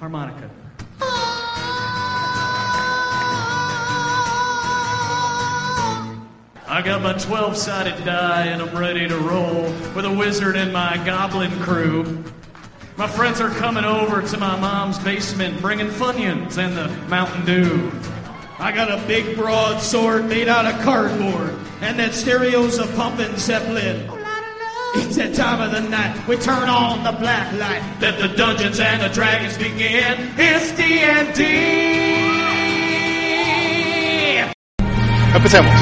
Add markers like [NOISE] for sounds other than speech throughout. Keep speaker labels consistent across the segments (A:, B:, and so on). A: harmonica. I got my 12 sided die and I'm ready to roll with a wizard and my goblin crew. My friends are coming over to my mom's basement bringing Funyuns and the Mountain Dew. I got a big broadsword made out of cardboard and that stereo's a pumping Zeppelin. It's that time of the night. We turn on the black light. Let the dungeons and the dragons begin. It's D&D.
B: Empecemos.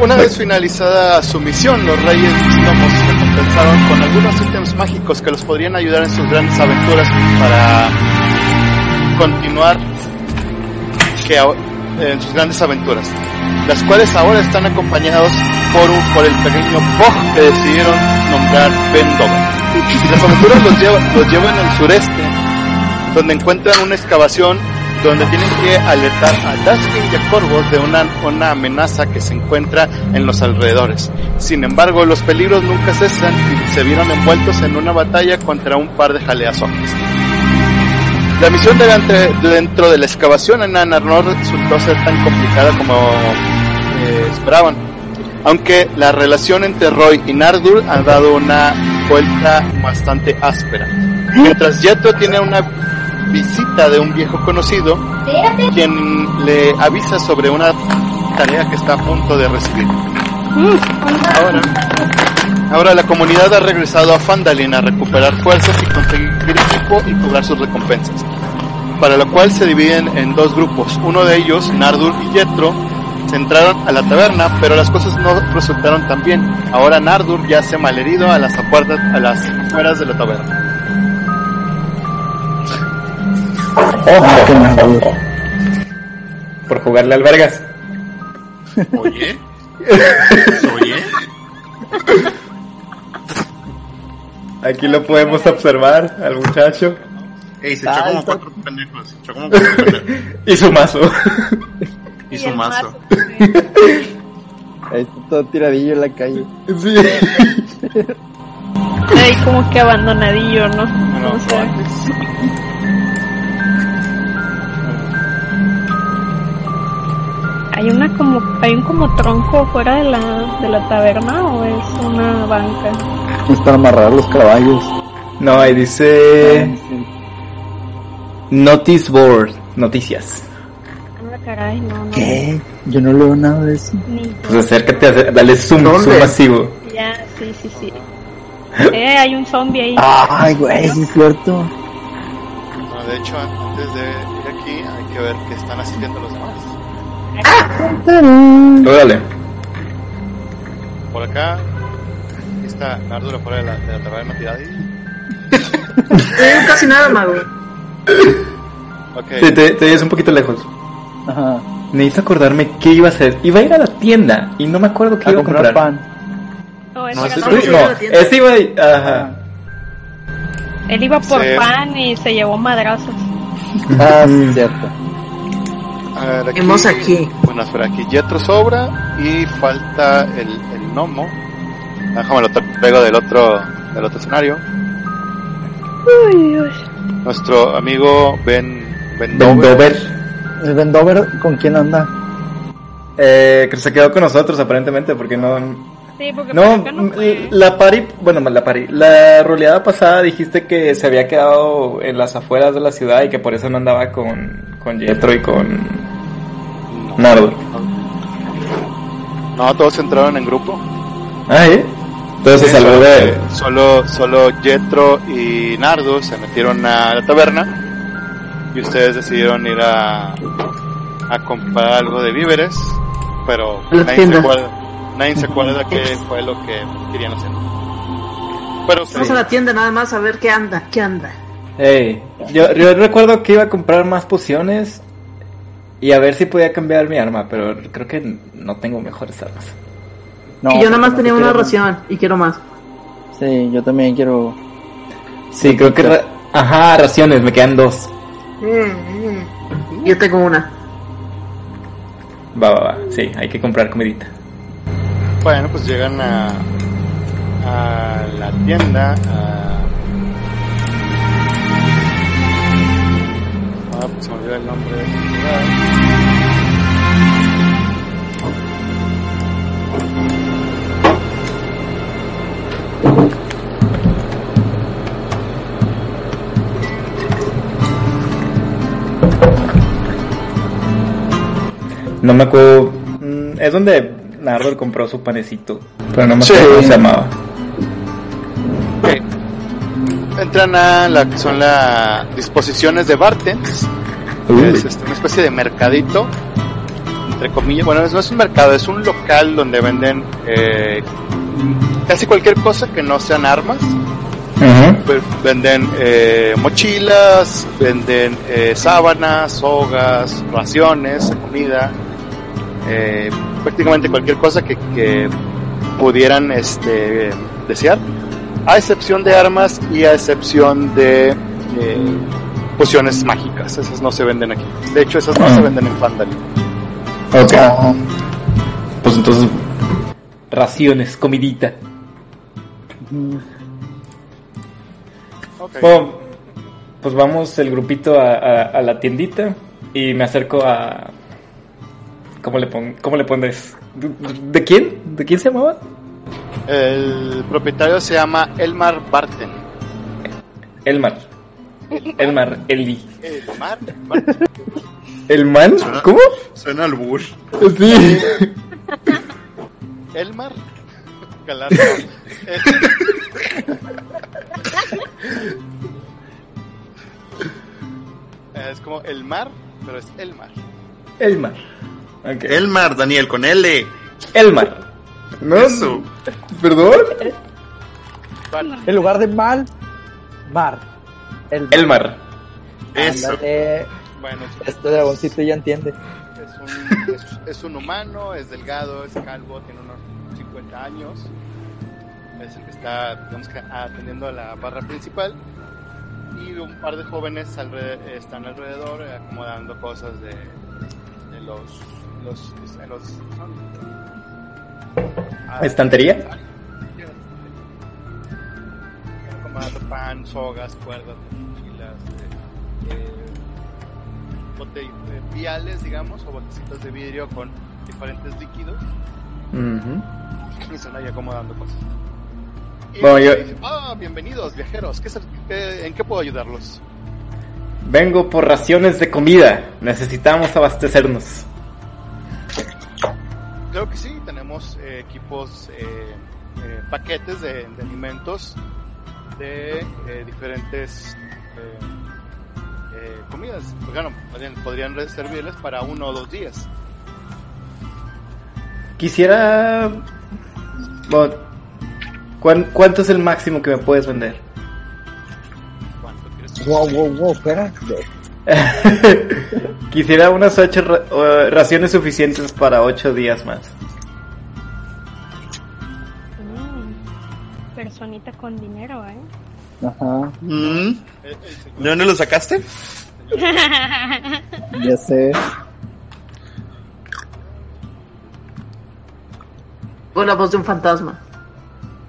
B: Una vez finalizada su misión, los reyes Gnomos se compensaron con algunos ítems mágicos que los podrían ayudar en sus grandes aventuras para continuar que ahora- en sus grandes aventuras, las cuales ahora están acompañados por, un- por el pequeño Bog que decidieron nombrar Vendover. Las aventuras los, lleva- los llevan al sureste, donde encuentran una excavación donde tienen que alertar a Daskin y a Corvus de una, una amenaza que se encuentra en los alrededores. Sin embargo, los peligros nunca cesan y se vieron envueltos en una batalla contra un par de jaleazones. La misión de ante- dentro de la excavación en Anarnor resultó ser tan complicada como eh, esperaban. Aunque la relación entre Roy y Nardur ha dado una vuelta bastante áspera. Mientras Yeto tiene una visita de un viejo conocido, quien le avisa sobre una tarea que está a punto de recibir.
C: Mm.
B: Ahora, ahora la comunidad ha regresado a Fandalin a recuperar fuerzas y conseguir equipo y cobrar sus recompensas. Para lo cual se dividen en dos grupos. Uno de ellos, Nardur y Yetro, se entraron a la taberna, pero las cosas no resultaron tan bien. Ahora Nardur ya se malherido a las afueras, a las afueras de la taberna.
D: Ojo que me duro. [LAUGHS] Por jugarle al Vergas.
E: Oye. Oye.
D: Aquí lo podemos observar al muchacho.
E: Ey, se
D: Ah,
E: echó como
D: está-
E: cuatro pendejos. Se echó
D: [LAUGHS]
E: como cuatro pendejos.
D: Y su mazo.
E: Y su
C: [LAUGHS]
E: mazo.
F: Ahí está todo tiradillo en la calle.
D: Sí.
C: Ahí como que abandonadillo, ¿no?
B: Bueno,
C: O sea, hay una como hay un como tronco fuera de la de la taberna o es una banca.
F: Están amarrados los caballos.
D: No, ahí dice. Notice board. Noticias.
C: Ah, caray, no, no.
F: ¿Qué? Yo no leo nada de eso.
C: Ni yo.
D: Pues acércate, ac- dale zoom, zoom masivo.
C: Ya, sí, sí, sí. Eh, hay un zombie ahí.
F: Ay, güey, sí es cierto.
B: No, de hecho, antes de ir aquí, hay que ver qué están haciendo los demás.
F: ¡Tarán!
D: Órale.
B: Por acá, aquí está Nardur afuera de la, de la taberna tirada.
G: Eh, casi nada, mago.
D: Te,
B: Ok,
D: te, te oyes un poquito lejos.
F: Ajá.
D: Necesito acordarme qué iba a hacer. Iba a ir a la tienda y no me acuerdo qué
F: A
D: iba a
F: comprar
D: comprar.
F: pan.
C: No, ese
D: No,
C: era
D: ese-
G: es-
C: otro.
G: sí, iba a
D: no,
G: la tienda.
D: ese iba a ir- Ajá.
C: Él iba por
B: Sí.
C: pan y se llevó madrazos.
F: Ah, sí
D: Mm.
F: es cierto.
B: a ver,
G: Hemos aquí.
B: Bueno, espera, aquí Yetro sobra y falta el, el gnomo. Déjame lo tra- traigo del otro, del otro escenario.
C: Uy, uy.
B: Nuestro amigo Ben, ben Dover.
D: Vendover.
F: ¿El Vendover con quién anda?
D: Eh, que se quedó con nosotros aparentemente porque no,
C: Sí, porque por
D: No, mm,
C: acá no
D: l-
C: fue.
D: la pari, bueno, la pari, la roleada pasada dijiste que se había quedado en las afueras de la ciudad y que por eso no andaba con, con Jetro y con Nardo.
B: No, todos entraron en grupo.
D: Ah, ¿eh? Entonces
B: Sí,
D: se salvó
B: solo-
D: de...
B: eh, Solo, solo Yetro y Nardo se metieron a la taberna y ustedes decidieron ir a, a comprar algo de víveres, pero
G: La
B: nadie se,
G: tienda.
B: acuerda, nadie se
G: [LAUGHS]
B: acuerda qué fue lo que querían hacer. Pero
G: Vamos
B: sí,
G: a la tienda nada más a ver qué anda, qué anda.
D: Ey, yo, yo recuerdo que iba a comprar más pociones y a ver si podía cambiar mi arma, pero creo que no tengo mejores armas.
F: No,
G: y yo nada más
F: no
G: tenía una
F: quiero-
G: ración y quiero más.
F: Sí, yo también quiero.
D: Sí, creo que... ra- Ajá, raciones, me quedan dos.
G: Yo tengo una.
D: Va, va, va, sí, hay que comprar comidita.
B: Bueno, pues llegan a, a la tienda. A... No, pues se me olvidó el nombre de esa ciudad.
D: No me acuerdo. mm, Es donde Nardo compró su panecito. Pero no me acuerdo
B: Sí.
D: cómo se llamaba.
B: Entran a la que son las disposiciones de Bartens, que es este, una especie de mercadito, entre comillas. Bueno, no es un mercado, es un local donde venden eh, casi cualquier cosa que no sean armas.
D: Ujú.
B: Pues, venden eh, mochilas, venden eh, sábanas, sogas, raciones, comida, eh, prácticamente cualquier cosa que, que pudieran este, desear, a excepción de armas y a excepción de eh, pociones mágicas. Esas no se venden aquí. De hecho, esas no se venden en Fandali.
D: Ok. Pues entonces. Raciones, comidita. Bueno, pues vamos el grupito a, a- a la tiendita y me acerco a. ¿Cómo le, pon, cómo le pones? ¿De, de quién? ¿De quién se llamaba?
B: El propietario se llama Elmar Barten.
D: Elmar. Elmar, Eli.
B: Elmar Barten.
D: ¿Elman? ¿Cómo?
E: Suena al bur.
D: Sí.
B: Elmar Galarza. Eh, [LAUGHS] es como el mar, pero es el mar.
D: Elmar. Ok.
E: Elmar, Daniel, con L.
D: Elmar.
E: No. Eso.
D: ¿Perdón?
F: En lugar de mal, mar. El
D: Elmar.
E: Eso.
F: Ándale.
B: Bueno,
F: Este dragoncito ya entiende.
B: es un, [LAUGHS] es, es un humano, es delgado, es calvo, tiene unos 50 años. Es el que está, digamos que, atendiendo a la barra principal. Y un par de jóvenes alre- están alrededor eh, acomodando cosas de, de los. los, de los ah,
D: ¿Estantería?
B: Acomodando pan, sogas, cuerdas, mochilas, eh, eh, bote- eh, viales, digamos, o botecitos de vidrio con diferentes líquidos
D: Ujú.
B: y están ahí acomodando cosas. Y
D: Bueno, yo-
B: dice, "Ah, bienvenidos viajeros, ¿Qué, se- qué- ¿en qué puedo ayudarlos?
D: Vengo por raciones de comida. Necesitamos abastecernos.
B: Creo que sí, tenemos eh, equipos, eh, eh, paquetes de, de alimentos de eh, diferentes eh, eh, comidas. Pues, Bueno, podrían, podrían servirles para uno o dos días.
D: Quisiera... bueno, ¿cuán- ¿Cuánto es el máximo que me puedes vender? [LAUGHS]
B: ¿Cuánto quieres?
F: Wow, wow, wow, espera.
D: Quisiera unas ocho ra- eh, raciones suficientes para ocho días más.
C: Mm, Personita con dinero, ¿eh?
F: Ajá,
E: Mm.
B: Eh, el señor-
E: ¿De dónde lo sacaste?
F: ya sé.
G: Con la voz de un fantasma.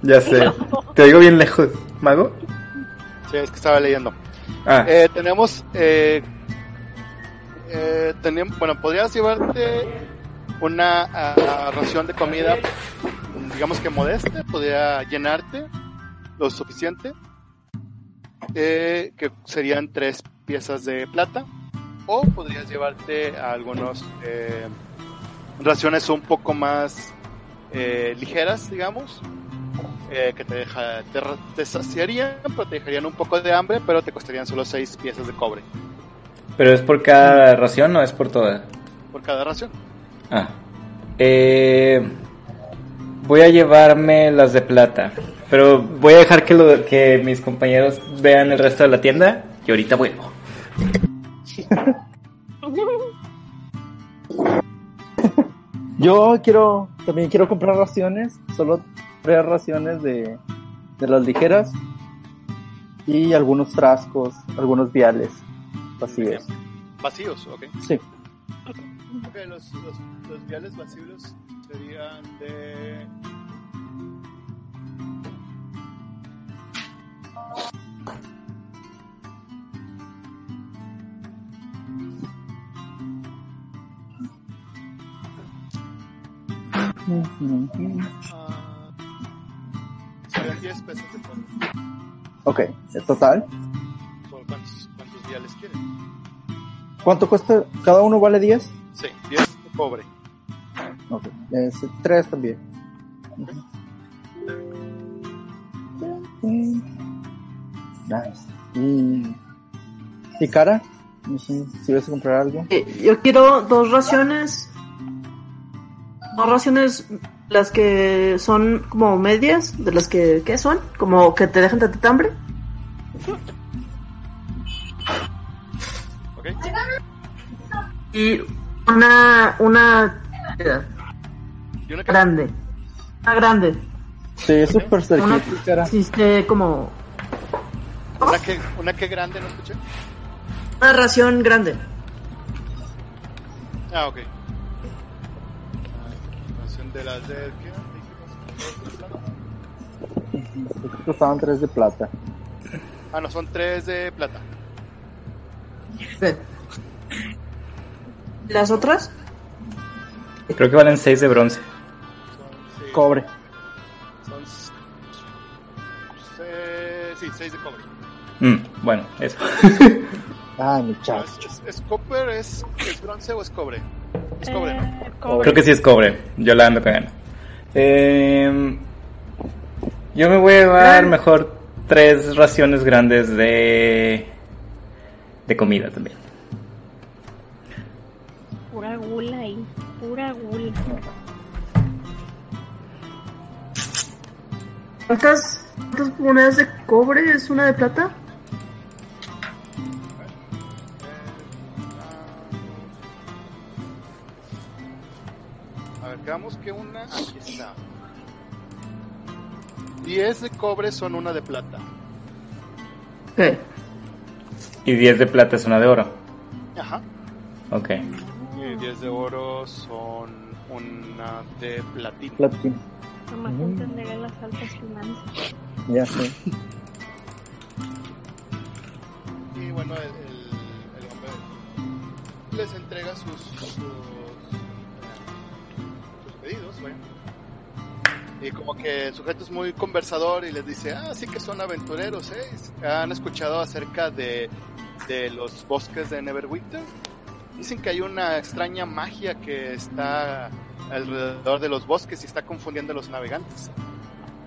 D: Ya sé. Te digo bien lejos. ¿Mago?
B: Sí, es que estaba leyendo.
D: Ah,
B: Eh, tenemos, eh, eh, tenem- bueno, podrías llevarte una ah, ración de comida, digamos que modesta, podría llenarte lo suficiente, eh, que serían tres piezas de plata, o podrías llevarte algunas raciones un poco más eh, ligeras, digamos, eh, que te, deja, te, ra- te saciarían, pero te dejarían un poco de hambre, pero te costarían solo seis piezas de cobre
D: pero es por cada ración o es por toda?
B: por cada ración.
D: Ah. Eh, voy a llevarme las de plata. Pero voy a dejar que, lo, que mis compañeros vean el resto de la tienda y ahorita vuelvo.
F: Yo quiero, también quiero comprar raciones, solo tres raciones de, de las ligeras y algunos trascos, algunos viales vacíos.
B: Vacíos, ok.
F: Sí,
B: Ok, los, los, los viales vacíos serían de. Ah, serían 10 pesos de fondo.
F: Ok, en total.
B: ¿Por cuántos, cuántos viales quieren?
F: ¿Cuánto cuesta? ¿Cada uno vale 10?
B: Sí, 10 de cobre.
F: Ok, es 3 también. Nice. ¿Y, ¿y cara? No sé si vas a comprar algo.
G: Eh, Yo quiero dos raciones. Dos raciones, las que son como medias, de las que, ¿qué son? Como que te dejan tantita hambre.
B: ¿Ok?
G: Y una, una
B: Y una caja.
G: grande. Una grande.
F: Sí, es súper
G: Una,
F: cerquita, cara.
G: existe como
B: Una que, una que grande, ¿no escuché?
G: una ración grande.
B: Ah, ok. Ah, Ración de las de. ¿Qué?
F: Costaban 3 de plata.
B: Ah, no, son 3 de plata.
G: Ven. ¿Las otras?
D: Creo que valen 6 de bronce.
B: Son, sí,
F: Cobre.
B: Son. s- se- Sí, 6 de cobre.
D: Mm, bueno, eso.
F: Ay, Ah, mi
B: Pero
F: chavo.
B: ¿Es, es, es copper? ¿Es, ¿Es bronce o es cobre? Es cobre, ¿no?
C: Eh, cobre.
D: Creo que sí es cobre. Yo la ando cagando. Eh, yo me voy a llevar mejor tres raciones grandes de. de comida también.
C: Pura gula ahí. Pura gula.
G: ¿Cuántas, cuántas monedas de cobre es una de plata?
B: A ver, quedamos que una. Aquí está. 10 de cobre son una de plata.
G: Ok.
D: Y 10 de plata es una de oro.
B: Ajá.
D: Ok.
B: Y 10 de oro son una de platino.
F: Platín.
C: Nomás
F: Mm.
C: entenderé las altas finanzas.
F: Ya [LAUGHS] sé.
B: Y bueno, el, el- el hombre les entrega sus, sus, sus pedidos, bueno. Y como que el sujeto es muy conversador y les dice, ah, sí que son aventureros, ¿eh? ¿Han escuchado acerca de, de los bosques de Neverwinter? Dicen que hay una extraña magia que está alrededor de los bosques y está confundiendo a los navegantes.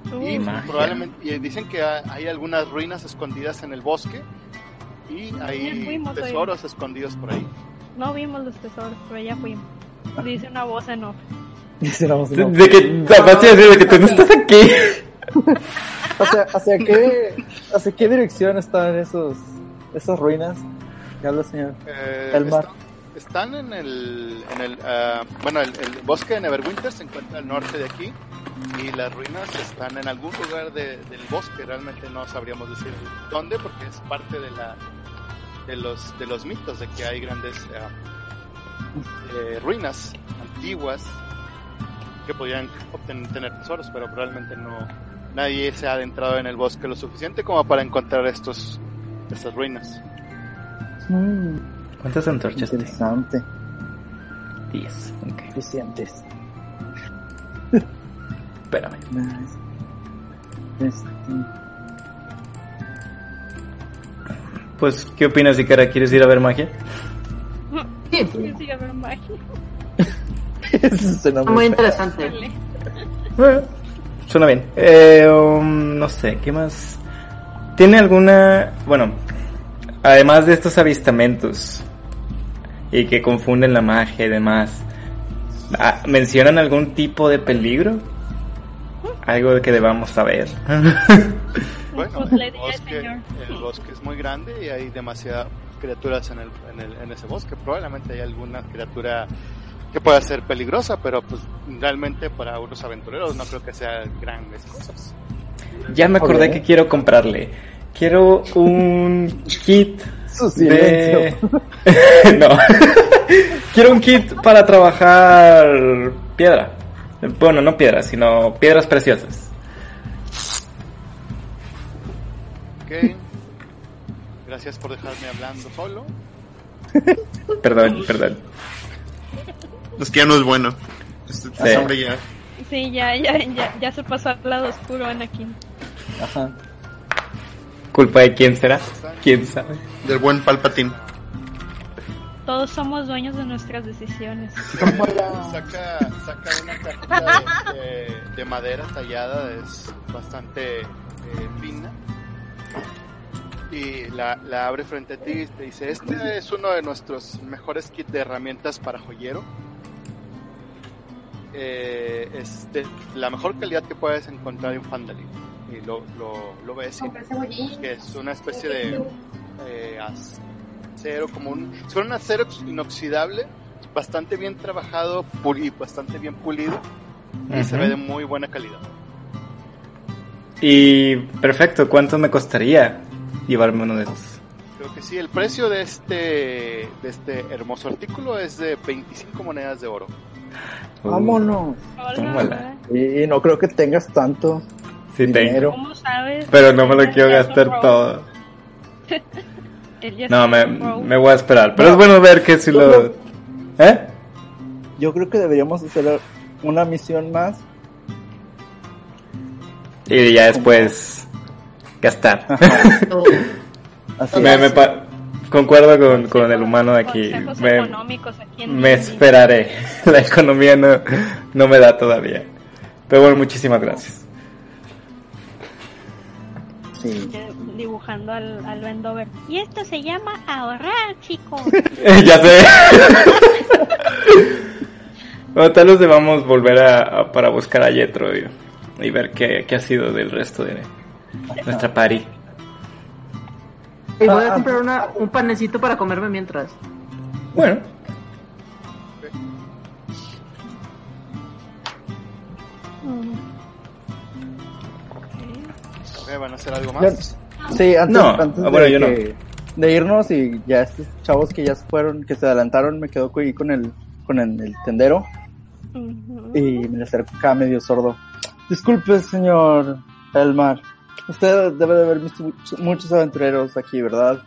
B: Y
C: Uh,
D: Magia.
B: probablemente y dicen que ha- hay algunas ruinas escondidas en el bosque y
C: Ya
B: hay
C: fuimos,
B: tesoros escondidos por ahí.
C: no vimos los tesoros, pero ya fuimos. Dice una voz en off.
F: Dice la voz de-
D: De que. acabaste de decir de que [LAUGHS] tú no estás aquí.
F: ¿Hacia, hacia qué, ¿Hacia qué dirección están esos, esas ruinas? Ya habla, señor.
B: Eh,
F: El mar.
B: está- están en el, en el ah, bueno, el, el bosque de Neverwinter se encuentra al norte de aquí y las ruinas están en algún lugar de- del bosque. Realmente no sabríamos decir dónde porque es parte de la de los de los mitos de que hay grandes ah, eh, ruinas antiguas que podían obten- tener tesoros, pero realmente no nadie se ha adentrado en el bosque lo suficiente como para encontrar estos estas ruinas.
F: Mm,
D: ¿Cuántas antorchas tienes?
F: interesante.
D: 10. Ok.
F: Eficientes.
D: Espérame.
F: Nice. Este,
D: Pues, ¿qué opinas, Ikara? ¿Quieres ir a ver magia?
G: Sí,
C: Sí, [LAUGHS] sí, a ver, magia.
F: Eso suena
G: muy
F: feo.
G: interesante.
C: Dale.
D: Eh, Suena bien. Eh, um, no sé, ¿qué más? ¿Tiene alguna... Bueno, además de estos avistamientos y que confunden la magia y demás, ah, ¿mencionan algún tipo de peligro? Algo que debamos saber.
B: Bueno,
C: Pues le
B: el
C: diría al
B: bosque,
C: señor.
B: el bosque es muy grande y hay demasiadas criaturas en, el, en, el- en ese bosque. Probablemente hay alguna criatura que pueda ser peligrosa, pero pues realmente para unos aventureros no creo que sean grandes cosas.
D: ya me acordé
F: Ok.
D: que quiero comprarle. Quiero un kit
F: Su [LAUGHS] silencio.
D: de... [LAUGHS] no. Quiero un kit para trabajar piedra. Bueno, no piedra, sino piedras preciosas.
B: Ok. Gracias por dejarme hablando solo.
D: Perdón, perdón.
E: Es que ya no es bueno. Este, este
D: Sí.
E: hombre ya.
C: Sí, ya, ya, ya, ya se pasó al lado oscuro Anakin.
F: Ajá.
D: ¿Culpa de quién será? ¿Quién sabe?
B: Del buen Palpatín.
C: Todos somos dueños de nuestras decisiones.
B: [LAUGHS] Saca, saca una cajita de, de- de madera tallada, es bastante eh, fina. Y la, la abre frente a ti y te dice, este es uno de nuestros mejores kits de herramientas para joyero. Eh, es de la mejor calidad que puedes encontrar en Fandalin. Y lo, lo, lo ves y que es una especie de eh, acero, como un, si fuera un acero inoxidable, bastante bien trabajado puli- bastante bien pulido y se ve de muy buena calidad.
D: Y perfecto, ¿cuánto me costaría llevarme uno de esos?
B: Creo que sí, el precio de este, de este hermoso artículo es de 25 monedas de oro.
D: Uh,
F: Vámonos.
D: Tómala.
C: Hola.
F: Y no creo que tengas tanto
D: sí tengo.
F: dinero.
C: ¿Cómo sabes?
D: Pero no me lo
C: Él
D: quiero
C: ya es un pro.
D: gastar todo.
C: Él ya es
D: No,
C: un
D: me,
C: pro.
D: me voy a esperar. Pero es bueno ver que si lo... ¿Eh?
F: Yo creo que deberíamos hacer una misión más.
D: Y ya después gastar.
F: Así
D: me,
F: es.
D: me pa- concuerdo con, con el
C: Consejos-
D: humano aquí.
C: consejos
D: Me,
C: económicos aquí en
D: me
C: Disney.
D: esperaré. [LAUGHS] La economía no, no me da todavía. Pero bueno, muchísimas gracias. [LAUGHS]
F: Sí.
C: Ya Dibujando al, al Vendover. Y esto se llama ahorrar,
D: [LAUGHS]
C: chicos.
D: ya sé. [LAUGHS] bueno, tal vez debamos volver a, a- para buscar a Yetro y, y ver qué, qué ha sido del resto de nuestra party.
G: Y voy a comprar una- un panecito para comerme mientras.
D: Bueno,
C: Mm.
B: Ok, ¿Van a hacer algo
F: Ya-
B: más?
F: Sí, antes,
D: No,
F: antes
D: ah, bueno,
F: de,
D: yo no.
F: que- de irnos y ya estos chavos que ya se fueron, que se adelantaron, me quedo ahí con el, con el, el tendero
C: Ujú.
F: y me le acerco acá medio sordo. Disculpe, señor Elmar. Usted debe de haber visto much- muchos aventureros aquí, ¿verdad?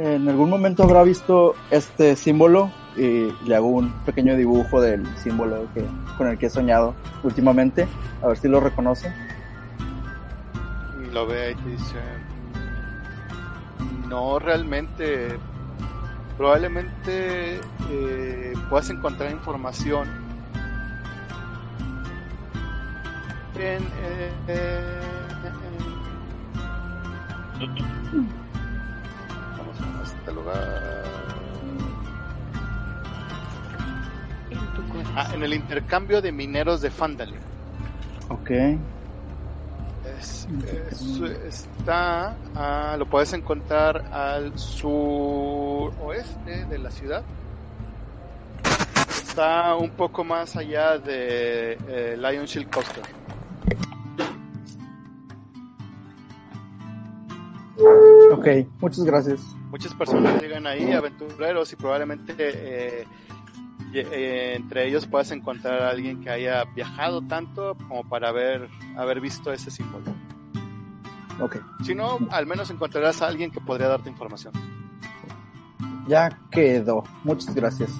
F: En algún momento habrá visto este símbolo y le hago un pequeño dibujo del símbolo que, con el que he soñado últimamente. A ver si lo reconoce.
B: Y lo ve y te dice, no realmente, probablemente eh, puedas encontrar información en, eh, eh, en- Vamos a este lugar.
C: En tu corazón.
B: Ah, en el intercambio de mineros de Fandalin.
F: Ok.
B: Es- es- Este, está, ah, lo puedes encontrar al sur oeste de la ciudad. Está un poco más allá de eh, Lion Shield Costa.
F: Ok, muchas gracias.
B: Muchas personas llegan ahí, aventureros, y probablemente eh, y- eh, entre ellos puedas encontrar a alguien que haya viajado tanto como para haber, haber visto ese símbolo.
F: Ok.
B: Si no, al menos encontrarás a alguien que podría darte información.
F: Ya quedó. Muchas gracias,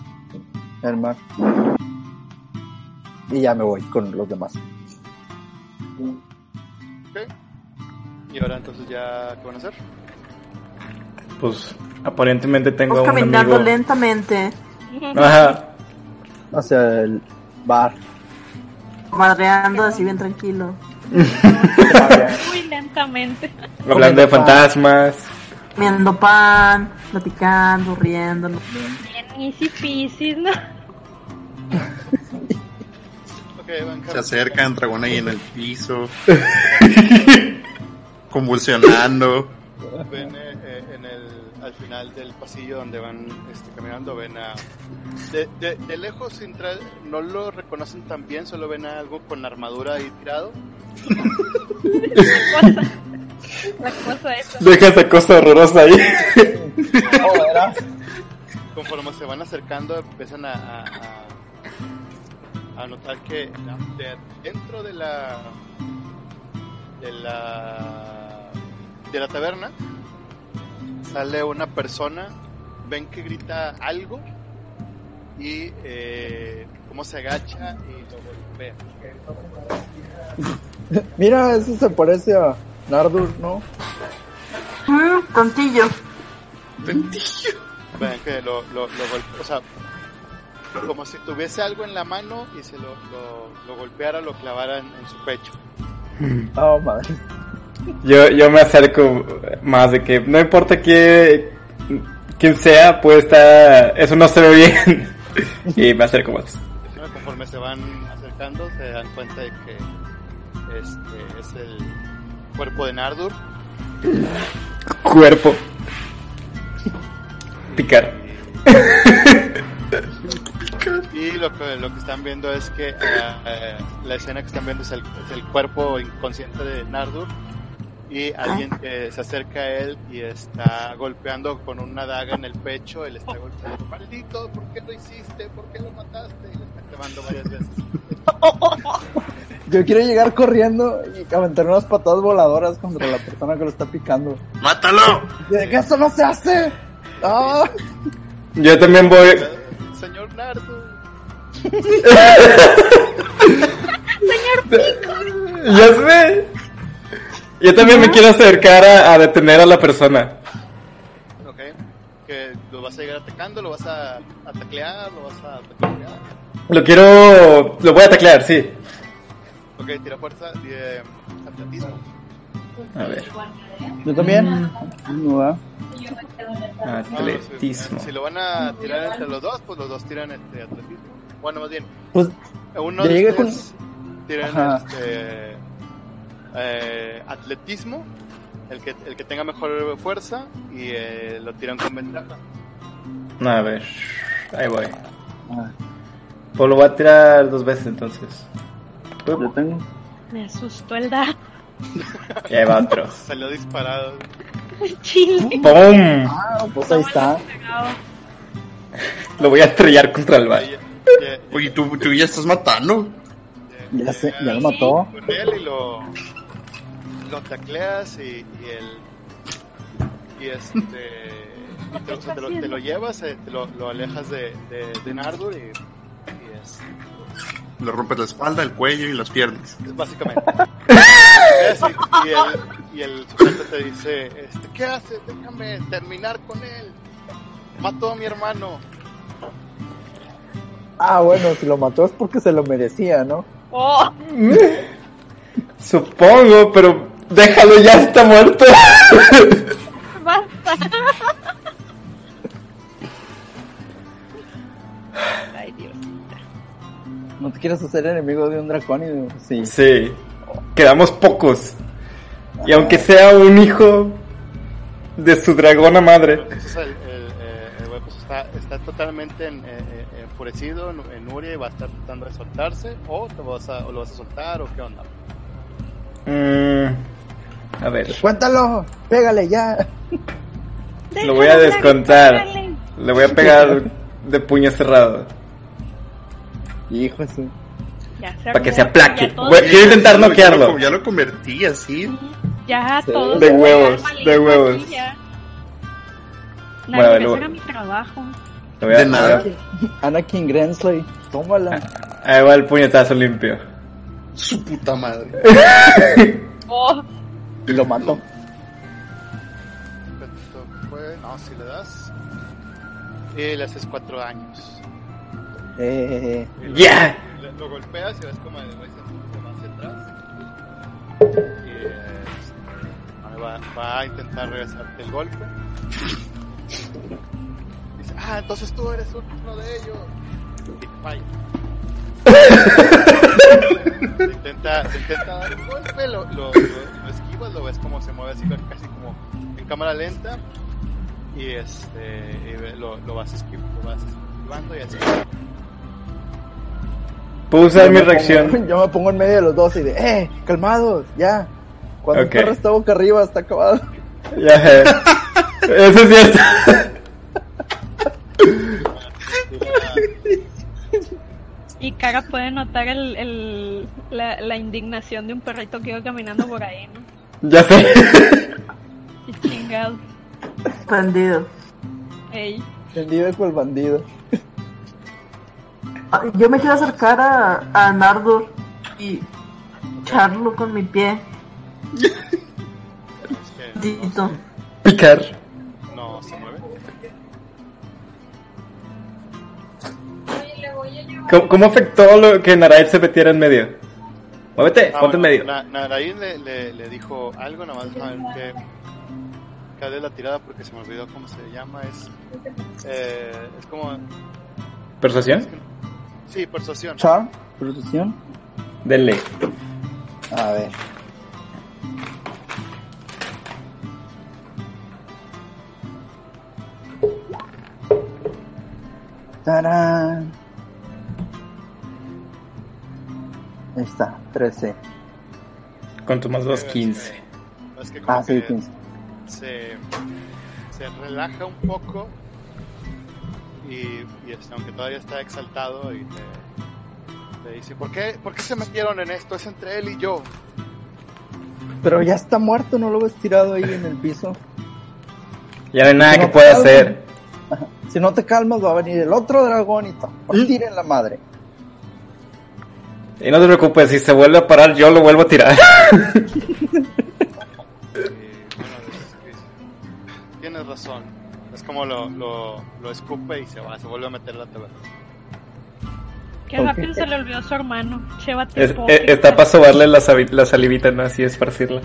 F: Elmar. Y ya me voy con los demás.
B: Y ahora entonces ya, ¿qué van a hacer?
D: pues aparentemente tengo
G: Vamos
D: un
G: caminando
D: amigo.
G: lentamente,
D: Ajá.
F: Hacia el bar.
G: madreando así bien tranquilo.
C: Muy lentamente.
D: Hablando de fantasmas.
G: Comiendo pan, platicando, riéndonos.
C: Bien easy peasy, ¿no?
B: Ok, van
E: Se acercan, dragón ahí en el
D: [LAUGHS]
E: piso. convulsionando.
B: ven eh, eh, en el, al final del pasillo donde van este, caminando, ven a... De, de- de lejos sin tra- no lo reconocen tan bien, solo ven a algo con armadura ahí tirado.
C: La cosa. La cosa esa.
D: Deja esa cosa horrorosa ahí.
B: Conforme se van acercando empiezan a, a, a- a notar que de- dentro de la... de la... de la taberna sale una persona, ven que grita algo y eh, cómo se agacha y lo golpea.
F: Mira, ese se parece a Nardur, ¿no?
G: Mm, tontillo.
B: Ven que lo, lo, lo golpea, o sea, como si tuviese algo en la mano y se lo, lo, lo golpeara, lo clavara en, en su pecho.
F: Oh, madre.
D: Yo, yo me acerco más de que no importa que quien sea, puede estar, eso no se ve bien. [LAUGHS] y me acerco más.
B: Bueno, conforme se van acercando, se dan cuenta de que este es el cuerpo de Nardur.
D: Cuerpo. Picar.
B: Y lo que, lo que están viendo es que eh, eh, la escena que están viendo es el, es el cuerpo inconsciente de Nardur y alguien que se acerca a él y está golpeando con una daga en el pecho, él está golpeando, maldito, ¿por qué lo hiciste? ¿Por qué lo mataste? Y le está clavando varias veces.
F: Yo quiero llegar corriendo y aventar unas patadas voladoras contra la persona que lo está picando.
E: ¡Mátalo!
F: ¿De qué eso no se hace? ¡Ah!
D: Yo también voy,
B: Señor Nardur,
D: ya sé. Yo también me quiero acercar a, a detener a la persona.
B: ok, que lo vas a llegar atacando, lo vas a, a taclear, lo vas a taclear.
D: Lo quiero, lo voy a taclear, sí.
B: Ok, tira fuerza, y, eh, atletismo. Ah,
D: A ver,
F: Yo también. Ah. No, ¿verdad?
D: Ah.
B: No, no, si-
D: atletismo.
B: Si, lo van a tirar entre los dos, pues los dos tiran este atletismo. Bueno, más bien, eh,
F: Pues
B: uno
F: Ya
B: de
F: llegué con-
B: ustedes tiran
F: Ajá.
B: este, eh, atletismo, el que, el que tenga mejor fuerza, y eh, lo tiran con ventaja.
D: A ver, ahí voy.
F: Ah.
D: Pues lo voy a tirar dos veces entonces.
F: yo tengo.
C: Me asustó el dado.
D: Y ahí va otro.
B: Salió disparado.
C: Chile.
D: ¡Pum!
F: Ah, pues ahí está.
D: Lo voy a estrellar contra el bar.
B: Oye, oye,
E: Oye, ¿tú, tú ya estás matando.
F: Ya, se, ya lo mató.
B: con él y lo, lo tacleas y, y el y este y te, o sea, te lo, te lo llevas eh, te lo, lo alejas de, de, de Nardur y, y es,
E: Le rompes la espalda, el cuello y las piernas.
B: es básicamente Tacleas y, y el y el sujeto te dice este, ¿qué haces? déjame terminar con él mató a mi hermano
F: Ah, bueno, si lo mató es porque se lo merecía, ¿no?
C: Oh,
D: Supongo, pero déjalo, ya está muerto. [LAUGHS]
C: basta. Ay, Dios.
F: No te quieres hacer enemigo de un dracónido. Sí.
D: Sí, quedamos pocos. Y aunque sea un hijo de su dragona madre.
B: entonces el, el, eh, el güey, pues, está, está totalmente en- eh, eh, enfurecido en, en Uria y va a estar tratando de soltarse o, te vas a, o lo vas a soltar o qué onda
D: Mm, a ver,
F: ¡Cuéntalo! ¡Pégale ya!
D: lo voy a
C: Déjalo,
D: descontar.
C: dale.
D: Le voy a pegar de puño cerrado.
F: Hijo de su-
C: Ya se
D: Para que
C: armó,
D: se aplaque.
C: ya todos-
D: Bueno, Quiero intentar noquearlo.
E: Ya lo convertí así.
C: Ya
F: Sí.
C: todos.
D: De
C: se
D: huevos,
C: arman
D: de
C: y
D: huevos.
C: aquí ya. Nadie
D: Bueno, a ver,
C: me
D: lo-
C: haga mi trabajo.
D: Le voy a-
E: De nada.
F: Anakin Grensley, [LAUGHS] tómala.
D: Ahí va el ah, puñetazo limpio.
E: Su puta madre.
C: Oh,
F: Y lo mató.
B: Perfecto, fue- No, si le das. Y le haces cuatro años.
F: Eh,
B: Y lo-
D: ¡Ya!
B: le- Lo golpeas y ves como el güey se se va hacia atrás. Y este, ahora va, va a intentar regresarte el golpe. Dice, ah, entonces tú eres uno de ellos. Y falla. Te intenta, te intenta dar un golpe, lo, lo, lo- lo esquivas, lo ves como se mueve así casi como en cámara lenta y este y ve- lo, lo vas esquivando, lo vas esquivando y así.
D: Puedo usar
F: yo
D: mi
F: me
D: reacción.
F: pongo- yo me pongo en medio de los dos y de, ¡eh! ¡Calmados! ¡Ya! Cuando
D: Ok.
F: el perro está boca arriba, está acabado. [LAUGHS]
D: Ya, [LAUGHS] eh. Eso es cierto.
C: y Cara puede notar el, el- la, la indignación de un perrito que iba caminando por ahí, ¿no?
D: Ya sé. [LAUGHS]
C: Y chingado.
G: Bandido.
C: Ey.
F: Vendido con el bandido.
G: Ah, Yo me quiero acercar a, a Nardo y charlo con mi pie. Dito.
D: Picar.
B: No se mueve.
D: ¿Cómo, cómo afectó lo que Naraid se metiera en medio? Muévete,
B: Ah,
D: ponte en
B: bueno,
D: medio.
B: Na- Naraid le, le, le dijo algo, nada más déjame ver que cale la tirada porque se me olvidó cómo se llama. Es, eh, es como.
D: ¿Persuasión?
B: Sí, persuasión.
F: Charm, producción.
D: Denle.
F: A ver. ¡Tarán! Ahí está, 13.
D: Con tu más dos,
B: Este,
D: 15.
B: Es que como
F: Ah, sí,
B: que
F: 15.
B: se, se relaja un poco y, y, este, aunque todavía está exaltado y te, te dice, ¿por qué, ¿por qué se metieron en esto? Es entre él y yo.
F: Pero ya está muerto, no lo ves tirado ahí en el piso.
D: Ya no hay nada
F: no,
D: que pueda
F: algo.
D: hacer.
F: Si no te calmas, va a venir el otro dragón y te va a tirar en la madre.
D: Y no te preocupes, si se vuelve a parar, yo lo vuelvo
B: [LAUGHS]
D: a tirar.
B: Y, bueno, es que- tienes razón. Es como lo, lo, lo escupe y se va, se vuelve a meter la taberna.
C: Qué
F: Ok.
C: rápido se le olvidó a su hermano. Chévate.
D: Es- eh, está para sobarle la, sabi- la salivita, no así
B: [LAUGHS]
D: esparcirla.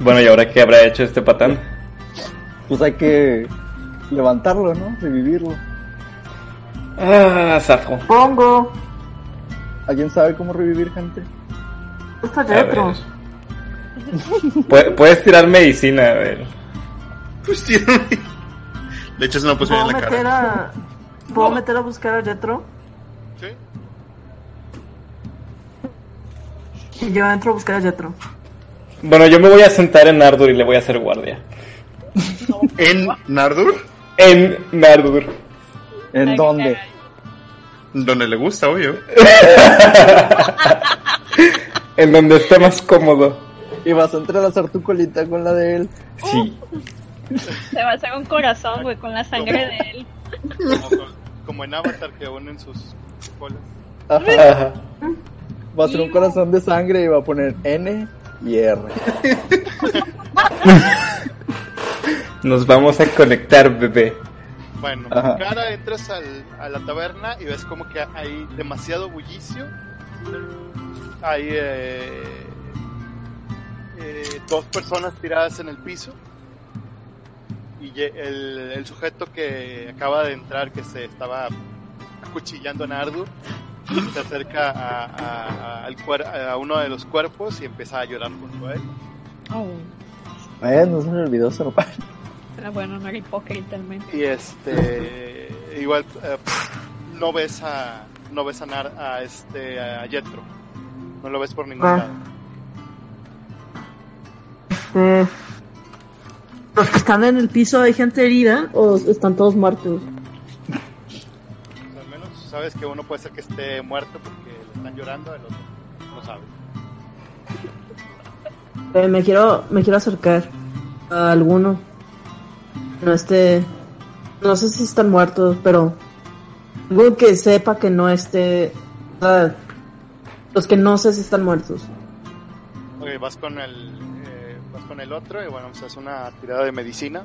D: bueno, ¿y ahora qué habrá hecho este patán?
F: Pues hay que levantarlo, ¿no? Revivirlo.
D: Ah, zafo.
G: Pongo.
F: ¿Alguien sabe cómo revivir gente?
G: Esto
D: A
G: ya
D: ver. eh,
G: otro.
D: Pu- Puedes tirar medicina, a ver.
E: Pues tío. Le echas una poción
G: ¿Puedo
E: en la
G: meter
E: cara.
G: a... ¿Puedo meter a buscar a Retro?
B: ¿Sí?
G: Y yo entro a buscar a Retro.
D: Bueno, yo me voy a sentar en Ardur y le voy a hacer guardia.
E: ¿En Nardur?
D: En Nardur.
F: ¿En dónde?
E: Donde le gusta, obvio.
D: En donde esté más cómodo.
F: Y vas a entrelazar tu colita con la de él.
D: Sí.
C: Se va a hacer un corazón, güey, con la sangre de él.
B: Como, con- como en Avatar que unen sus colas.
F: Ajá.
D: Ajá.
F: Va a ser un corazón de sangre y va a poner N y R.
D: [LAUGHS] Nos vamos a conectar, bebé.
B: Bueno,
F: Ajá.
B: cara, entras al- a la taberna y ves como que hay demasiado bullicio. Hay eh, eh, dos personas tiradas en el piso. Y ye- el, el sujeto que acaba de entrar, que se estaba acuchillando en Ardu, se acerca a, a- a- al cuer- a uno de los cuerpos y empieza a llorar junto a él.
C: Oh,
F: Eh, no se me olvidó zarpar.
C: pero bueno, no era hipócrita el men.
B: Y este igual eh, no ves a no ves a Nar- a este a Yetro. No lo ves por ningún
G: Ah.
B: lado.
G: Eh, Los que están en el piso, ¿hay gente herida o están todos muertos?
B: O sea, al menos sabes que uno puede ser que esté muerto porque le están llorando, el otro no sabe.
G: Eh, me quiero me quiero acercar a alguno. No esté no sé si están muertos, pero algo que sepa que no esté ah, los que no sé si están muertos.
B: Ok, vas con el eh, vas con el otro y bueno, pues hace una tirada de medicina.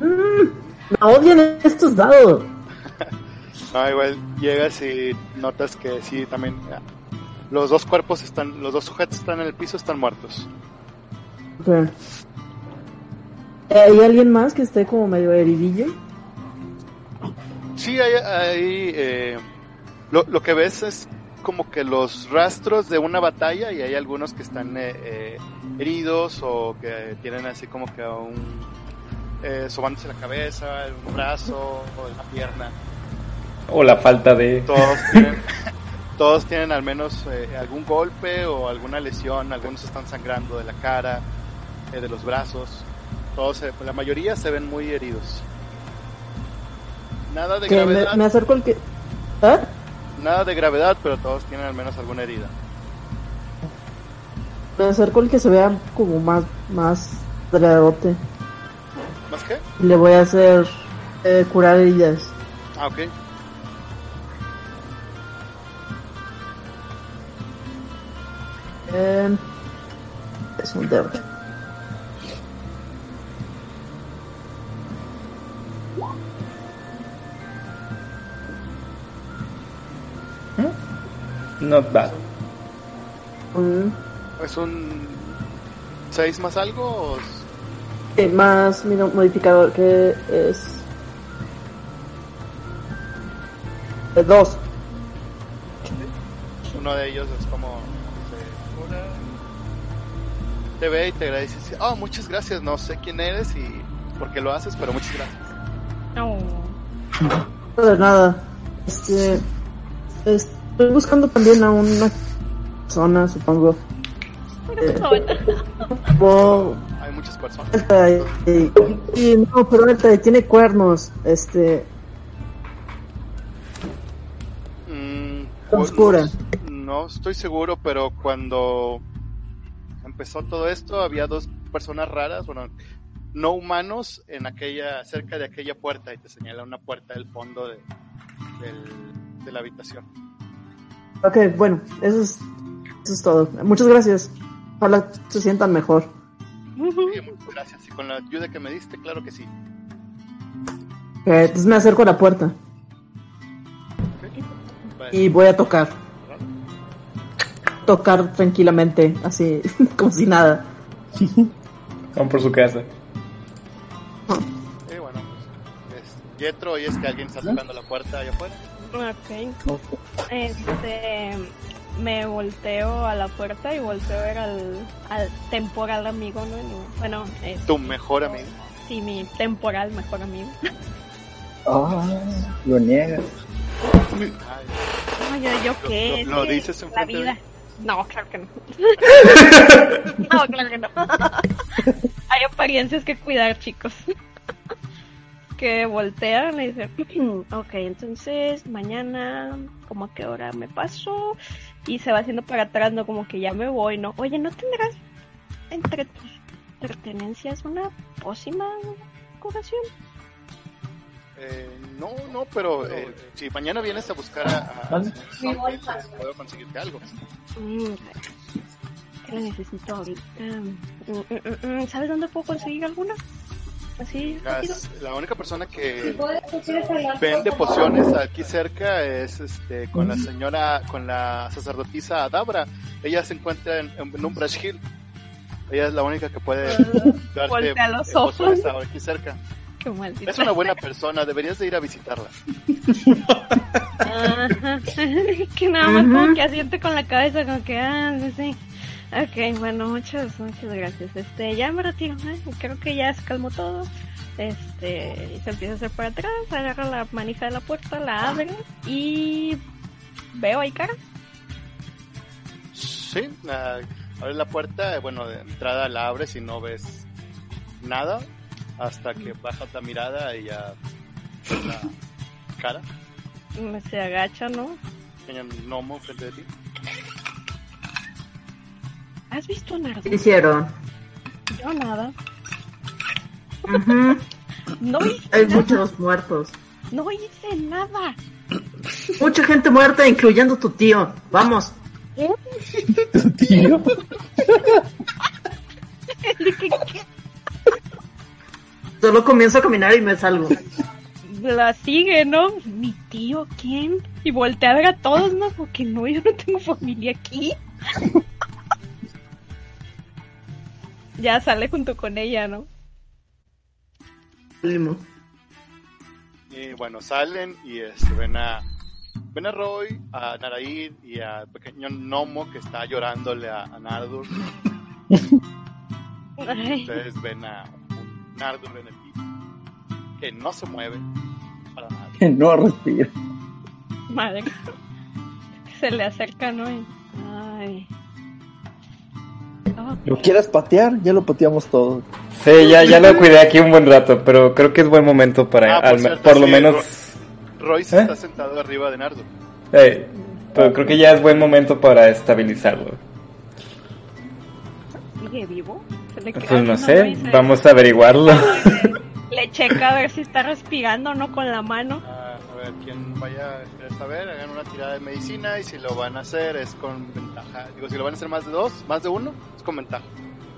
G: Me odian estos dados.
B: No, Ah, igual llegas y notas que sí también eh, los dos cuerpos están, los dos sujetos están en el piso, están muertos.
G: Ok. Eh, ¿Hay alguien más que esté como medio heridillo?
B: Sí, hay, hay, eh, lo, lo que ves es como que los rastros de una batalla y hay algunos que están eh, eh, heridos o que tienen así como que un eh, sobándose la cabeza, un brazo o la pierna.
D: O la falta de...
B: Todos tienen, todos tienen al menos eh, algún golpe o alguna lesión. Algunos están sangrando de la cara, eh, de los brazos. Todos, se- la mayoría se ven muy heridos. Nada de
G: Que me,
B: gravedad.
G: me acerco al que ¿Eh?
B: Nada de gravedad, pero todos tienen al menos alguna herida.
G: Me acerco al que se vea como más, más dragote.
B: ¿Más qué?
G: Y le voy a hacer eh, curar heridas.
B: Ah, ok.
G: Eh, es un dedo.
D: Not bad.
G: Mm,
B: ¿Es un 6 más algo? o es-
G: eh, más mi no- modificador que es. eh, dos.
B: Uno de ellos es como se cura. Te ve y te agradece. y dice, Oh, muchas gracias. No sé quién eres y por qué lo haces, pero muchas gracias.
C: No.
G: No de nada. Este. Estoy buscando también a una persona, supongo. Eh, bo-
B: Hay muchas personas.
G: alta y- y- y no, pero alta y tiene cuernos. Este.
B: Mm,
G: Oscura.
B: No, no estoy seguro, pero cuando empezó todo esto había dos personas raras, bueno, no humanos, en aquella, cerca de aquella puerta y te señala una puerta del fondo de, del- de la habitación.
G: Ok, bueno, eso es, eso es todo. Muchas gracias. Ojalá se sientan mejor.
C: Oh.
D: [LAUGHS]
B: Sí, muchas gracias. Y con la ayuda que me diste, claro que sí.
G: Ok, entonces me acerco a la puerta
B: Vale.
G: y voy a tocar. Tocar tranquilamente, así, [LAUGHS] como si nada.
D: Van por su casa.
B: Sí, eh, bueno, pues, es Yetro, oyes que alguien está tocando la puerta allá afuera.
C: Ok. Este. Me volteo a la puerta y volteo a ver al, al temporal amigo, ¿no? Y, Bueno, eh,
B: Tu mejor amigo.
C: sí, mi temporal mejor amigo.
F: Ah, lo niega. [LAUGHS]
B: Ay,
C: No, yo, yo qué.
B: Lo- lo
C: es que
B: dices en
C: La
B: frente de-
C: vida. No, claro que no. no, claro que no. [LAUGHS] Hay apariencias que cuidar, chicos. [LAUGHS] que voltean y dicen, [CLEARS THROAT] ok, entonces mañana, ¿cómo a qué hora me paso? Y se va haciendo para atrás, no como que ya me voy, ¿no? Oye, ¿no tendrás entre tus pertenencias una pócima de curación?
B: eh, no, no, pero eh, si mañana vienes a buscar a, a-
F: Vale.
B: a- pues, puedo conseguirte algo.
C: Mm, que la necesito ahorita. Mm, mm, mm, mm, ¿Sabes dónde puedo conseguir alguna? Así, rápido.
B: Las- la única persona que vende pociones aquí cerca es este con la señora, con la sacerdotisa Adabra. Ella se encuentra en, en, en Umbrage Hill. Ella es la única que
C: [LAUGHS]
B: puede darte
C: Voltea los
B: eh, pociones
C: ojos.
B: aquí cerca.
C: Qué maldita.
B: Es una buena persona, deberías de ir a visitarla.
C: Ajá. [LAUGHS] que nada más como que asiente con la cabeza, como que, ah, sí, sí. Ok, bueno, muchas, muchas gracias. Este, ya me retiro, ¿eh? creo que ya se calmó todo. Este, y se empieza a hacer para atrás, agarra la manija de la puerta, la abre y veo ahí cara.
B: Sí, ah, abres la puerta, eh, bueno, de entrada la abres y no ves nada hasta que bajas la mirada y ya ves la cara,
C: Me se agacha, ¿no?
B: pequeño gnomo frente de ti.
C: ¿Has visto a Nardo?
G: hicieron?
C: Yo nada. No hice,
G: Hay muchos muertos.
C: no hice nada. [LAUGHS]
G: Mucha gente muerta, incluyendo tu tío. Vamos.
F: Tío.
C: ¿De qué- qué?
G: Solo comienzo a caminar y me salgo.
C: La sigue, ¿no? ¿Mi tío quién? Y voltea a ver a todos, ¿no? Porque no, yo no tengo familia aquí. [LAUGHS] ya sale junto con ella, ¿no?
G: Salimos.
B: Y bueno, salen y este, ven a ven a Roy, a Naraid y al pequeño gnomo que está llorándole a, a Nardur.
C: Ay,
B: Ustedes ven a un Nardur en el piso que no se mueve para nada.
F: Que no respira.
C: madre. Se le acerca, ¿no? Y- Ay. Ok.
F: ¿Lo quieres patear? Ya lo pateamos todo.
D: Sí, ya, ya lo cuidé aquí un buen rato, pero creo que es buen momento para,
B: Ah, por
D: al me-
B: cierto,
D: por lo
B: sí,
D: menos,
B: Roy se
D: ¿Eh?
B: está sentado arriba de Nardur.
D: Eh, pero creo que ya es buen momento para estabilizarlo.
C: ¿Sigue vivo? Se le queda-
D: Pues
C: no
D: no
C: lo
D: sé,
C: hice.
D: vamos a averiguarlo.
C: Le checa a ver si está respirando o no con la mano.
B: Ah, a ver, quien vaya a querer saber, hagan una tirada de medicina y si lo van a hacer es con ventaja. Digo, si lo van a hacer más de dos, más de uno, es con ventaja.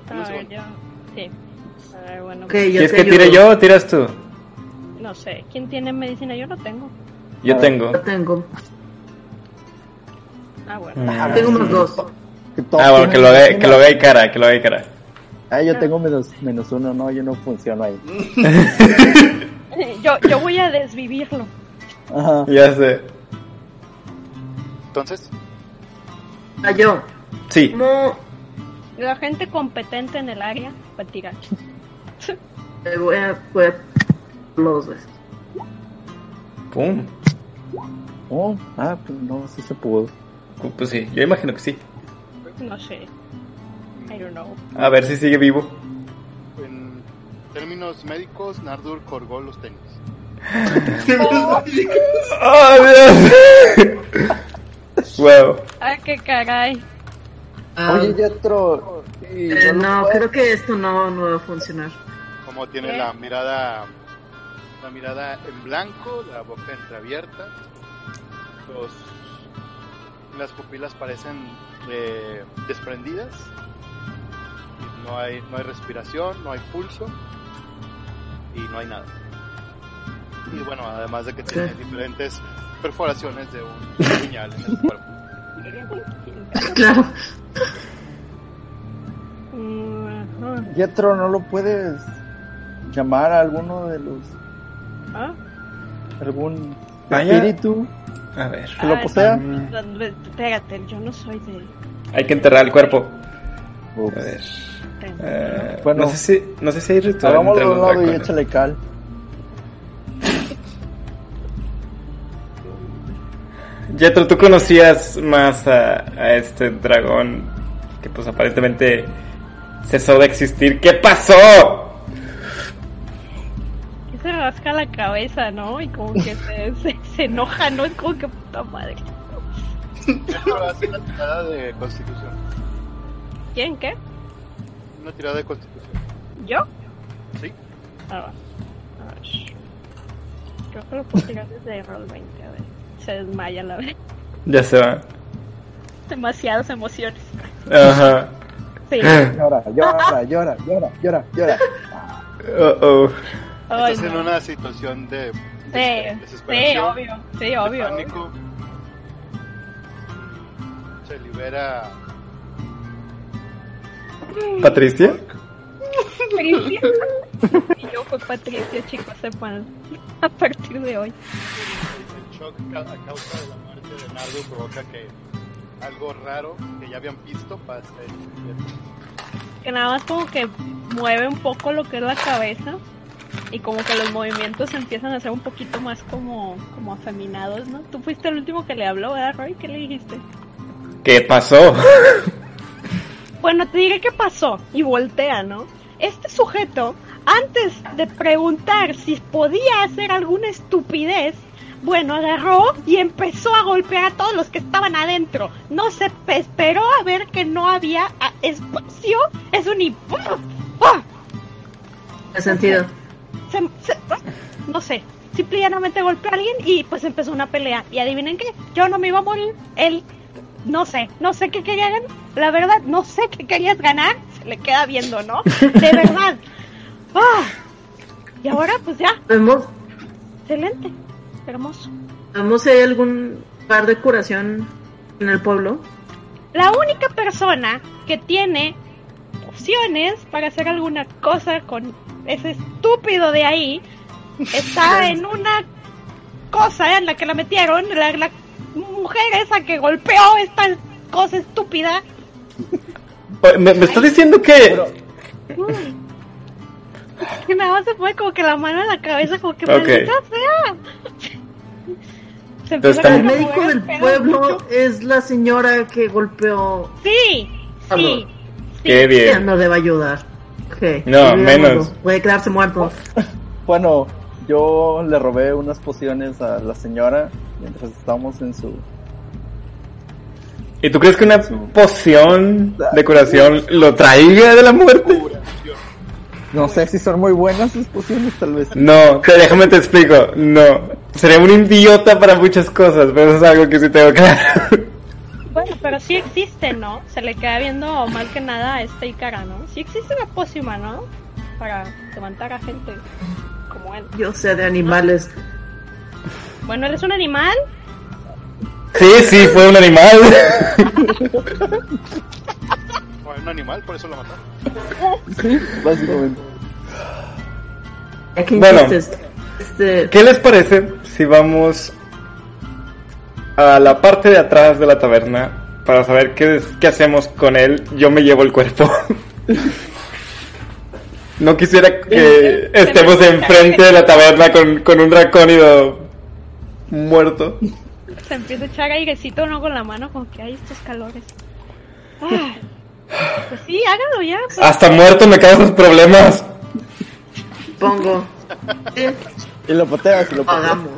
C: A
B: Un
C: ver,
B: segundo.
C: yo. Sí. A ver, bueno.
G: Ok, yo
D: ¿Quieres
G: te
D: que tire
G: ayudo.
D: yo o tiras tú?
C: No sé. ¿Quién tiene medicina? Yo no tengo.
D: Yo tengo.
G: Yo tengo.
C: Ah, bueno.
D: Ah,
G: Tengo más dos.
F: Que todos
D: bueno,
F: tienen
D: que lo vea,
F: menos
D: que lo
F: uno.
D: vea y cara, que lo vea y cara.
F: Ah, yo tengo menos, menos uno, no, yo no funciono ahí.
G: Ah.
C: [LAUGHS] Yo, yo voy a desvivirlo.
F: Ajá.
D: Ya sé.
B: Entonces,
G: Ah, yo.
D: Sí,
G: ¿Cómo
C: La gente competente en el área pues, va a tirar.
G: eh, voy a voy a- los dos?
D: pum.
F: Oh, ah, pues no, sí se pudo.
D: Pues sí, yo imagino que sí.
C: No sé. I don't know.
D: A ver si sigue vivo.
B: en términos médicos, Nardur colgó los tenis.
D: ¡Oh, Dios! [LAUGHS] wow.
C: Ah, qué caray.
G: Ah,
F: Oye, Yatro. ¿y
G: eh,
F: lo
G: no,
F: puedes-
G: creo que esto no, no va a funcionar.
B: Como tiene
C: ¿Qué?
B: la mirada la mirada en blanco, la boca entreabierta, los, las pupilas parecen eh, desprendidas, no hay, no hay respiración, no hay pulso y no hay nada. Y bueno, además de que tiene diferentes perforaciones de un [LAUGHS] puñal en el cuerpo.
G: Claro.
C: Mm, ajá.
F: Yatro, ¿no lo puedes llamar a alguno de los.
C: Ah,
F: algún
D: Vaya.
F: espíritu?
D: A ver.
F: ¿Que lo
C: ah,
F: posea?
C: no, no, Espérate, yo no soy de.
D: Hay que enterrar el cuerpo.
F: Ups.
D: A ver.
C: de-
D: eh,
F: Bueno.
D: no, sé si, no sé si hay ritual
F: Hagámoslo
D: entre
F: a un
D: los
F: lado y
D: dracones.
F: échale cal.
D: Jethro, tú conocías más a, a este dragón que pues aparentemente cesó de existir. ¿Qué pasó?
C: que se rasca la cabeza, ¿no? Y como que se, [LAUGHS] se, se enoja, ¿no? Es como que puta madre.
B: Pero hace una tirada de constitución.
C: ¿Quién qué?
B: Una tirada de constitución.
C: ¿Yo?
B: Sí.
C: Ah, va. A ver. Creo que lo puedo tirar desde Roll 20, a ver. Se desmaya la vez.
D: Ya se va.
C: [LAUGHS] Demasiadas emociones.
D: Ajá.
C: Sí.
F: Llora,
G: [LAUGHS]
F: llora, llora, llora, llora, llora.
D: Uh-oh.
C: Ay,
B: Estás en
C: no.
B: una situación de, de-
C: Sí, sí,
B: desesperación,
C: obvio. Sí,
B: de
C: [LAUGHS] obvio.
B: pánico. Se libera.
D: ¿Patricia?
C: Patricia. Y yo fue Patricia, chicos, sepan. [LAUGHS] A partir de hoy.
B: El shock ca- a causa de la muerte de Nardo provoca que algo raro que ya habían visto pase.
C: que nada más como que mueve un poco lo que es la cabeza y como que los movimientos empiezan a ser un poquito más como, como afeminados, ¿no? Tú fuiste el último que le habló, ¿verdad, Roy? ¿Qué le dijiste?
D: ¿Qué pasó?
C: Bueno, te diré qué pasó y voltea, ¿no? Este sujeto, antes de preguntar si podía hacer alguna estupidez, bueno, agarró y empezó a golpear a todos los que estaban adentro. No se pe- esperó a ver que no había ah, espacio. Es un... hip- ¡Ah!
G: Ha sentido.
C: se- se- no sé, simplemente golpeó a alguien y pues empezó una pelea. Y adivinen qué, yo no me iba a morir, él, no sé, no sé qué quería ganar, la verdad, no sé qué querías ganar, se le queda viendo, ¿no? De verdad. Ah, Y ahora pues ya,
G: Vemos,
C: excelente, hermoso.
G: vemos si hay algún lugar de curación en el pueblo.
C: La única persona que tiene opciones para hacer alguna cosa con ese estúpido de ahí está en una cosa en la que la metieron, la, la mujer esa que golpeó esta cosa estúpida.
D: Oye, ¿Me, me estás diciendo que...?
C: Mm. [LAUGHS] Y nada más se pone como que la mano en la cabeza, como que
D: Ok.
C: maldita sea. Se
D: Entonces,
C: empieza
D: también-
G: El
C: como a
G: médico
C: mover el
G: del
C: pedo
G: pueblo
C: mucho.
G: es la señora que golpeó.
C: Sí, sí.
D: Qué
G: Ya
D: bien.
G: no debe ayudar. Ok,
D: No,
G: olvidémoslo.
D: menos.
G: Puede quedarse muerto.
F: Bueno, yo le robé unas pociones a la señora mientras estábamos en su
D: ¿Y tú crees que una poción de curación lo traiga de la muerte?
F: No sé si son muy buenas sus pociones, tal vez.
B: [LAUGHS]
D: No, te- déjame te explico. No. Sería un idiota para muchas cosas, pero eso es algo que sí tengo claro.
C: Bueno, pero sí existe, ¿no? Se le queda viendo mal que nada a este Icara, ¿no? Sí existe una pócima, ¿no? Para levantar a gente como él.
G: Yo sé de animales.
C: Bueno, él es un animal.
D: Sí, sí, fue un animal.
B: Fue un animal, por eso lo mataron.
F: Básicamente.
G: Ya que
D: Bueno.
G: insistes, este,
D: ¿Qué les parece si vamos a la parte de atrás de la taberna para saber qué, qué hacemos con él? Yo me llevo el cuerpo. No quisiera que estemos enfrente de la taberna con, con un dracónido muerto.
C: Se empieza a echar airecito, ¿no? Con la mano, como que hay estos calores. Ah, pues sí, hágalo ya. pues.
D: Hasta muerto me causan problemas.
G: pongo. Sí,
F: Y lo pateas, y lo pateas.
G: pagamos.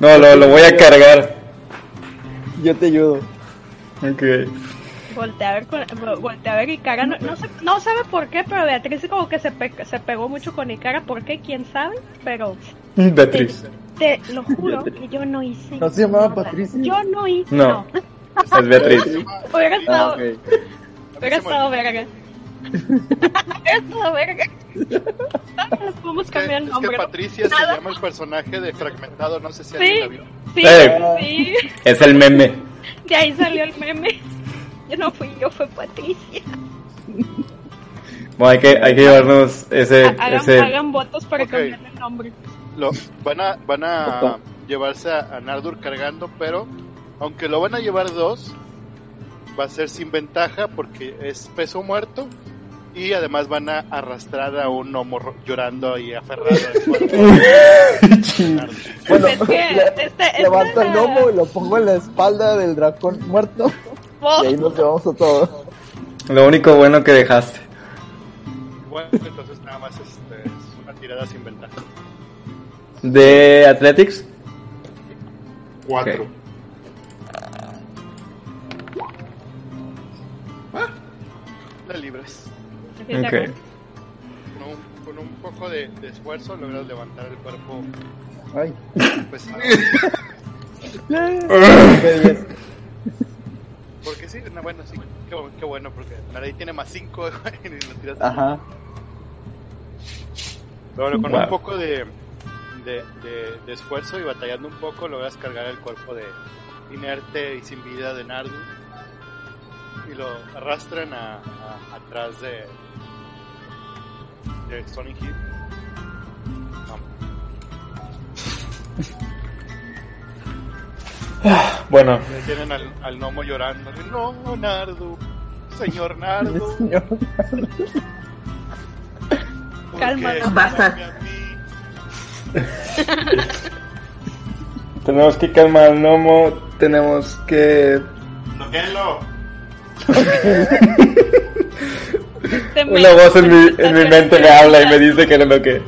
D: No, lo, lo voy a cargar.
F: Yo te ayudo.
D: Ok.
C: Voltea a ver, con, vo- voltea a ver Icara. No, no, sé- no sabe por qué, pero Beatriz como que se, pe- se pegó mucho con Icara. ¿Por qué? ¿Quién sabe? Pero
D: Beatriz.
C: te lo juro que yo no hice.
F: ¿No se llamaba
C: nada.
F: Patricia?
C: Yo no hice.
D: No. Es Beatriz.
C: Hubiera estado,
F: Ah, ok.
C: hubiera estado verga.
B: [LAUGHS]
C: hubiera estado verga. No nos podemos cambiar
B: es
C: el
B: que
C: nombre. ¿no?
B: Patricia se
C: Nada.
B: llama el personaje de Fragmentado, no sé si alguien la
C: Sí,
B: vio.
C: sí,
D: Eh.
C: sí.
D: Es el meme.
C: De ahí salió el meme. Yo no fui yo, fue Patricia.
D: Bueno, hay que, hay que llevarnos ese,
C: Hagan,
D: ese
C: hagan votos para
B: Ok.
C: cambiar el nombre.
B: Lo, van a, van a
F: Ojo.
B: llevarse a, a Nardur cargando, pero aunque lo van a llevar dos, va a ser sin ventaja porque es peso muerto y además van a arrastrar a un homo ro- llorando y aferrado. al cuerpo de Nardur.
C: es que
F: le-
C: este, este
F: Levanto el lomo y lo pongo en la espalda del dragón muerto.
C: voz-
F: Y ahí nos llevamos a todos.
D: Lo único bueno que dejaste.
B: Bueno, entonces nada más este, es una tirada sin ventaja.
D: ¿De Athletics?
E: Cuatro.
D: Ok.
B: La libras.
C: empieza
D: Ok.
B: Con un, con un poco de, de esfuerzo logras levantar el cuerpo
F: Ay.
B: pesado.
F: Qué diez.
B: Porque sí, no, bueno, sí, qué, bu- qué bueno, porque Naraí tiene más [LAUGHS] 5 y lo tiras.
F: Ajá.
B: Pero bueno, con
D: Wow.
B: un poco de, de, de- de esfuerzo y batallando un poco, logras cargar el cuerpo de inerte y sin vida de Nardu. Y lo arrastran a, a- atrás de, de Sonic Hill.
D: Bueno,
B: Le tienen al, al gnomo llorando. No, Nardu, señor Nardu.
F: Señor.
B: ¿por
C: Calma,
B: qué
C: no.
G: Basta.
B: me a mí?
D: tenemos que calmar al gnomo, tenemos que...
E: Bloquéenlo.
C: este
D: Una
C: meme.
D: voz en mi, en mi mente me habla y me dice que no lo que...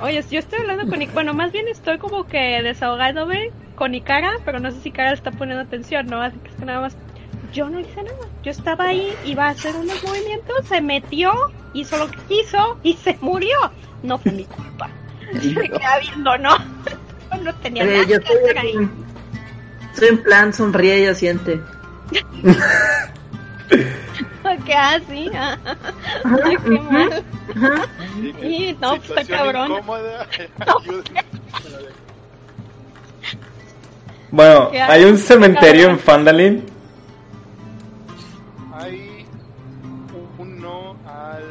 C: Oye, yo estoy hablando con Ic- Bueno, más bien estoy como que desahogándome con Ikara, pero no sé si Ikara está poniendo atención, ¿no? Así que es que nada más. Yo no hice nada. Yo estaba ahí, iba a hacer unos movimientos, se metió, hizo lo que quiso y se murió. No fue mi
G: [LAUGHS]
C: culpa. Se me queda viendo, ¿no? [LAUGHS] Yo no tenía
G: Eh,
C: nada
G: yo
C: que
G: estoy
C: hacer ahí.
G: aquí. Estoy en plan, sonríe y asiente.
C: Ok, ah, sí.
G: [LAUGHS]
C: ah. Ay, [LAUGHS] qué mal. Sí, no, pues, está
B: Situación
C: cabrón. [LAUGHS]
B: incómoda. Ayúdenme.
D: Bueno,
C: ¿Qué
D: hay un cementerio en Fandalin.
B: Hay uno al.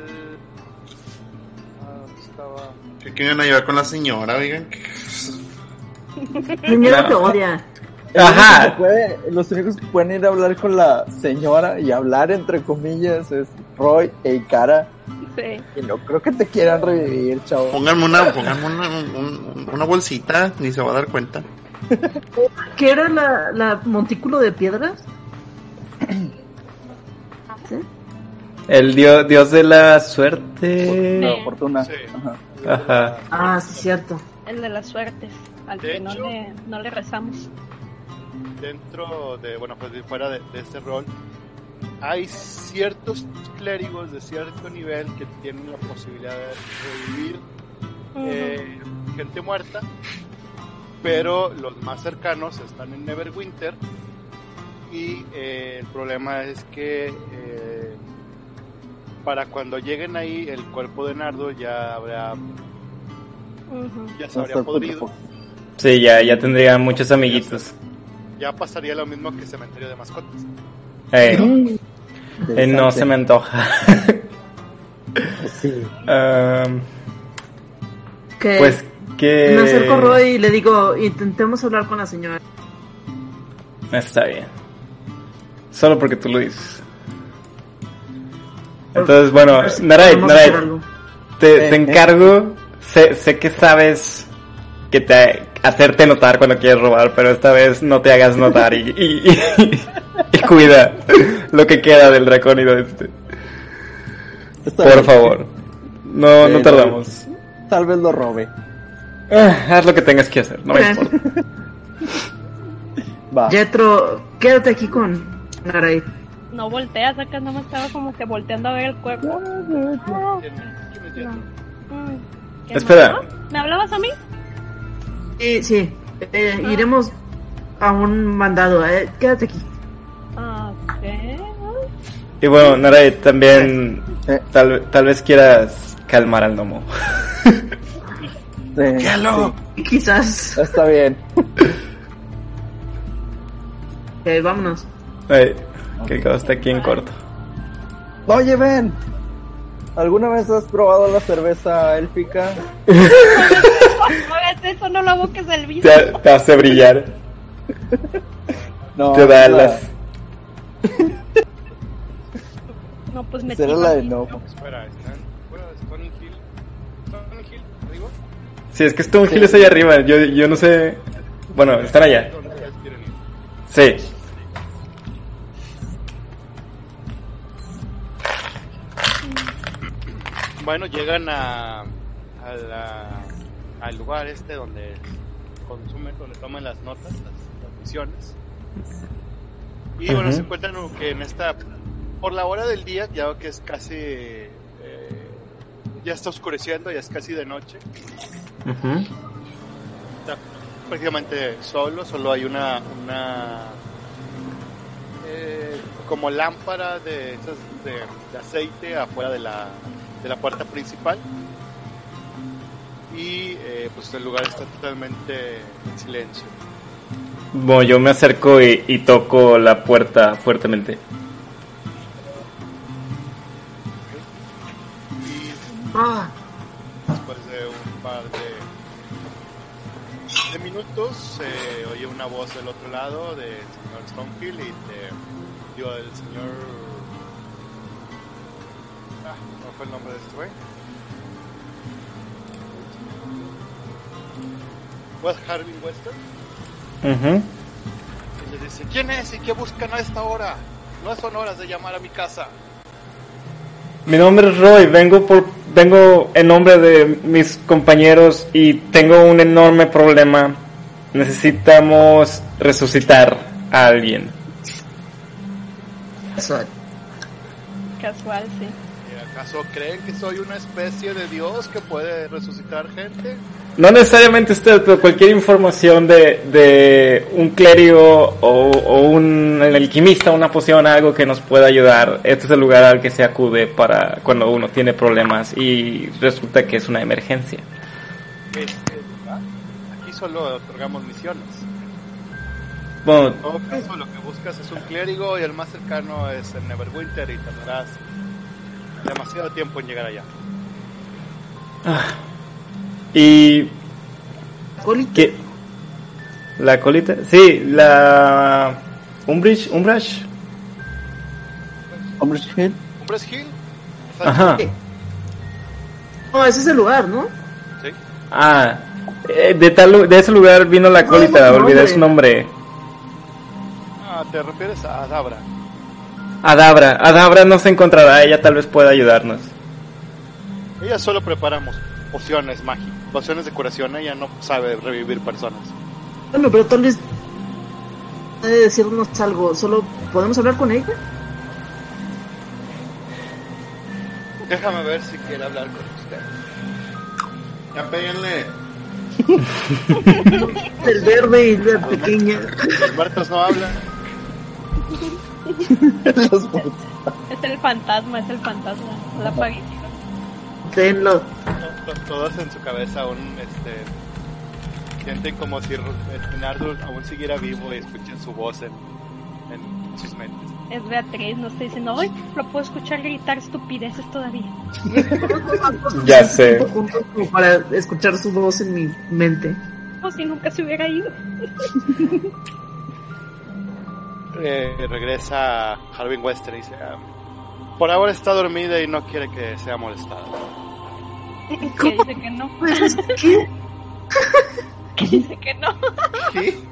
B: ah, ¿dónde estaba?
E: ¿Qué quieren ayudar con la señora, oigan?
G: Niñero
D: No.
G: te odia.
D: Ajá.
F: Se puede- los únicos que pueden ir a hablar con la señora y hablar entre comillas es Roy e Ikara.
C: Sí.
F: Y no creo que te quieran revivir, chavo.
E: Pónganme una, pónganme una, un- un- una bolsita, ni se va a dar cuenta.
G: ¿Qué era la, la montículo de piedras? ¿Sí?
D: El dios, dios de la suerte.
F: La fortuna.
B: Sí.
F: Ajá.
D: Ajá.
G: Ah, sí, cierto.
C: El de las suertes, al
B: De
C: que no
B: hecho-
C: le, no le rezamos.
B: dentro de, bueno, pues de fuera de, de este rol, hay ciertos clérigos de cierto nivel que tienen la posibilidad de revivir eh, gente muerta, pero los más cercanos están en Neverwinter y eh, el problema es que eh, para cuando lleguen ahí el cuerpo de Nardo ya habrá
C: Ujú.
B: ya se
F: Hasta
B: habría
F: el
B: podrido,
F: putrefacto.
D: Sí, ya, ya tendría muchos amiguitos.
B: ya pasaría lo mismo que cementerio de mascotas.
D: Eh, eh, no
F: Interesante.
D: se me antoja.
F: Sí.
D: Um,
G: Que
D: pues que...
G: Eh, me acerco a Roy y le digo, intentemos hablar con la señora.
D: Está bien. Solo porque tú lo dices. Entonces, bueno, Naray,
G: Vamos a hacer
D: Naray,
G: algo.
D: te, te
F: Eh, eh.
D: encargo. Sé, sé que sabes que te hacerte notar cuando quieres robar, pero esta vez no te hagas notar y, y- y- [LAUGHS] y cuida lo que queda del dracónido este.
F: Está
D: Por
F: bien.
D: favor. No,
F: Eh,
D: no
F: no.
D: tardamos.
F: Tal vez lo robe.
D: Ah, haz lo que tengas que hacer, no me
G: Ok.
D: importa.
F: Va.
G: Jetro, quédate aquí con Naray.
C: No volteas, acá no me estaba como que volteando a ver el cuerpo. Ah, No.
B: ¿Quién- quién es Jethro?
C: Mm. ¿Qué
D: Espera.
C: más? ¿Me hablabas a mí?
G: Sí, sí, eh, iremos a un mandado, eh, quédate aquí.
C: Ah, ok.
D: Y bueno, Naray, también
F: Eh.
D: tal, tal vez quieras calmar al gnomo.
F: Eh,
G: Quizás.
F: sí, Está bien.
G: Ok, vámonos.
D: Ay, que el cabo está aquí en corto.
F: Oye, ven. ¿Alguna vez has probado la cerveza élfica?
C: No hagas eso, no lo busques el vicio.
D: Te, te hace brillar,
F: No.
D: te da
F: la-
D: las...
C: No, pues me
F: Será
C: tiro
F: la
C: a
F: de
C: ti.
F: no.
B: Espera, ¿están fuera de Stony Hill? ¿Stony Hill? ¿Arriba?
D: Sí, es que Stone Hill es allá arriba, yo, yo no sé... Bueno, están allá.
B: ¿Dónde ustedes quieren ir?
D: Sí.
B: Bueno, llegan a, a la- al lugar este donde consumen, donde toman las notas, las, las misiones. Y bueno,
D: Ujú.
B: se encuentran que en esta, por la hora del día, ya que es casi, eh, ya está oscureciendo, ya es casi de noche, está prácticamente solo, solo hay una, una eh, como lámpara de, esas de, de aceite afuera de la, de la puerta principal. Y eh, pues el lugar está totalmente en silencio.
D: Bueno, yo me acerco y, y toco la puerta fuertemente.
B: Y
G: Ah,
B: después de un par de, de minutos se oye una voz del otro lado del señor Stonefield y de, digo, del señor... Ah, ¿cuál fue el nombre de este güey? West Pues Harvin Western.
D: Ujú.
B: Y les dice, ¿quién es y qué buscan a esta hora? No son horas de llamar a mi casa.
D: Mi nombre es Roy, vengo por vengo en nombre de mis compañeros y tengo un enorme problema. Necesitamos resucitar a alguien.
G: eso.
C: Casual, sí.
B: Eh, ¿Acaso creen que soy una especie de dios que puede resucitar gente?
D: No necesariamente usted, pero cualquier información de, de un clérigo o, o un alquimista, una poción, algo que nos pueda ayudar. Este es el lugar al que se acude para cuando uno tiene problemas y resulta que es una emergencia.
B: Es- es- ¿verdad? Aquí solo otorgamos misiones.
D: Bueno,
B: En todo caso, lo que buscas es un clérigo y el más cercano es el Neverwinter y tardarás demasiado tiempo en llegar allá.
D: y
G: Coli-
D: ¿Qué? ¿La colita? Sí, la... ¿Umbridge? ¿Umbrash?
F: Hombre, Hill.
B: ¿Hombres Hill?
D: Ajá.
G: No, ese es el lugar, ¿no?
B: Sí.
D: Ah, eh, de, tal, lu- de ese lugar vino la colita,
G: no, no,
D: olvidé
G: hombre.
D: su nombre.
B: Ah, te refieres a Dabra.
D: Adabra. Adabra nos encontrará, ella tal vez pueda ayudarnos.
B: Ella solo preparamos pociones mágicas, pociones de curación. Ella no sabe revivir personas.
G: Bueno, pero tal vez de decirnos algo. Solo podemos hablar con ella.
B: Déjame ver si quiere hablar con usted.
E: Ya péguenle.
G: El verde y la pequeña.
B: Los muertos no hablan.
F: Los muertos.
C: Es el fantasma, es el fantasma. La apagué.
G: Tenlo.
B: To- to- Todos en su cabeza aún este, sienten como si Ru- este, Nardo aún siguiera vivo y escuchan su voz en, en sus mentes.
C: Es Beatriz, no está diciendo, hoy lo puedo escuchar gritar estupideces todavía.
D: Ya sé.
G: Juntos como para escuchar su voz en mi mente.
C: Como si nunca se hubiera ido.
B: Eh, regresa Harvin Wester y dice, "Ah, por ahora está dormida y no quiere que sea molestada.
C: Que dice que no, [LAUGHS]
G: ¿Qué?
C: que dice que no.
E: ¿Qué?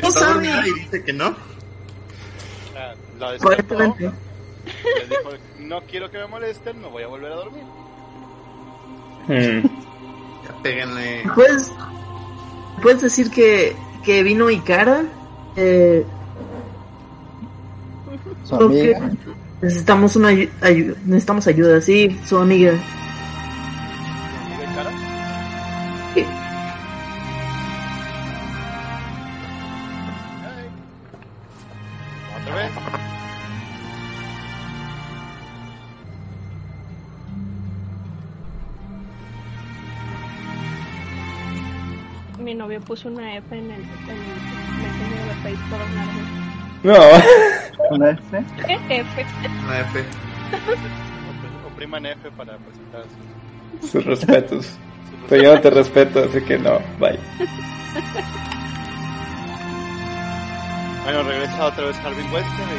G: No
E: Está
G: sabe.
E: dormida y dice que no.
B: Ah, La despertó,
G: Aparentemente.
B: le dijo, no quiero que me molesten, me voy a volver a dormir.
D: Mm.
E: Ya péguenle.
G: ¿Puedes, puedes decir que, que vino Ikara? Eh,
F: Su
G: Ok.
F: amiga.
G: necesitamos una ayu- ayu- necesitamos ayuda, sí, su amiga.
B: ¿Y de cara?
G: Sí.
B: Ay. Otra vez.
C: Mi novio puso una F en el, en el Messenger de Facebook por hablar.
D: No. [LAUGHS]
F: Una F.
C: ¿Qué F?
E: Una F.
B: Opriman F para presentar su-
D: Sus respetos.
B: su-
D: Pero yo no te respeto, así que no. Bye.
B: Bueno, regresa otra vez Harvey Weston y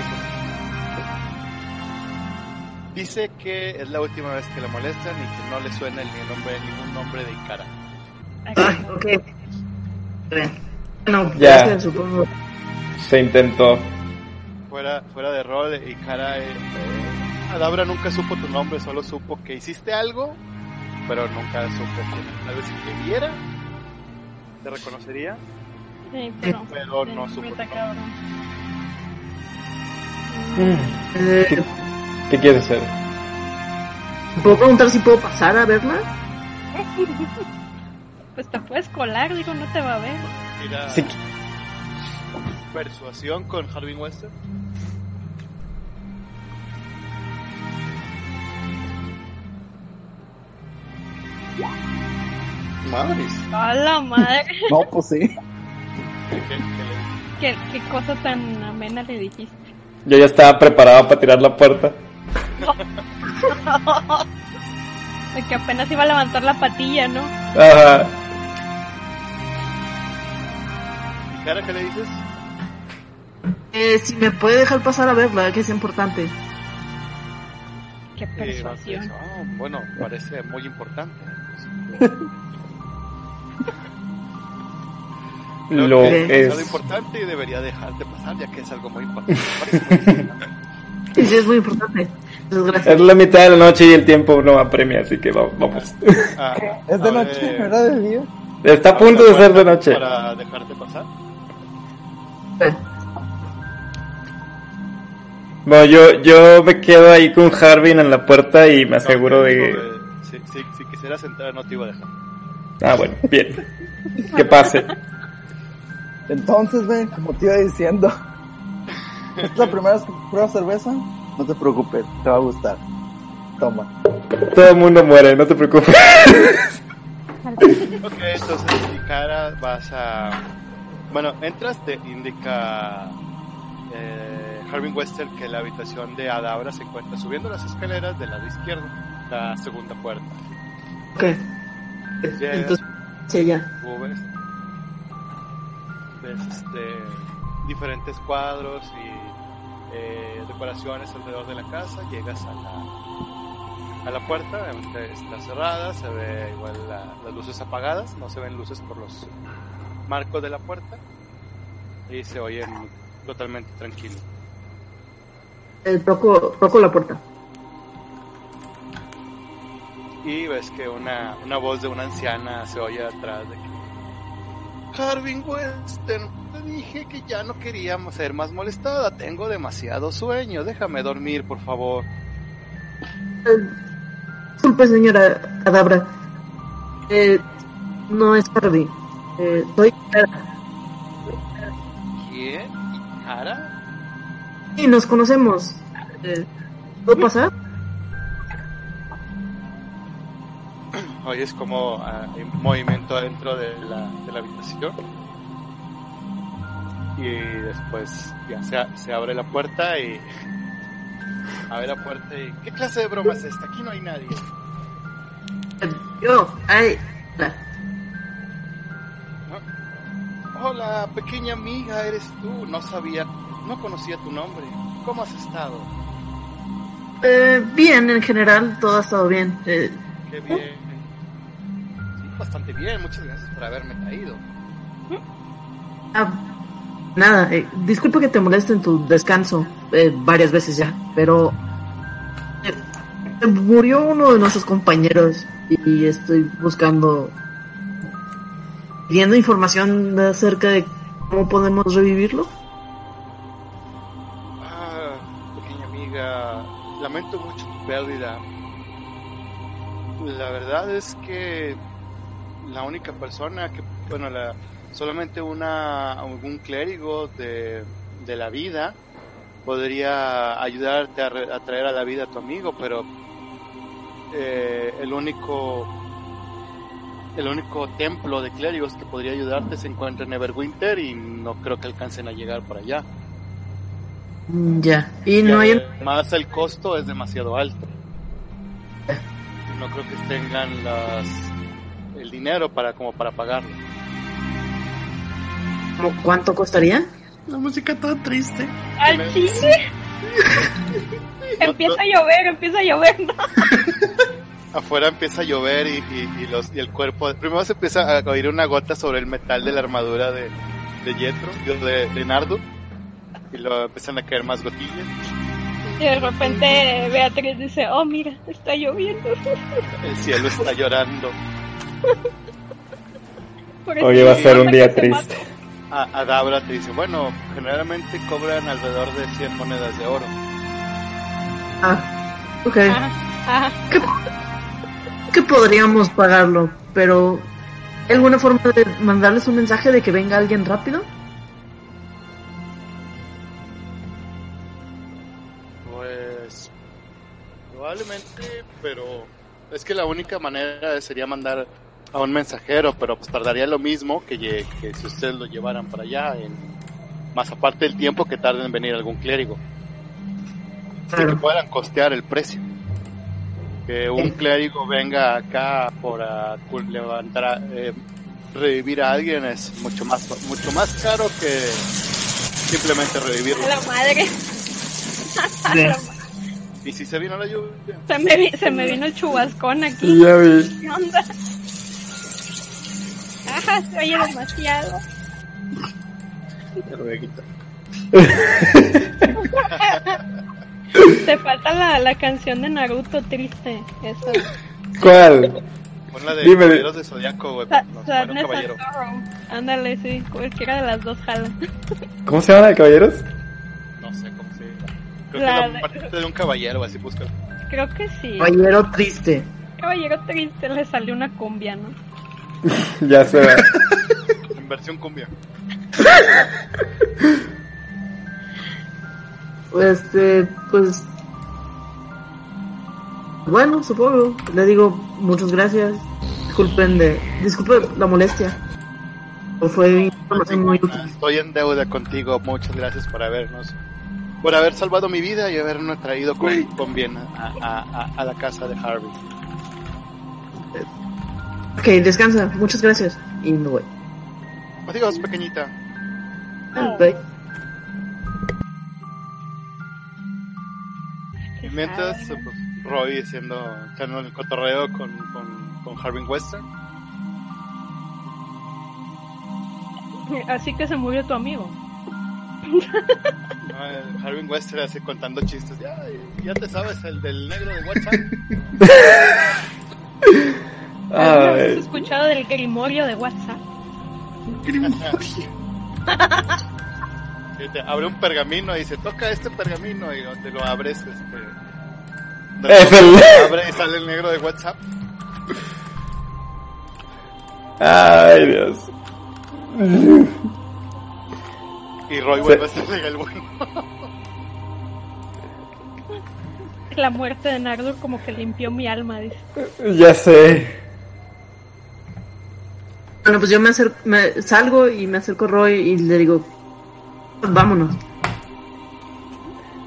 B: dice... Dice que es la última vez que le molestan y que no le suena el ni- nombre, ningún nombre de Ikara.
G: Ah, ok. Bueno,
D: Ya.
G: gracias, supongo.
D: Se intentó.
B: Fuera, fuera de rol, Ikara... Eh, eh, Adabra nunca supo tu nombre, solo supo que hiciste algo, pero nunca supo que tal vez si te viera, te reconocería,
C: Sí, pero...
B: pero no supo tu
C: Está
B: nombre.
C: cabrón.
D: Mm.
G: Eh,
D: ¿Qué quieres hacer?
G: ¿Puedo preguntar si puedo pasar a verla?
C: Mm. [LAUGHS] Pues te puedes colar, digo, no te va a ver.
B: Tira
D: Si,
B: persuasión con Harvey Weston.
E: Madres.
C: A la [LAUGHS] madre.
F: No, pues sí.
B: que- que le-
C: ¿Qué, qué cosa tan amena le dijiste.
D: yo ya estaba preparado para tirar la puerta.
C: De que apenas iba a levantar la patilla, ¿no?
D: Ajá.
B: ¿Y cara qué le dices?
G: Eh, si me puede dejar pasar a verla, que es importante.
C: Qué
B: Eh, Vázquez,
C: persuasión.
B: "Ah, bueno, parece muy importante. Creo
D: Lo
B: que es algo
D: es.
B: importante y debería dejarte pasar ya que es algo muy
D: [LAUGHS]
B: importante. Parece muy importante.
G: Sí, sí, es muy importante. Muchas gracias.
D: Es la mitad de la noche y el tiempo no apremia, así que va- vamos.
B: Ah,
F: [LAUGHS] Es de
B: abre-
F: noche, no era de día.
D: Ah, Está a
B: abre
D: punto
B: la
D: de ser de
B: puerta
D: noche.
B: Para dejarte pasar.
D: Bueno, yo, yo me quedo ahí con Harvin en la puerta y me aseguro
B: No,
D: de
B: eh,
D: que...
B: Si, si, si quisieras entrar no te iba a dejar.
D: Ah, bueno, bien. Que pase.
F: Entonces, ven, como te iba
E: [LAUGHS]
F: diciendo, es la primera vez que pruebas cerveza. No te preocupes, te va a gustar. Toma.
D: Todo el mundo muere, no te preocupes.
B: Ok, entonces Ikara vas a... Bueno, entras, te indica eh, Harvin Wester que la habitación de Adabra se encuentra subiendo las escaleras del lado izquierdo, la segunda puerta.
G: Ok. Entonces, sí, ya.
B: Tú ves, ves, este, diferentes cuadros y eh, decoraciones alrededor de la casa, llegas a la, a la puerta, obviamente está cerrada, se ve igual la- las luces apagadas, no se ven luces por los marcos de la puerta y se oyen totalmente tranquilo.
G: Eh, toco, toco la puerta.
B: Y ves que una, una voz de una anciana se oye atrás de que Harvin Western, te dije que ya no queríamos ser más molestada. Tengo demasiado sueño. Déjame dormir, por favor.
G: Eh, Disculpe, señora Cadabra. Eh, no es Harvey. Eh, soy Clara.
B: ¿Quién? ¿Ara?
G: Sí, nos conocemos. Eh, ¿Puedo pasar?
B: Oyes como ah, hay un movimiento adentro de la, de la habitación. Y después ya se, se abre la puerta y. [LAUGHS] Abre la puerta y. ¿Qué clase de broma es esta? Aquí no hay nadie.
G: Yo, ay, hola.
B: Ah, Hola, pequeña amiga, eres tú. No sabía, no conocía tu nombre. ¿Cómo has estado?
G: Eh, bien, en general, todo ha estado bien. Eh,
B: Qué bien. Sí, bastante bien. Muchas gracias por haberme traído.
G: ah, nada, eh, disculpa que te moleste en tu descanso eh, varias veces ya, pero eh, eh, murió uno de nuestros compañeros y estoy buscando, pidiendo información acerca de cómo podemos revivirlo.
B: Ah, pequeña amiga, lamento mucho tu pérdida. La verdad es que la única persona que, bueno, la, solamente una, algún clérigo de, de la vida podría ayudarte a, re- a traer a la vida a tu amigo, pero eh, el único el único templo de clérigos que podría ayudarte se encuentra en Everwinter y no creo que alcancen a llegar por allá.
G: Mm, Ya, y
B: Y
G: no hay...
B: además el costo es demasiado alto. No creo que tengan las, el dinero para como para pagarlo.
G: ¿cómo- ¿Cuánto costaría?
E: La música toda triste.
B: [LAUGHS]
C: ¡Al chile! empieza a llover, empieza a llover. ¿no?
B: Afuera empieza a llover y, y- y los, y el cuerpo... Primero se empieza a oír una gota sobre el metal de la armadura de, de Jethro, digo, de, de Nardo. Y luego empiezan a caer más gotillas.
C: Y de repente Beatriz dice, oh mira, está lloviendo.
B: El cielo está llorando.
C: Por
D: Hoy
C: eso
D: va a ser un
C: no
D: día
C: se mata.
D: triste.
B: A, Adabra te dice, bueno, generalmente cobran alrededor de 100 monedas de oro.
G: Ah, ok.
C: Ajá, ajá.
G: [LAUGHS] que podríamos pagarlo, pero ¿hay alguna forma de mandarles un mensaje de que venga alguien rápido?
B: Pues probablemente, pero es que la única manera sería mandar a un mensajero, pero pues tardaría lo mismo que, lle- que si ustedes lo llevaran para allá, en- más aparte del tiempo que tarde en venir algún clérigo, y que
G: Claro.
B: puedan costear el precio. Que un clérigo venga acá por a cu- levantar, a- eh, revivir a alguien es mucho más mucho más caro que simplemente revivirlo.
C: A la madre. [LAUGHS] A la ma-
B: Y si se vino la lluvia,
C: se, me vi- se me vino el chubascón aquí.
D: Ya vi.
C: ¿Qué onda? Ajá, se oye demasiado.
E: Te lo voy a quitar.
C: Te falta la, la canción de Naruto triste. Eso.
D: ¿Cuál?
B: Pon la de
D: Dime.
B: Caballeros de Zodiaco, güey.
C: Sa-
B: No, bueno,
C: Sadness and
B: caballero.
C: Sorrow. Ándale, sí, cualquiera de las dos jala.
D: ¿Cómo se llama la de caballeros?
B: No sé cómo se llama. Creo
C: La
B: que es
C: de-
B: la parte de un caballero, así busca.
C: Creo que sí.
G: Caballero triste.
C: Caballero triste le salió una cumbia, ¿no?
D: Ya se va.
B: En versión cumbia.
G: Este, pues... Bueno, supongo. Le digo muchas gracias. Disculpen de... Disculpen la molestia. Pero Fue información muy útil.
B: Ah, Estoy en deuda contigo. Muchas gracias por habernos. Por haber salvado mi vida y habernos traído con, con bien a, a- a- a la casa de Harvey.
G: Ok, descansa. Muchas gracias. Y me voy.
B: Adiós, Pues pequeñita.
G: Bye.
B: Y mientras, eh, pues, Roy haciendo echando el cotorreo con, con, con Harvey Western.
C: Así que se murió tu amigo.
B: ¿no? Ah, El Harvey Western hace contando chistes. de, "Ay, ya te sabes, el del negro de WhatsApp.
C: ¿Has
D: Ay.
C: escuchado del grimorio de WhatsApp?
B: Y te abre un pergamino y dice, toca este pergamino y donde lo abres, este...
D: Es [LAUGHS] el-
B: lo abre y sale el negro de WhatsApp.
D: Ay, Dios.
B: Y Roy vuelve a ser el bueno.
C: La muerte de Nardo como que limpió mi alma, dice.
D: Ya sé.
G: Bueno, pues yo me, acer- me salgo y me acerco a Roy y le digo, "Pues vámonos.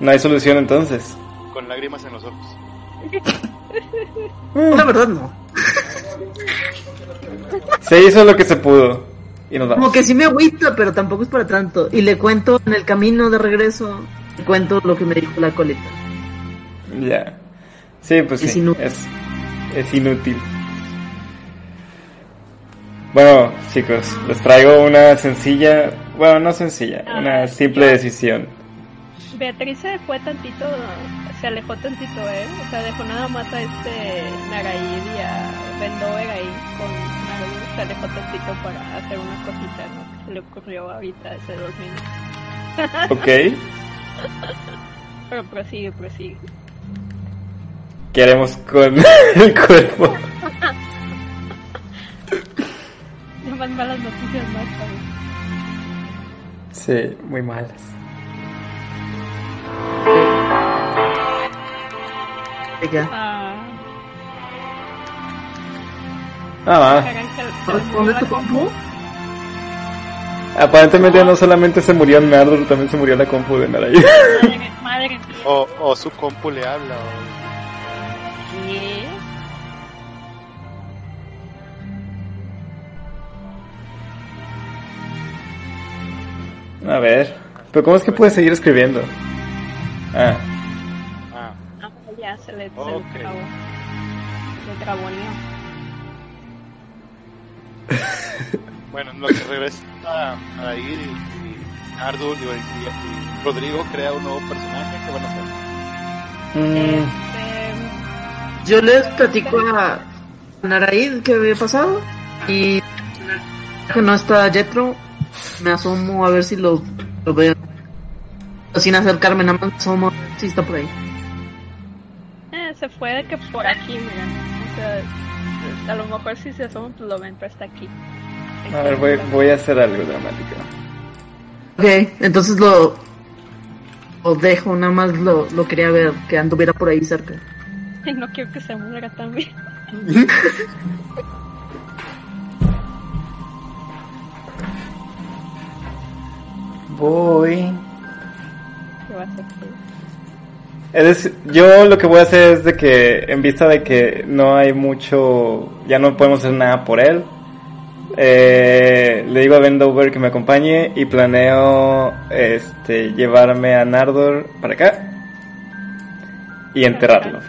D: No hay solución entonces.
B: Con lágrimas en los ojos.
G: La verdad no.
D: Se hizo lo que se pudo. Y nos
G: Como
D: vamos.
G: que sí me agüita, pero tampoco es para tanto. Y le cuento en el camino de regreso, le cuento lo que me dijo la coleta.
D: Ya. Sí, pues
G: Es
D: sí.
G: inútil.
D: Es, es inútil. Bueno, chicos, les traigo una sencilla, bueno, no sencilla,
C: Ah,
D: una simple
C: ya.
D: decisión.
C: Beatriz se fue tantito, se alejó tantito, ¿eh? O sea, dejó nada más a este Naraid y a Bendover ahí con Naraid. Se alejó tantito para hacer una cosita, ¿no? Que se le ocurrió ahorita hace dos minutos.
D: ¿Ok?
C: Pero prosigue, prosigue.
D: ¿Qué haremos con [LAUGHS] el cuerpo?
C: Nada más malas noticias más, ¿sabes?
D: Sí, muy malas.
G: Venga.
C: Ah,
D: Ah,
C: caray, se, se le murió
G: ¿Dónde
C: la
G: tu compu?
D: aparentemente no solamente se murió Nardo, también se murió la compu de Naraí.
C: madre, madre mía.
B: O, o su compu le habla. o-
C: ¿Qué?
D: A ver, pero ¿cómo es que puede seguir escribiendo? Ah,
B: Ah,
C: Ah, ya, se le,
B: Ok.
C: se le trabó. Se le traboneó.
B: bueno, en lo que regresa a, a ir y, y Ardul y, y- y Rodrigo crea un nuevo personaje que pues, van a hacer.
D: mm,
C: Este,
G: Yo les platico a Naraid que había pasado y que no está Jetro. Me asomo a ver si lo, lo veo. Pero Sin acercarme, nada más me asomo a ver si está por ahí.
C: Eh, se fue de que por aquí, miren. O sea, a lo mejor si se asoma, pues lo ven, pero está aquí.
D: a ver, voy, voy a hacer algo dramático.
G: Ok, entonces lo, lo dejo, nada más lo, lo quería ver, que anduviera por ahí cerca.
C: [LAUGHS] Ay, No quiero que se muera
D: [LAUGHS]
C: también.
D: Voy.
C: ¿Qué va a hacer?
D: Es decir, yo lo que voy a hacer es de que, en vista de que no hay mucho, ya no podemos hacer nada por él, eh, le digo a Vendover que me acompañe y planeo este, llevarme a Nardor para acá y enterrarlo.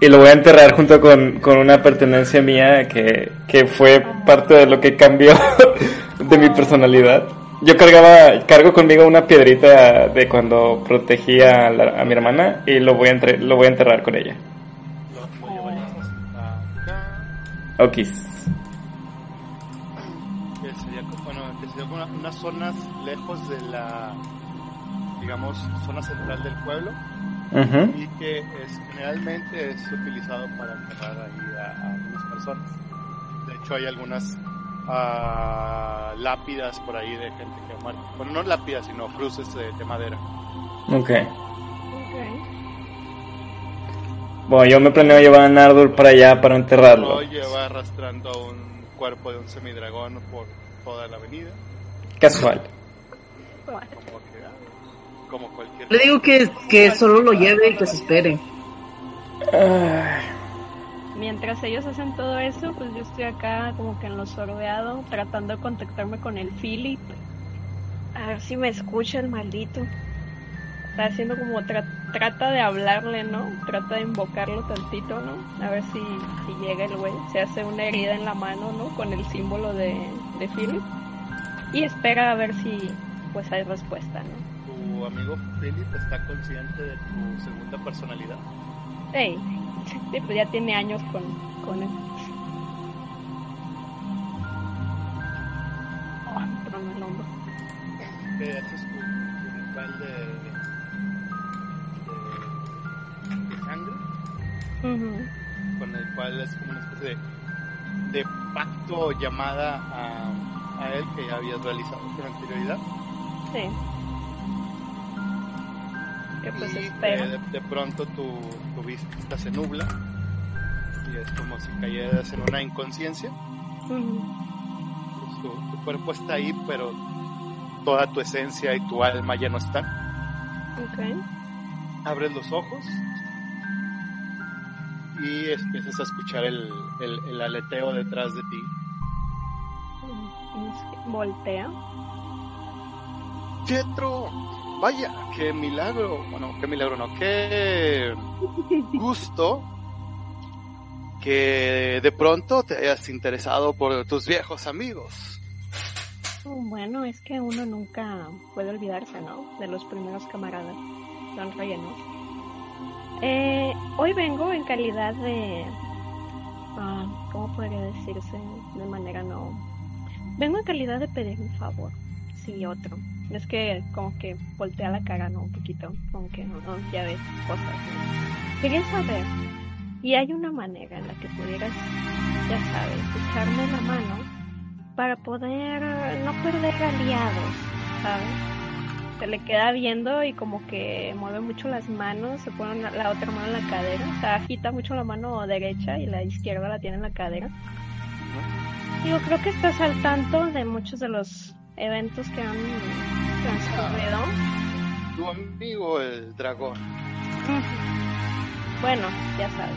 D: Y lo voy a enterrar junto con, con una pertenencia mía que, que fue parte de lo que cambió [LAUGHS] de mi personalidad. Yo cargaba, cargo conmigo una piedrita de cuando protegía a, la- a mi hermana y lo voy a, entre- lo voy a enterrar con ella. Okis.
B: que sería co- bueno, que sería como una- unas zonas lejos de la, digamos, zona central del pueblo
D: Ujú.
B: y que es, generalmente es utilizado para enterrar ahí a, a algunas personas. De hecho, hay algunas ah, lápidas por ahí de gente que ha muerto. Bueno, no lápidas, sino cruces de, de madera.
D: Ok.
C: Ok.
D: Bueno, yo me planeo llevar a Nardor para allá para enterrarlo.
B: Lo lleva arrastrando a un cuerpo de un semidragón por toda la avenida,
D: Casual.
C: Bueno,
B: como que, ah, como cualquier.
G: Le digo que, que solo lo lleve y que se espere.
D: Ay,
C: Mientras ellos hacen todo eso, pues yo estoy acá como que en lo sorbeado, tratando de contactarme con el Philip. A ver si me escucha el maldito. Está haciendo como tra- trata de hablarle, ¿no? Trata de invocarlo tantito, ¿no? A ver si, si llega el güey. Se hace una herida en la mano, ¿no? Con el símbolo de, de Philip. Y espera a ver si pues hay respuesta, ¿no?
B: tu amigo Philip está consciente de tu segunda personalidad.
C: [LAUGHS] Ey, sí, pues ya tiene años con, con él. Ah, Ujú.
B: con el cual es como una especie de, de pacto o llamada a, a él que ya habías realizado con anterioridad.
C: Sí. Que pues
B: y eh,
C: espero.
B: de, de pronto tu, tu vista se nubla y es como si cayeras en una inconsciencia.
C: Ujú.
B: Pues tu, tu cuerpo está ahí, pero toda tu esencia y tu alma ya no están.
C: Ok.
B: abres los ojos y empiezas a escuchar el, el- el aleteo detrás de ti.
C: Ujú. Es que Voltea.
B: ¡Pietro! Vaya, qué milagro. Bueno, qué milagro no, qué gusto que de pronto te hayas interesado por tus viejos amigos.
C: Bueno, es que uno nunca puede olvidarse, ¿no? De los primeros camaradas. Don relleno. Eh, hoy vengo en calidad de... ah, ¿Cómo podría decirse de manera no...? Vengo en calidad de pedir un favor. Sí, otro. Es que como que voltea la cara, ¿no? Un poquito. Como que, no, no, ya ves cosas. ¿no? Quería saber. Y hay una manera en la que pudieras, ya sabes, echarme la mano para poder eh, no perder aliados, ¿sabes? Se le queda viendo y como que mueve mucho las manos, se pone una- la otra mano en la cadera, o sea, agita mucho la mano derecha y la izquierda la tiene en la cadera. Digo, creo que estás al tanto de muchos de los eventos que han transcurrido.
B: Tu amigo el dragón.
C: Ujú. Bueno, ya sabes.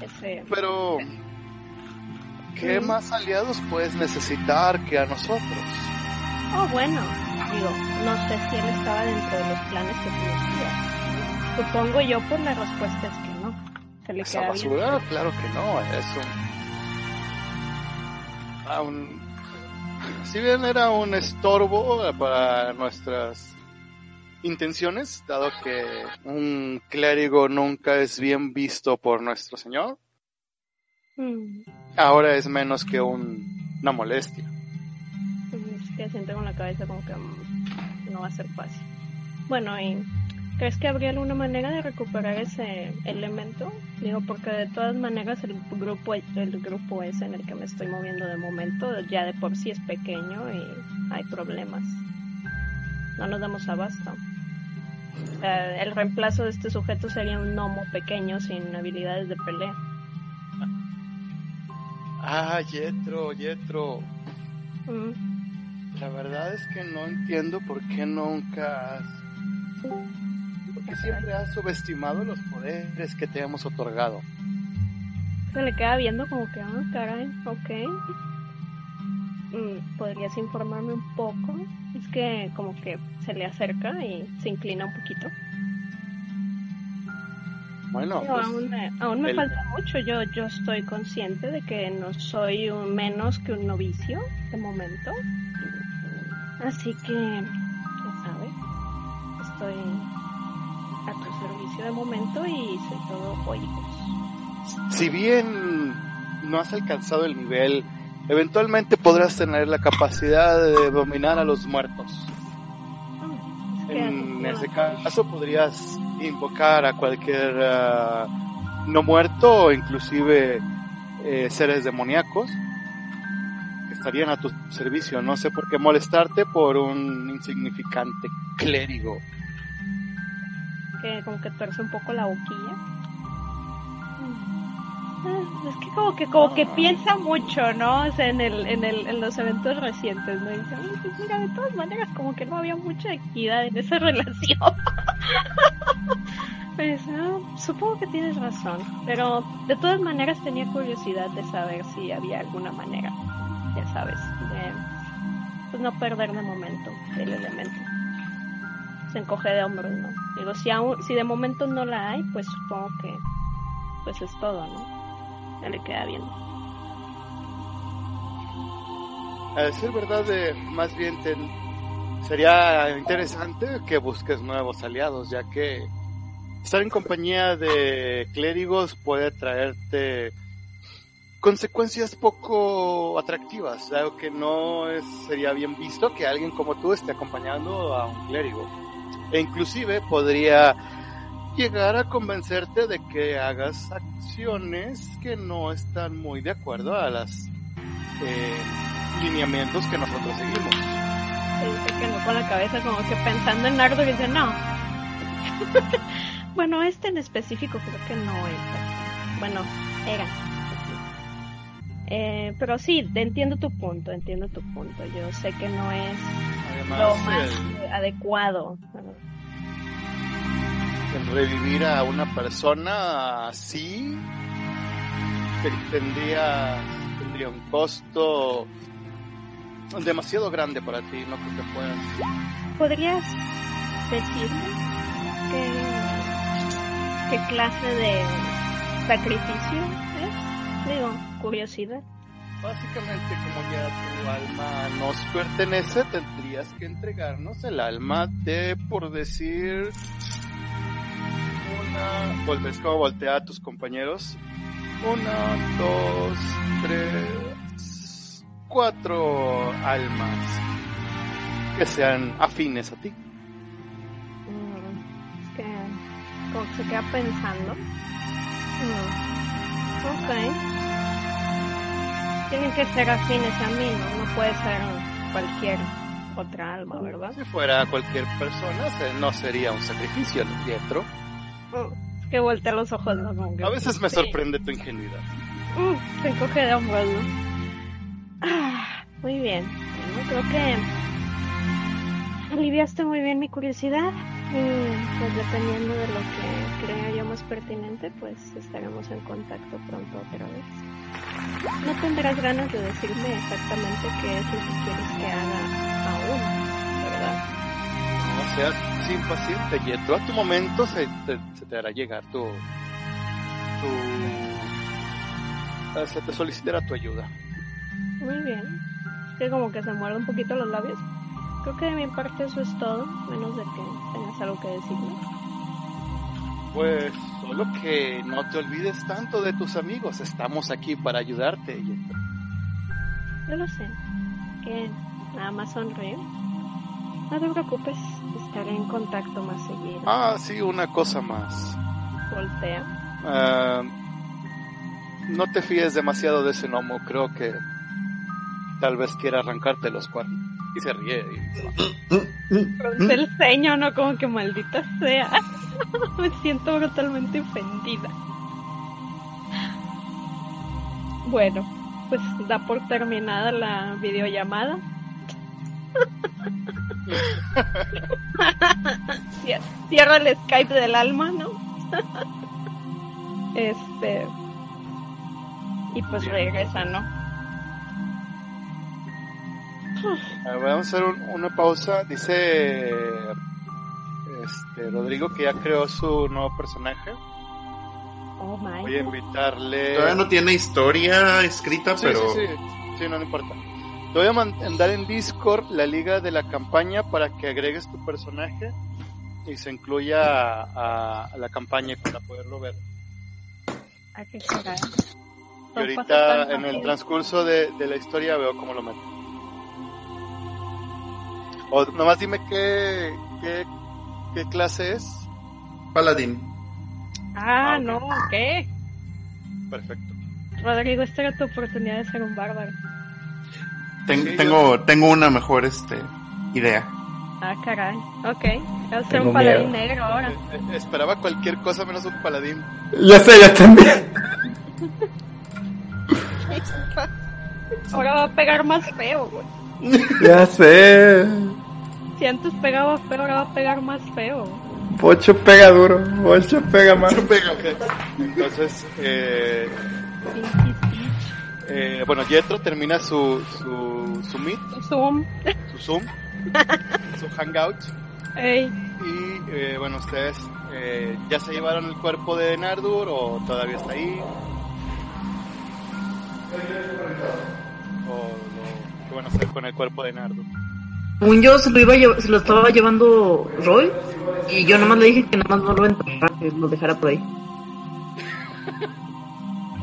C: Ese...
B: Pero, ¿qué más aliados puedes necesitar que a nosotros?
C: Oh, bueno, digo, no sé si él estaba dentro de los planes que tú decías. Supongo yo por la respuesta es que no. Se le
B: ¿Esa
C: queda bien.
B: basura? Claro que no, es un... ah, un- Si bien era un estorbo para nuestras intenciones, dado que un clérigo nunca es bien visto por nuestro Señor,
C: Mm,
B: ahora es menos que un- una molestia.
C: Es que siento con la cabeza como que mm, no va a ser fácil. Bueno, ¿y crees que habría alguna manera de recuperar ese elemento? Digo, porque de todas maneras el grupo, el grupo ese en el que me estoy moviendo de momento ya de por sí es pequeño y hay problemas. No nos damos abasto. O sea, el reemplazo de este sujeto sería un gnomo pequeño sin habilidades de pelea.
B: Ah, Yetro, Yetro,
C: Mm.
B: La verdad es que no entiendo por qué nunca has... por qué siempre has subestimado los poderes que te hemos otorgado.
C: Se le queda viendo como que, ah, caray, ok. Mm, ¿Podrías informarme un poco? Es que como que se le acerca y se inclina un poquito.
B: Bueno,
C: Pero
B: pues,
C: aún me, aún me
B: el-
C: falta mucho. Yo, yo estoy consciente de que no soy un menos que un novicio de momento. Así que, ya sabes, estoy a tu servicio de momento y soy todo oídos.
B: si bien no has alcanzado el nivel, eventualmente podrás tener la capacidad de dominar a los muertos.
C: Ah, es que
B: En
C: así
B: ese
C: no-
B: caso podrías invocar a cualquier ah, no muerto o inclusive eh, seres demoníacos que estarían a tu servicio. No sé por qué molestarte por un insignificante clérigo.
C: que como que tuerce un poco la boquilla. Ah, Es que como que como que piensa mucho, ¿no? O sea, en el, en el, en los eventos recientes, ¿no? Y dice, "Ay, pues mira, de todas maneras como que no había mucha equidad en esa [LAUGHS] relación. Pues, ah, supongo que tienes razón, pero de todas maneras tenía curiosidad de saber si había alguna manera, ya sabes, de pues, no perder de momento el elemento se encoge de hombros, ¿no? Digo, si, aún, si de momento no la hay, pues supongo que pues es todo, ¿no? Se le queda bien.
B: A decir verdad, de, más bien te- sería interesante que busques nuevos aliados, ya que estar en compañía de clérigos puede traerte consecuencias poco atractivas, algo que no es- sería bien visto que alguien como tú esté acompañando a un clérigo. E inclusive podría llegar a convencerte de que hagas acciones que no están muy de acuerdo a las eh, lineamientos que nosotros seguimos.
C: Él dice que no con la cabeza, como que pensando en Nardo, y dice no. [LAUGHS] bueno, este en específico creo que no es. Bueno, era. Eh, pero sí, te entiendo tu punto, entiendo tu punto. Yo sé que no es lo
B: Además,
C: más eh, adecuado.
B: el, el revivir a una persona así te- tendría, tendría un costo demasiado grande para ti, no creo que puedas.
C: ¿Podrías decirme qué, qué clase de sacrificio es? Digo, curiosidad.
B: Básicamente, como ya tu alma nos pertenece, tendrías que entregarnos el alma de, por decir, una. Volves como voltea a tus compañeros. Una, dos, tres, cuatro almas que sean afines a ti.
C: Mm, es que como que se queda pensando. Mm, Ok. Tienen que ser afines a mí, ¿no? No puede ser cualquier otra alma, Ah, ¿verdad?
B: Si fuera cualquier persona, se- no sería un sacrificio, Pietro.
C: Mm, Es que voltea los ojos, ¿no? Como que-
B: A veces me
C: Sí.
B: sorprende tu ingenuidad.
C: Mm, se encoge de hombros, ¿no? Ah, muy bien. Bueno, creo que aliviaste muy bien mi curiosidad. Y pues dependiendo de lo que crea yo más pertinente, pues estaremos en contacto pronto otra vez. No tendrás ganas de decirme exactamente qué es lo que quieres que haga aún,
B: O
C: ¿verdad?
B: sea, sin paciente, y en todo tu momento se te, se te hará llegar tu. tu. eh, se te solicitará tu ayuda.
C: Muy bien. Es que como que se muerde un poquito los labios. Creo que de mi parte eso es todo, menos de que tengas algo que decirme.
B: Pues, solo que no te olvides tanto de tus amigos, estamos aquí para ayudarte. Yetro.
C: Yo lo sé. Que nada más sonríe. No te preocupes, estaré en contacto más seguido.
B: Ah, sí, una cosa más.
C: Voltea.
B: Ah, no te fíes demasiado de ese gnomo, creo que tal vez quiera arrancarte los cuernos. Y se ríe. y se va. ¿Mm?
C: Frunce el ceño, ¿no? Como que maldita sea. [LAUGHS] Me siento brutalmente ofendida. Bueno, pues da por terminada la videollamada. [LAUGHS] Cier- Cierro el Skype del alma, ¿no? [LAUGHS] este. Y pues regresa, ¿no?
B: Ah, Vamos a hacer un- una pausa. Dice este, Rodrigo que ya creó su nuevo personaje.
C: Oh my.
B: Voy a invitarle.
E: Eh, Todavía no tiene historia escrita,
B: Sí,
E: pero.
B: sí, sí, Sí, no, no importa. Te voy a mandar en Discord la liga de la campaña para que agregues tu personaje y se incluya a, a la campaña para poderlo ver.
C: Hay que esperar. Pues,
B: Y ahorita en el transcurso de, de la historia veo cómo lo meto. O nomás dime qué, qué, qué clase es.
E: Paladín.
C: Ah,
B: Ah, ok.
C: no, ¿qué?
B: Perfecto.
C: Rodrigo, esta era tu oportunidad de ser un bárbaro.
E: Ten-
B: Sí,
E: tengo, tengo una mejor este, idea.
C: Ah, caray. Ok, vas a ser
D: Tengo
C: un paladín
D: miedo.
C: negro ahora.
B: Eh, eh, Esperaba cualquier cosa menos un paladín. [LAUGHS]
D: Ya sé, ya también.
C: Ahora va a pegar más feo, güey.
D: [LAUGHS] Ya sé.
C: Si antes pegaba feo, ahora va a pegar más feo.
D: Pocho pega duro. Pocho pega más.
B: Entonces, eh,
C: Pinky speech.
B: eh, bueno, Yetro termina su, su, su meet,
C: Zoom.
B: su Zoom, su hangout.
C: Ey.
B: Y eh, bueno, ustedes eh, ya se llevaron el cuerpo de Nardur o todavía está ahí. O lo que van a hacer con el cuerpo de Nardur.
G: Según yo, se lo, iba a llevar- se lo estaba llevando Roy. Y yo nomás le dije que nada más no lo enterrara, que lo dejara por ahí.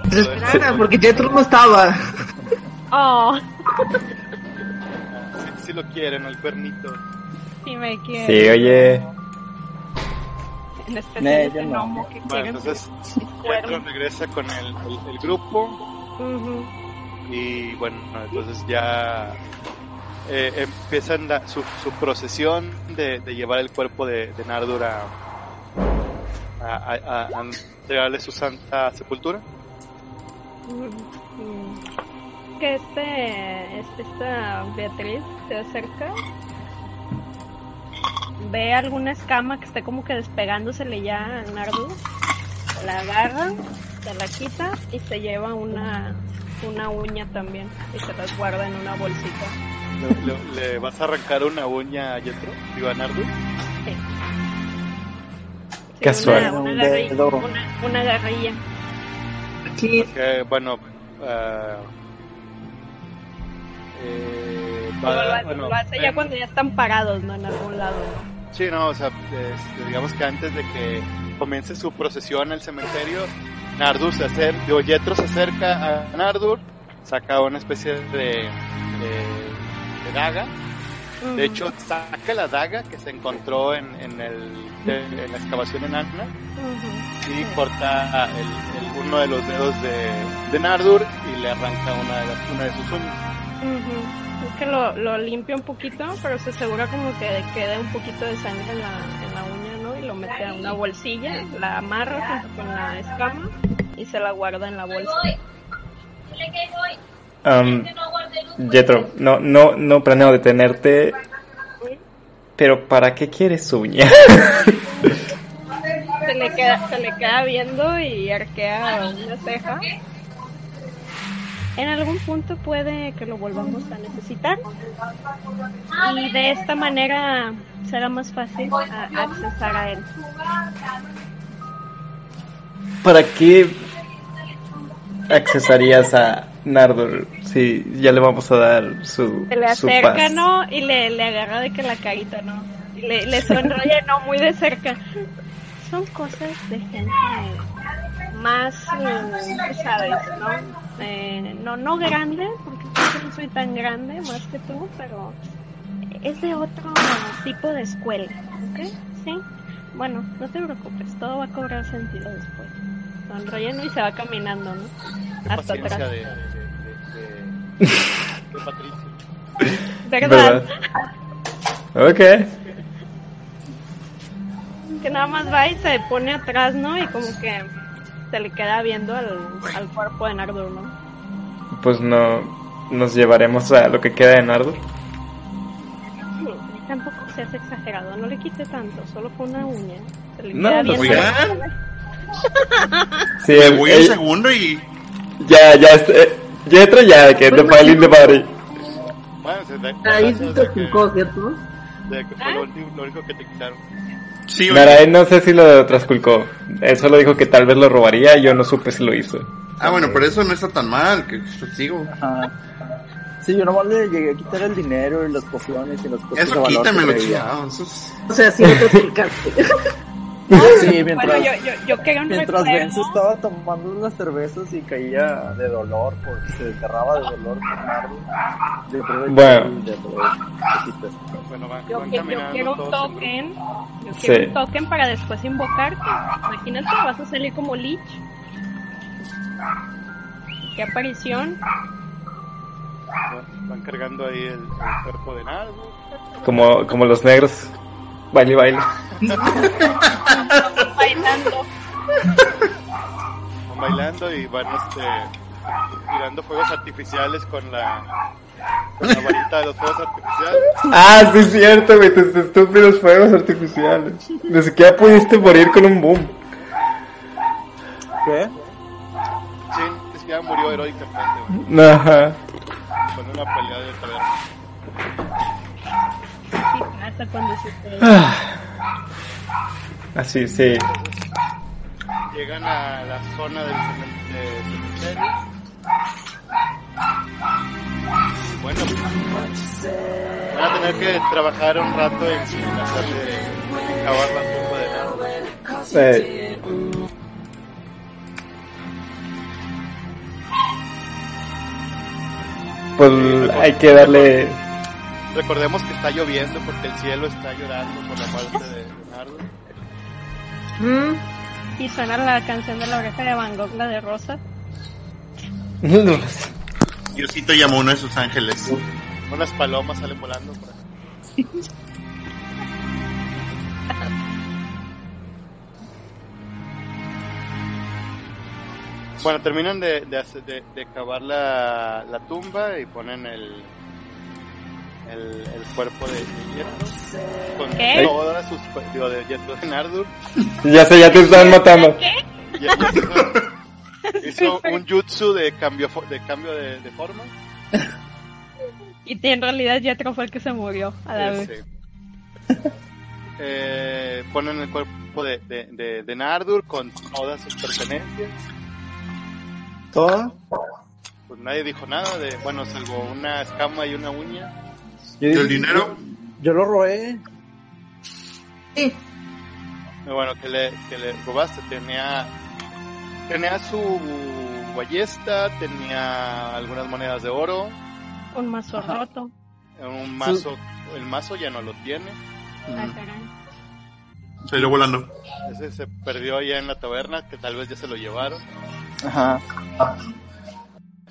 G: Desesperada, porque Jetro no estaba.
C: Oh, [LAUGHS]
B: Si, si lo quieren, el cuernito.
C: si me quiere.
D: Sí, oye.
C: En especial
F: Nee,
C: ese
F: yo no.
C: gnomo que
B: Bueno,
C: llega en su-
B: entonces
C: su cuerno.
B: Jethro regresa con el, el- el grupo
C: Ujú.
B: y bueno, entonces ya eh, empiezan la- su, su procesión de, de llevar el cuerpo de, de Nardur a, a, a- a- a entregarle su santa sepultura.
C: Mm. Que este, este- esta Beatriz se acerca, ve alguna escama que está como que despegándosele ya al Nardu, la agarra, se la quita y se lleva una, una uña también y se las guarda en una bolsita.
B: Le, le- le vas a arrancar una uña a Jethro, digo a Nardur.
C: Sí. Sí,
D: Casual.
C: Una, una
F: Un
C: garrilla,
F: dedo.
C: una- una garrilla.
G: Aquí
B: Que, bueno, ah, eh, va-
C: Pero lo,
B: bueno,
C: lo hace
B: ven-
C: ya cuando ya están parados, ¿no? En algún lado, ¿no?
B: Sí, no, o sea, este, digamos que antes de que comience su procesión al cementerio, Nardur se acerca, digo, Jethro se acerca a Nardur, saca una especie de, de- de daga, de hecho saca la daga que se encontró en, en el, de- en la excavación en Anna y corta el, el- uno de los dedos de, de Nardur y le arranca una de, las- una de sus uñas.
C: Ujú. Es que lo, lo limpia un poquito, pero se asegura como que quede un poquito de sangre en la, en la uña, ¿no? Y lo mete a una bolsilla, la amarra junto con la escama y se la guarda en la bolsa.
D: Um, Jetro, no, no, no planeo detenerte. Pero ¿para qué quieres uña?
C: Se le queda, se le queda viendo y arquea una ceja. En algún punto puede que lo volvamos a necesitar. Y de esta manera será más fácil a- accesar a él.
D: [LAUGHS] ¿Para qué accesarías a Nardur si ya le vamos a dar su,
C: Se le
D: su
C: acerca,
D: paz?
C: ¿no? Y le, le agarra de que la carita, ¿no? Y le, le sonríe, ¿no? Muy de cerca. Son cosas de gente más, eh, tú sabes, ¿no? Eh, no, no grande, porque yo no soy tan grande, más que tú, pero es de otro tipo de escuela, ¿ok? Sí. Bueno, no te preocupes, todo va a cobrar sentido después. Sonríe, ¿no? Y se va caminando, ¿no?
B: Qué
C: Hasta
B: paciencia
C: atrás.
B: de, de, de- de- de Patricio.
C: ¿Verdad? [LAUGHS]
D: ¿Verdad? Ok.
C: que nada más va y se pone atrás, ¿no? Y como que se le queda viendo al, al cuerpo de Nardur, ¿no?
D: Pues no. Nos llevaremos a lo que queda de Nardur.
C: Tampoco seas exagerado, no le quite tanto, solo con una uña. Se le
D: No,
C: queda
D: pues
C: viendo.
E: ya.
D: Sí,
E: Me voy un
D: él-
E: segundo y.
D: ya, ya. está- eh, Jetro ya, de que de Palin de Madrid.
B: Bueno, se da-
G: ahí
B: gracias
G: te
B: de que-
G: explicó, ¿cierto?
B: de que fue lo, último- lo único que te quitaron.
E: Sí, oye.
D: Narae no sé si lo trasculcó. Él solo dijo que tal vez lo robaría y yo no supe si lo hizo.
E: Ah, bueno, pero eso no está tan mal. Que yo sigo.
F: Ajá. Sí, yo nomás le llegué a quitar el dinero y las pociones y las cosas de
E: Eso
F: valor que
E: quítamelo,
F: traía.
E: chingado. Eso es.
G: O sea, sí, te explicaste. [LAUGHS]
F: Sí, mientras,
C: Ah, Bueno, yo, yo, yo quería un
F: mientras
C: recuerdo.
F: Benzo estaba tomando las cervezas y caía de dolor, porque se derraba de dolor por Nardo. Yo creo que-
D: Bueno.
F: de dolor.
B: Bueno, van,
C: Yo,
B: van
C: que- yo
B: caminando
C: quiero un
B: todos en grupo.
C: token. Yo
D: Sí.
C: quiero un token para después invocarte. Imagínate, vas a salir como Lich. Qué aparición.
B: Van- Van cargando ahí el, el cuerpo de Nardo.
D: Como, como los negros. Baile, baile.
C: Bailando.
B: Van bailando y van este, tirando fuegos artificiales con la, con la varita de los fuegos artificiales.
D: Ah, sí es cierto, güey, tus estúpidos fuegos artificiales. Ni siquiera pudiste morir con un boom.
F: ¿Qué?
B: Chin, es que ya murió heroicamente güey,
D: Ajá.
B: con una pelea de taberna.
C: ¿Qué pasa cuando sucede?
D: Así, sí.
B: Llegan a la zona del cemen- de- cementerio. Y Bueno, pues, van a tener que trabajar un rato en, en hacerle en cavar la tumba de Nardo.
D: Eh, pues hay que darle.
B: Recordemos que está lloviendo porque el cielo está llorando por la parte de Leonardo.
C: Mm. Y suena la canción de la oreja de Van Gogh, la de Rosa.
E: Diosito llamó a uno de sus ángeles.
B: Unas palomas salen volando. por acá. Bueno, terminan de, de, hacer- de- de cavar la, la tumba y ponen el, el, el cuerpo de, de Jethro con
C: ¿Qué?
B: todas sus cu- digo, de Jethro de Nardur.
D: Ya sé, ya te están matando.
C: ¿Qué?
B: Y él
C: [LAUGHS]
B: hizo- hizo un jutsu de cambio fo- de cambio de, de forma.
C: Y en realidad Jethro fue el que se murió a la vez.
B: Este, eh, ponen el cuerpo de, de, de- de Nardur con todas sus pertenencias.
F: ¿Toda?
B: Pues nadie dijo nada de, bueno, salvo una escama y una uña.
F: Yo
E: ¿Y
F: dije,
E: el dinero?
F: Yo lo robé.
G: Sí,
B: Eh, Bueno, que le, que le robaste. Tenía, tenía su ballesta, tenía algunas monedas de oro,
C: Un mazo
F: Ajá.
C: roto.
B: un mazo, el mazo ya no lo tiene.
C: Ah,
E: Mm,
C: caray.
E: Salió volando.
B: Ese se perdió ya en la taberna, que tal vez ya se lo llevaron.
F: Ajá.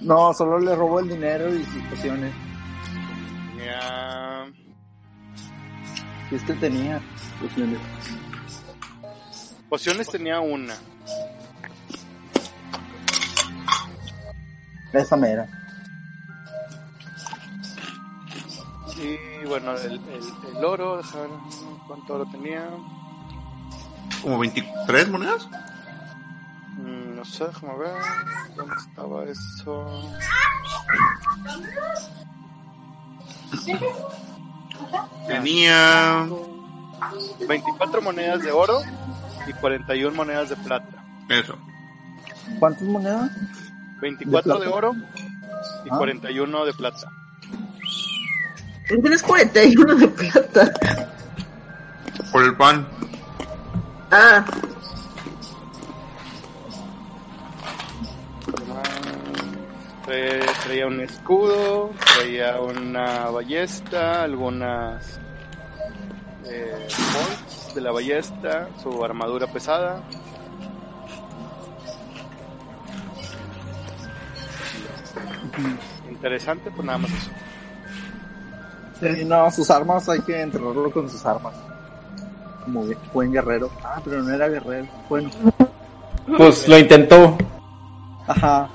F: No, solo le robó el dinero y sus pociones.
B: Tenía
F: Si es que tenía pociones.
B: Pociones tenía una.
F: Esa mera.
B: Y bueno, el, el, el oro, ¿saben cuánto oro tenía?
E: ¿Como 23 monedas?
B: Mm, No sé, déjame ver. ¿Dónde estaba eso?
E: Tenía.
B: 24 monedas de oro y 41 monedas de plata.
E: Eso.
F: ¿Cuántas monedas?
B: 24
F: ¿De
B: de,
F: plata?
B: oro y
F: Ah.
B: 41 de plata.
G: tienes 41 de plata.
E: Por el pan.
G: Ah,
B: Trae- Traía un escudo, traía una ballesta, algunas eh, bolts de la ballesta, su armadura pesada. Interesante, pues nada más eso.
F: Sí, no, sus armas hay que enterrarlo con sus armas. Como bien- buen guerrero. Ah, pero no era guerrero. Bueno,
D: Pues lo intentó.
F: ajá.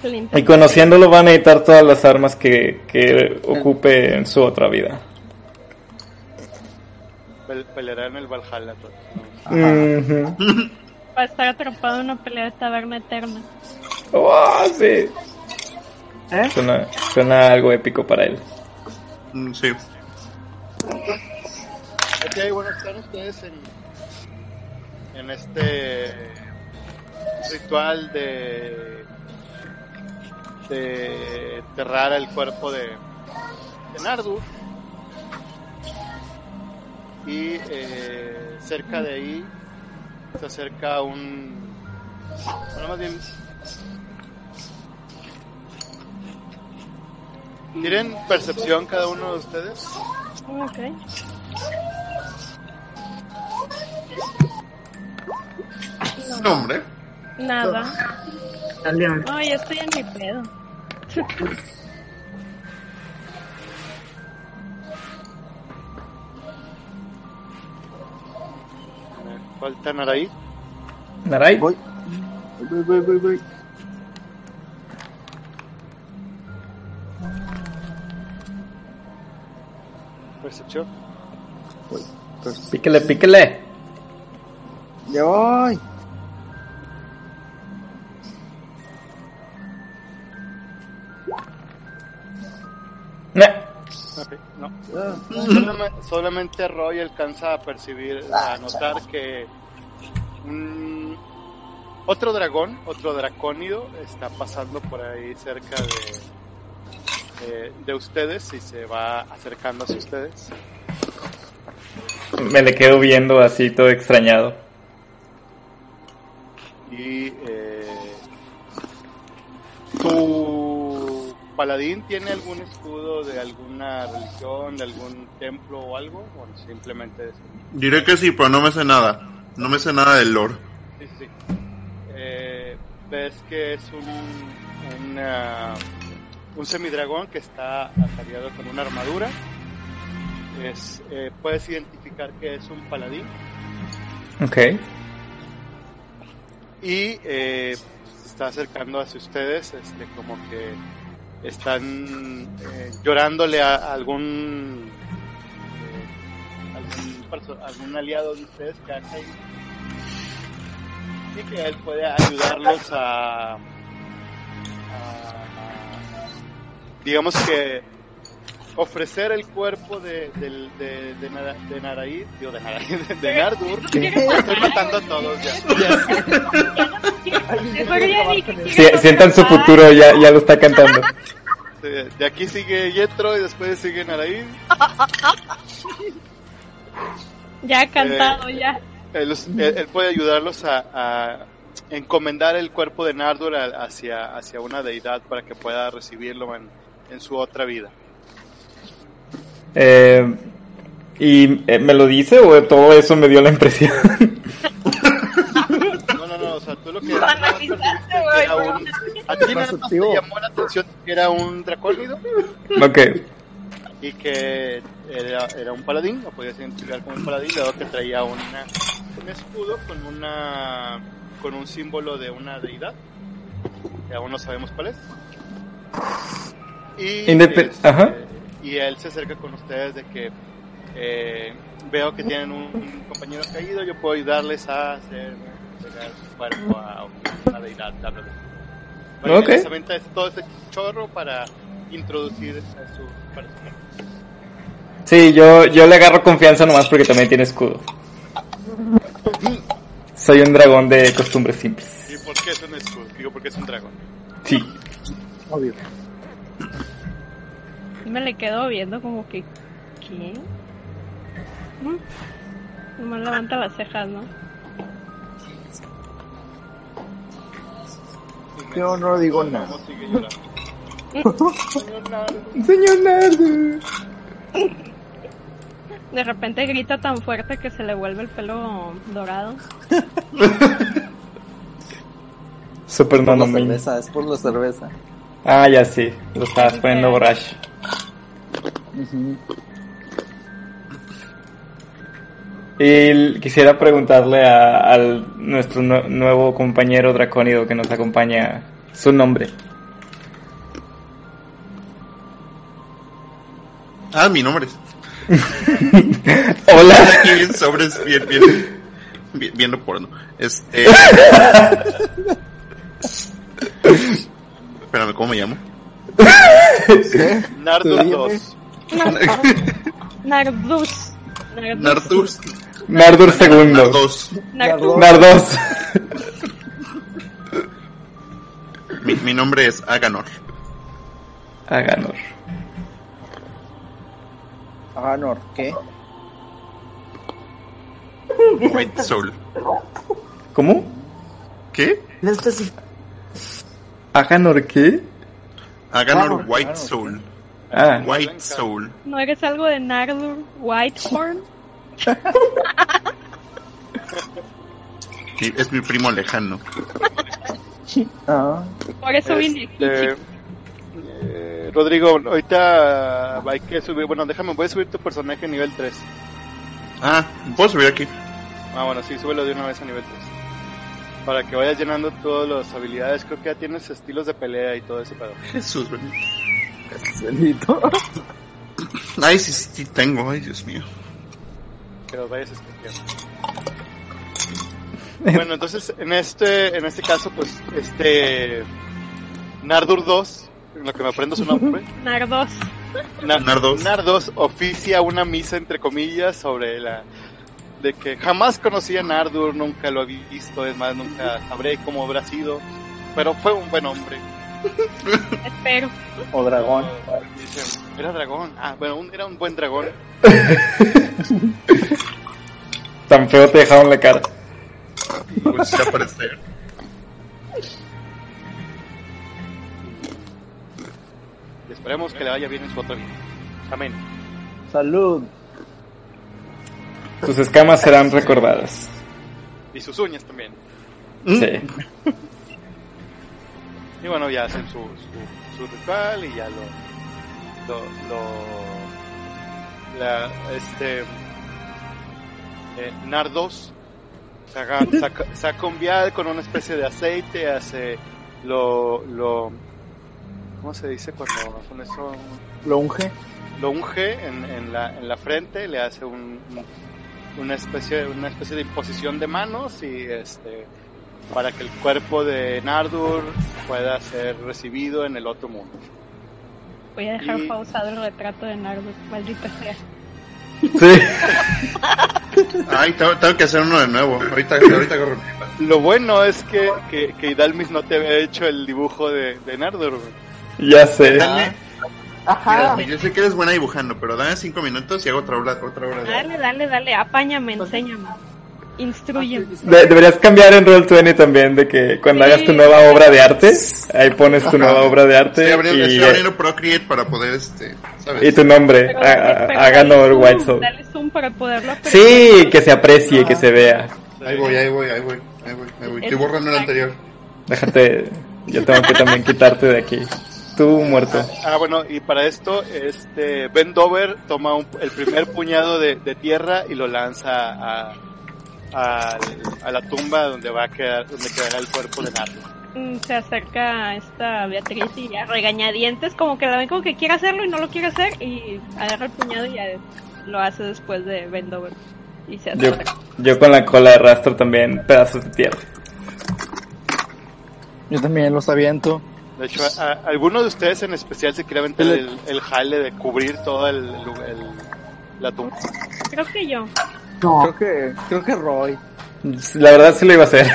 C: Clint.
D: Y conociéndolo van a editar todas las armas que, que ocupe en su otra vida.
B: Pel- Peleará en el Valhalla. pues. todo.
D: Ujú.
C: Va a estar atrapado en una pelea de taberna eterna.
D: Oh, sí.
F: ¿Eh?
D: Suena, suena algo épico para él.
E: Mm, Sí.
B: Ok, bueno, están ustedes en, en este ritual de, de enterrar el cuerpo de, de Nardur. Y eh, cerca de ahí se acerca un. Bueno, más bien. ¿Tienen percepción cada uno de ustedes?
C: Ok.
E: No, hombre.
C: Nada.
G: salió.
C: No, yo estoy en mi pedo.
B: Falta Naraí.
D: Naray.
F: Voy. Voy, voy, voy, voy.
B: Percepción.
F: Pues,
D: Píquele, píquele.
F: ya voy.
D: Nah.
B: Ok, no.
F: Ah,
B: Solamente, solamente Roy alcanza a percibir, a
F: Ah,
B: notar que un- otro dragón, otro dracónido, está pasando por ahí cerca de, de, de ustedes y se va acercando hacia ustedes.
D: Me le quedo viendo así todo extrañado.
B: Y eh, tu paladín tiene algún escudo de alguna religión, de algún templo o algo? ¿O simplemente es...
E: Diré que sí, pero no me sé nada. No me sé nada del lore.
B: Sí, sí. Eh, ves que es un, una- un semidragón que está ataviado con una armadura. Es, eh, puedes identificar que es un paladín.
D: Ok.
B: y eh, se está acercando hacia ustedes, este, como que están eh, llorándole a, a algún, eh, algún, perso- algún aliado de ustedes que han caído y que él puede ayudarlos a, a- a- digamos que ofrecer el cuerpo de, del- de, de, Nara- de Naraí, digo, de Naraí, de- de Nardur. Estoy matando a todos ya.
D: Sí, sientan su futuro, ya, ya lo está cantando.
B: Eh, De aquí sigue Yetro y después sigue Naraín.
C: Ya ha cantado, ya.
B: Él, los- él- él puede ayudarlos a, a encomendar el cuerpo de Nardur a- hacia, hacia una deidad para que pueda recibirlo en, en su otra vida.
D: Eh, ¿Y eh, me lo dice o todo eso me dio la impresión? [LAUGHS]
B: No, no, no, o sea, tú lo que...
C: Lo analizaste, güey.
B: Era un- a ti nada más te
F: Susceptivo.
B: llamó la atención que era un dracólido
D: ok.
B: y que era, era un paladín, lo podías identificar como un paladín, dado que traía una- un escudo con, una, con un símbolo de una deidad, que aún no sabemos cuál es. Y,
D: Independ-
B: este,
D: ajá.
B: y él se acerca con ustedes de que eh, veo que tienen un, un compañero caído, yo puedo ayudarles a hacer llegar su cuerpo a una deidad, bla, bla, bla. Bueno,
D: Ok.
B: y les aventa es- todo este chorro para introducir a su personaje.
D: Sí, yo, yo le agarro confianza nomás porque también tiene escudo. Soy un dragón de costumbres simples.
B: ¿Y por qué es un escudo? Digo, porque es un dragón.
D: Sí.
F: Obvio.
C: Me le quedo viendo como que. ¿Qué? Mm. Nomás levanta las cejas, ¿no?
F: Yo no digo nada.
B: Vamos, sigue llorando.
D: Señor Nardo.
C: De repente grita tan fuerte que se le vuelve el pelo
B: [LAUGHS]
C: dorado.
D: Super
F: Por
D: no, no
F: la
D: me...
F: cerveza, es por la cerveza.
D: Ah, ya sí. Lo estabas poniendo borracho.
F: Ujú.
D: Y l- quisiera preguntarle a, al nuestro nue- nuevo compañero dracónido que nos acompaña su nombre.
E: Ah, mi nombre. [LAUGHS]
D: Hola.
E: Aquí bien sobres, bien, bien. bien- Viendo porno. Este. [LAUGHS] Espérame, ¿cómo me llamo?
B: Nardo
F: Dime.
B: 2.
C: Nardus.
E: Nardur.
D: Nardur II.
E: Nardos.
C: Nardus.
D: Nardos.
E: Mi, mi nombre es Aganor.
D: Aganor.
F: Ah, no, ¿qué?
E: White Soul.
D: ¿Cómo?
E: ¿Qué?
G: No especifico.
D: ¿Aganor qué?
E: Aganor
F: Ah,
E: White
F: claro,
E: Soul.
D: Ah,
E: White Soul.
C: ¿No eres algo de Nardur Whitehorn?
E: Sí, Es mi primo lejano.
F: Ah,
C: Por eso vine aquí,
B: Este,
C: chico.
B: eh, Rodrigo, ahorita hay que subir. Bueno, déjame, voy a subir tu personaje a nivel 3.
E: Ah, puedo subir aquí.
B: Ah, bueno, sí, súbelo de una vez a nivel 3. Para que vayas llenando todas las habilidades. Creo que ya tienes estilos de pelea y todo ese pedo.
E: Jesús, bendito.
F: Celito.
E: Ay, sí, sí tengo, ay, Dios mío.
B: que los vayas escogiendo. Bueno, entonces en este, en este caso, pues, este Nardur 2, en lo que me aprendo su nombre,
C: Nardos.
B: Na-
E: Nardos.
B: Nardos oficia una misa entre comillas sobre la de que jamás conocí a Nardur, nunca lo había visto, es más, nunca sabré cómo habrá sido, pero fue un buen hombre.
C: Espero.
F: O dragón.
B: Dicen, Era dragón, ah, bueno, un- era un buen dragón.
D: tan feo te dejaron la cara.
E: Pues ya aparece.
B: Esperemos que le vaya bien en su otra vida. Amén.
F: Salud.
D: Sus escamas serán recordadas.
B: Y sus uñas también.
D: Sí.
B: Y bueno, ya hacen su, su, su ritual y ya lo. lo. lo- la, este. eh, Nardos
F: [LAUGHS]
B: saca, saca- saca un vial con una especie de aceite, hace. lo. lo ¿Cómo se dice cuando hacen eso?
F: Lo unge.
B: Lo unge en, en la, en la frente, le hace un, un- una, especie, una especie de imposición de manos y este para que el cuerpo de Nardur pueda ser recibido en el otro mundo.
C: Voy a dejar
B: Y-
C: pausado el retrato de Nardo, maldita sea.
D: [LAUGHS] Sí.
E: Ay, tengo, tengo que hacer uno de nuevo. Ahorita, ahorita corro.
B: Lo bueno es que, que, que Hidalmis no te había hecho el dibujo de, de Nardur. güey.
D: Ya sé.
E: Dame,
F: Ajá.
E: mira, yo sé que eres buena dibujando, pero dame cinco minutos y hago otra hora, otra hora de...
C: Dale, dale, dale, apáñame, enséñame,
B: ah,
C: instruyeme.
D: De- deberías cambiar en Roll20 también, de que cuando
C: Sí.
D: hagas tu nueva obra de arte, ahí pones tu nueva obra de
E: Estoy
D: arte
E: abriendo,
D: y,
E: estoy abriendo Procreate para poder, este, ¿sabes?
D: y tu nombre.
C: Pero-
D: Ha-
C: pero
D: ha- Ah, Háganlo
C: dale
D: el
C: zoom,
D: White Soul.
C: Dale Ah. zoom para poderlo
D: Sí, que se aprecie, que se vea.
E: Ahí voy, ahí voy, ahí voy, ahí voy, ahí voy. Estoy borrando el anterior.
D: Déjate, yo tengo que también quitarte de aquí. Tú muerto.
B: Ah, bueno, y para esto, este Ben Dover toma un- el primer puñado de, de tierra y lo lanza a, a- a la tumba donde va a quedar, donde quedará el cuerpo de Nardur.
C: Mm, se acerca esta Beatriz y ya regañadientes, como que la ven como que quiere hacerlo y no lo quiere hacer, y agarra el puñado y ya lo hace después de Vendover. Y se
D: Yo,
C: acerca.
D: yo con la cola de rastro también, pedazos de tierra.
F: Yo también los aviento.
B: De hecho, a- a- alguno de ustedes en especial se quiere aventar el, el jale de cubrir toda el, el- el- la tumba.
C: Creo que yo.
F: Creo que, creo que Roy.
D: La verdad sí lo iba a hacer.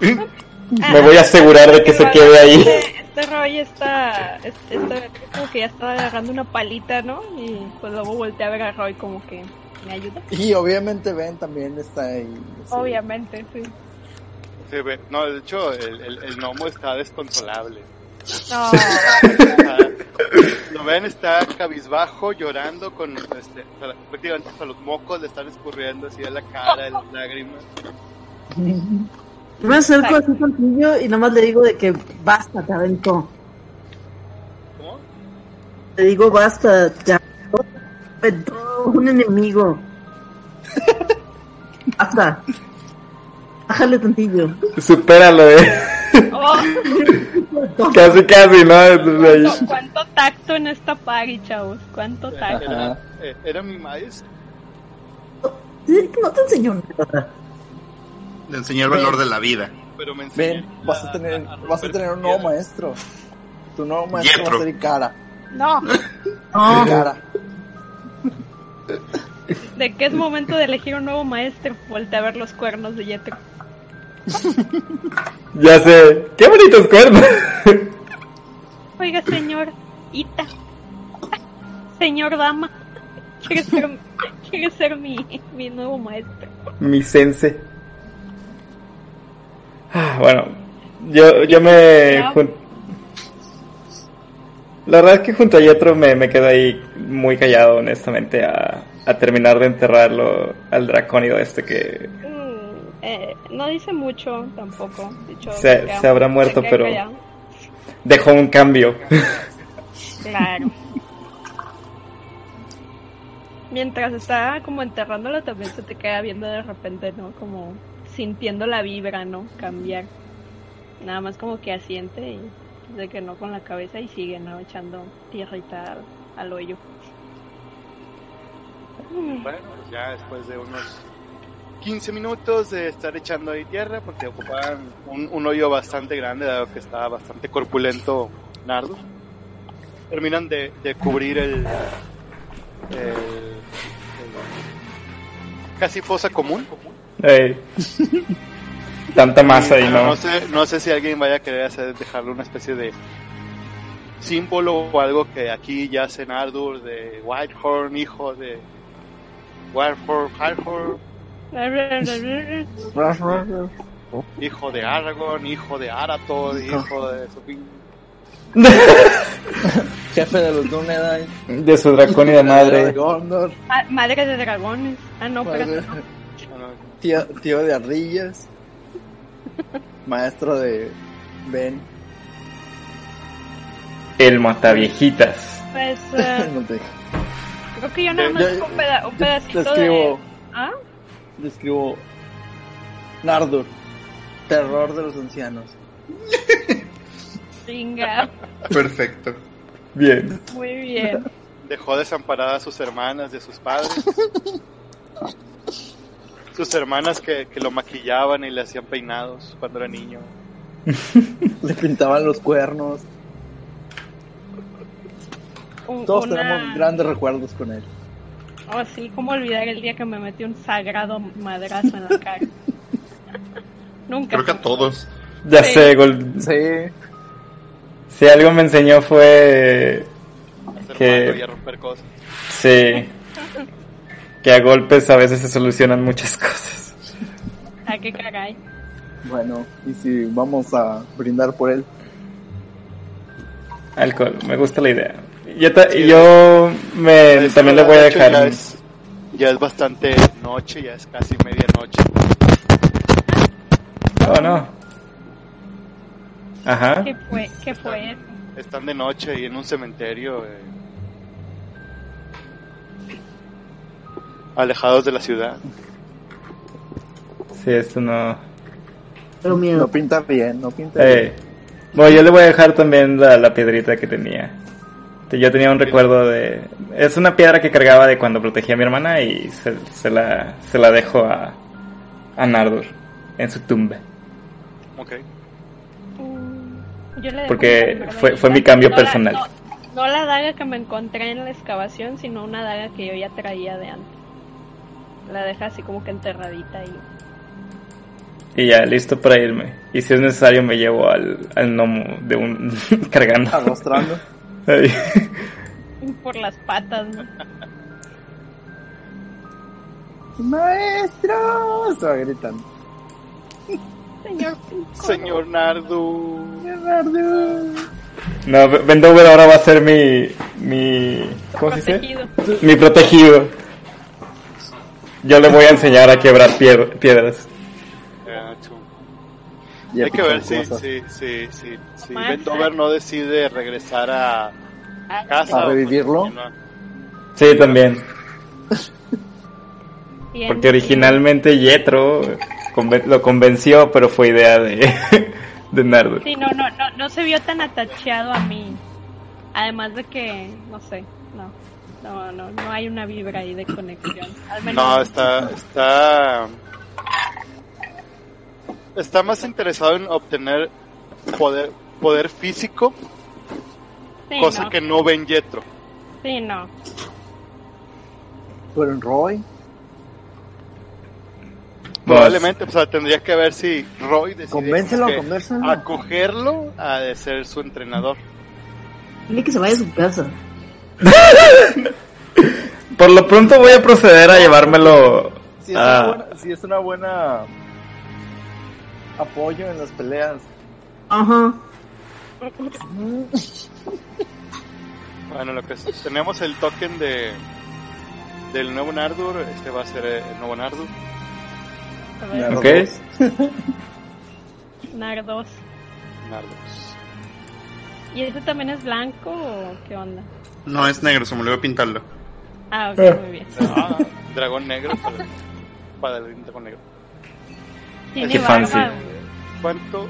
D: [LAUGHS]
C: Ah,
D: Me voy a asegurar de que se
C: pero
D: quede ahí.
C: Este, este Roy está, este, este Beatriz como que ya está agarrando una palita, ¿no? Y pues luego voltea a ver a Roy como que me ayuda.
F: Y obviamente Ben también está ahí. sí.
C: Obviamente, sí.
B: Se ve- No, de hecho, el, el, el gnomo está
D: [LAUGHS]
B: desconsolable.
C: No,
B: Está- Lo ven, está cabizbajo, llorando, con este, para- prácticamente hasta los mocos le están escurriendo así a la cara, las lágrimas.
G: Yo me acerco así contigo y nomás le digo de que basta, te aventó.
B: ¿Cómo?
G: Le digo basta, te aventó, te aventó un [LAUGHS] enemigo. Basta. Bájale tantillo.
D: Supéralo, eh.
C: [LAUGHS] Oh,
D: Casi, casi, ¿no? Ahí.
C: cuánto, cuánto tacto en esta party, chavos. Cuánto tacto.
B: Era, eh, era mi maíz.
G: No te enseñó nada.
E: Le enseñé el valor de la vida.
B: pero me enseñó
F: Ben, vas a tener, vas a
B: romper
F: tener un nuevo
B: piedras.
F: maestro. Tu nuevo maestro
E: Yetro.
F: va a ser Ikara.
C: No.
G: No.
F: Ikara.
C: ¿De qué es momento de elegir un nuevo maestro? Voltea a ver los cuernos de Yetro.
D: Ya sé. ¡Qué bonitos cuernos! [LAUGHS]
C: Oiga, señor Ita. Señor Dama. ¿Quieres ser, quiere ser mi, mi nuevo maestro?
D: Mi sense. Ah, Bueno, yo, yo me... jun- La verdad es que junto a Yetro me, me quedo ahí muy callado, honestamente, a, a terminar de enterrarlo al dracónido este que
C: Mm, eh, no dice mucho tampoco. De hecho,
D: Se-
C: queda-
D: se habrá muerto,
C: queda
D: pero-
C: callado.
D: dejó un cambio.
C: Claro. [LAUGHS] Mientras está como enterrándolo, también se te queda viendo de repente, ¿no? Como sintiendo la vibra, ¿no? Cambiar. Nada más como que asiente y de que no con la cabeza y sigue, ¿no? Echando tierrita al, al hoyo. Mm,
B: Bueno, pues ya después de unos 15 minutos de estar echando ahí tierra, porque ocupaban un, un hoyo bastante grande, dado que estaba bastante corpulento Nardo, terminan de, de cubrir el, el- el- casi fosa común.
D: Ey. Tanta masa
B: Y,
D: y
B: bueno,
D: no.
B: no sé, no sé si alguien vaya a querer hacer, dejarle una especie de símbolo o algo que aquí ya hace Nardur de Whitehorn, hijo de Whitehorn, Whitehorn. hijo de Aragorn, hijo de Arato, hijo de su pin-
F: jefe de los Dunedain.
D: De su dracónida madre.
F: Gondor,
C: Ah, madre de dragones. Ah, no,
F: madre-
C: pero.
F: tío, tío de ardillas. Maestro de Ben.
D: El mataviejitas.
C: Pues. eh,
F: [LAUGHS] No te-
C: creo que yo nada
F: Yo-
C: más
F: yo-
C: un, peda- un
F: yo
C: pedacito
F: te
C: de.
F: escribo-
C: Ah,
F: Le escribo Nardur, terror de los ancianos.
C: chinga.
E: Perfecto.
D: Bien.
C: Muy bien.
B: Dejó desamparadas a sus hermanas y a sus padres. Sus hermanas que, que lo maquillaban y le hacían peinados cuando era niño.
F: Le pintaban los cuernos.
C: Un-
F: Todos
C: una-
F: tenemos grandes recuerdos con él.
C: Oh, sí, cómo olvidar el día que me metí un sagrado madrazo en la
D: [LAUGHS]
C: cara. Nunca.
E: Creo que a
C: se-
E: todos.
D: Ya
C: Sí.
D: sé, Gol-
F: Sí.
D: Si algo me enseñó fue
B: A hacer
D: Que-
B: malo y a romper cosas.
D: Sí. Que a golpes a veces se solucionan muchas [LAUGHS] cosas.
C: Ah, qué caray.
F: Bueno, y si vamos a brindar por él.
D: Alcohol, me gusta la idea. Yo, ta- yo me,
B: Eso,
D: también le voy a
B: de hecho, Ya
D: dejar.
B: es, ya es bastante noche, ya es casi medianoche.
D: Oh, no. Ajá.
C: ¿Qué fue? ¿Qué fue eso?
B: Están de noche y en un cementerio. eh, alejados de la ciudad.
D: Sí, esto no.
G: Pero
F: No
G: miedo.
F: pinta bien, no pinta bien.
D: Eh, Bueno, yo le voy a dejar también la, la piedrita que tenía. Que Yo tenía un recuerdo de... Es una piedra que cargaba de cuando protegía a mi hermana y se, se la, se la dejo a, a Nardur en su tumba.
B: Ok.
C: Mm, Yo le dejo
D: Porque
C: mi daga
D: fue- fue mi
C: ahorita.
D: cambio
C: la-
D: personal.
C: no, no la daga que me encontré en la excavación, sino una daga que yo ya traía de antes. La deja así como que enterradita ahí.
D: Y ya, listo para irme. Y si es necesario me llevo al, al gnomo de un... [LAUGHS] cargando.
F: Arrastrando.
D: Ay.
C: Por las patas, ¿no?
F: ¡Maestro! Se va gritando.
C: Señor Pinco.
B: Señor Nardu.
D: no, Vendover ahora va a ser mi... mi... ¿Cómo se dice?
C: Protegido.
D: Mi protegido. Yo le voy a enseñar a quebrar pier- piedras.
B: Ah, chu.
F: Y
B: Hay que ver
F: escuchan
B: si,
F: cosas.
B: si, si, si, si
C: Mamá.
B: Vendover no decide regresar a
C: Ah,
B: casa.
F: ¿A revivirlo?
D: Sí, también.
C: bien.
D: Porque originalmente Yetro conven- lo convenció, pero fue idea de, [LAUGHS] de Nardo.
C: Sí, no, no, no, no se vio tan atacheado a mí. Además de que, no sé, no. No, no, no hay una vibra ahí de conexión. Al menos
B: No, está, está, está más interesado en obtener poder, poder físico,
C: sí,
B: cosa
C: no,
B: que no ven Yetro.
C: Sí, no.
F: Pero en Roy.
B: Probablemente, o sea, tendría que ver si Roy decide
F: Convéncelo,
B: como que
F: convéncelo.
B: acogerlo a de ser su entrenador.
G: Dile que se vaya a su casa.
D: Por lo pronto voy a proceder a llevármelo
F: Si es,
D: a...
F: una buena, si es una buena apoyo en las peleas.
G: Ajá.
B: Bueno, lo que es- tenemos el token de del nuevo Nardur, este va a ser el nuevo Nardur.
C: se ve
D: Ok.
B: Ah,
C: Nardos.
B: Nardos.
C: ¿Y ese también es blanco o qué onda?
E: No es negro, se me olvidó pintarlo.
C: Ah,
D: Eh,
C: ok, muy bien.
B: Ah, dragón negro, para- para el dragón negro.
C: Tiene
D: Qué
C: barba. [LAUGHS]
D: fancy.
C: güey.
B: ¿Cuánto?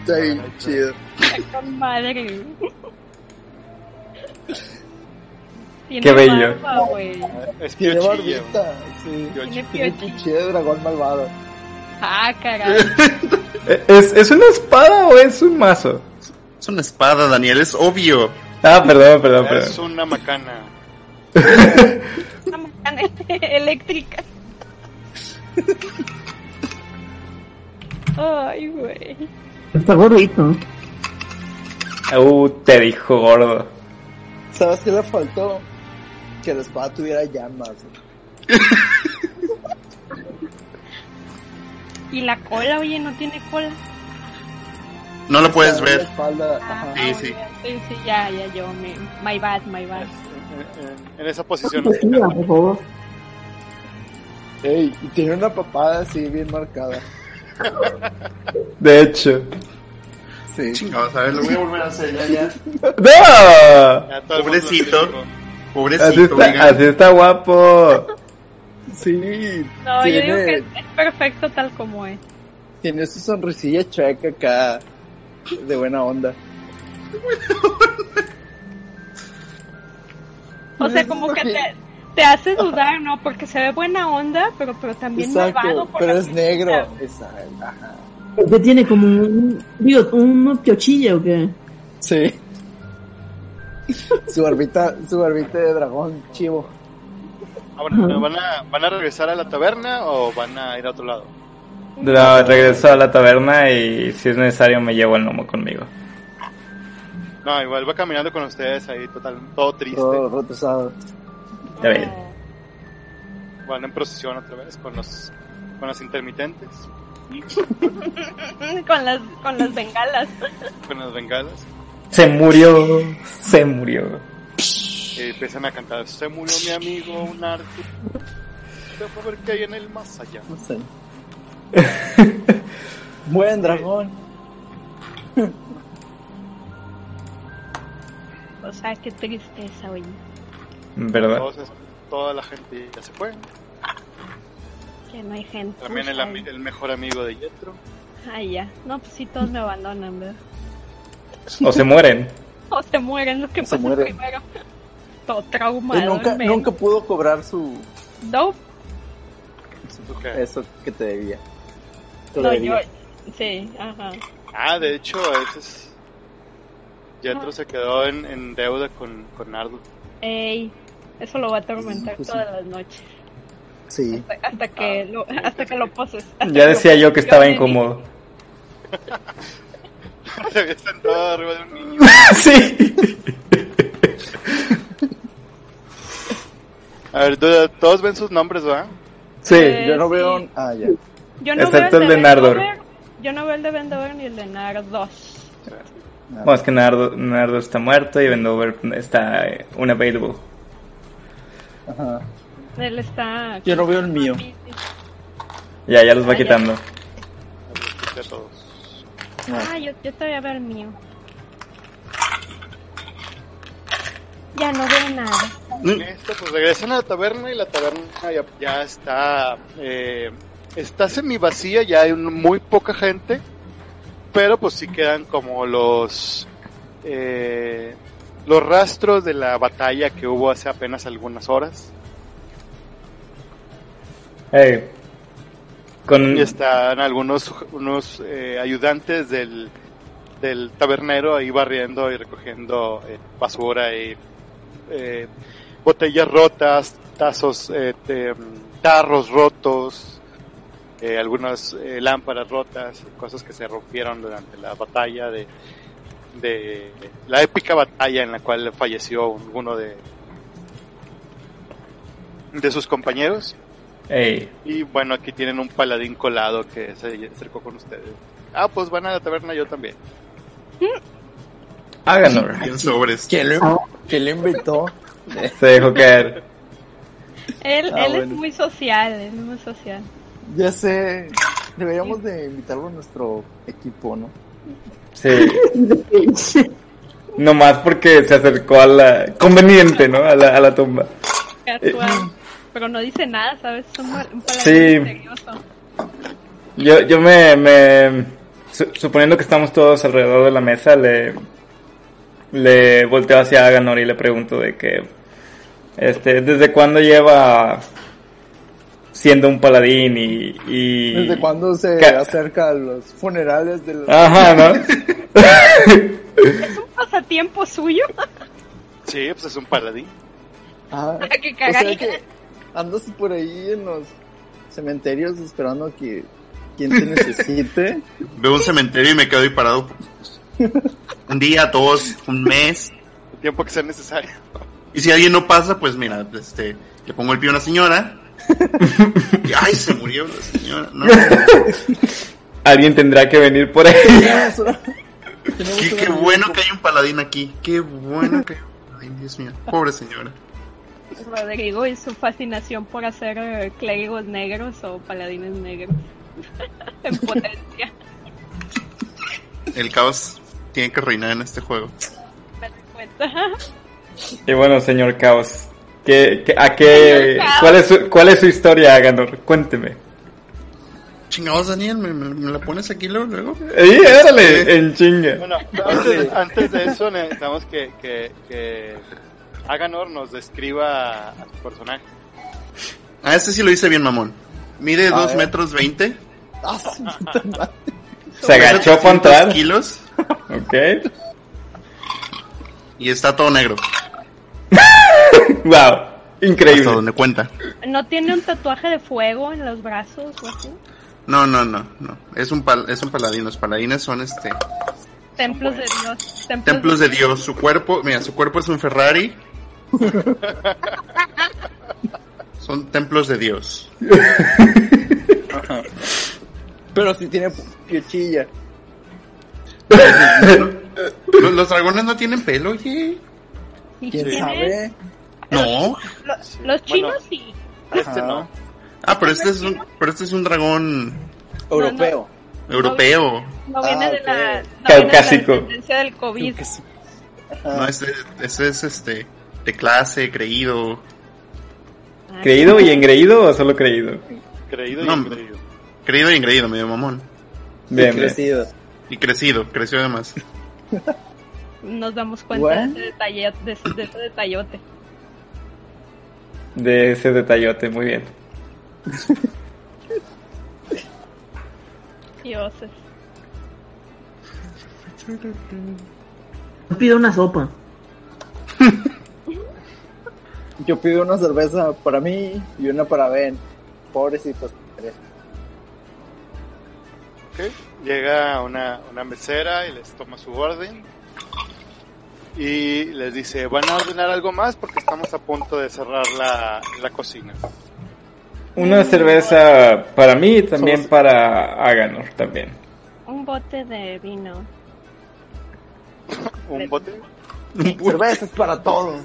F: Está bien chido.
C: Está Con madre. güey. Tiene
D: Qué bello.
C: barba, güey.
B: Es
F: Tiene
B: piochilla.
F: barbita. Sí.
C: Tiene
F: Tiene
C: piochi.
F: pinche de dragón malvado.
C: Ah, caray.
D: ¿E-, ¿Es, ¿Es una espada o es un mazo?
E: Es una espada, Daniel, es obvio.
D: Ah, perdón, perdón,
B: Es
D: perdón.
B: una macana.
C: Una macana [LAUGHS] eléctrica. Ay, güey.
G: Está gordito.
D: Uh, te dijo gordo.
F: ¿Sabes qué le faltó? Que la espada tuviera llamas.
C: Y la cola, oye, no tiene cola.
E: No lo puedes
F: Está en la
E: ver.
F: espalda,
C: Ah,
F: ajá.
E: Sí, sí.
C: sí, sí, ya, ya, yo, me, my bad, my bad.
B: En, en- en esa posición.
G: Pues sí, por favor.
F: Ey, y tiene una papada así bien marcada.
D: De hecho.
F: Sí.
E: Chingados, a ver, lo voy a volver a hacer. Ya, ya.
D: ¡No!
B: Ya todo el mundo
E: Pobrecito.
B: lo criticó.
D: Así
E: Pobrecito,
D: está,
E: oigan.
D: así está guapo.
F: Sí.
C: No, yo digo que
F: tiene,
C: es es perfecto tal como es.
F: tiene su sonrisilla chueca acá. De buena onda.
C: O
F: [LAUGHS]
C: sea, como que te, te hace dudar, ¿no? Porque se ve buena onda, pero, pero también malvado.
F: Exacto.
C: por
F: Pero
C: la
F: es
C: pintura.
F: negro. Exacto. Ajá.
G: ¿Qué tiene como un. Digo, un piochilla o qué?
F: Sí. [LAUGHS] su barbita, su barbita de dragón chivo.
B: Ah, bueno, ¿van, a, ¿Van a regresar a la taberna o van a ir a otro lado?
D: No, regreso a la taberna y si es necesario me llevo el gnomo conmigo.
B: No, igual va caminando con ustedes ahí total, todo
E: Este.
B: triste.
F: Todo retrasado.
D: Ya ves.
B: Van en procesión otra vez con los con las intermitentes,
C: [LAUGHS] Con las, con las bengalas.
B: con las bengalas,
D: Se murió, se murió.
B: y empiezan a cantar Se murió mi amigo, un arte. Vamos a ver qué hay en el más allá.
E: [LAUGHS]
F: No sé. Buen dragón.
C: O sea, qué tristeza, oye.
D: ¿Verdad?
B: Entonces, toda la gente ya se fue.
C: Que no hay gente.
B: También el, ami-
C: Ay,
B: el mejor amigo de Yetro.
C: Ay, ya. No, pues sí, todos me abandonan, ¿verdad?
D: O se mueren.
C: [LAUGHS] O se mueren los que
F: Se
C: pasan
F: mueren.
C: primero. Todo
F: Y
C: traumado.
F: nunca,
C: el men.
F: nunca pudo cobrar su
C: No,
B: Ok.
F: eso que te debía. Te
C: no, yo.
F: debía.
C: Sí, ajá.
B: Ah, de hecho, a veces Yetro se quedó en, en deuda con, con Nardo.
C: Ey, eso lo va a atormentar
F: Pues sí. Ah.
C: todas las noches.
F: Sí.
C: Hasta, hasta que, lo, hasta que lo poses. Hasta
D: [LAUGHS] Ya
C: que
D: decía
C: lo
D: yo que
C: poses.
D: estaba
C: me
D: incómodo.
B: [LAUGHS] se había sentado arriba de un niño.
D: [LAUGHS] Sí.
B: A ver, duda, todos ven sus nombres, ¿verdad?
D: Sí.
C: Eh,
F: Yo no
C: sí.
F: veo. un- Ah, ya.
C: di- Yo no
D: Excepto
C: veo
D: el de Nardor.
C: Vendor, Yo no veo el de Vendor ni el de Nardor.
D: Bueno, es que Nardo, Nardo está muerto y Vendover está eh, unavailable.
F: Ajá.
C: Él está.
F: Yo no veo el mío.
D: Ya, ya los va
C: Ah, ya.
D: quitando.
B: De todos.
F: No.
C: Ah, yo, yo todavía veo el mío. Ya no veo nada.
E: Mm.
B: Listo, pues regresan a la taberna y la taberna ya, ya está. Eh, está semi vacía, ya hay un- muy poca gente, pero pues sí quedan como los. eh, los rastros de la batalla que hubo hace apenas algunas horas.
D: Eh, con,
B: Y están algunos unos, eh, ayudantes del, del tabernero ahí barriendo y recogiendo eh, basura y eh, botellas rotas, tazos, eh, te- tarros rotos, eh, algunas eh, lámparas rotas, cosas que se rompieron durante la batalla de, de la épica batalla en la cual falleció uno de de sus compañeros
D: eh,
B: y bueno, aquí tienen un paladín colado que se acercó con ustedes. Ah, pues van a la taberna yo también.
D: Aganor
E: Bien sobres.
F: ¿Quién lo, quién lo invitó?
D: [LAUGHS] se dejó caer.
C: Él,
F: Ah,
C: él es
F: bueno.
C: muy social, él es muy social.
F: Ya sé. Deberíamos de invitarlo a nuestro equipo, ¿no?
D: Sí. Nomás porque se acercó a la. Conveniente, ¿no? A la, a la tumba.
C: que actúa, [LAUGHS] pero no dice nada, ¿sabes? Es un, mal- un paladín
D: Sí.
C: misterioso.
D: Yo, yo me. me- su- suponiendo que estamos todos alrededor de la mesa, le. Le volteo hacia Aganor y le pregunto de que. Este, ¿desde cuándo lleva siendo un paladín y. y-
F: ¿Desde cuándo se
D: Ca-
F: acerca a los funerales de los...
D: Ajá, ¿no?
C: Es un pasatiempo suyo. [LAUGHS]
B: Sí, pues es un paladín.
F: Ajá.
C: Ah, qué
F: O sea
C: cagadita.
F: que andas por ahí en los cementerios esperando que quien te [LAUGHS] necesite.
E: Veo un cementerio y me quedo
D: [LAUGHS]
E: ahí parado. Un día, dos, un mes.
B: El tiempo que sea necesario.
E: Y si alguien no pasa, pues mira, este, le pongo el pie a
D: [LAUGHS]
E: una señora. Y, ay, se murió la señora. No,
D: Alguien tendrá que venir por ahí.
F: Eso. Tenemos
E: Qué,
F: un
E: qué
F: amigo
E: bueno
F: con-
E: que hay un paladín aquí. Qué bueno que hay un paladín, Dios mío. Pobre señora.
C: Rodrigo y su fascinación por hacer eh, clérigos negros o paladines negros. [LAUGHS] en potencia.
E: El caos tiene que reinar en este juego.
C: Me doy cuenta.
D: Y bueno, señor Caos, ¿qué, qué- a qué,
C: Señor Caos.
D: ¿cuál, es su, ¿cuál es su historia, Ganor? Cuénteme.
E: Chingados, Daniel, ¿me, me- me la pones aquí luego? luego?
D: ¡Eh, órale! En chinga.
B: Bueno, antes, antes de eso necesitamos que, que, que Aganor nos describa a su personaje.
E: Ah, este sí lo hice bien, mamón. Mide
F: A
E: 2
F: ver.
E: metros 20.
F: Ah, su puta madre.
D: Se agachó para entrar.
E: kilos.
D: Ok.
E: Y está todo negro.
D: Wow.
E: Hasta
D: Increíble.
E: donde cuenta.
C: ¿No tiene un tatuaje de fuego en los brazos o así?
E: No, no, no, no. Es un, pal- es un paladín. Los paladines son este.
C: Templos de Dios. Templos,
E: Templos de Dios. Su cuerpo, mira, su cuerpo es un
F: [LAUGHS]
E: Ferrari. Son templos de Dios.
F: Pero si tiene piochilla.
E: Los, los dragones no tienen pelo, oye.
C: Sí,
F: ¿Quién
C: tiene-
F: sabe?
E: No.
C: lo-
B: Sí.
C: Los chinos
B: Bueno.
C: sí.
B: Este
F: Ajá.
B: no.
E: Ah, pero este es un, pero este es un dragón
F: Europeo.
E: europeo.
C: No viene
F: Ah,
C: de la.
F: ok.
C: No viene de la
D: Caucásico.
C: descendencia del COVID.
F: Creo que sí. Ah.
E: No, este, este es este de clase, creído.
C: Ah,
D: ¿Creído y engreído o solo creído?
B: Creído y
E: No,
B: increíble.
E: Creído y engreído, medio mamón.
D: Bien, bien.
F: crecido.
E: Y crecido, creció además.
C: Nos damos cuenta
F: Bueno.
C: de, ese detalle, de, ese- de ese detallote.
D: De ese detallote, muy bien.
C: Dioses.
G: Pido una sopa.
F: Yo pido una cerveza para mí y una para Ben. Pobrecitos.
B: Ok. Llega una, una mesera y les toma su orden. Y les dice, van a ordenar algo más porque estamos a punto de cerrar la, la cocina.
D: Una cerveza para mí y también
F: Mm. Somos-
D: para Aganor también.
C: Un bote de vino.
B: Un bote.
F: Cervezas para todos.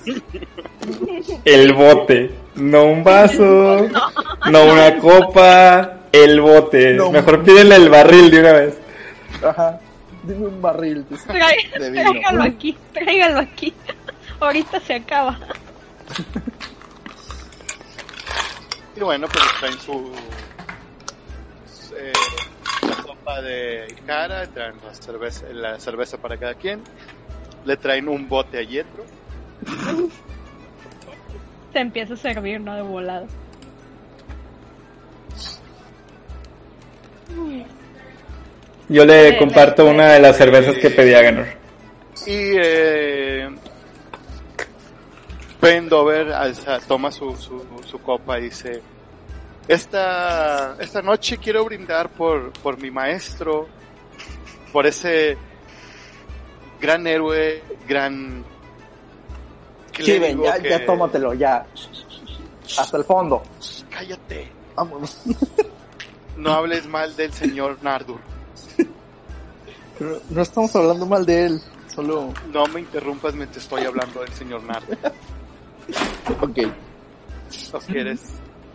D: El bote, no un
F: [LAUGHS]
D: vaso, no una copa, el bote.
F: No.
D: Mejor pídele el barril de una vez.
F: Ajá. Dime un barril. dice.
C: Trai-
F: De vino.
C: [LAUGHS] Tráigalo aquí, tráigalo aquí. [LAUGHS] Ahorita se acaba.
B: Y bueno, pues traen su... su- eh, la copa de cara, traen la cerveza, la cerveza para cada quien. Le traen un bote a Yetro.
C: Se empieza a servir, ¿no? De volado.
D: Yo le comparto una de las cervezas que pedí a Aganor.
B: Y eh, Pendover alza- toma su, su, su copa y dice, esta, esta noche quiero brindar por, por mi maestro, por ese gran héroe, gran...
F: Sí, Ben,
B: clérigo
F: ya,
B: que-
F: ya tómatelo, ya. Hasta el fondo.
B: Cállate,
F: Vámonos.
B: no hables mal del señor Nardur.
F: Pero no estamos hablando mal de él. Solo.
B: No me interrumpas mientras estoy hablando del señor Nardur.
F: Ok.
B: No quieres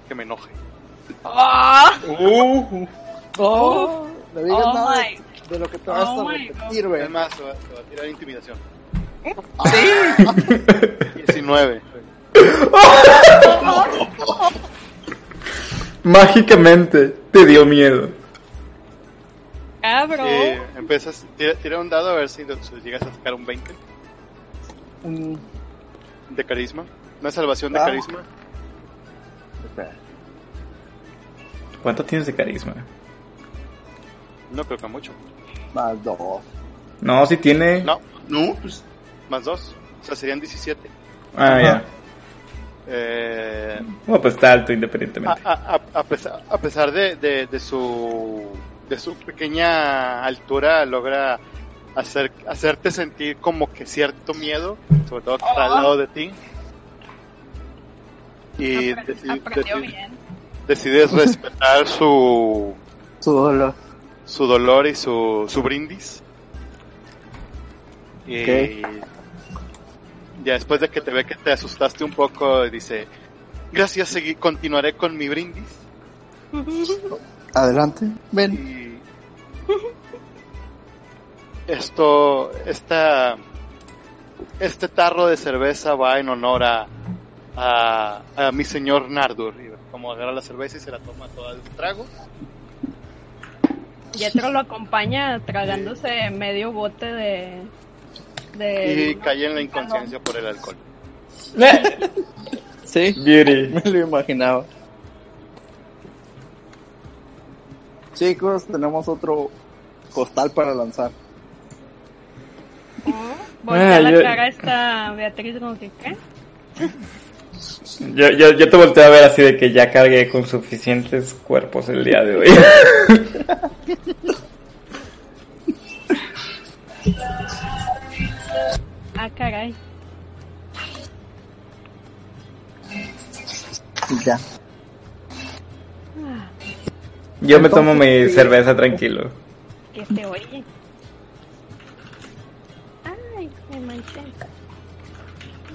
B: que me enoje.
C: ¡Ah!
F: Uh. Oh, no digas
C: Oh
F: nada
C: my.
F: de lo que te vas
C: Oh
F: a
C: my
F: repetir,
B: Es
F: Ben.
B: más, se va, se va a tirar intimidación. ¡Sí! 19.
D: Mágicamente te dio miedo.
C: Cabro.
B: Eh, empiezas, tira, tira un dado a ver si, lo- si llegas a sacar un 20
F: Un-
B: de carisma. Una salvación de
F: Ah.
B: carisma.
F: espera.
D: ¿Cuánto tienes de carisma?
B: No creo que mucho.
F: Más dos.
D: No, si tiene.
B: No,
E: No, [LAUGHS] pues
B: más 2. O sea, serían 17.
D: Ah, ya.
B: Eh,
D: Bueno, pues está alto
B: a,
D: independientemente.
B: a- a- a pesar, a pesar de, de- de su de su pequeña altura logra hacer, hacerte sentir como que cierto miedo, sobre todo que está al lado de ti. Y
C: Apre-
B: decid-
C: aprendió
B: decid-
C: bien.
B: decides respetar su,
F: Su dolor.
B: su dolor y su, su brindis. Y ya después de que te ve que te asustaste un poco, dice, gracias, segui- continuaré con mi brindis.
F: Adelante.
B: Y
F: Ven.
B: esto, esta, este tarro de cerveza va en honor a, a, a mi señor Nardur. Y como agarra la cerveza y se la toma toda de un trago.
C: Yetro lo acompaña tragándose medio bote de. de
B: y
C: Ah,
B: cae en la inconsciencia por el alcohol.
F: [LAUGHS] Sí,
D: Beauty.
F: [LAUGHS] me lo imaginaba. Chicos, tenemos otro costal para lanzar.
C: Voltea
D: Ah,
C: la
D: yo-
C: cara esta Beatriz como que, ¿qué?
D: Yo, yo, yo te volteo a ver así de que ya cargué con suficientes cuerpos el día de hoy. [LAUGHS]
C: Ah, caray.
F: Y ya.
D: Yo me tomo mi cerveza tranquilo.
C: Que se oye. Ay, me manché.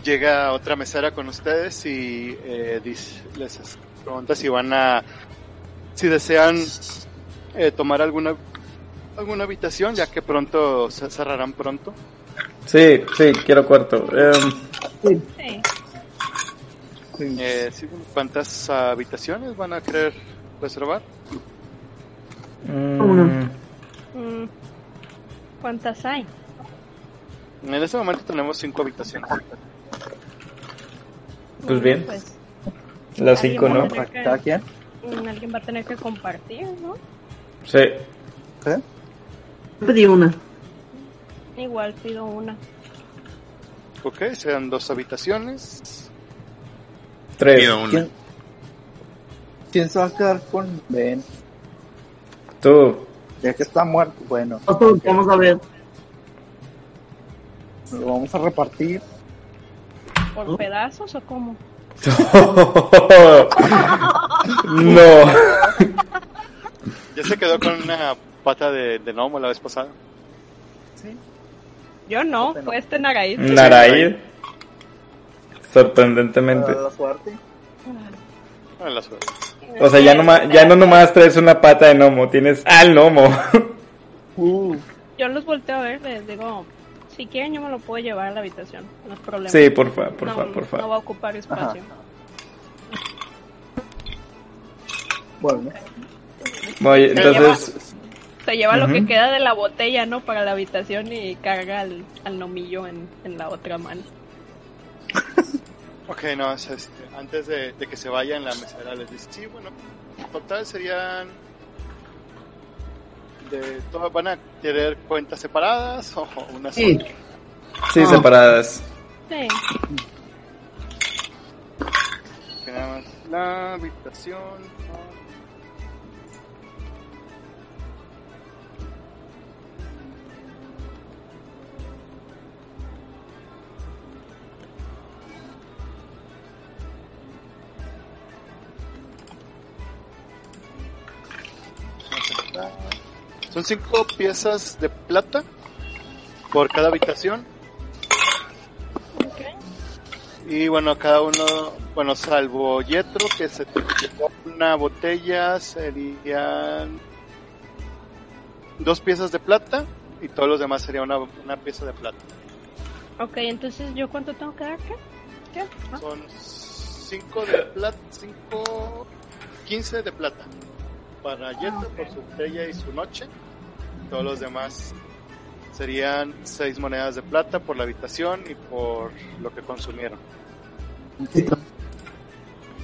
B: Llega otra mesera con ustedes y eh, dice- les pregunta si van a, si desean eh, tomar alguna alguna habitación, ya que pronto se cerrarán pronto.
D: Sí, sí, quiero cuarto. Em,
C: Sí.
B: Eh, sí, ¿Cuántas habitaciones van a querer reservar?
D: mm,
G: Uno.
C: Mm. ¿Cuántas hay?
B: En este momento tenemos cinco habitaciones.
D: Pues bien.
C: Pues,
D: Los cinco,
C: Alguien
D: ¿no?
C: va a tener
F: ¿Cada
C: que-
F: quien?
C: mm, alguien va a tener que compartir, ¿no?
D: Sí.
F: ¿Eh?
G: Pedí una.
C: Igual pido una.
B: Ok, serán dos habitaciones.
D: Tres.
E: Pido una.
F: ¿Quién? ¿Quién se va a quedar con Ben?
D: Tú. [LAUGHS]
F: Ya que está muerto, bueno,
G: Otro, vamos a ver.
F: lo vamos a repartir.
C: ¿Por pedazos o cómo?
D: no.
B: Ya se quedó con una pata de, de gnomo la vez pasada.
F: Sí.
C: Yo no, fue este naraíz.
D: Naraid. Sorprendentemente.
F: Para la suerte.
B: Ah, la suerte.
D: O sea, ya, nomás, ya no nomás traes una pata de gnomo, tienes al gnomo. [LAUGHS]
F: Uh,
C: Yo los volteo a ver, les digo, si quieren yo me lo puedo llevar a la habitación, no es problema.
D: Sí, porfa,
C: no,
D: porfa, porfa.
C: No va a ocupar espacio.
F: bueno,
D: Voy,
B: Te
D: entonces,
C: Se lleva lo que
D: Ujú.
C: queda de la botella, ¿no? Para la habitación y carga al, al nomillo en, en la otra mano.
B: Ok, no, es este, antes de, de que se vayan, la mesera les dice, sí, bueno, total serían... De, todas ¿Van a querer cuentas separadas o una
G: Sí.
B: sola?
D: sí, separadas.
C: Sí.
B: Que nada más la habitación. Son cinco piezas de plata por cada habitación. Y bueno, cada uno, bueno, salvo Yetro, que se llevó una botella, serían dos piezas de plata y todos los demás sería una, una pieza de plata.
C: Ok, entonces yo cuánto tengo que dar, ¿qué? ¿Qué? Ah,
B: Son cinco de plata, cinco, quince de plata para Yetro por su botella y su noche. Todos los demás serían seis monedas de plata por la habitación y por lo que consumieron.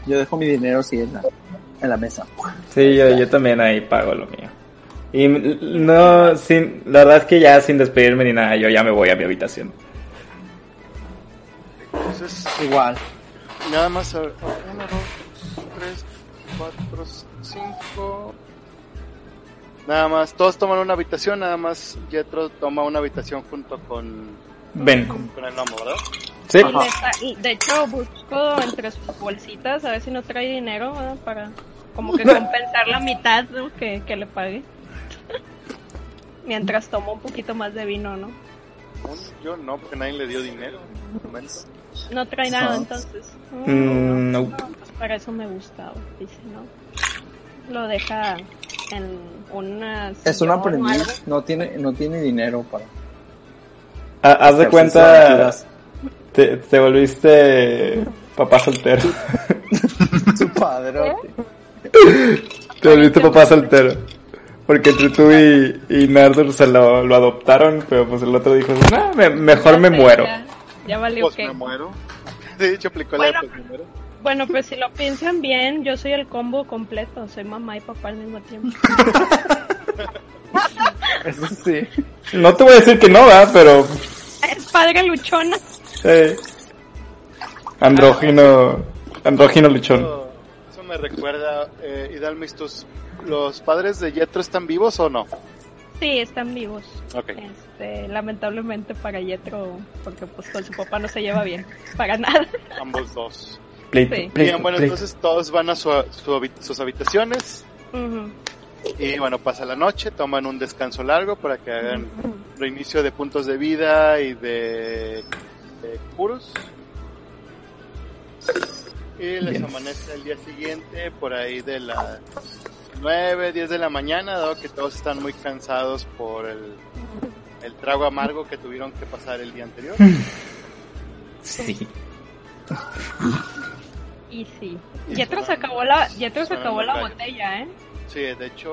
F: yo dejo mi dinero así en la, en la mesa.
D: Sí, yo, yo también ahí pago lo mío. Y m- no, sin, la verdad es que ya sin despedirme ni nada, yo ya me voy a mi habitación.
B: Entonces,
F: Igual.
B: Nada más, a ver, 1, 2, 3, 4, 5. Nada más, todos toman una habitación, nada más Jetro toma una habitación junto con,
D: Ven.
B: con el gnomo, ¿verdad?
D: Sí.
C: y le sa- y de hecho, busco entre sus bolsitas a ver si no trae dinero ¿verdad? para como que compensar la mitad ¿no? [LAUGHS] que, que le pague. Mientras tomo un poquito más de vino, ¿no?
B: Un- Yo no, porque nadie le dio dinero.
C: No trae nada entonces.
D: Ah. Mm, no.
C: Para eso me gustaba, dice, ¿no? Lo deja en una...
F: Es un
C: sillón o algo.
F: aprendiz, no tiene, no tiene dinero para.
D: Ha- Haz de
F: hacer sus
D: cuenta,
F: aventuras.
D: te, te volviste papá soltero.
F: Su padre.
D: [LAUGHS] Te volviste papá soltero. Porque entre tú y, y Nardur se lo, lo adoptaron, pero pues el otro dijo, "Nah, me- mejor me
C: Ya,
D: muero.
C: Ya, ya valió
B: Pues
C: que...
B: me muero. De hecho, aplicó la de
C: Bueno.
B: pues me muero.
C: Bueno, pues si lo piensan bien, yo soy el combo completo. Soy mamá y papá al mismo tiempo. [LAUGHS]
F: Eso sí.
D: No te voy a decir que no, va, pero...
C: Es padre luchona.
D: eh, andrógino... Andrógino luchón.
B: Eso, eso me recuerda, eh, Hidalmis, ¿tus, ¿los padres de Yetro están vivos o no?
C: Sí, están vivos.
B: Ok.
C: Este, lamentablemente para Yetro, porque pues con su papá no se lleva bien.
B: [LAUGHS]
C: Para nada.
B: Ambos dos.
D: Play-
C: Sí.
D: play-
B: Bien, bueno,
D: play-
B: entonces todos van a su- su habi- sus habitaciones.
C: Ujú.
B: Y bueno, pasa la noche, toman un descanso largo para que hagan reinicio de puntos de vida y de, de curos. Y les
D: Bien.
B: amanece el día siguiente por ahí de las 9, 10 de la mañana, dado que todos están muy cansados por el, el trago amargo que tuvieron que pasar el día anterior.
D: Sí.
C: Y sí.
B: Y
C: Yetro se
B: suenan-
C: acabó la, Yetro se
B: suenan
C: acabó
B: los
C: la
B: gallos.
C: botella, ¿eh?
B: Sí, de hecho...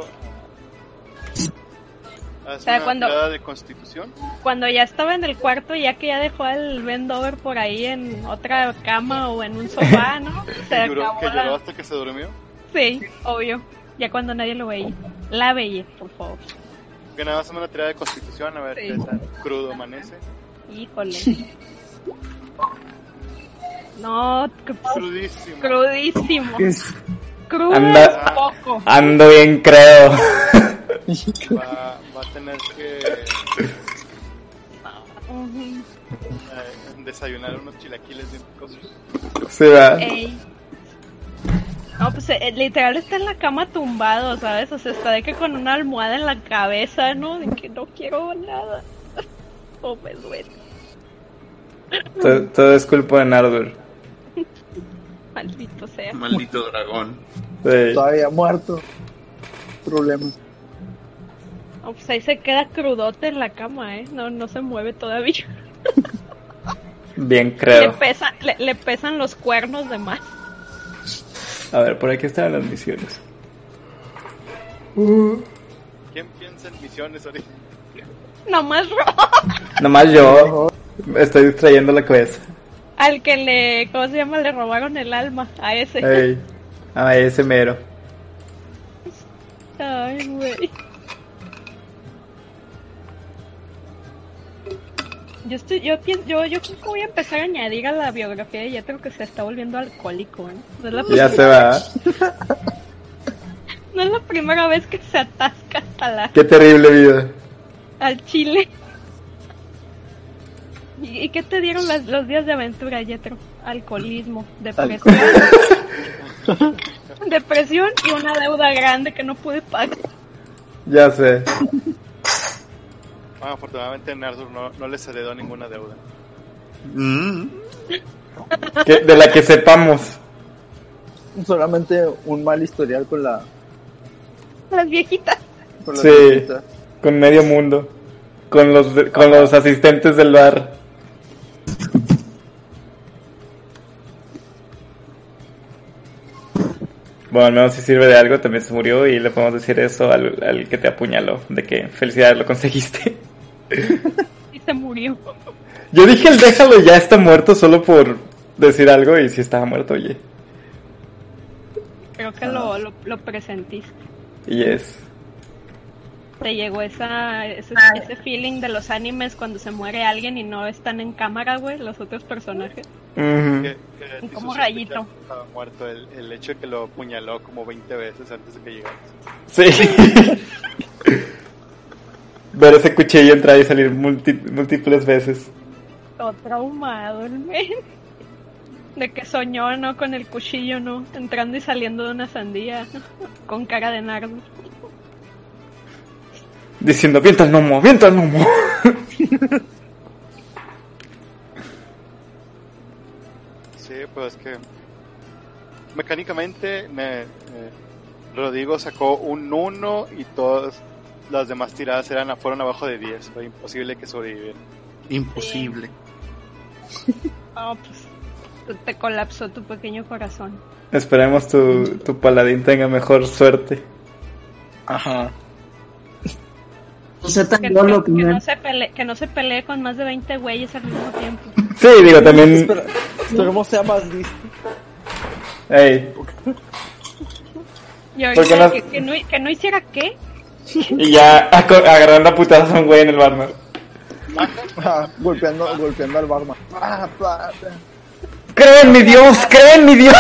B: Haz
C: sea,
B: una
C: cuando-
B: tirada de constitución.
C: Cuando ya estaba en el cuarto, ya que ya dejó el Vendover por ahí en otra cama o en un
B: [LAUGHS]
C: sofá, ¿no? Se
B: Que lloró,
C: acabó
B: que
C: la-
B: lloró hasta que se durmió.
C: Sí, obvio. Ya cuando nadie lo veía. La veía, por favor.
B: Que nada más hacemos una tirada de constitución a ver
C: Sí.
B: qué tan crudo amanece. [LAUGHS]
C: Híjole. No, cru-
B: Crudísimo.
C: crudísimo. Crudo
D: Anda-
C: es poco.
D: Ando bien, creo.
B: Va, va a tener que
C: Ujú.
B: eh, [LAUGHS] desayunar unos chilaquiles bien picosos.
D: [LAUGHS] Sí, va.
C: Ey. No, pues eh, literal está en la cama tumbado, ¿sabes? O sea, está de que con una almohada en la cabeza, ¿no? De que no quiero nada. [LAUGHS] Oh, me duele.
D: Todo, todo es culpa de Nardur.
C: Maldito sea.
E: Maldito dragón.
D: Sí.
F: Todavía muerto. Problemas.
C: No, pues ahí se queda crudote en la cama, ¿eh? No, no se mueve todavía. [LAUGHS]
D: Bien,
C: Le,
D: creo.
C: pesa, le, le pesan los cuernos de más.
D: A ver, por aquí estaban las misiones.
B: ¿Quién piensa en misiones ahorita?
C: Nomás ro
D: Nomás yo estoy distrayendo la cabeza.
C: al que le, ¿cómo se llama? Le robaron el alma a ese.
D: Ey. Ah, ese mero.
C: Ay, güey. Yo estoy, yo pienso, yo, yo creo que voy a empezar a añadir a la biografía de Yetro que se está volviendo alcohólico, ¿eh? No es la,
D: Ya se va.
C: no es la primera vez que se atasca hasta la,
D: Qué terrible vida.
C: al chile. ¿Y, y qué te dieron las- los días de aventura, Yetro? Alcoholismo, depresión. [LAUGHS] depresión y una deuda grande que no pude pagar.
D: Ya sé.
B: Bueno, afortunadamente Nardur no, no les heredó ninguna deuda.
E: Mm.
D: Que- de la que sepamos.
F: Solamente un mal historial con la.
C: Las viejitas.
F: Con la
D: Sí.
F: viejita.
D: Con medio mundo. Con los, de- con los asistentes del bar. Bueno, al menos si sirve de algo, también se murió y le podemos decir eso al, al que te apuñaló. De que felicidades, lo conseguiste. [LAUGHS]
C: Y se murió.
D: Yo dije el déjalo, ya está muerto solo por decir algo y si estaba muerto, oye.
C: Creo que lo, lo, lo presentiste.
D: Y es.
C: Te llegó esa, ese, ese feeling de los animes cuando se muere alguien y no están en cámara, güey, los otros personajes.
B: Que- que te hizo
C: Como
B: sospechar
C: rayito.
B: que Estaba muerto el, el hecho de que lo apuñaló como 20 veces antes de que llegara.
D: Sí. [LAUGHS] Ver ese cuchillo entrar y salir multi- múltiples veces.
C: Todo traumado, el men. [LAUGHS] De que soñó, ¿no? Con el cuchillo, ¿no? Entrando y saliendo de una sandía, [LAUGHS] con cara de nardo.
D: Diciendo, viento al gnomo, viento al gnomo.
B: pero es pues que mecánicamente me, eh, Rodrigo sacó un 1 y todas las demás tiradas eran fueron abajo de 10. Fue imposible que sobreviviera.
E: Imposible.
C: Oh, pues te- te colapsó tu pequeño corazón.
D: [LAUGHS] Esperemos tu, tu paladín tenga mejor suerte.
F: Ajá.
G: No sé tan
C: Que,
G: yo
C: que-
G: lo
C: que
G: primero.
C: no se pelee, que no se pelee con más de 20 güeyes al mismo tiempo.
D: Sí, digo, también...
F: Espera, esperemos sea [LAUGHS] más listo.
D: Ey,
C: Y ahorita
D: [LAUGHS] Porque no-
C: que, que no, que no hiciera qué.
D: y ya aco- agarrando a putazos a un güey en el bar, ¿no?
F: Ajá, Ah, golpeando, golpeando al barman. Ah, pa, pa.
D: ¡Cree en mi Dios! ¡Cree en mi Dios!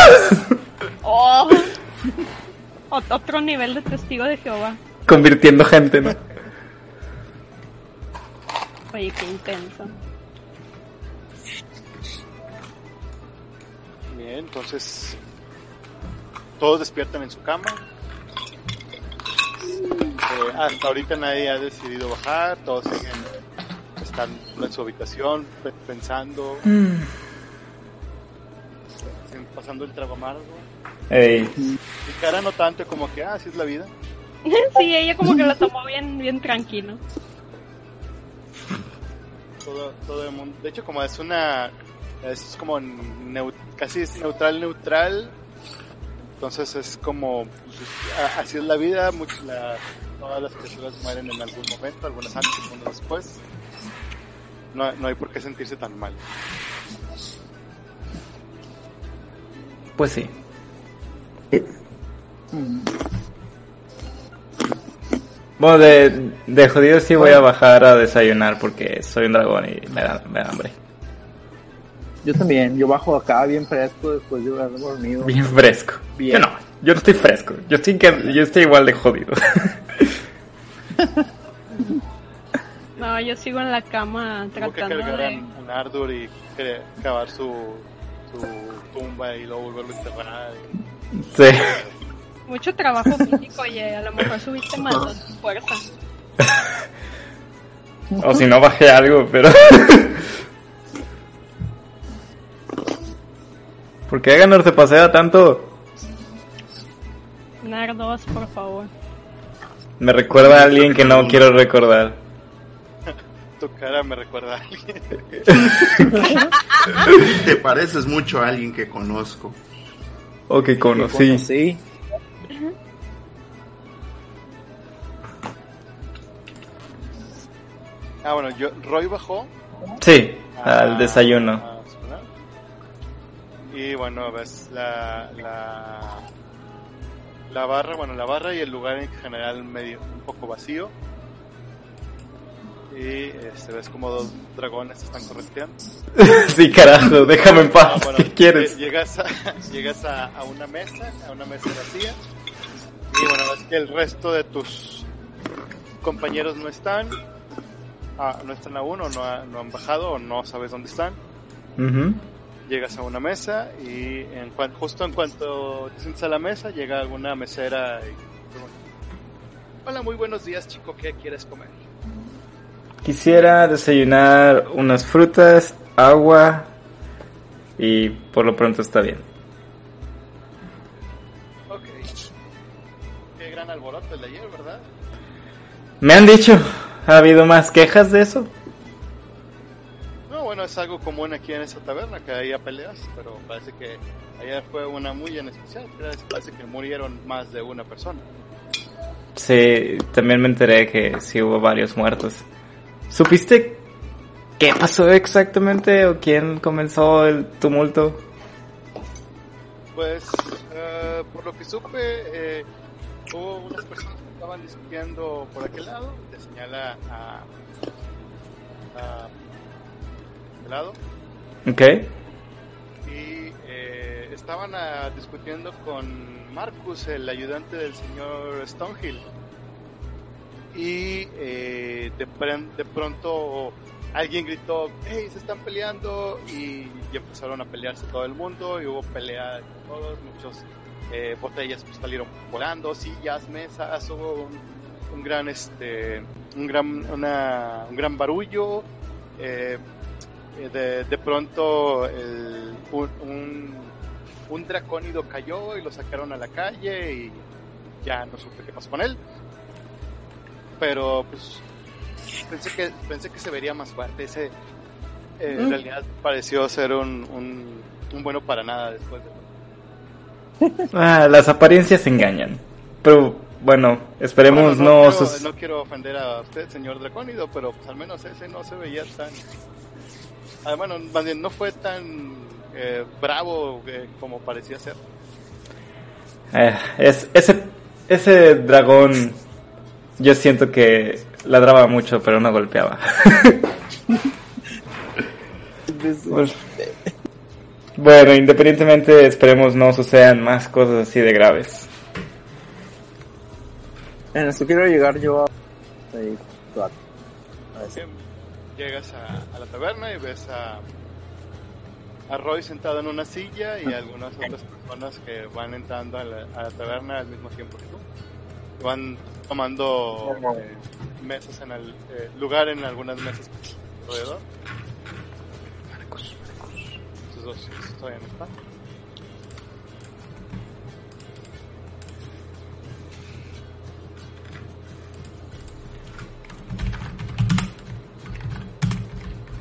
D: [LAUGHS]
C: Oh. [LAUGHS] Ot- Otro nivel de testigo de Jehová.
D: Convirtiendo gente, ¿no?
C: Oye, qué intenso. [LAUGHS]
B: Bien, entonces todos despiertan en su cama. Eh, hasta ahorita nadie ha decidido bajar, todos siguen, están en su habitación pe- pensando, siguen pasando el trago amargo.
D: Ey,
B: Y cara no tanto como que, ah, así es la vida.
C: Sí, ella como que lo tomó bien, bien tranquilo.
B: Todo, todo el mundo. De hecho, como es una, es como neu- casi es neutral, neutral. Entonces es como, pues, es- a- así es la vida. much- la- todas las criaturas mueren en algún momento, algunas antes, algunas después. No, no hay por qué sentirse tan mal.
D: pues sí.
F: Mm,
D: Bueno, de, de jodido sí voy a bajar a desayunar porque soy un dragón y me da, me da hambre.
F: Yo también, yo bajo acá bien fresco después de haber dormido.
D: Bien fresco.
F: Bien.
D: Yo no, yo no estoy fresco. Yo estoy, que- yo estoy igual de jodido. [LAUGHS]
C: No, yo sigo en la cama
B: Tuvo que
C: tratando
B: cargar
C: de...
B: a Nardur y cre- cavar su, su tumba y luego volverlo a enterrar.
D: Sí.
C: Mucho trabajo físico, oye, a lo mejor subiste más de tu fuerza.
D: O si no bajé algo, pero... [LAUGHS] ¿Por qué Aganor se pasea tanto?
C: Nardos, por favor.
D: Me recuerda a alguien que no quiero recordar.
B: Tu cara me recuerda a alguien.
E: Te pareces mucho a alguien que conozco.
D: O que conocí.
F: Sí.
B: Ah, bueno, yo, Roy bajó
D: Sí, al
B: Ah,
D: desayuno. [LAUGHS]
B: ah, ¿verdad? Y bueno, ves la, la la barra, bueno, la barra y el lugar en general medio un poco vacío. Y este, ves como dos dragones están correteando.
D: Sí, carajo, déjame en
B: Ah,
D: paz.
B: bueno,
D: ¿Qué quieres?
B: lle- Llegas a, [LAUGHS] llegas a, a una mesa, a una mesa vacía. Y bueno, ves que el resto de tus compañeros no están. Ah, no están aún o no, ha- no han bajado o no sabes dónde están
D: Ujú.
B: llegas a una mesa y en cuan- justo en cuanto te sientas a la mesa llega alguna mesera y hola muy buenos días chico qué quieres comer
D: Quisiera desayunar unas frutas, agua y por lo pronto está bien.
B: ok qué gran alboroto el de ayer verdad
D: Me han dicho, ¿ha habido más quejas de eso?
B: no bueno es algo común aquí en esa taberna que haya peleas pero parece que ayer fue una muy en especial parece- parece que murieron más de una persona
D: Sí, también me enteré que sí hubo varios muertos. ¿Supiste qué pasó exactamente o quién comenzó el tumulto?
B: Pues, eh, por lo que supe, eh, hubo unas personas que estaban discutiendo por aquel lado. Te señala a. a. aquel lado.
D: ¿Ok?
B: Y eh, estaban ah, discutiendo con Marcus, el ayudante del señor Stonehill. Y eh, de, pren- de pronto alguien gritó, hey, se están peleando. Y, y empezaron a pelearse todo el mundo. Y hubo pelea de todos, muchos eh, botellas pues, salieron volando, sillas, mesas, hubo un, un gran este un gran una- un gran barullo. eh, eh, de, de pronto el- un, un, un dracónido cayó y lo sacaron a la calle y ya no supe qué pasó con él. Pero pues pensé que, pensé que se vería más fuerte. Ese eh, en
G: Mm.
B: realidad pareció ser un, un, un bueno para nada después de
D: Ah, las apariencias engañan. Pero bueno, esperemos
B: Bueno,
D: no...
B: quiero,
D: sus-
B: no quiero ofender a usted, señor Dracónido, pero pues al menos ese no se veía tan... Además, no, más bien, no fue tan eh, bravo eh, como parecía ser.
D: Eh, es, ese, ese dragón, yo siento que ladraba mucho, pero no golpeaba. [LAUGHS] bueno, independientemente, esperemos no sucedan más cosas así de graves.
F: En eso quiero llegar yo a... ahí, a- a
B: Así
F: ese-
B: que Llegas a, a la taberna y ves a, a Roy sentado en una silla y algunas otras personas que van entrando a la, a la taberna al mismo tiempo que tú. Y Van tomando eh, mesas en el eh, lugar en algunas mesas alrededor. Estos dos todavía no están.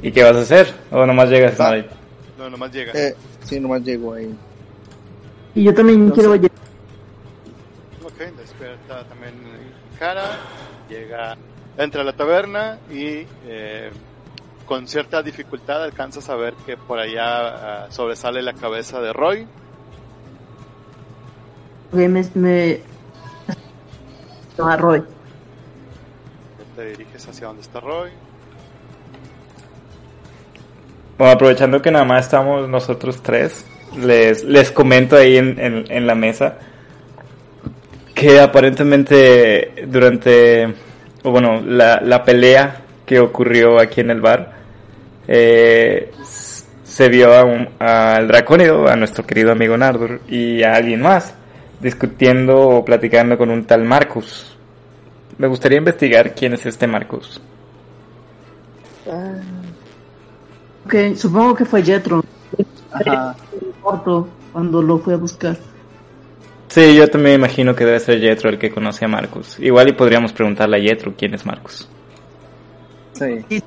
D: ¿Y qué vas a hacer? ¿O nomás llegas?
F: Ah.
D: Nari?
B: No, nomás llegas.
F: Eh, sí, nomás
B: [LAUGHS]
F: llego ahí.
G: Y yo también
F: Entonces-
G: quiero llegar.
B: Ok, despierta también Cara, llega, entra a la taberna y eh, con cierta dificultad alcanzas a ver que por allá ah, sobresale la cabeza de Roy.
G: güey, me, me... No, a Roy.
B: Te diriges hacia donde está Roy.
D: Bueno, aprovechando que nada más estamos nosotros tres, les, les comento ahí en, en- en la mesa que aparentemente durante, o bueno, la, la pelea que ocurrió aquí en el bar, eh, s- se vio a un- al dracónido, a nuestro querido amigo Nardur, y a alguien más, discutiendo o platicando con un tal Marcus. Me gustaría investigar quién es este Marcus.
G: Ok, supongo que fue Jetro.
F: Ajá.
G: Corto cuando lo fui a buscar.
D: Sí, yo también imagino que debe ser Jetro el que conoce a Marcus. Igual y podríamos preguntarle a Jetro quién es Marcus.
F: Sí.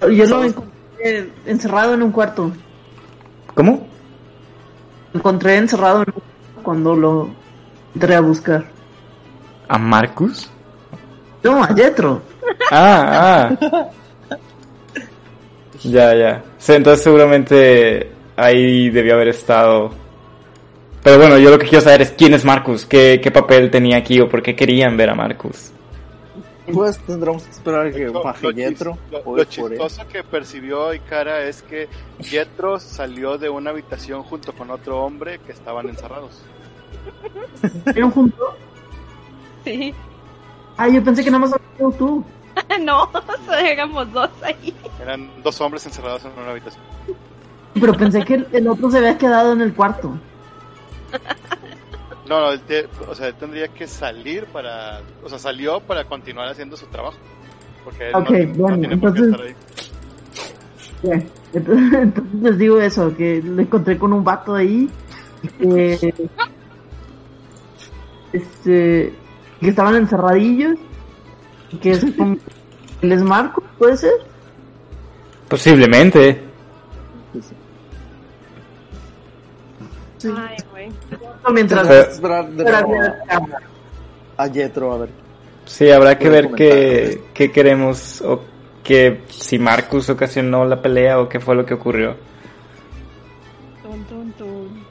G: Yo lo encontré encerrado en un cuarto.
D: ¿Cómo?
G: Lo encontré encerrado en un cuarto cuando lo entré a buscar.
D: ¿A Marcus?
G: No, a Jetro.
D: Ah, ah. ya, ya. Sí, entonces seguramente ahí debió haber estado. Pero bueno, yo lo que quiero saber es quién es Marcus, qué, qué papel tenía aquí o por qué querían ver a Marcus.
F: Pues tendremos que esperar a que
B: Lo-
F: baje
B: lo
F: Yetro.
B: chis- lo-
F: o
B: lo
F: ir por él.
B: chistoso que percibió Ikara es que Yetro salió de una habitación junto con otro hombre que estaban encerrados.
G: ¿Vieron juntos?
C: Sí. [LAUGHS]
G: Ah, yo pensé que nada más habías sido tú.
C: no, [LAUGHS] éramos dos ahí.
B: Eran dos hombres encerrados en una habitación.
G: Pero pensé que el, el otro se había quedado en el cuarto.
B: No, no, él te- o sea, él tendría que salir para, o sea, salió para continuar haciendo su trabajo. Porque él no
G: Ok,
B: tiene- no,
G: bueno,
B: tiene por qué
G: entonces-
B: estar ahí.
G: Ya, Entonces, [LAUGHS] entonces les digo eso, que lo encontré con un vato ahí. que- este, que estaban encerradillos. y Que es como- él es Marco, ¿puede ser?
D: Posiblemente.
C: Ay, güey.
G: Mientras
F: Tendremos que esperar de
G: Espera,
F: nuevo
G: mira, cámara.
F: a, a Yetro a ver.
D: Sí, habrá que
F: Buen
D: ver qué, qué queremos o que si Marcus ocasionó la pelea o qué fue lo que ocurrió.
C: Tun, tun, tun.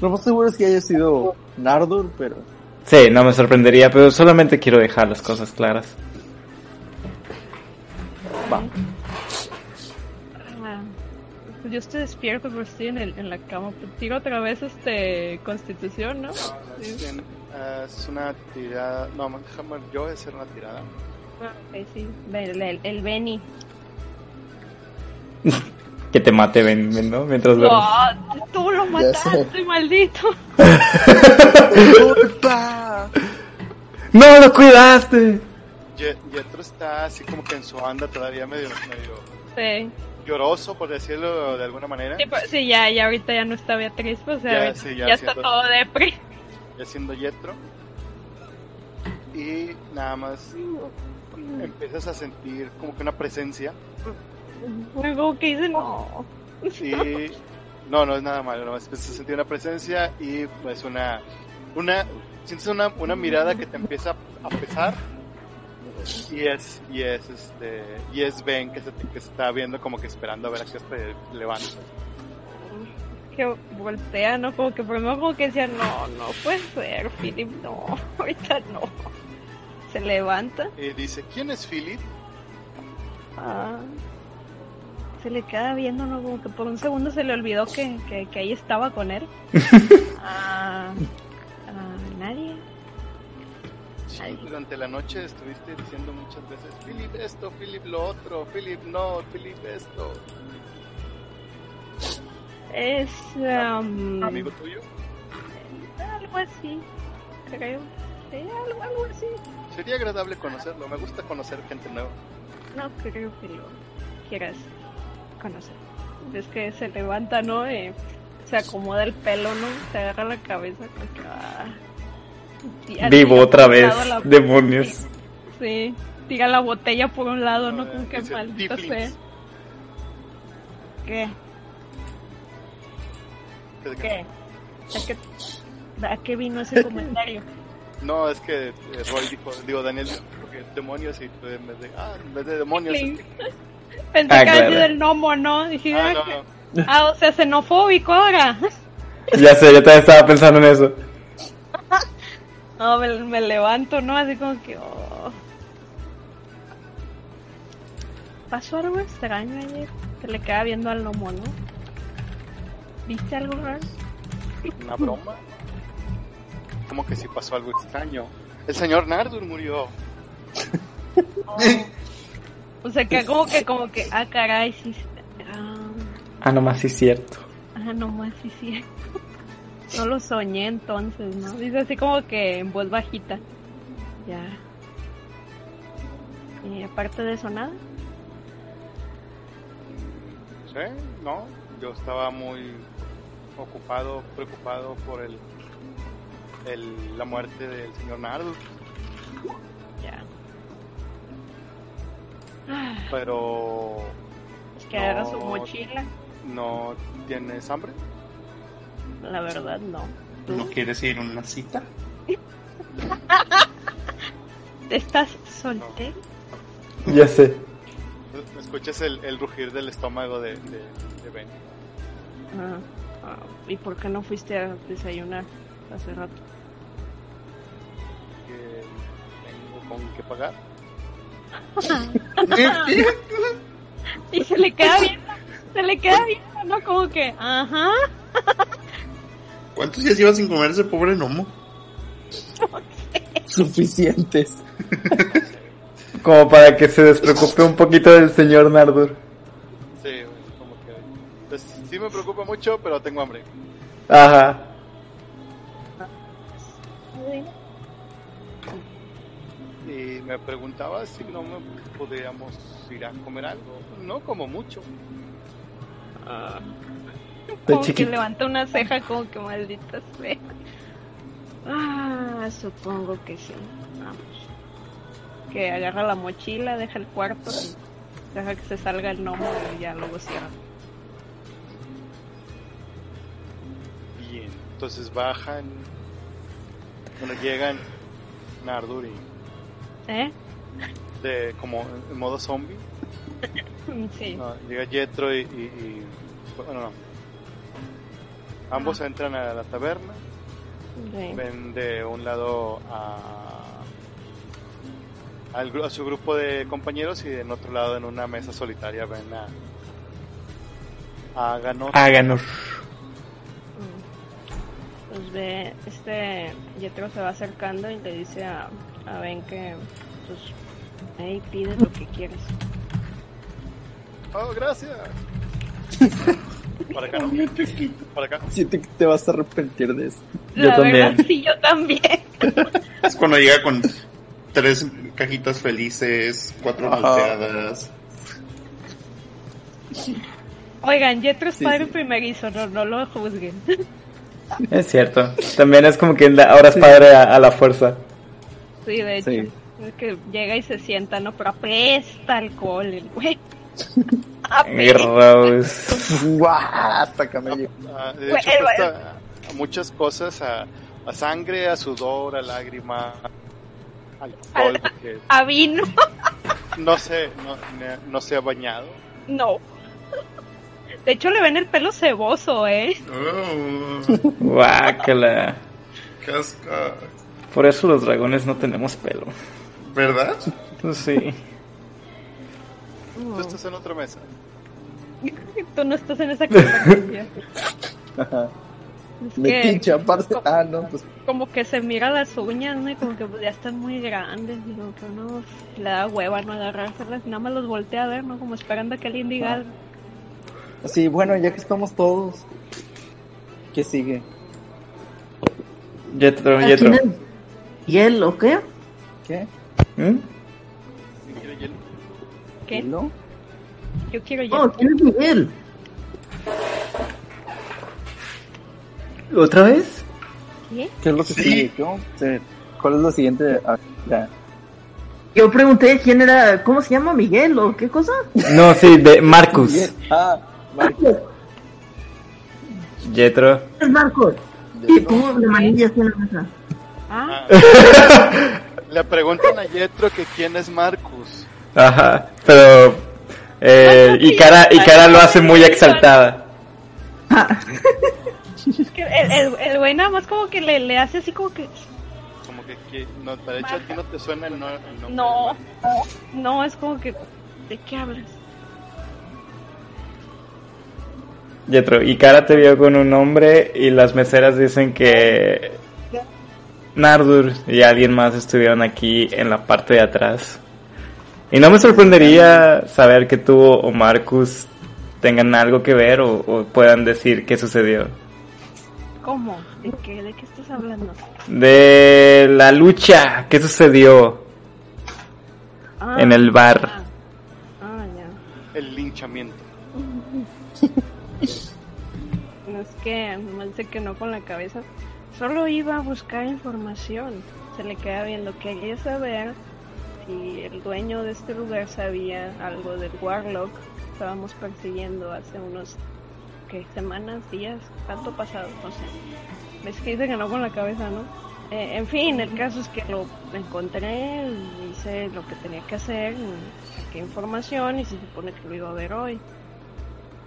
F: Lo más seguro es que haya sido Nardur, pero
D: Sí, no me sorprendería, pero solamente quiero dejar las cosas claras.
F: va.
C: Ah, Yo estoy despierto, pero estoy en, el, en la cama. Tiro otra vez este constitución, ¿no? Sí.
B: Bien, ah, es una tirada, no, man, déjame yo voy a hacer una tirada.
C: Ah, ok, sí. El, el, el Benny.
D: Que te mate, ven, ven, ¿no? Mientras duermes. [LAUGHS]
C: No, tú lo mataste, maldito.
D: ¡No lo cuidaste!
B: Ye- Yetro está así como que en su anda todavía medio, medio
C: Sí.
B: lloroso, por decirlo de alguna manera.
C: Sí, pues, sí, ya, ya ahorita ya no está Beatriz, pues o sea,
B: Ya,
C: ahorita
B: sí, ya
C: ya está
B: siento-
C: todo depre.
B: ya siendo Yetro. Y nada más empiezas a sentir como que una presencia.
C: Luego que dice, no.
B: Y no, no es nada malo, nada más empiezas a sentir una presencia y pues una. una sientes una, una mirada que te empieza a pesar. Y es, y es este, y es Ben que se, te- que se está viendo como que esperando a ver a qué te levanta.
C: Que voltea, ¿no? Como que primero como que decía, no, no puede ser, Philip, no, [LAUGHS] ahorita no. Se levanta.
B: Y dice, ¿quién es Philip?
C: Ah. Se le queda viendo, ¿no? Como que por un segundo se le olvidó que, que, que ahí estaba con él. ah, ah, nadie.
B: Sí,
C: Ay.
B: durante la noche estuviste diciendo muchas veces, Philip esto, Philip lo otro, Philip no, Philip esto.
C: Es um, am,
B: ¿Amigo tuyo?
C: algo así, creo. Sí, algo, algo así.
B: Sería agradable conocerlo, me gusta conocer gente nueva.
C: No creo que lo quieras conocer. Es que se levanta, ¿no? Eh, se acomoda el pelo, ¿no? Se agarra la cabeza. como que, ah. Tira-
D: Vivo
C: tira
D: otra
C: por un
D: vez,
C: lado la-
D: [LAUGHS] demonios.
C: Sí, tira la botella por un lado, ¿no?
B: Eh,
C: Como que
B: dice,
C: maldito sea.
B: "Tiflins".
C: ¿Qué?
B: Desde que-
C: ¿Qué? ¿A qué, a qué vino
D: [LAUGHS]
C: ese comentario?
B: No, es que eh, Roy dijo, digo, Daniel dijo que demonios y tú en vez de, ah, en vez de demonios.
C: Tiflins.
B: es [LAUGHS]
C: Pensé
D: Ah,
C: que había
D: claro.
C: sido el gnomo, ¿no? Dije,
B: que-
C: ah,
B: Ah, no, no.
C: ah, o sea, xenofóbico ahora. [LAUGHS]
D: Ya sé, yo también estaba pensando en eso.
C: No, me, me levanto, ¿no? Así como que... oh. Pasó algo extraño ayer. Se le queda viendo al gnomo, ¿no? ¿Viste algo raro?
B: Una broma. Como que sí pasó algo extraño. El señor Nardur murió.
C: O sea, que como que, como que... Ah, caray, sí... Ah,
D: Ah, nomás sí es cierto.
C: ah, no más, sí, sí. No lo soñé entonces, ¿no? Dice así como que en voz bajita. Ya. Y aparte de eso, nada.
B: ¿Sí? No, yo estaba muy ocupado, preocupado por el, el- la muerte del señor Nardur.
C: Ya. Ah.
B: Pero
C: Es que agarra su
B: No.
C: mochila.
B: no tienes hambre.
C: La verdad, no.
E: ¿No quieres ir a una cita?
C: ¿Estás soltero?
D: Ya sé.
B: Escuchas el, el rugir del estómago de, de, de Ben.
C: Ah, ah, ¿Y por qué no fuiste a desayunar hace rato?
B: que tengo con que pagar.
C: Y se le queda viendo, se le queda viendo, ¿no? Como que, ajá.
E: ¿Cuántos días lleva sin comer ese pobre gnomo?
F: [LAUGHS] Suficientes.
D: Como para que se despreocupe un poquito del señor Nardur.
B: Sí, güey, como que. Pues sí me preocupa mucho, pero tengo hambre.
D: Ajá.
B: Y me preguntaba si no me podríamos ir a comer algo. No como mucho.
C: Como que
D: chiquito.
C: levanta una ceja como que maldita sea. Ah, supongo que sí. Vamos. Que agarra la mochila, deja el cuarto y deja que se salga el gnomo y ya luego cierra.
B: Bien. Entonces bajan. Bueno, llegan Narduri.
C: ¿Eh?
B: De, como en modo zombie.
C: Mm, Sí.
B: No, llega Jetro y, y- y- Bueno, no. Ambos entran a la taberna.
C: sí.
B: ven de un lado a, al gru- a su grupo de compañeros y en otro lado en una mesa solitaria ven a a Ganor.
D: Háganos.
C: Mm. Pues ve, este Yetro se va acercando y le dice a, a Ben que, pues, ahí pide lo que quieres.
B: Oh, gracias. Para acá, ¿no? Para acá.
F: Siento que te vas a arrepentir de eso.
D: Yo
C: La verdad, [LAUGHS]
D: también.
C: sí, yo también.
E: Es cuando llega [LAUGHS] con tres cajitas felices, cuatro
F: Ajá.
E: malteadas.
C: Oigan, Jetro es
F: Sí,
C: padre
F: sí.
C: primerizo, no, no lo juzguen. [LAUGHS]
D: Es cierto. También es como que la- ahora es padre a, a la fuerza.
C: Sí, de hecho.
F: Sí.
C: Es que llega y se sienta, ¿no? Pero apesta alcohol el
F: [LAUGHS]
C: güey.
D: Y Rose.
F: [LAUGHS] ¡Guau! Hasta acá me llegó.
B: Ah, de
C: Güey,
B: hecho,
C: el-
B: apesta a muchas cosas, a, a sangre, a sudor, a lágrima, a alcohol,
C: Al-
B: porque
C: ¿A vino? [LAUGHS]
B: no se, no, ne- no se ha bañado.
C: No. De hecho, le ven el pelo ceboso, ¿eh?
E: Oh,
D: Guácala.
E: qué asco.
D: Por eso los dragones no tenemos pelo.
E: ¿Verdad?
D: Sí.
B: Tú estás en otra mesa.
C: Tú no estás en esa
F: [LAUGHS]
C: conversación.
F: Ajá.
C: Es
F: Me
C: que
F: pinche aparte.
C: co-
F: Ah, no, pues
C: Como que se mira las uñas, ¿no? Y como que pues, ya están muy grandes. Y como que uno le da hueva, ¿no? Agarrárselas. Nada más los voltea a ver, ¿no? Como esperando a que alguien
F: Ah.
C: diga algo.
F: Sí, bueno, ya que estamos todos, ¿qué sigue?
D: Yetro, Yetro.
G: ¿Hiel o qué?
F: ¿Qué?
D: ¿Mm?
C: ¿Qué?
F: ¿No?
C: Yo quiero
F: Oh.
C: ya.
G: No, Oh, ¿quién es Miguel?
D: ¿Otra vez?
C: ¿Qué?
F: ¿Qué es lo que
E: Sí.
F: sigue? ¿Qué vamos a hacer? ¿Cuál es la siguiente? Ah, ya.
G: Yo pregunté quién era, ¿cómo se llama Miguel o qué cosa?
D: No, sí, de Marcus.
F: Ah, Marcos.
D: Yetro.
G: Es Marcos. Y tú, de manillas en la mesa.
C: Ah,
B: Le preguntan a Yetro que quién es Marcus.
D: Ajá. Pero. Eh, y cara, y cara lo hace muy exaltada.
C: es que el, el, el güey nada más como que le, le hace así como que.
B: Como que, que- no, de hecho a ti no te suena el, no, el nombre.
C: No, no, es como que. ¿De qué hablas?
D: Yetro. Y cara te vio con un hombre y las meseras dicen que. Nardur y alguien más estuvieron aquí en la parte de atrás. Y no me sorprendería saber que tú o Marcus tengan algo que ver o, o puedan decir qué sucedió.
C: ¿Cómo? ¿De qué? ¿De qué estás hablando?
D: De la lucha, qué sucedió
C: Ah,
D: en el
C: Ah,
D: bar.
C: ah, ya.
B: El linchamiento.
C: No es que me dice que no con la cabeza. Solo iba a buscar información. Se le queda viendo. Quería saber si el dueño de este lugar sabía algo del Warlock. Estábamos persiguiendo hace unos. ¿Qué? Semanas, días, tanto pasado, no sé. Ves que dice que no con la cabeza, ¿no? Eh, en fin, el caso es que lo encontré, hice lo que tenía que hacer, saqué información y se supone que lo iba a ver hoy.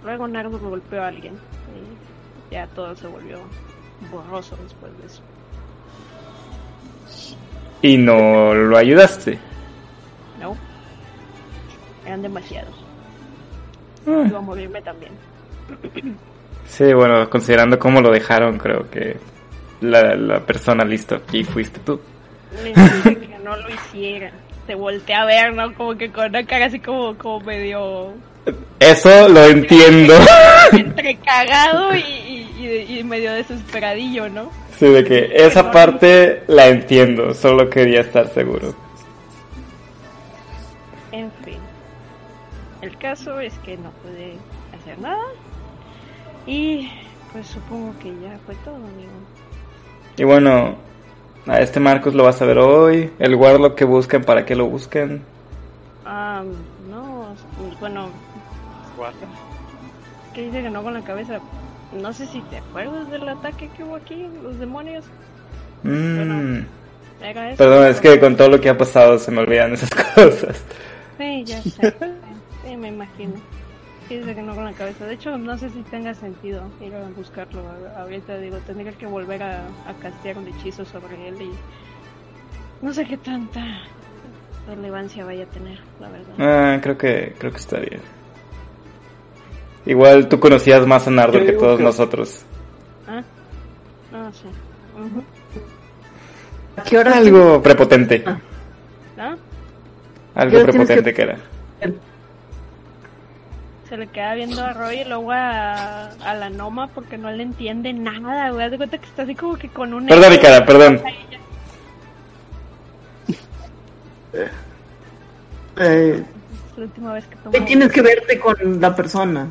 C: Luego Nardo golpeó a alguien y ya todo se volvió borroso después de eso.
D: Y no lo ayudaste.
C: No, eran demasiados.
D: Ah.
C: Iba a morirme también.
D: Sí, bueno, considerando cómo lo dejaron, creo que la, la persona listo aquí fuiste tú.
C: Le dije que no lo hiciera. Se voltea a ver, ¿no? Como que con una cara así como, como medio
D: Eso lo
C: [LAUGHS]
D: entiendo. [LAUGHS]
C: entre cagado y, y- y- y medio desesperadillo, ¿no?
D: Sí, de que esa parte la entiendo, solo quería estar seguro.
C: En fin. El caso es que no pude hacer nada. Y pues supongo que ya fue todo, amigo.
D: Y bueno, a este Marcus lo vas a ver hoy, el guardo que buscan, para qué lo buscan.
C: Ah, no, pues, bueno,
B: Guarda.
C: que dice que no con la cabeza. No sé si te acuerdas del ataque que hubo aquí, los demonios.
D: Mm.
C: Era eso.
D: Perdón, es que con todo lo que ha pasado se me olvidan esas [LAUGHS] cosas.
C: Sí, ya sé. Sí, me imagino. Que dice que no con la cabeza. De hecho, no sé si tenga sentido ir a buscarlo. A- Ahorita digo, tendría que volver a, a castear un hechizo sobre él y. No sé qué tanta relevancia vaya a tener, la verdad.
D: Ah, creo que, creo que está bien. Igual tú conocías más a Nardo
F: Yo
D: que
F: digo
D: todos
F: que-
D: nosotros.
C: ¿Ah? No sé. Ujú.
G: ¿A qué hora
D: Algo prepotente.
C: ¿Ah?
D: Algo
G: Yo tienes
D: prepotente
G: que-
D: que era.
C: Se le queda viendo a Roy y luego a, a la Noma porque no le entiende nada, güey. Haz de cuenta que está así como que con un...
D: Perdón, Ikara, perdón.
G: eh,
C: es la última vez que tomo.
G: ¿Qué tienes que verte con la persona?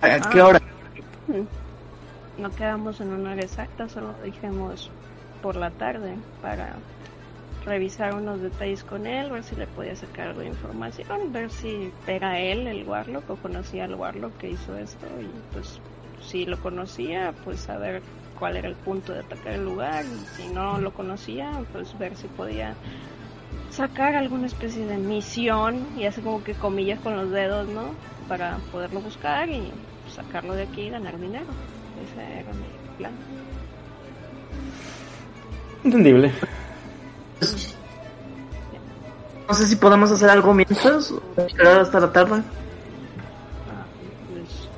G: ¿A qué
C: Ah. Mm.
G: hora?
C: No quedamos en una hora exacta, solo dijimos por la tarde para revisar unos detalles con él, ver si le podía sacar algo de información, ver si era él el Warlock o conocía al Warlock que hizo esto y pues si lo conocía, pues saber cuál era el punto de atacar el lugar y si no lo conocía, pues ver si podía sacar alguna especie de misión y hace como que comillas con los dedos, ¿no? Para poderlo buscar y sacarlo de aquí y ganar dinero. Ese era mi plan.
D: Entendible.
G: No sé si podemos hacer algo mientras o esperar hasta la tarde.
C: Ah, pues,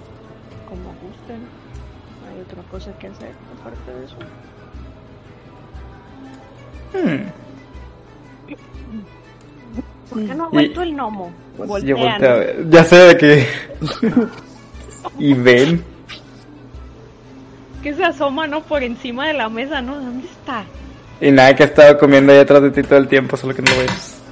C: como gusten. No hay otra cosa que hacer aparte de eso.
D: Hmm,
C: ¿Por qué no ha
D: Mm. Y- pues,
C: vuelto el gnomo?
D: Yo
C: Voltean.
D: volteo a ver. Ya sé de qué. [LAUGHS] y ven.
C: Que se asoma, ¿no? Por encima de la mesa, ¿no? ¿Dónde está?
D: Y nada, que ha estado comiendo ahí atrás de ti todo el tiempo, solo que no lo ves.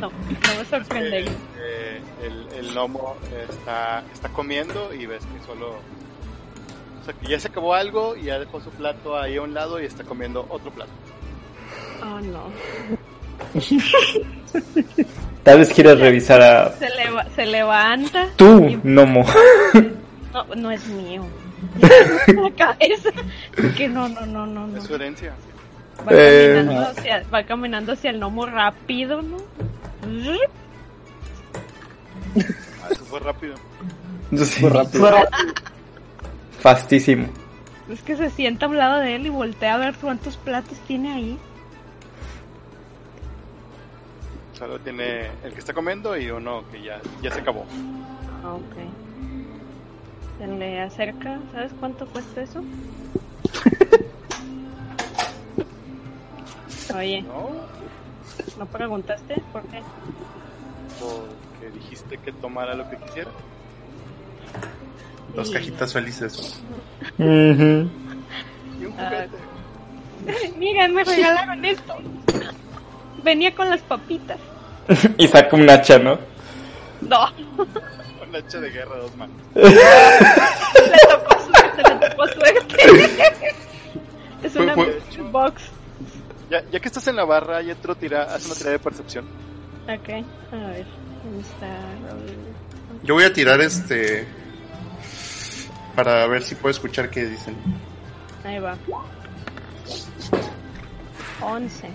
C: No, no me sorprende.
B: Eh, el, el gnomo está, está comiendo y ves que solo... O sea, que ya se acabó algo y ya dejó su plato ahí a un lado y está comiendo otro plato.
C: Oh, no.
D: Tal vez quieras revisar a
C: Se, leva- se levanta.
D: tú,
C: y-
D: Nomo. [LAUGHS]
C: No, no es mío. La cabeza. Que no, no, no, no. no.
B: Es su herencia.
C: Va
D: Eh,
C: caminando, hacia, va caminando hacia el gnomo rápido, ¿no?
B: Ah, eso fue rápido.
D: Sí,
F: Fue rápido.
G: Fuera.
D: fastísimo.
C: Es que se sienta a un lado de él y voltea a ver cuántos platos tiene ahí.
B: Solo tiene el que está comiendo y uno que ya, ya se acabó.
C: Ah, ok. Se le acerca. ¿Sabes cuánto cuesta eso? Oye,
B: ¿No?
C: ¿no preguntaste por qué?
B: Porque dijiste que tomara lo que quisiera.
E: Dos
C: Y-
E: cajitas felices.
D: Ujú.
B: Y un
C: Ah.
B: juguete.
C: Mira, me regalaron esto. Venía con las papitas.
D: Y saca un hacha, ¿no?
C: No,
B: Un hacha de guerra, dos manos.
C: le tocó suerte, le [LAUGHS] tocó suerte.
D: [LAUGHS]
C: es una
E: Fue-
C: box.
B: Ya, ya que estás en la barra, Yetro, tira, haz una tirada de percepción.
C: Ok, a ver. ¿Dónde está?
E: Yo voy a tirar este. Para ver si puedo escuchar qué dicen.
C: Ahí va. 11.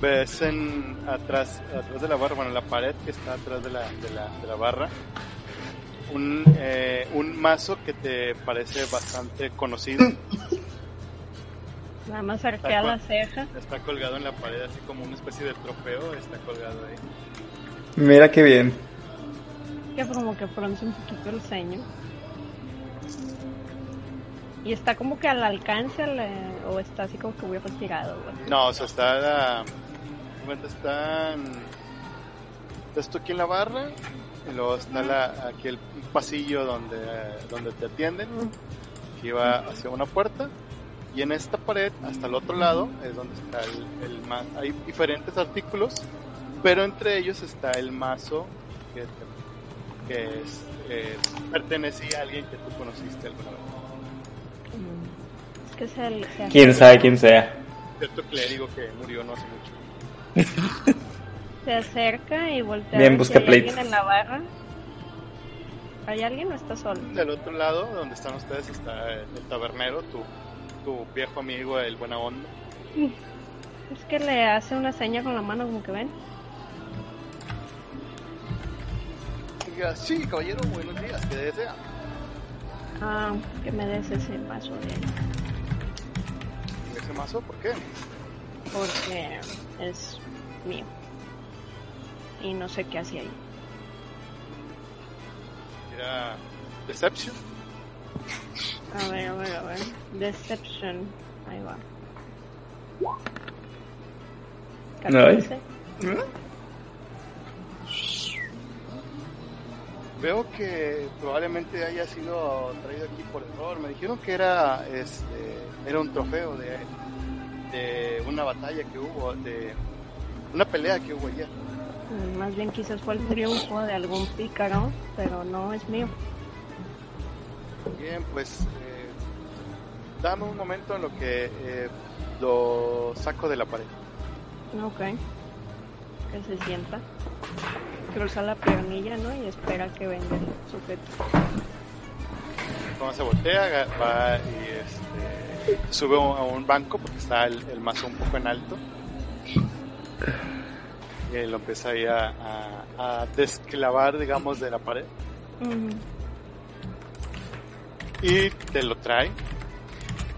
B: Ves en, atrás, atrás de la barra, bueno, en la pared que está atrás de la, de la, de la barra, un, eh, un mazo que te parece bastante conocido.
C: Nada más arquea la ceja.
B: Está colgado en la pared, así como una especie de trofeo, está colgado ahí.
D: Mira qué bien.
C: Que como que pronuncia un poquito el ceño. Y está como que al alcance le- o está así como que muy retirado. güey.
B: No, o sea, está. Bueno, están. Estás tú aquí en la barra, y luego está la, aquí el pasillo donde, donde te atienden, que va hacia una puerta, y en esta pared, hasta el otro lado, es donde está el, el ma- Hay diferentes artículos, pero entre ellos está el mazo que, te- que es, eh, pertenecía a alguien que tú conociste alguna vez.
C: Es que se, le- se
D: Quién
C: acerca,
D: sabe quién sea.
B: Cierto clérigo que murió no hace mucho.
C: se acerca y voltea. a
D: Bien,
C: ver si
D: busca
C: hay
D: pleito.
C: alguien en la barra. ¿Hay alguien o está solo?
B: Del otro lado, donde están ustedes, está el el tabernero, tu, tu viejo amigo, el buena onda.
C: Es que le hace una seña con la mano como que ven.
B: Diga, sí, caballero, buenos días, ¿qué desea?
C: Ah, que me des ese paso de...
B: ¿Ese mazo? ¿Por qué?
C: porque es mío. Y no sé qué hacía ahí.
B: Era Deception.
C: A ver, a ver, a ver. Deception. Ahí va.
D: No hay.
C: 14.
B: Veo que probablemente haya sido traído aquí por error. Me dijeron que era, este, era un trofeo de, de una batalla que hubo, de una pelea que hubo ayer.
C: Mm, Más bien quizás fue el triunfo de algún pícaro, pero no es mío.
B: Bien, pues eh, dame un momento en lo que eh, lo saco de la pared.
C: Ok. Que se sienta. Cruza la piernilla, ¿no? Y espera que venga el sujeto.
B: Cuando se voltea, aga- va y este, sube a un- a un banco porque está el, el mazo un poco en alto. Y él lo empieza ahí a, a- a desclavar, digamos, de la pared. Y te lo trae.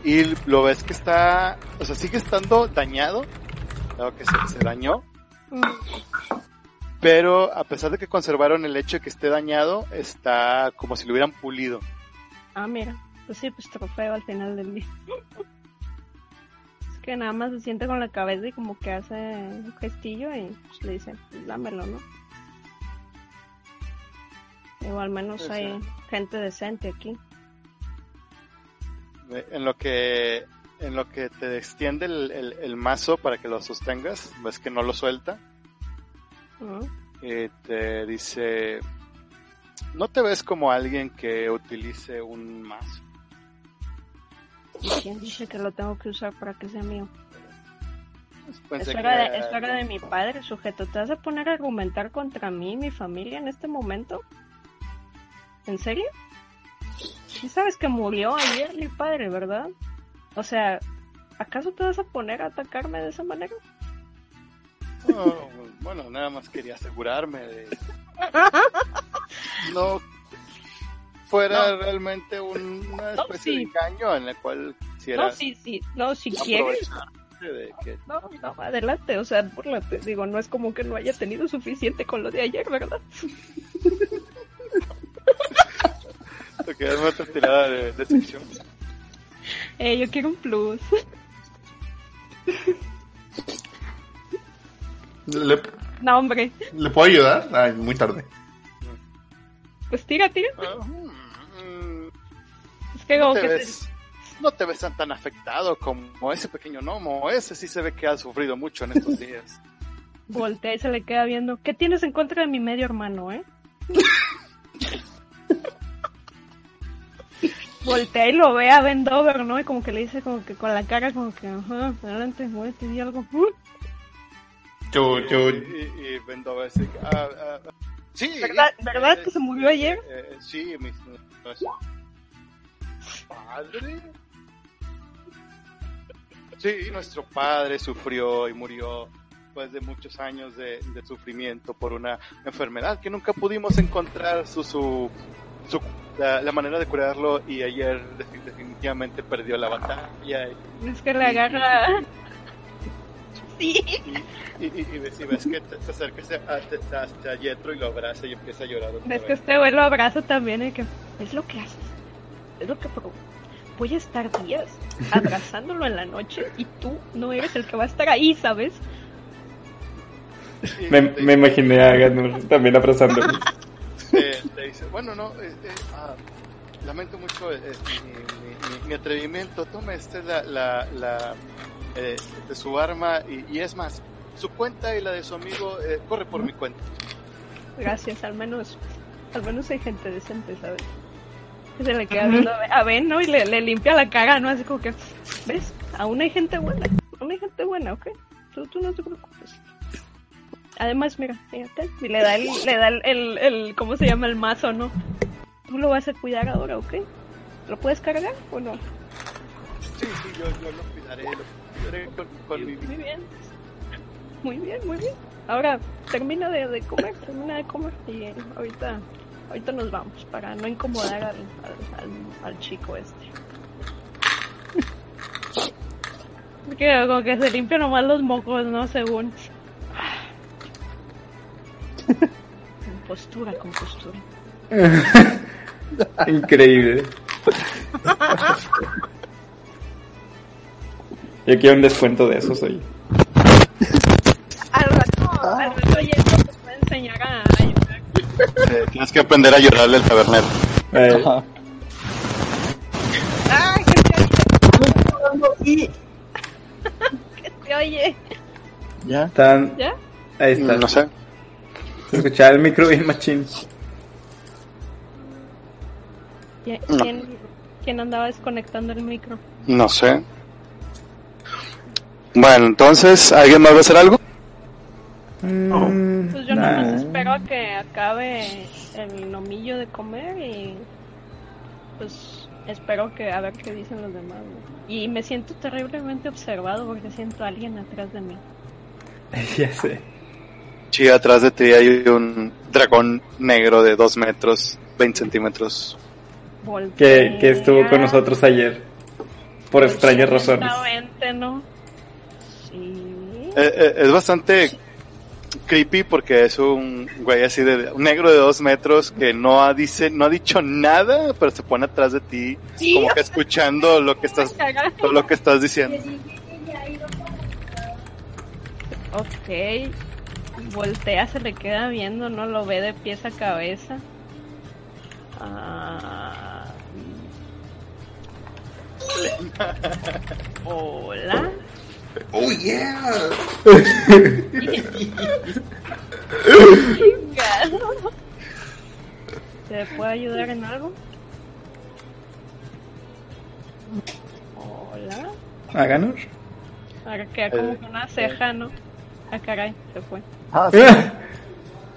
B: Y lo ves que está, o sea, sigue estando dañado, dado que se- se dañó. Pero a pesar de que conservaron el hecho de que esté dañado, está como si lo hubieran pulido.
C: Ah, mira. Pues sí, pues trofeo al final del día. es que nada más se siente con la cabeza y como que hace un gestillo y pues, le dice, "Pues, dámelo, ¿no? Digo, al menos
B: Pues,
C: hay
B: eh.
C: gente decente aquí.
B: Eh, En lo que, en lo que te extiende el, el- el mazo para que lo sostengas, ves que no lo suelta.
C: ¿no?
B: Y te dice, no te ves como alguien que utilice un mazo.
C: ¿Y quién dice que lo tengo que usar para que sea mío?
B: Pues Pensé
C: es hora,
B: que-
C: de, es hora de mi padre, sujeto. ¿Te vas a poner a argumentar contra mí y mi familia en este momento? ¿En serio? Sí sabes que murió ayer mi padre, ¿verdad? O sea, ¿acaso te vas a poner a atacarme de esa manera?
B: No, pues, bueno, nada más quería asegurarme
C: [LAUGHS]
B: de... No fuera realmente una
C: No,
B: especie de
C: sí.
B: engaño en el cual quisiera
C: No, sí, sí. No, si quieres.
B: aprovecharte de que
C: No, no, adelante. O sea, búrlate. Digo, no es como que no haya tenido suficiente con lo de ayer, ¿verdad?
B: te quedas en otra tirada de decepción.
C: Eh, yo quiero un plus.
E: ¿Le,
C: No, hombre.
E: le puedo ayudar? Ay, muy tarde.
C: Pues tira, tira. Es que
B: No
C: como
B: mm, te,
C: que se-
B: ves, no te ves tan- tan afectado como ese pequeño gnomo. Ese sí se ve que ha sufrido mucho en estos días.
C: Voltea y se le queda viendo. ¿Qué tienes en contra de mi medio hermano, eh? Voltea y lo ve a Vendover, ¿no? Y como que le dice como que con la cara como que, ajá, adelante, muévete y algo. Uh,
E: Yo, yo,
B: Y, y, y Vendover dice, "Ah, ah, ah". sí.
C: ¿Verdad-
B: eh,
C: verdad
B: eh,
C: que se murió ayer?
B: eh, eh, sí, mis... ¿Padre? Sí, nuestro padre sufrió y murió después de muchos años de, de sufrimiento por una enfermedad que nunca pudimos encontrar su, su, su- la, la manera de curarlo y ayer defi- definitivamente perdió la batalla
C: Es que le agarra... Sí.
B: y, y- y ves, y ves que te, se acerca a, a- a- a Jethro y lo abraza y empieza a llorar. otra
C: Ves que
B: vez.
C: este güey lo abraza también y que... Es lo que haces. Es lo que... provo- Voy a estar días abrazándolo en la noche y tú no eres el que va a estar ahí, ¿sabes?
B: Y
D: Me,
B: te-
D: me imaginé a Ganur también abrazándolo.
B: te, te dice, bueno, no, eh, eh, ah, lamento mucho eh, eh, mi, mi- mi- mi atrevimiento, tome este la, la, la, eh, de su arma y, y es más, su cuenta y la de su amigo eh, corre por mi cuenta.
C: Gracias, al menos, al menos hay gente decente, ¿sabes? Que se le queda viendo a Ben, ¿no? Y le, le limpia la cara, ¿no? Así como que, ¿ves? Aún hay gente buena, aún hay gente buena, ¿ok? Tú, tú no te preocupes. Además, mira, fíjate, y le da, el, le da el, el, el- ¿cómo se llama? El mazo, ¿no? Tú lo vas a cuidar ahora, ¿ok? ¿Lo puedes cargar o no?
B: Sí, sí, yo, yo lo cuidaré, lo cuidaré con, con mi
C: Muy bien. Muy bien, muy bien. Ahora, termina de, de comer, termina de comer y eh, ahorita, ahorita nos vamos para no incomodar al, al, al- al chico [LAUGHS] este. Que como que se limpia nomás los mocos, ¿no? Según. Compostura, compostura.
D: Increíble. Yo quiero un descuento de esos hoy.
C: Al rato, al rato ya te puede enseñar a ayudar.
B: eh, tienes que aprender a llorarle al tabernero.
D: Eh,
F: Ajá.
C: ¡Ay, que te oye!
G: Y
C: que te oye!
F: ¿Ya?
D: están,
C: ¿Ya?
D: ahí está.
B: Mm, sé.
D: Escuchaba el micro bien machín.
C: ¿Qui-
B: No.
C: ¿Quién, quién andaba desconectando el micro?
B: No sé. Bueno, entonces, ¿alguien más va a hacer algo?
C: Pues yo
D: Mm, Nah.
C: nomás espero a que acabe el nomillo de comer y pues espero que a ver qué dicen los demás. ¿no? Y me siento terriblemente observado porque siento a alguien atrás de mí.
D: [LAUGHS] ya sé.
B: Sí, atrás de ti hay un dragón negro de 2 metros, 20 centímetros.
D: Que,
C: Voltea.
D: que estuvo con nosotros ayer. Por extrañas razones.
C: Exactamente, ¿no? Sí.
B: Eh, eh, es bastante creepy porque es un güey así de un negro de 2 metros que no ha, dice, no ha dicho nada, pero se pone atrás de ti,
C: Sí,
B: como que escuchando lo que estás, todo lo que estás diciendo.
C: Ok. Voltea, se le queda viendo, no lo ve de pies a cabeza. Ah. Hola.
E: Oh, yeah.
C: Chingado. [LAUGHS] ¿Te puedo ayudar en algo? Hola. [LAUGHS]
D: ¿Háganos?
C: Ahora queda como que una ceja, ¿no? Ah, caray, se fue.
F: Ah,
D: ¿eh?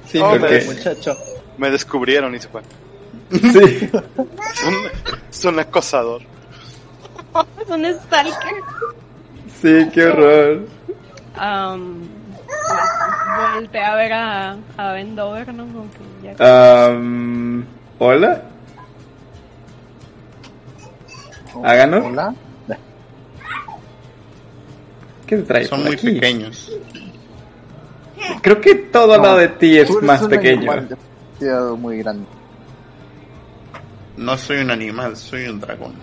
F: sí,
D: Sí,
B: Oh,
D: porque...
B: me-
F: muchacho.
B: Me descubrieron y se fue.
D: [LAUGHS] Sí.
B: Es un, es un acosador.
C: Es un stalker.
D: Sí, qué horror.
C: Am, pues, volteé a ver a, a Vendover, ¿no? Como que ya-
D: Ah. Am, ¿Hola? Háganos.
F: Hola.
D: ¿Qué te trae
E: Son
D: por
E: muy
D: aquí?
E: pequeños.
D: Creo que todo al lado de ti es
F: Tú eres
D: más
F: un
D: pequeño.
F: animal demasiado muy grande.
E: No soy un animal, soy un dragón.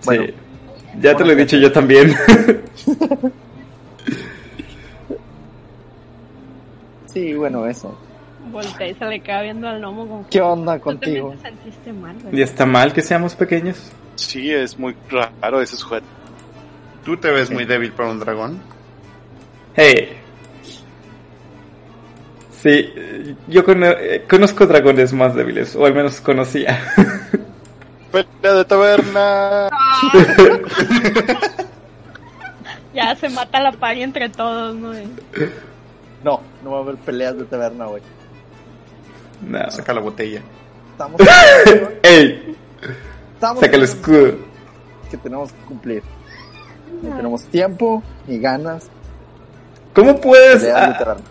D: Sí.
F: Bueno.
D: Ya te lo he dicho yo también.
F: Sí, bueno, eso.
C: volteé y se le queda viendo al gnomo como que
F: ¿Qué onda
C: "Tú también
F: contigo?
C: te sentiste mal, ¿verdad?".
D: [LAUGHS] ¿Y está mal que seamos pequeños?
B: Sí, es muy raro ese sujeto.
E: Tú te ves muy débil para un dragón.
D: Hey. Sí, eh, yo cono- eh, conozco dragones más débiles, o al menos conocía. [LAUGHS]
B: Pelea de taberna.
C: Ya se mata la pari entre todos, ¿no? Y-
F: No, no va a haber peleas de taberna, güey.
D: No.
E: Saca la botella.
F: Estamos
D: [LAUGHS] ¡Ey!
F: estamos
D: Saca el escudo.
F: que tenemos que cumplir. No tenemos tiempo ni ganas
D: ¿Cómo
F: de
D: puedes,
F: peleas de
D: ah,
F: taberna.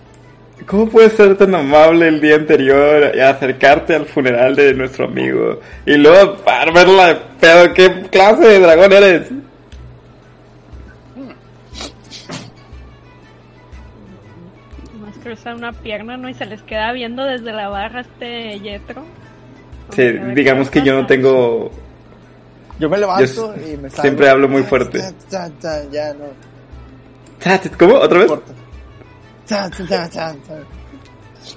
D: ¿Cómo puedes ser tan amable el día anterior y acercarte al funeral de nuestro amigo y luego para verla de pedo? ¿Qué clase de dragón eres?
C: Nomás cruza una pierna, ¿no? Y se les queda viendo desde la barra este Yetro. Como
D: Sí,
C: a ver
D: digamos
C: qué
D: que yo no
C: pasa.
D: tengo
F: Yo me levanto
D: Yo
F: y me salgo.
D: siempre hablo muy fuerte.
F: Ya, ya, ya, ya, no
D: Tat, ¿Cómo? ¿Otra vez?
F: importa. Ya, ya, ya, ya, ya.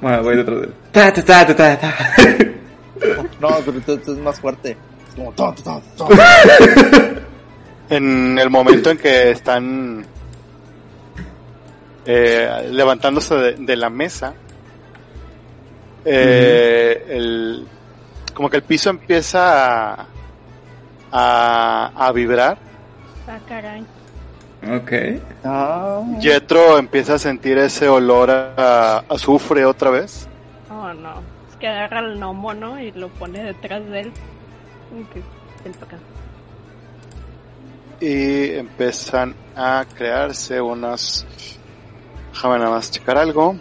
D: Bueno, Ah, voy de otra vez. Tat, tat, tat, tat, tat.
F: No, pero tú, tú es más fuerte. Es como to, to, to, to.
D: [LAUGHS]
B: En el momento en que están eh, levantándose de, de la mesa, eh, el- como que el piso empieza a, a- a vibrar.
C: Ah, caray.
D: Ok.
F: Ah,
B: Yetro empieza a sentir ese olor a, a azufre otra vez.
C: Oh, no. Es que agarra al gnomo, ¿no? Y lo pone detrás de él. Como que, "Ven pa' acá".
B: y empiezan a crearse unas. Déjame nada más checar algo.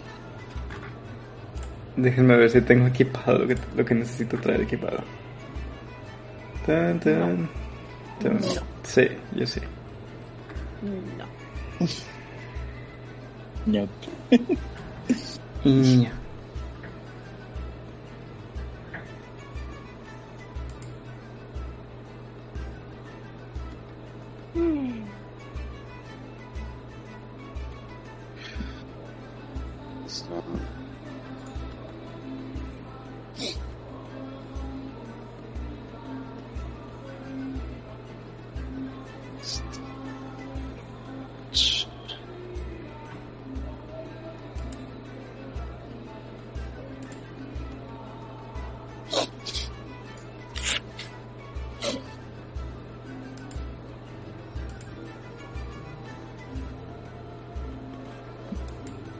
D: Déjenme ver si tengo equipado lo que, lo que necesito traer equipado. Tan, tan, tan. Sí, yo sí.
C: Mm, No.
D: Y-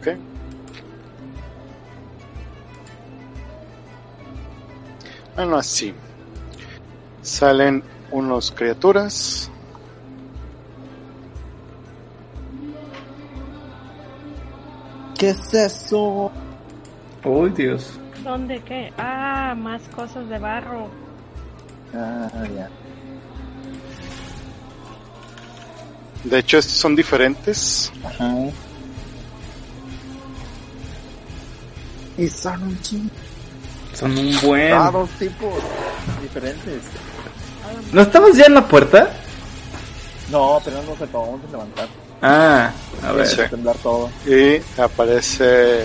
B: Ok. Bueno, así. Salen unos criaturas.
F: ¿Qué es eso?
D: Uy, Dios.
C: ¿Dónde qué? Ah, más cosas de barro.
F: Ah, ya.
B: De hecho, estos son diferentes.
F: Ajá. Y son un chingo.
D: Son un buen.
F: Ah, dos tipos diferentes.
D: ¿No estamos ya en la puerta?
F: No, pero nos acabamos de levantar.
D: Ah, a ver.
B: Sí.
F: A temblar todo.
B: Y aparece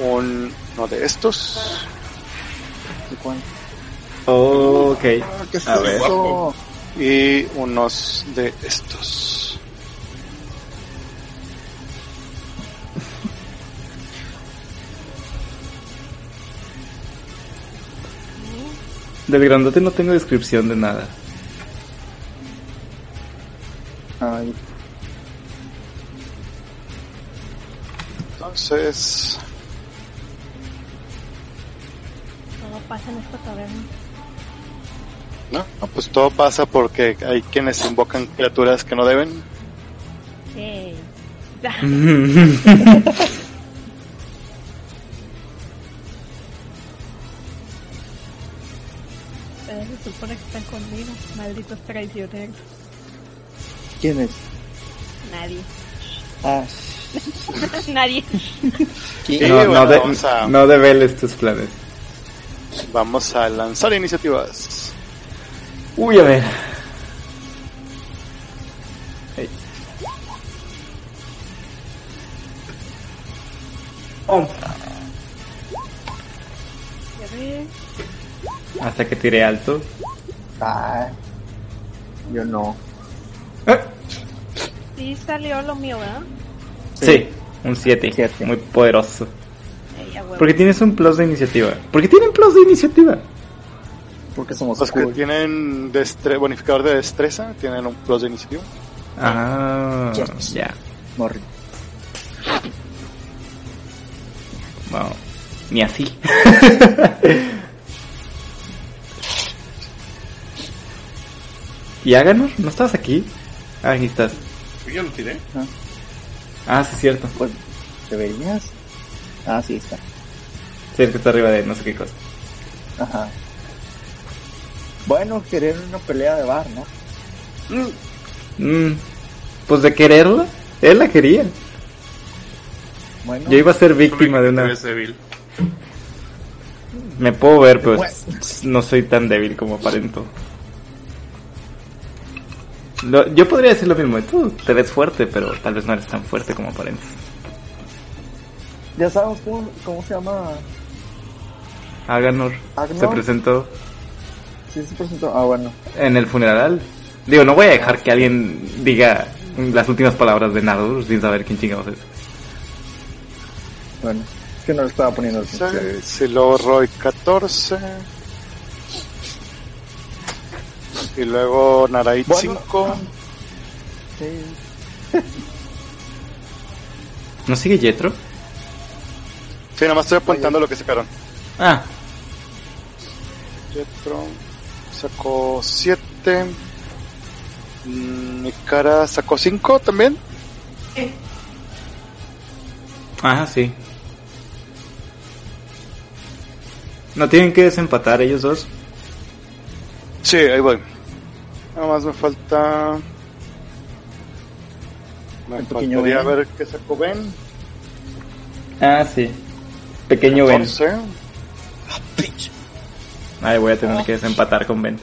B: un- uno de estos.
F: ¿Y cuánto?
D: Ok.
F: Ah, ¿Qué es
D: A ver.
F: eso?
B: y unos de estos.
D: Del grandote no tengo descripción de nada.
F: Ay,
B: Entonces,
C: Todo pasa en esta taberna.
B: ¿no? No, Pues todo pasa porque hay quienes invocan criaturas que no deben.
C: Yay. Ustedes se supone que están conmigo, malditos traicioneros.
F: ¿Quién es?
C: [LAUGHS] Nadie.
F: Ah,
C: Nadie.
B: Y
D: no,
B: bueno,
D: no, de-
B: vamos, a,
D: no develes tus planes.
B: vamos a lanzar iniciativas.
D: Uy, a ver. Ey. Oh,
C: Ya ve.
D: hasta que tiré alto.
F: ah, yo no.
D: Eh,
C: Sí salió lo mío, ¿verdad?
D: Sí, un 7.
F: Siete.
D: Muy poderoso.
C: Ey, a huevo.
D: Porque tienes un plus de iniciativa. Porque tienen plus de iniciativa.
F: Porque somos
B: Los que
F: cool.
B: tienen destre- bonificador de destreza tienen un plus de iniciativa.
D: Ah,
F: Yes.
D: ya.
F: Morri.
D: Wow. Ni así. [LAUGHS] ¿Y Aganor? ¿No estabas aquí? Ah, aquí estás.
E: Yo lo tiré.
D: Ah, sí, es cierto.
F: Pues, ¿deberías? Ah, sí, está.
D: Sí, el que está arriba de no sé qué cosa.
F: Ajá. Bueno, querer una pelea de bar, ¿no?
D: Mm, pues de quererla, él la quería.
F: Bueno,
D: Yo iba a ser víctima de una.
E: Es débil.
D: Me puedo ver, pero
F: pues,
D: s- no soy tan débil como aparento. Lo- yo podría decir lo mismo. Tú te ves fuerte, pero tal vez no eres tan fuerte como aparentas.
F: ya sabemos cómo, cómo se llama.
D: Aganor
F: Agnor.
D: se presentó
F: Sí, se presentó. Ah, bueno.
D: en el funeral. Digo, no voy a dejar que alguien diga las últimas palabras de Nardur sin saber quién chingados es.
F: Bueno, es que no le estaba poniendo
B: Sí,
F: atención.
B: Si luego Roy 14. Y luego Narait
F: Bueno.
B: 5.
F: Sí.
D: ¿No sigue Yetro?
B: Sí, nada más estoy apuntando lo que sacaron.
D: Ah,
B: Jetro sacó 7. Mi cara sacó 5 también.
D: ajá, sí. No tienen que desempatar ellos dos.
B: Sí, ahí voy. Nada más me falta. Me
F: El pequeño
B: faltaría
F: Ben.
B: ver qué sacó Ben.
D: Ah, sí. Pequeño Ben.
B: 14.
D: Ay, voy a tener que desempatar con Ben.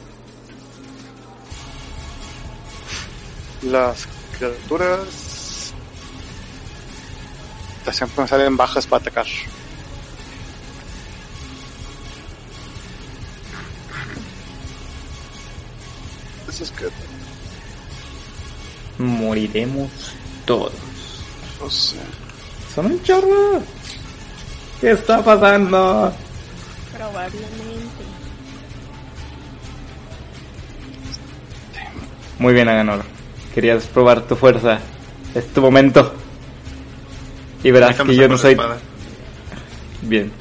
B: Las criaturas. Siempre me salen bajas para atacar. Eso es que
D: Moriremos todos.
B: no sé.
D: Son un chorro. ¿Qué está pasando?
C: Probablemente.
D: Muy bien, Aganor. Querías probar tu fuerza. Es tu momento. Y verás
E: Déjame
D: que yo
E: sacar
D: no
E: la
D: soy...
E: espada.
D: Bien.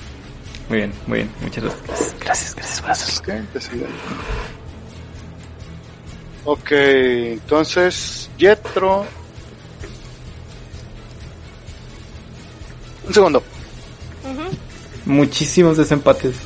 D: Muy bien, muy bien. Muchas gracias. Gracias, gracias. gracias.
B: Ok, te sigo. Ok, entonces, Yetro. Un segundo.
C: Ujú.
D: Muchísimos desempates.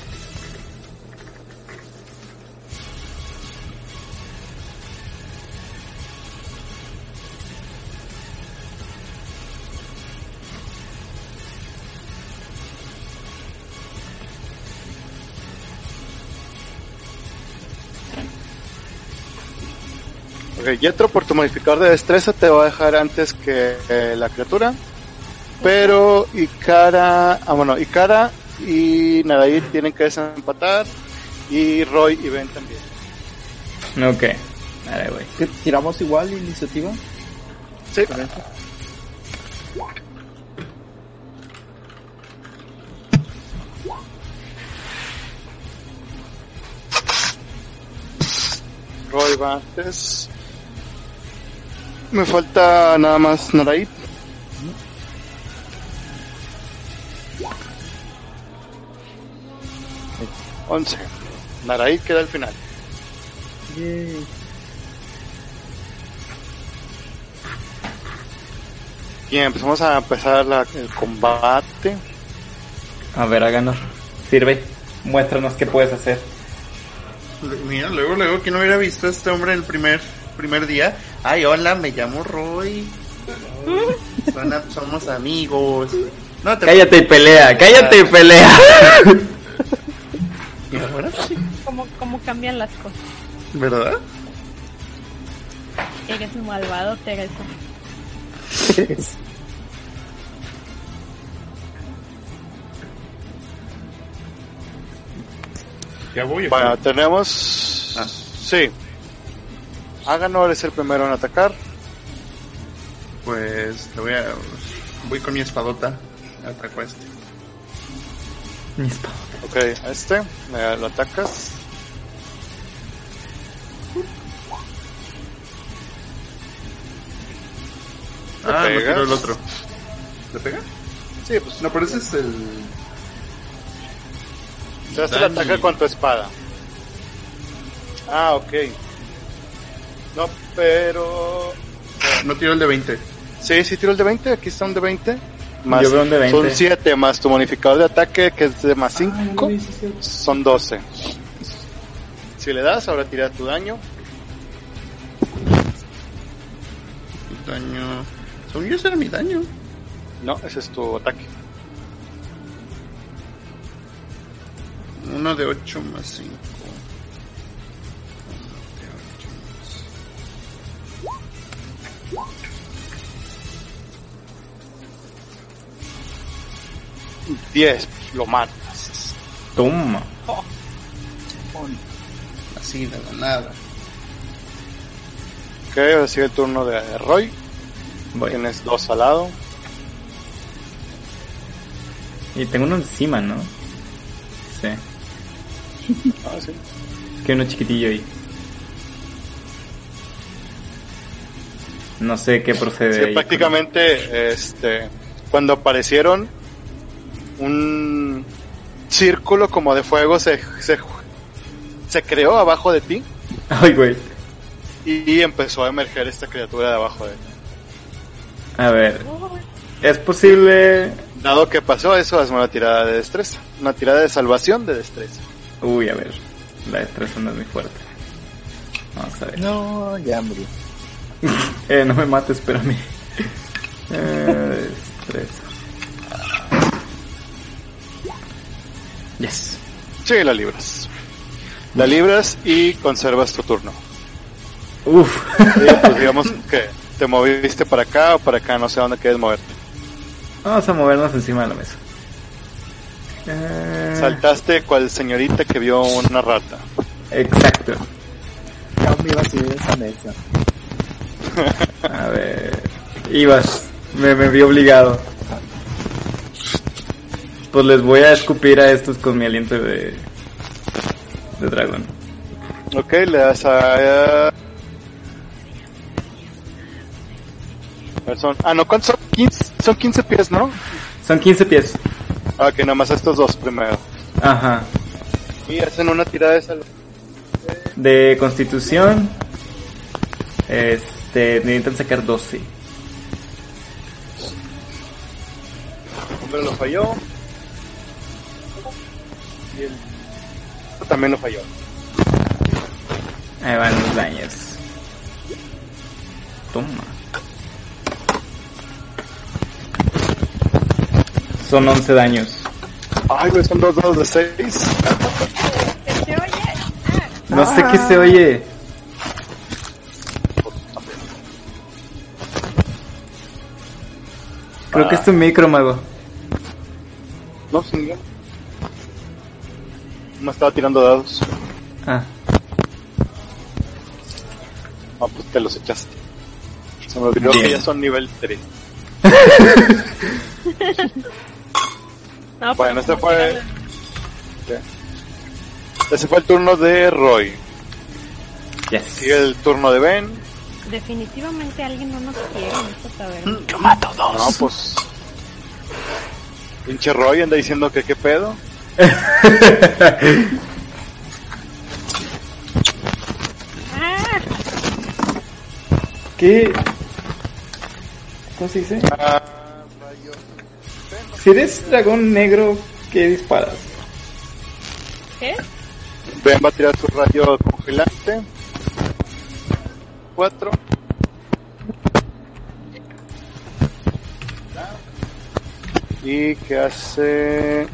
B: Ok, Yetro, por tu modificador de destreza te va a dejar antes que eh, la criatura. Pero Ikara, ah bueno, Ikara y Nadair tienen que desempatar. Y Roy y Ben también.
D: Ok. Ahora voy.
F: ¿Qué, ¿Tiramos igual iniciativa?
B: Sí. Roy va antes. Me falta nada más Naraid. Once. Naraid queda al final.
F: Yay.
B: Bien, empezamos a empezar la- el combate.
D: A ver, a ganar. Sirve. Muéstranos qué puedes hacer.
E: Mira, luego, luego, que no hubiera visto a este hombre el primer, primer día. Ay, hola, me llamo Roy. Hola, Somos amigos. No, te
D: Cállate y pelea. Cállate
B: Ah. [LAUGHS]
D: y pelea.
E: ¿Y ahora?
C: ¿Cómo, ¿Cómo cambian las cosas?
E: ¿Verdad?
C: Eres malvado, Teresa.
E: Ya voy.
B: Bueno, tenemos.
E: Ah.
B: Sí. Háganor es el primero en atacar.
E: Pues te voy a. Voy con mi espadota. Ataco a este.
B: Ok, a este. eh, lo atacas.
E: Ah, no
B: pegas?
E: tiró el otro. ¿Le pega?
B: Sí, pues
E: No, pero ese es el.
B: Te hace el
E: Dani.
B: ataque con tu espada. Ah, ok. No, pero.
E: No tiró el de 20.
B: Sí, sí, tiro el de 20. Aquí está un de 20. Más,
D: Yo veo un de 20.
B: Son 7 más tu bonificador de ataque que es de más
E: Ah,
B: 5. son 12. Si le das, ahora tira tu daño.
E: Daño. Según yo, ese era mi daño.
B: No, ese es tu ataque.
E: Uno de 8 más 5.
B: Diez, lo matas.
D: Toma.
E: Así de la nada.
B: Ok, ahora sigue el turno de Roy.
D: Voy.
B: Tienes dos al lado.
D: Y tengo uno encima, ¿no? Sí. Es
B: Ah, sí.
D: que hay uno chiquitillo ahí. No sé qué procede.
B: Sí,
D: ahí.
B: prácticamente, este, cuando aparecieron, un círculo como de fuego se, se, se creó abajo de ti
D: [LAUGHS] Ay, güey.
B: y empezó a emerger esta criatura de abajo de ti.
D: A ver. ¿Es posible...?
B: Dado que pasó eso, hazme una tirada de destreza. Una tirada de salvación de destreza.
D: Uy, a ver. La destreza no es muy fuerte. Vamos a ver.
F: No, ya morí.
D: Eh, no me mates, espérame. Eh, destreza. Yes.
B: Sí, la libras. La libras y conservas tu turno.
D: Uf.
B: Sí, pues digamos que te moviste para acá o para acá, no sé a dónde quieres moverte.
D: Vamos a movernos encima de la mesa. Eh,
B: Saltaste cual señorita que vio una rata.
D: Exacto.
F: Ya me iba a subir a esa mesa.
D: A ver. Ibas. Me, me vi obligado. Pues les voy a escupir a estos con mi aliento de. de dragón.
B: Ok, le das a... a ver, son- Ah, no, ¿cuántos son? 15. Son 15 pies, ¿no?
D: Son 15 pies.
B: Ah, que nomás estos dos primero.
D: Ajá.
B: Y hacen una tirada de salud.
D: De constitución. Este, necesitan sacar 12.
B: Hombre lo falló. Y el otro también lo falló.
D: Ahí van los daños. Toma. Son 11 daños.
B: Ay, güey, son dos dados de seis.
C: ¿Se oye?
D: No sé qué se oye. Creo que es tu micro, mago.
B: No, sin ningún. No estaba tirando dados.
D: Ah.
B: Ah, pues te los echaste. Se me olvidó
D: Bien.
B: que ya son nivel 3.
C: No, pues,
B: Bueno,
C: pero
B: ese fue. Ese fue el turno de Roy.
D: Yes.
B: Sigue el turno de Ben.
C: Definitivamente alguien no nos quiere en esta taberna.
B: Yo mato dos. No, pues. Pinche Roy anda diciendo que qué pedo.
C: ¡Ah!
D: ¿Qué? ¿Cómo se dice?
B: Ah,
D: Si eres dragón negro, ¿qué disparas?
C: ¿Qué?
B: Ben va a tirar su rayo congelante. 4. Y que hace.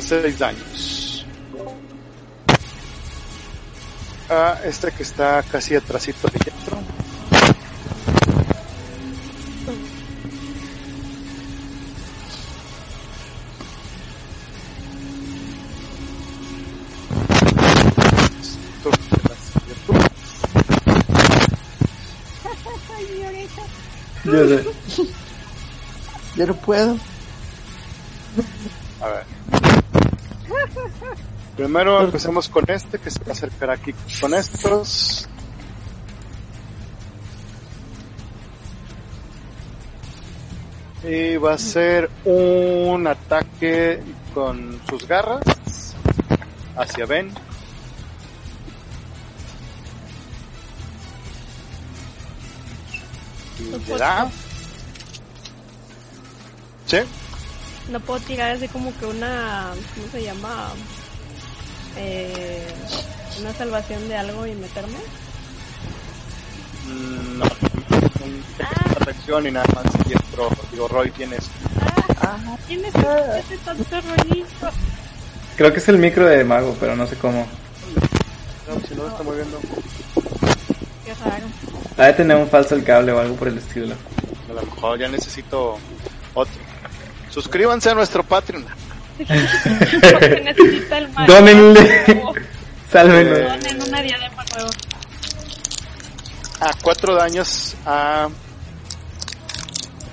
B: Seis daños. A este que está casi atrasito de Yetro. Turno de las criaturas.
C: ¡Ay, mi oreja!
D: Yo sé.
F: Yo no puedo.
B: A ver. Primero empecemos con este que se va a acercar aquí con estos. Y va a ser un ataque con sus garras hacia Ben. Y le da. ¿Sí?
C: No puedo tirar así como que una. ¿Cómo se llama? Eh, una salvación de algo y meterme.
B: Mm, No, un protección y nada más y otro, digo, Roy tienes.
C: ¡Ah! ¿Quién es ese tanto rollito?
D: Creo que es el micro de mago, pero no sé cómo.
B: No, pues, si no lo está moviendo, [LAUGHS]
C: ¡Qué raro!
D: Ha de tener un falso el cable o algo por el estilo.
B: a lo mejor ya necesito otro. Suscríbanse a nuestro Patreon.
C: Porque necesita el mago.
D: Dónenle. Sálvenlo.
B: Eh,
C: Donen una diadema nueva.
B: A cuatro daños a. A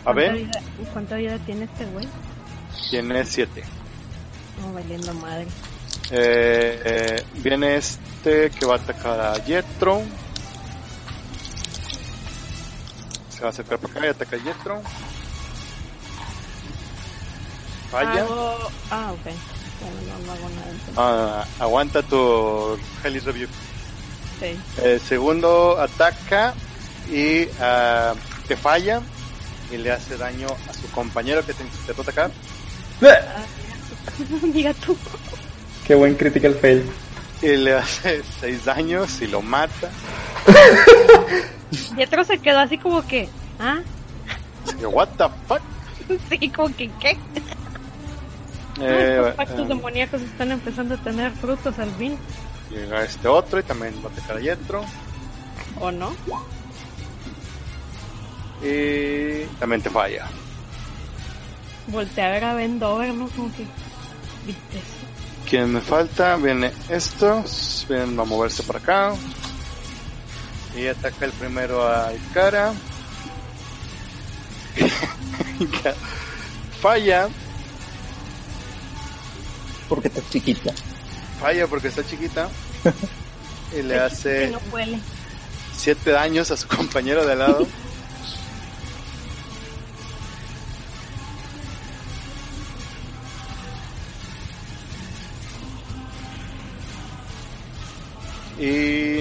C: ¿Cuánta
B: ver,
C: vida- ¿Cuánta vida tiene este güey?
B: tiene siete.
C: No, valiendo madre.
B: Eh, eh, viene este que va a atacar a Yetro. Se va a acercar para acá y ataca a Yetro. Falla.
C: Hago- Ah, ok. Bueno, no, no hago nada entonces.
B: Ah, aguanta tu Heli Review.
C: Sí.
B: El Eh, segundo ataca y ah, te falla y le hace daño a su compañero que te intentó atacar.
D: Eh,
C: Ah, mira tú. [LAUGHS] mira tú.
D: Qué buen critical fail.
B: Y le [LAUGHS] hace seis daños y lo mata.
C: Yetro se quedó así como que, ¿ah? [LAUGHS]
B: Así que, What the fuck?
C: Sí, como que, ¿qué?
B: Eh,
C: Estos pactos
B: eh,
C: demoníacos están empezando a tener frutos al fin,
B: llega este otro y también va a atacar a Yetro.
C: ¿o no?
B: Y también te falla.
C: Voltea a ver a Ben Dover, ¿no? Como que, ¿viste eso?
B: ¿Quién me falta? Viene estos. Vienen a moverse para acá. Y ataca el primero a Ikara. [LAUGHS] Ikara Falla.
F: Porque estás chiquita.
B: falla porque está chiquita. Y
C: [LAUGHS]
B: le
C: Que
B: hace
C: no huele.
B: 7 daños a su compañero de al lado. Y...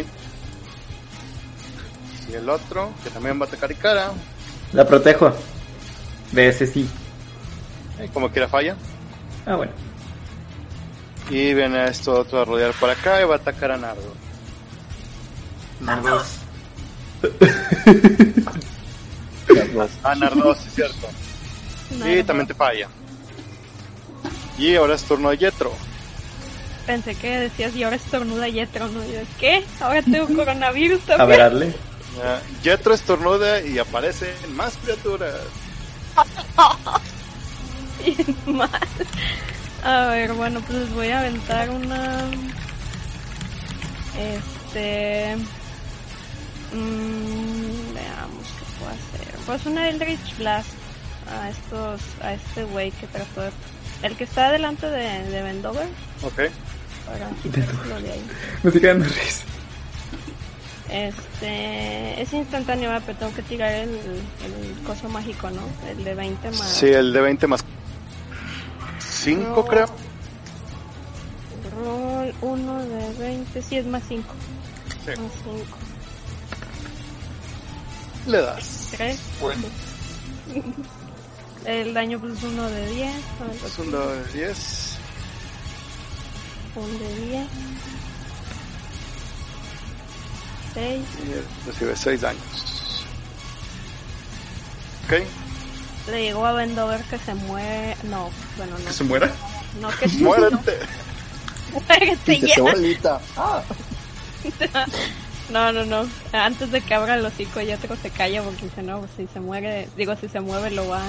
B: Y el otro, que también va a atacar y cara.
D: La protejo. De ese sí.
B: eh, Como quiera falla.
D: Ah, bueno.
B: Y viene esto otro a rodear por acá y va a atacar a Nardo.
E: Nardos.
B: Ah, Nardo, sí, cierto. Y
C: Nardo.
B: también te falla. Y ahora es turno de Yetro.
C: Pensé que decías, y ahora estornuda Yetro, ¿no? Y yo, ¿qué?
B: [LAUGHS]
C: Ahora tengo coronavirus
D: A
C: también.
D: ver, hazle.
B: Ya, Yetro estornuda y aparecen más criaturas.
C: Y más. A ver, bueno, pues les voy a aventar una. Este. mm, veamos qué puedo hacer. Pues una Eldritch Blast a estos. a este güey que trató de. El que está delante de, de Vendover.
B: Ok.
C: Para quitarlo de ahí.
D: Me estoy quedando risa.
C: Este. Es instantáneo, ¿verdad? pero tengo que tirar el, el coso mágico, ¿no? El de 20 más.
B: Sí, el de 20 más 5
C: No.
B: creo.
C: Roll 1 de 20, sí es más 5.
B: Sí.
C: Más 5,
B: Le das.
C: 3.
B: Bueno,
C: El daño plus 1 de 10.
B: es un dado de 10.
C: 1 de 10. 6.
B: Y él recibe 6 daños. Ok.
C: Le digo a Vendover que se muere. No, bueno, no.
E: ¿Que se muera?
C: No, que se
B: Muérete.
C: No, muérete
F: Dice,
C: ya.
F: "Abuelita". Ah,
C: No, no, no. Antes de que abra el hocico, y otro se calla porque dice, no, pues, si se muere, digo, si se mueve lo va,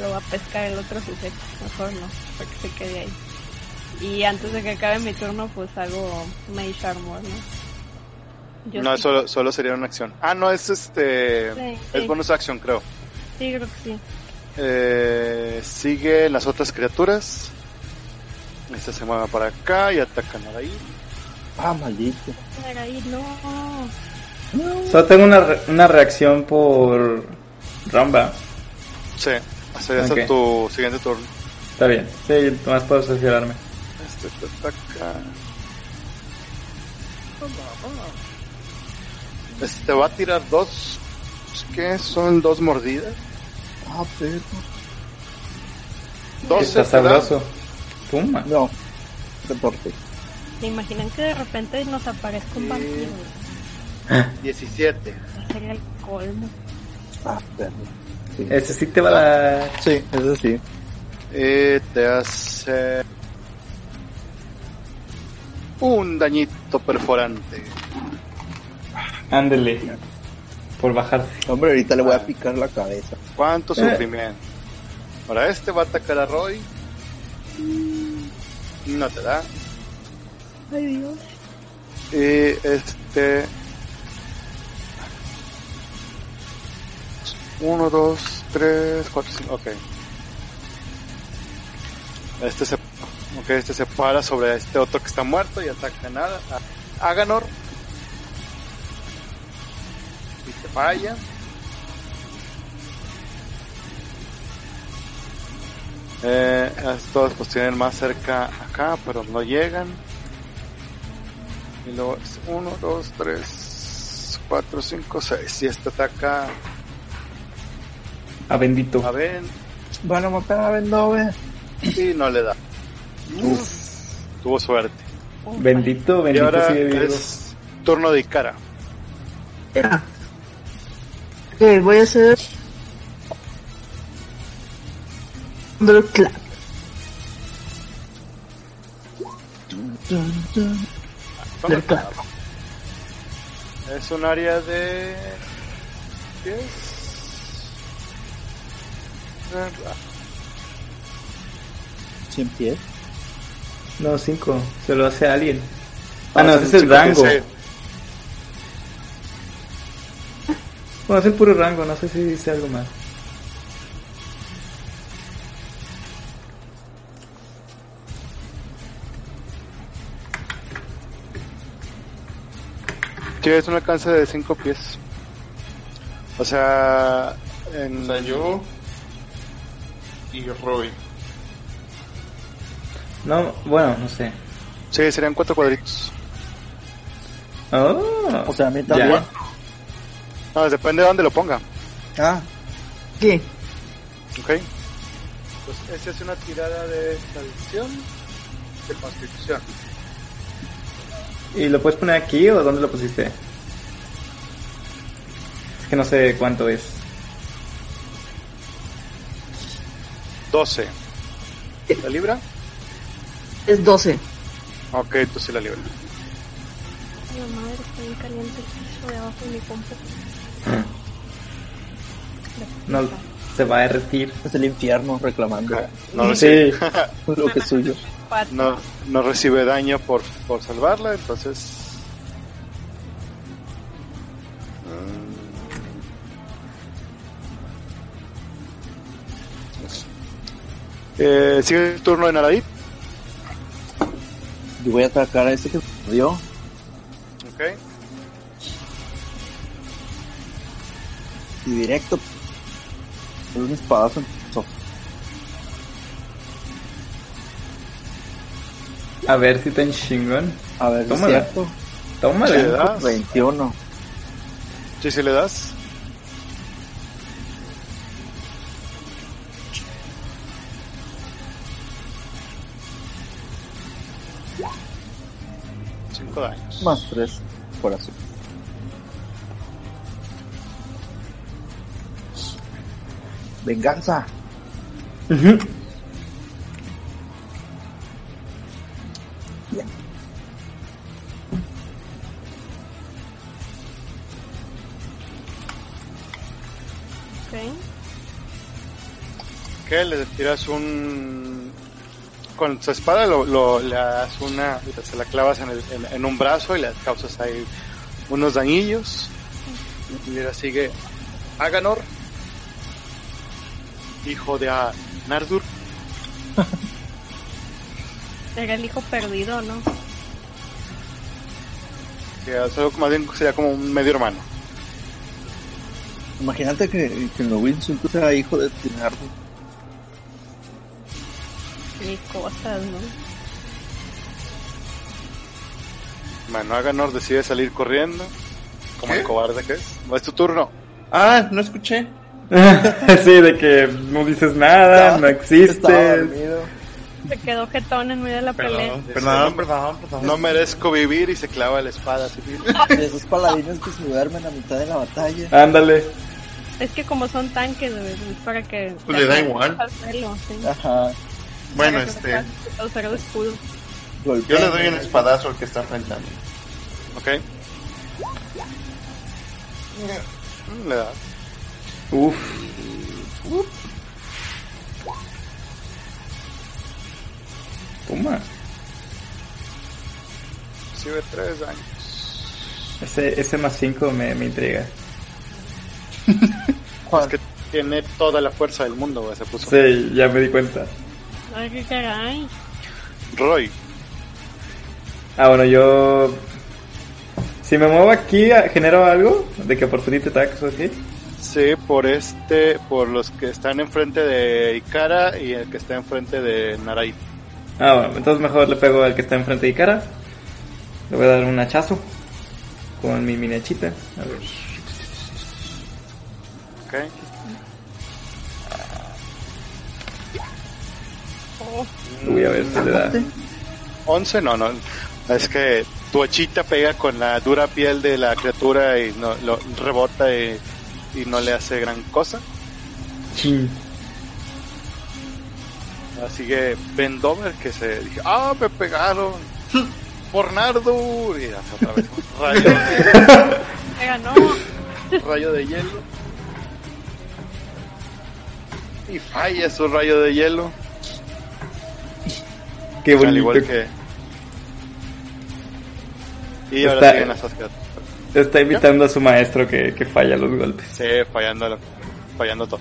C: lo va a pescar el otro sujeto. Mejor no, para que se quede ahí. Y antes de que acabe mi turno, pues hago Mage Armor, ¿no? Yo
B: No,
C: sí,
B: solo, solo sería una acción. Ah, no, es este.
C: Sí, sí.
B: Es bonus action, creo.
C: sí, creo que sí.
B: Eh, sigue las otras criaturas. Esta se mueve para acá y atacan a ahí.
F: ah, maldito.
C: Era ahí, no.
D: Solo tengo una, re- una reacción por Ramba.
B: Sí, hasta hasta
D: Ok.
B: tu siguiente turno.
D: Está bien. Sí, más puedo asociarme.
B: Este te ataca. Este va a tirar dos. pues, ¿Qué son dos mordidas?
F: Ah, pero.
B: Dos
D: Está sabroso. Puma.
F: No. Deporte.
C: ¿Se imaginan que de repente nos aparezca un
B: Sí.
C: vampiro?
B: 17.
C: Sería el colmo.
F: Ah, perro. Sí.
D: Ese Este sí te va a dar.
F: Sí, eso sí.
B: Eh, te hace. Un dañito perforante.
D: Ándele. Por bajarse.
F: Hombre, ahorita le voy a picar la cabeza.
B: ¿Cuánto
D: Eh.
B: sufrimiento? Ahora este va a atacar a Roy. No te da.
C: Ay, Dios.
B: Y este. Uno, dos, tres, cuatro, cinco. Ok. Este se, ok, este se para sobre este otro que está muerto y ataca a nada. A Aganor. Y te falla. Eh, estos pues tienen más cerca acá, pero no llegan. Y luego es 1, 2, 3, 4, 5, 6. Y este ataca
D: A bendito.
B: a Ben
F: Van a matar a Vendove.
B: y no le da. Tuvo suerte.
D: Bendito,
B: Y
D: bendito
B: ahora
D: sigue vivo.
B: es turno de Ikara.
G: Ya. Ok, voy a hacer. Thunderclap. Dun, dun. Thunderclap.
B: Es un área de. ¿Qué es? Ah,
F: 100 pies.
D: No, cinco. Se lo hace a alguien. Ah, no, ese es
B: sí,
D: el rango.
B: sí.
D: Bueno, es el puro rango. No sé si dice algo más.
B: Sí, es un alcance de 5 pies. O sea, en...
E: O sea, yo y Roy.
D: No, bueno, no sé.
B: Sí, serían 4 cuadritos.
D: Oh,
F: O sea, a mí también.
D: ya.
B: No, depende de dónde lo ponga.
F: Ah,
G: ¿Qué?
B: Ok. Pues esta es una tirada de tradición de constitución.
D: ¿Y lo puedes poner aquí o dónde lo pusiste? Es que no sé cuánto es.
B: 12. ¿La libra?
G: Es 12.
B: Ok, tú sí la libra.
C: Ay, la madre, está bien caliente el piso de abajo de mi compu.
D: No se va a derretir.
F: es el infierno reclamando
B: No
D: sí.
B: recibe,
F: lo que es suyo.
C: Pat-
B: no, no recibe daño por, por salvarla, entonces... Eh, sigue el turno de Naradit.
F: Yo voy a atacar a este que me dio.
B: Ok.
F: Y directo. Es un espadazo. en el sofá.
D: A ver si tan chingón.
F: A ver, si es
D: Tómala.
F: cierto.
B: Sí,
D: Tómala.
B: ¿verdad? Ah.
F: 21.
B: Sí, si le das. Cinco daños.
F: Más 3. Corazón. Venganza.
D: Ujú.
C: Ok.
B: ¿Qué? Le tiras un... Con su espada lo, lo- le das una... Se la clavas en, el- en- en un brazo y le causas ahí unos dañillos. Y ahora sigue Aganor, hijo de a Nardur.
C: Era el hijo perdido, ¿no?
B: que es algo más bien sería como un medio hermano.
F: Imagínate que, que lo Wilson era hijo de Tinardo.
C: Y cosas, ¿no?
B: Bueno, Aganor decide salir corriendo, como el cobarde que es. No es tu turno.
E: Ah, no escuché.
D: [LAUGHS] sí, de que no dices nada, Ah, no
F: Estaba
D: existes.
F: dormido.
C: Se quedó jetón en medio de la pelea.
E: Este, Perdón, perdón, perdón.
B: Este, No merezco vivir y se clava la espada. así.
F: De esos paladines que se duermen a mitad de la batalla.
D: Ándale.
C: Es que como son tanques, güey, es para que...
E: Pues le da igual.
C: Al suelo, sí.
F: Ajá.
E: Bueno,
C: Para que
E: este,
C: puedas Usar el escudo.
E: yo
F: Golpea.
E: le doy un espadazo al que está frente a mí.
B: ok. Mm, Le da.
D: Uf. Toma.
B: Recibe tres daños.
D: Ese, ese más 5 me, me intriga.
F: Juan,
B: Es que tiene toda la fuerza del mundo, güey, se puso.
D: Sí, ya me di cuenta.
C: Ay, qué caray.
B: Roy,
D: Ah, bueno, yo... Si me muevo aquí, ¿a- ¿genero algo? ¿De que opportunity attacks o así?
B: sí, por este, por los que están enfrente de Ikara y el que está enfrente de Narai.
D: Ah, bueno, entonces mejor le pego al que está enfrente de cara. Le voy a dar un hachazo. Con mi minachita. A ver.
B: Ok.
C: Oh,
D: Uy, a ver si le da.
B: 11 no, no. Es que tu hachita pega con la dura piel de la criatura y no, lo rebota y, y no le hace gran cosa.
D: Chin.
B: Así que Vendover que se dije, ah, me pegaron. Bornardo. Y hace otra vez
D: [LAUGHS]
B: un rayo,
C: se ganó.
B: rayo de hielo. Y falla su rayo de hielo.
D: Qué bonito.
B: Al igual que... Y ahora
D: Está-
B: siguen las otras criaturas.
D: Está invitando a su maestro que, que falla los golpes.
B: Sí, fallando, fallando todo.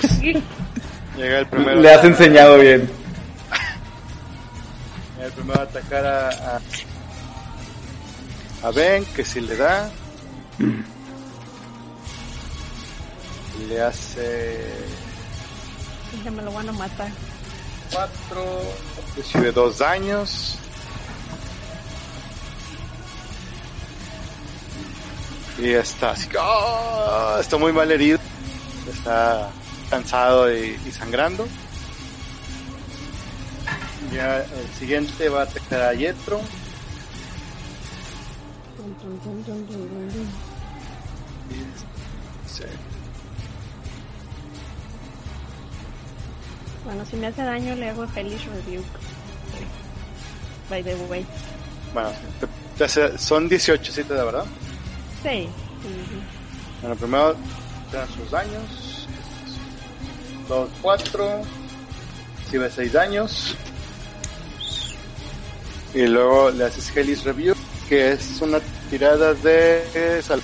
B: Pues, llega el primero.
D: Le has enseñado bien.
B: pues llega El primero a atacar a, a, a Ben, que si le da. Le hace
C: Ya me lo van a matar.
B: 4, recibe 2 daños. Y está así, que, ¡ah! está muy mal herido. Está cansado y, y sangrando. Ya el siguiente va a atacar a Yetro.
C: Tum, tum, tum, tum, tum, tum, tum.
B: Sí.
C: Bueno, si me hace daño le hago Hellish Rebuke. By the way.
B: Bueno, te- te hace- son 18, ¿sí te da, verdad?
C: Sí. ujú.
B: Bueno, primero te dan sus daños. 2, 4. Recibe 6 daños. Y luego le haces Hellish Review, que es una tirada de, sal-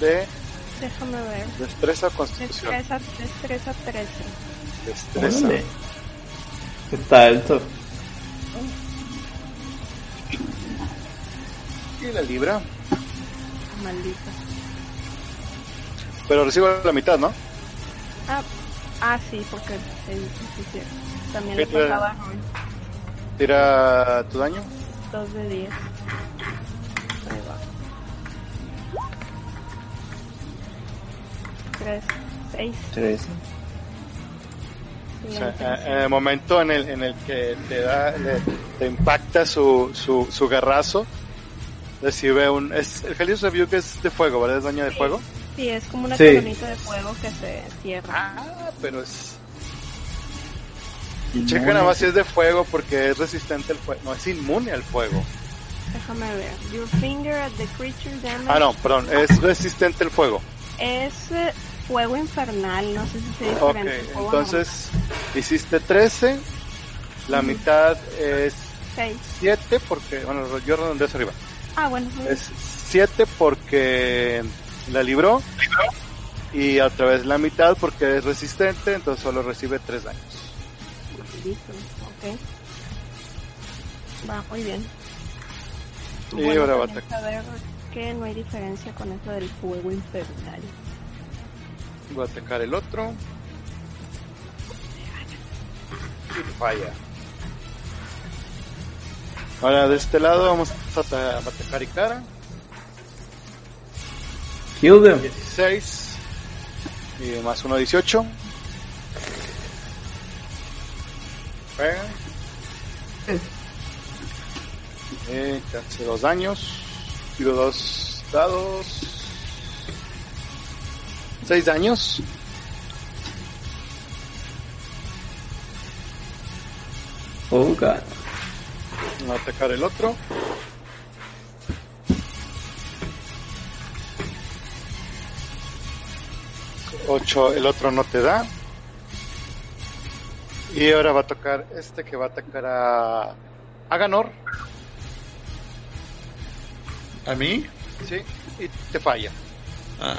B: de
C: Déjame ver.
B: destreza o constitución.
C: Destreza, destreza 13.
B: Destreza.
D: Órale. Está alto.
B: Y la libra.
C: Maldita.
B: Pero recibo la mitad, ¿no?
C: Ah, ah sí, porque el- sí, sí. también le
B: ¿Qué te-
C: tocaba a Roy.
B: Tira tu daño.
C: 2 de 10. Ahí va. 3, 6.
F: Tres.
B: O sea, eh, en el momento en el, en el que te da, le- te impacta su, su, su garrazo, recibe un, es, el Helios Review que es de fuego, ¿verdad? Es daño de fuego.
C: Sí, es como una
D: Sí.
C: colonita de fuego que se cierra.
B: Ah, pero es, checa nada más si es de fuego porque es resistente al fuego, no, es inmune al fuego.
C: Déjame ver. Your finger at the creature damage
B: Ah, no, perdón, es resistente al fuego.
C: es eh, fuego infernal. No sé si se dice
B: Ok, entonces hiciste 13, la mitad es
C: 6.
B: 7 porque, bueno, yo redondeo hacia arriba.
C: Ah, bueno.
B: Es 7 porque la libró. Y otra vez la mitad porque es resistente, entonces solo recibe 3 daños.
C: Listo. Ok. Va, muy bien.
B: Y
C: Bueno,
B: ahora va a
C: también
B: atacar,
C: saber que no hay diferencia con eso del fuego infernal.
B: va a atacar el otro. Y falla. Ahora de este lado vamos a ata- a atacar a Ikara.
D: Kill them.
B: 16 y más 1, 18. Pega. Eh, te hace dos daños. Tiro dos dados. Seis daños.
D: Oh, God.
B: Va a atacar el otro. Ocho, el otro no te da. Y ahora va a tocar este que va a atacar a Aganor.
E: ¿A mí?
B: Sí, y te falla.
E: Ah.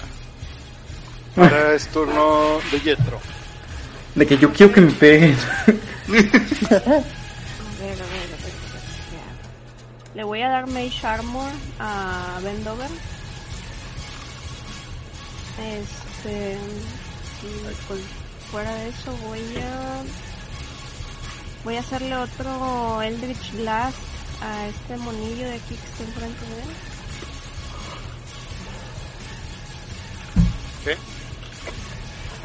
B: Ahora es turno de Yetro.
D: De que yo quiero que me peguen.
C: A ver, a ver, a ver, a ver, pues, ya. Le voy a dar Mage Armor a Vendover. Este. Y pues fuera de eso voy a. Voy a hacerle otro Eldritch Blast a este monillo de aquí que está enfrente de él.
B: ¿Qué?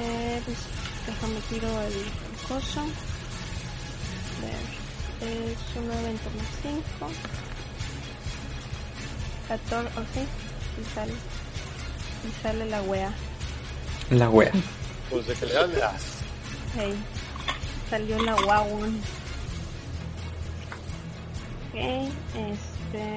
C: Eh, pues déjame tiro el, el coso. A ver, es una 20 más 5. 14, ok. Y sale. Y sale la wea.
D: La wea.
B: Pues de que le das, le das.
C: Hey. Salió la guagua. Ok, este.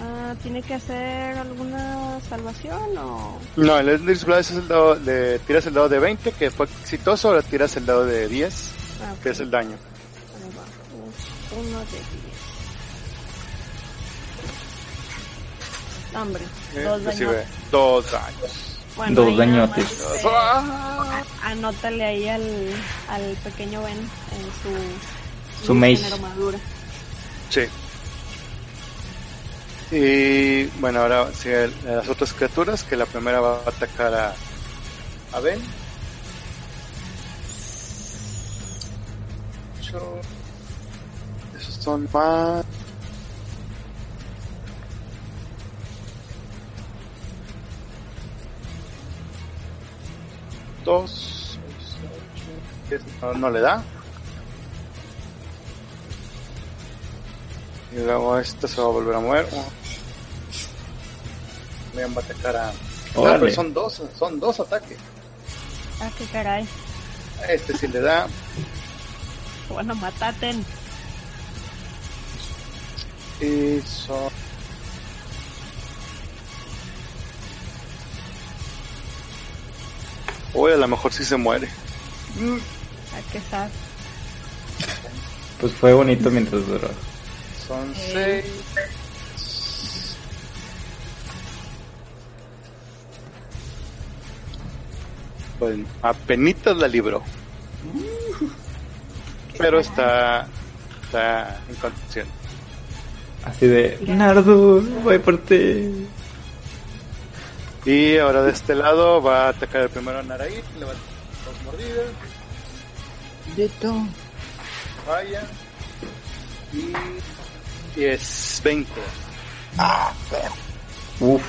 C: ah, ¿Tiene que hacer alguna salvación o.?
B: No, el Eldritch Blast es el dado, le tiras el dado de 20, que fue exitoso, ahora tiras el dado de 10,
C: Ah,
B: que es el daño.
C: Ahí va, un- Uno de diez. Hombre,
B: Eh,
C: dos
B: recibe
C: daños.
B: dos daños.
C: Bueno,
D: Dos
C: ahí nada
D: dañotes.
C: más, este,
B: Ah.
C: anótale ahí al, al pequeño Ben en su,
D: Su mage.
C: en armadura.
B: Sí. Y bueno, ahora sigue el- las otras criaturas, que la primera va a atacar a, a Ben. Ocho. Esos son más... Dos, seis, ocho, diez. no, no le da. Y luego esta se va a volver a mover. Vean, va a atacar a. Ah,
D: Órale.
B: pero son dos, son dos ataques.
C: Ah, qué caray.
B: A Este sí le da.
C: Bueno, mataten.
B: Y son. Uy, a lo mejor sí se muere.
C: Ah, qué sad.
D: Pues fue bonito mientras duró.
B: Son
C: Eh.
B: seis. Bueno, Pues, apenitas la libró. Pero está, está inconsciente.
D: Así de, Nardo, voy por ti.
B: Y ahora de este lado va a atacar el primero a Naraí, le va a dar dos mordidas. Vaya. Y, y es 20.
D: Uf,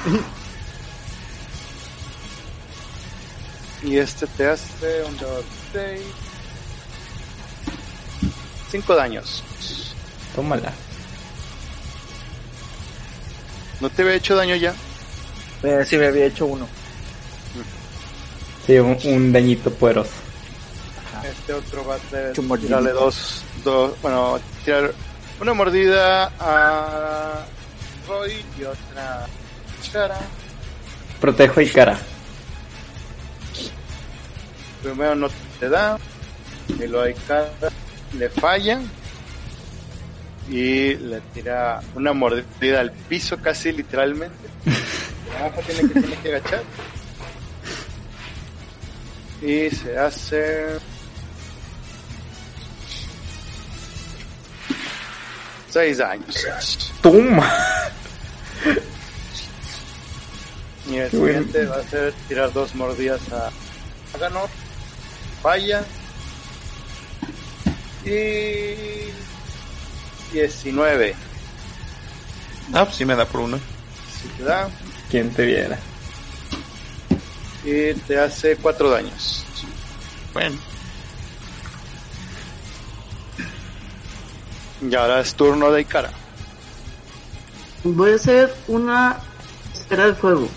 B: Y este te hace un dado 6. 5 daños.
D: tómala.
B: ¿No te había hecho daño ya?
F: Eh, sí, me había hecho uno.
D: Sí, un, un dañito poderoso.
B: Este otro va a ser
F: Tu mordida.
B: tirarle dos, dos, bueno, tirar una mordida a Roy y otra a Chara.
D: Protejo y cara.
B: Primero no te da, y lo hay cara, le falla y le tira una mordida al piso casi literalmente. La abeja tiene que, tiene que agachar. Y se hace... Seis años.
D: Toma.
B: Y el
D: Qué bueno.
B: siguiente va a ser tirar dos mordidas a Aganor. Falla. Y. 19.
E: Ah, pues sí me da por uno.
B: Si te da.
D: Quien te viera.
B: Y te hace 4 daños.
E: Bueno,
B: Y ahora es turno de Ikara.
G: Voy a hacer una esfera de fuego.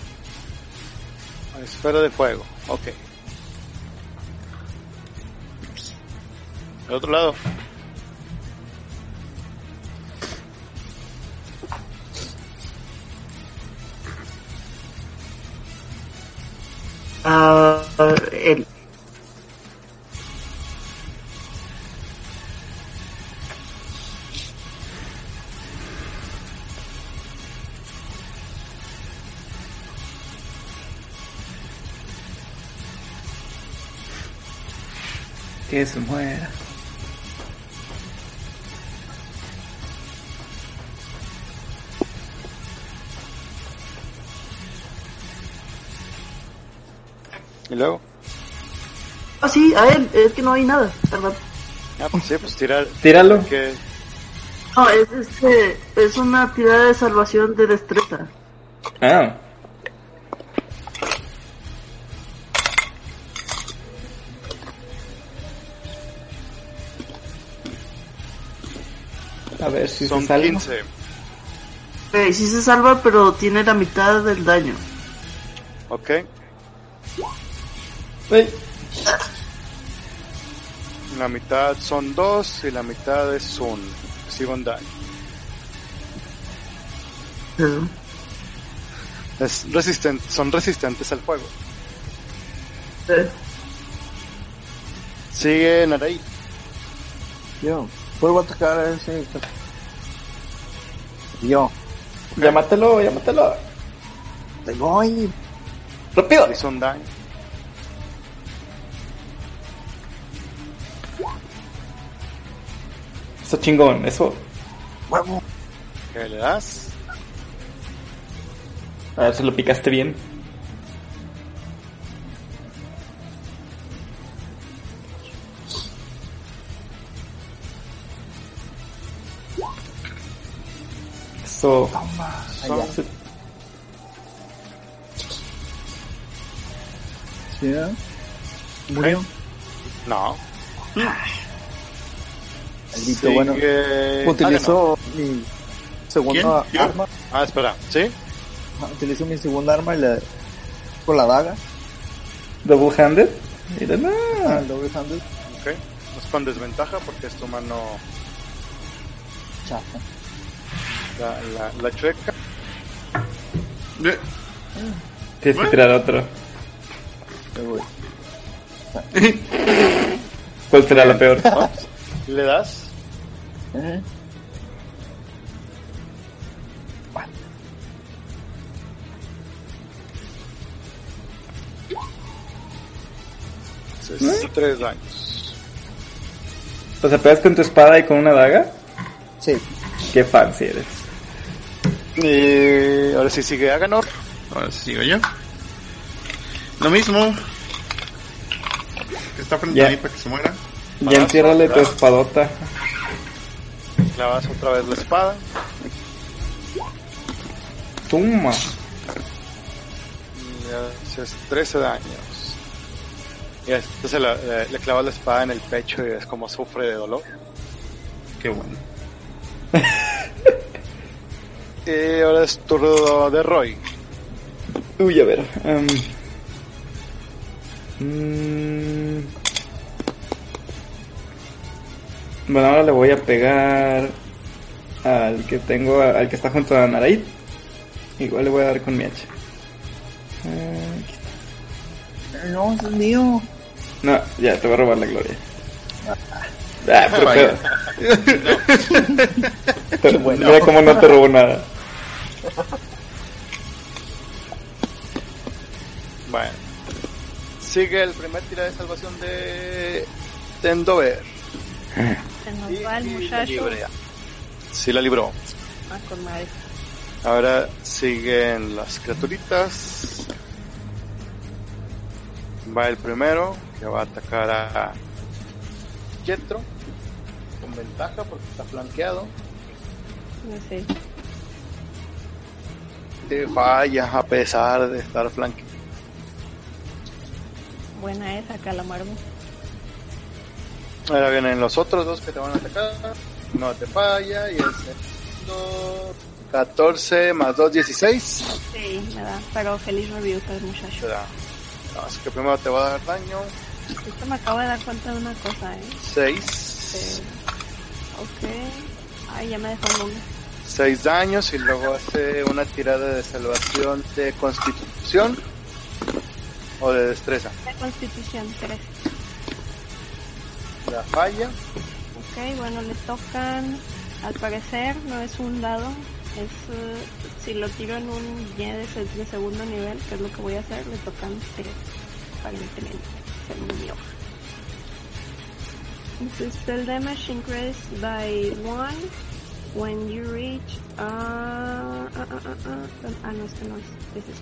B: Esfera de fuego. Ok. Al otro lado.
G: Ah, el-
D: Que se muera.
B: Y luego.
G: Ah, sí, a él, es que no hay nada, ¿verdad?
B: Ah, pues sí, pues tirar.
D: Tíralo.
B: Que
G: No, es, este, es una tirada de salvación de destreza.
D: Ah, a ver si
B: son
D: se salva.
B: 15.
G: Ok, sí se salva, pero tiene la mitad del daño.
B: Ok.
D: Uy,
B: La mitad son 2 y la mitad es 1. Recibe un daño.
G: Eso.
B: Es resisten- son resistentes al fuego.
G: Eh,
B: Sigue Naraí.
F: Yo. Vuelvo a atacar a ese. Yo.
D: Ya mátalo, ya mátalo.
F: Te voy.
D: Rápido.
B: Hizo un daño.
D: Eso chingón, eso.
F: Huevo.
B: ¿Qué le das?
D: A ver si lo picaste bien. Eso.
F: Ah,
D: Eso-
F: ¿Sí, ¿verdad?
D: ¿eh?
F: ¿Murió?
B: No.
F: Maldito,
B: Sigue-
F: bueno.
B: Ah,
F: Utilizo mi segunda
B: ¿Quién? ¿Yo?
F: arma.
B: no. Ah, espera. ¿Sí?
F: Ajá, Utilizo mi segunda arma y la, con la daga.
D: Double handed. Mira,
F: Ah,
D: no.
F: el doble handle.
B: Ok. No es con desventaja porque es tu mano
F: Chafa.
B: la, la, la chueca.
E: Eh,
D: Tienes que tirar otro.
F: Me voy.
D: ¿Cuál será la peor?
B: ¿Le das?
F: Ajá.
B: Es
F: ¿Mm?
B: tres daños.
D: O sea, pegas con tu espada y con una daga.
F: Sí.
D: Qué fancy eres.
B: Y ahora sí sigue Aganor.
E: Ahora sí sigo yo. Lo mismo. Que está frente
D: Ya.
E: a mí para que se muera.
D: Ya
B: Balazo,
D: entiérrale tu
B: balazo.
D: espadota.
B: Clavas otra vez la espada.
D: Toma.
B: Y haces 13 daños. Y entonces la- le, le clavas la espada en el pecho y es como sufre de dolor.
E: Qué bueno.
B: Y ahora es turno de Roy.
D: Uy, a ver. em, mm. bueno, ahora le voy a pegar al que tengo, al que está junto a Narait. Igual le voy a dar con mi hacha. Eh, aquí está.
F: No, ese es mío.
D: No, ya, te voy a robar la gloria. Ah, pero [LAUGHS]
E: Vaya.
D: pedo. Te- Mira cómo no te robó nada.
B: Bueno. Sigue el primer tira de salvación de Tendover.
C: Se
B: Y-
C: nos va el
B: y la
C: muchacho.
B: librea. Sí la libró.
C: Ah, con madre.
B: Ahora siguen las criaturitas. Va el primero, que va a atacar a Jetro. Con ventaja porque está flanqueado.
C: No sé.
B: Te fallas a pesar de estar flanqueado.
C: Buena esa, Calamarmo.
B: Ahora vienen los otros dos que te van a atacar. No te falla. Y el segundo, 14 más 2, 16.
C: Sí, me da. Pero feliz review para el
B: Te
C: muchacho.
B: da. No, así que primero te va a dar daño.
C: Esto me acabo de dar cuenta de una cosa, ¿eh?
B: 6.
C: Sí. Ok. Ay, ya me dejó el nombre.
B: 6 daños y luego hace una tirada de salvación de constitución o de destreza.
C: La constitución 3.
B: La falla,
C: Ok, bueno, les tocan. Al parecer no es un dado. Es, eh, si lo tiro en un Y de, se- de segundo nivel, que es lo que voy a hacer, le tocan 3. Aparentemente, según mi hoja. The spell damage increased by 1 when you reach. ah, ah, ah, ah, ah, ah, no, este no es. This is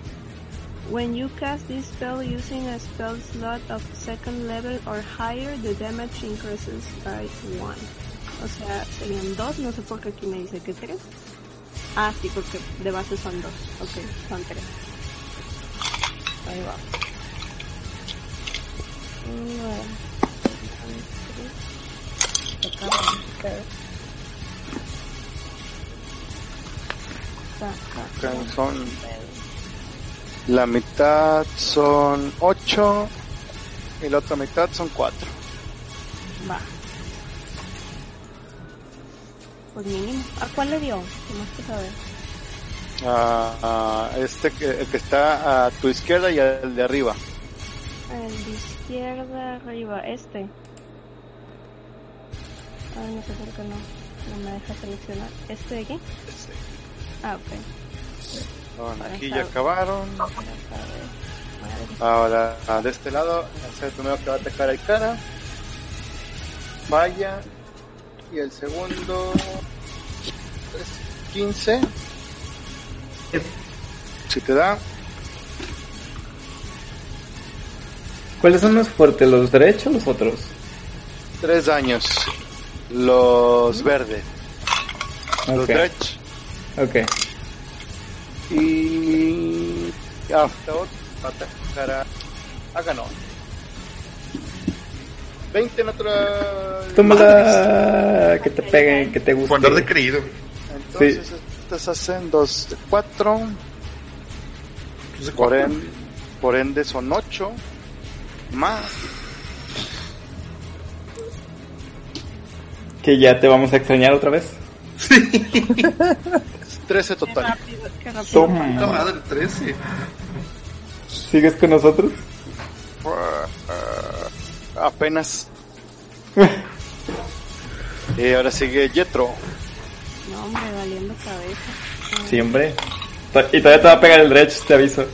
C: When you cast this spell using a spell slot of second level or higher, the damage increases by 1. O sea, serían 2, no sé por qué aquí me dice que 3. Ah, sí, porque de base son 2. Ok, son 3. Ahí va. Nueve. Tres. Acá va, tres.
B: que
C: Saca.
B: son la mitad son 8 y la otra mitad son 4.
C: Va. Pues mínimo. ¿A cuál le dio? Más que saber.
B: este que, el que está a tu izquierda y el de arriba.
C: El de izquierda arriba, este. Ay, no sé por qué no. No me deja seleccionar. ¿Este de aquí?
B: Este,
C: Ah, ok.
B: son aquí ya acabaron.
C: Para saber. Madre.
B: Ahora de este lado es el primero que va a atacar al cara. Vaya. Y el segundo es 15. Si te da,
D: ¿Cuáles son más fuertes, los derechos o los otros?
B: tres daños. Los verdes. Los
D: Ok.
B: dredge.
D: Ok.
B: Y. Hasta ahora atacará a Ganon. 20 natural.
D: Tómala, que te peguen, que te guste.
E: Cuando de creído.
B: Entonces, estas hacen 2 de 4. Por, en- por ende, son 8. Más.
D: Que ya te vamos a extrañar otra vez.
B: 13
C: Qué
B: total.
C: rápido, qué rápido.
E: La
D: Toma.
E: madre, 13.
D: ¿Sigues con nosotros?
B: Apenas. y ahora sigue Yetro.
C: No, hombre, valiendo cabeza.
D: Sí, hombre. Ta- Y todavía te va a pegar el derecho, te aviso.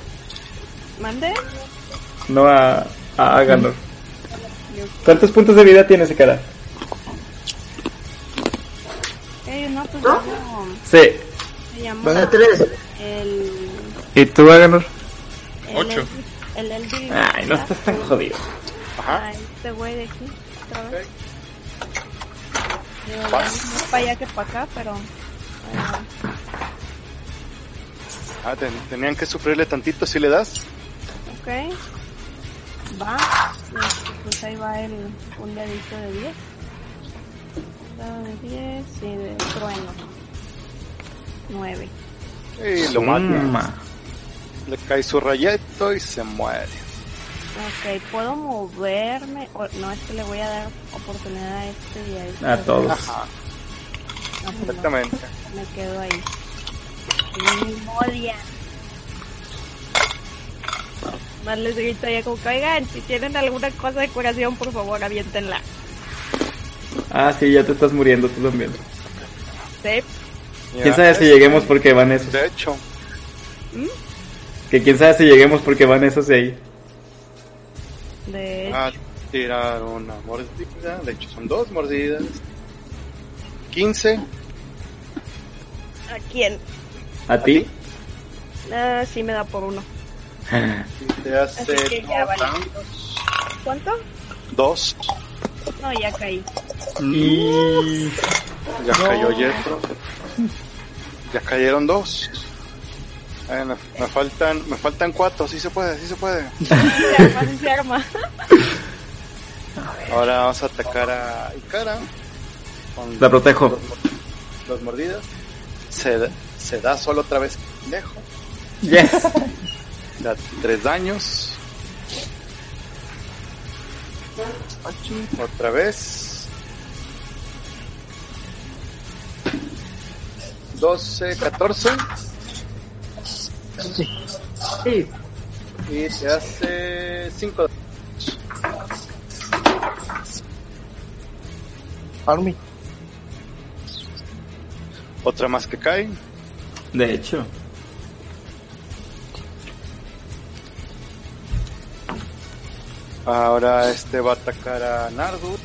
C: ¿Mande?
D: No a, a, a Ganor. ¿Cuántos puntos de vida tienes, cara?
C: Eh, no, pues no.
D: Sí.
C: Se llama
G: Van a tres.
C: el...
D: ¿Y tú, Aganor?
C: el
E: Ocho.
C: Eldritch- El Eldritch.
D: Ay, no estás tan jodido.
B: Ajá.
C: Ay, este güey de aquí, otra vez. Digo, ya, Más para allá que para acá, pero... ah,
B: Ah, ten- tenían que sufrirle tantito si le das.
C: ok. Va. Este, Pues ahí va el, un dedito de 10. Dado de 10 y de trueno. 9.
B: Y lo mata.
D: Toma.
B: Le cae su rayeto y se muere.
C: Ok, ¿puedo moverme? O- no, es que le voy a dar oportunidad a este y a este.
D: A todos.
B: Ajá,
C: Ah, pues no.
D: [LAUGHS]
B: exactamente.
C: Me quedo ahí. Memoria. Más les grito ya como que, oigan, si tienen alguna cosa de curación, por favor, aviéntenla.
D: Ah, sí, ya te estás muriendo tú también.
C: ¿Sí?
D: ¿Quién sabe si lleguemos porque van esos?
B: De hecho,
D: Que quién sabe si lleguemos porque van esos de ahí.
C: De...
B: a tirar una mordida. De hecho, son dos mordidas. 15.
C: ¿A quién?
D: ¿A ti?
C: Ah, sí me da por uno.
B: y Te hace ¿ah?
C: Así que ya vale. ¿Cuánto?
B: dos.
C: No, ya caí.
D: Y...
B: Ya cayó Yetro. Ya cayeron dos. Eh, me, me faltan me faltan cuatro. Sí se puede, sí se puede.
C: Se [LAUGHS] arma, sí se arma.
B: Ahora vamos a atacar a Ikara. Con
D: La protejo.
B: Dos mordidas. Se, da- se da solo otra vez lejos.
D: Yes.
B: Da tres daños. Otra vez. 12, 14.
G: Sí.
B: Y se hace 5.
F: Army.
B: Otra más que cae.
D: De hecho. [LAUGHS]
B: Ahora este va a atacar a Nardu.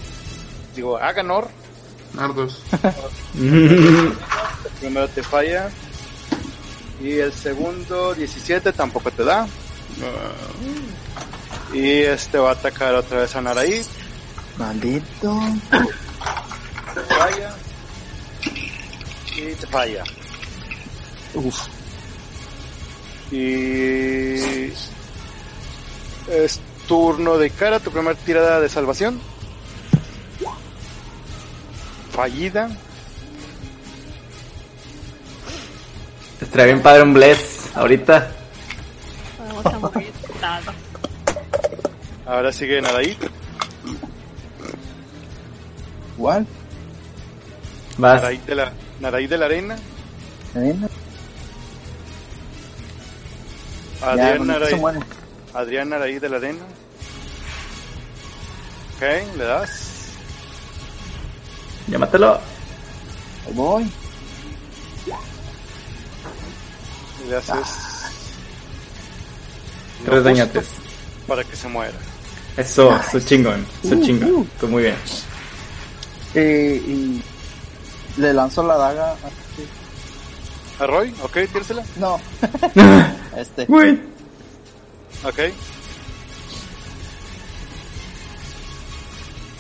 B: Digo, a Ganor. [LAUGHS]
E: Nardos.
B: El primero te falla. Y el segundo, 17, tampoco te da. Y este va a atacar otra vez a Naraí.
F: Maldito.
B: falla y te falla.
F: Uf.
B: Y es turno de cara, tu primera tirada de salvación. Fallida.
D: Te trae bien padre un bless ahorita.
C: Vamos a morir. Nada.
B: Ahora sigue Naraí.
F: ¿Cuál?
D: Vas.
B: Naraí de la, Naraí de la Arena.
F: ¿Eh? Ya,
B: Adrián
F: con esto se
B: Naraí.
F: muere.
B: Adrián Naraí de la Arena. Ok, le das.
D: Llámatelo.
F: Ahí voy.
B: Y le
F: Ah.
B: haces
D: Tres dañates.
B: para que se muera.
D: Eso, su chingón. Su chingón. Tú muy bien.
F: Eh, y le lanzo la daga. este.
B: ¿A Roy? Ok, tírsela.
F: No. Este.
D: Güey.
B: Ok.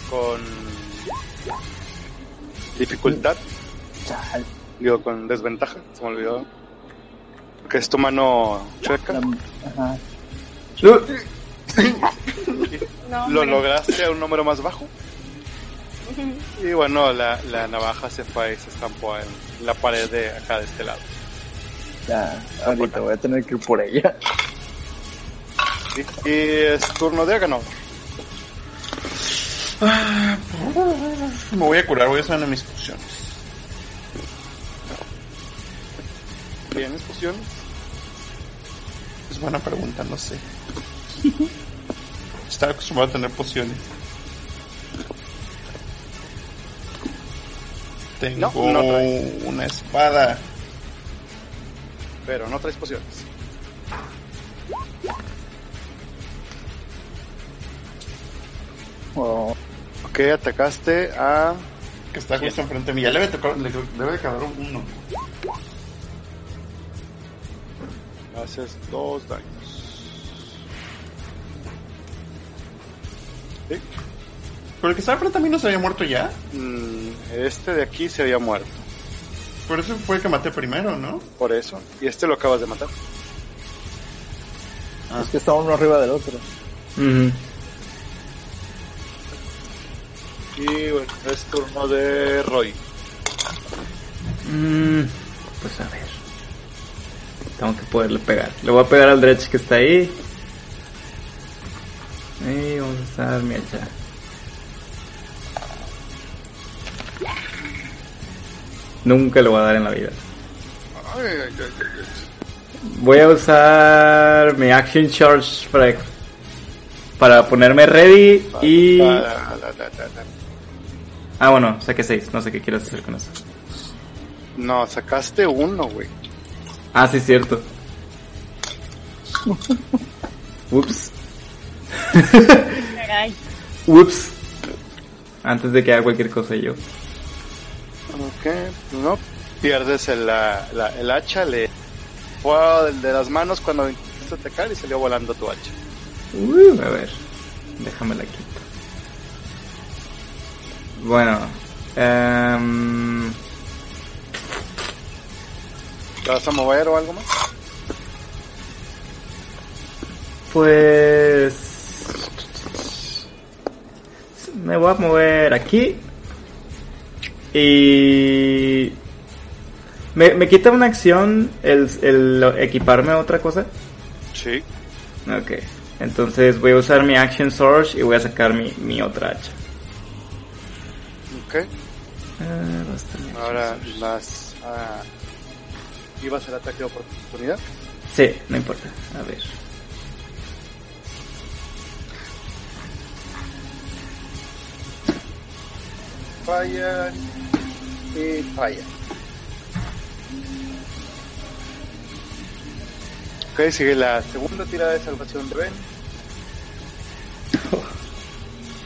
B: Con dificultad,
F: Chal,
B: digo con desventaja, se me olvidó. Porque es tu mano chueca.
F: la- ajá.
D: Lu-
C: No,
B: Lo
C: hombre.
B: lograste a un número más bajo. Y bueno, la, la navaja se fue y se estampó en la pared de acá de este lado.
F: Ya, ahorita voy a tener que ir por ella. [LAUGHS]
B: Y, y es turno de Aganor.
E: Me voy a curar, voy a usar una de mis pociones.
B: ¿Tienes pociones?
E: Es buena pregunta, no sé. [LAUGHS] Estaba acostumbrado a tener pociones. Tengo
B: no
E: una espada.
B: Pero no traes pociones.
F: Oh,
B: Ok, atacaste a...
E: que está justo enfrente de mí. Ya le debe, tocar- le- debe de quedar uno.
B: Haces dos daños. Sí.
E: Pero el que estaba enfrente de mí no se había muerto ya.
B: Mm, Este de aquí se había muerto.
E: Por eso fue el que maté primero, ¿no?
B: Por eso. Y este lo acabas de matar.
F: Es que está uno arriba del otro.
D: Ujú.
B: Y bueno, es turno de Roy.
D: Mm, pues a ver. Tengo que poderle pegar. Le voy a pegar al Dredge que está ahí. Y vamos a usar mi hacha. Nunca lo voy a dar en la vida. Voy a usar mi Action Charge para, para ponerme ready y...
B: La, la, la, la, la.
D: Ah, bueno, saqué 6. No sé qué quieras hacer con eso.
B: No, sacaste uno, güey.
D: Ah, sí, cierto. Ups,
C: Caray.
D: ups. Antes de que haga cualquier cosa yo.
B: Ok, no. Pierdes el, la, la- el hacha, le fue del de las manos cuando intentaste atacar y salió volando tu hacha.
D: Uh, a ver, déjame la quito. Bueno, em,
B: ¿Te vas a mover o algo más?
D: pues me voy a mover aquí y me, me quita una acción el, el equiparme a otra cosa.
B: Sí.
D: Ok, entonces voy a usar mi Action Surge y voy a sacar mi, mi otra hacha.
B: Ok.
D: Eh, ¿dónde está mi Action
B: Ahora
D: Surge?
B: las... ah, ¿Ibas al ataque de oportunidad?
D: Sí, no importa. A ver.
B: Falla y falla. Ok, sigue la segunda tirada de salvación de Ben.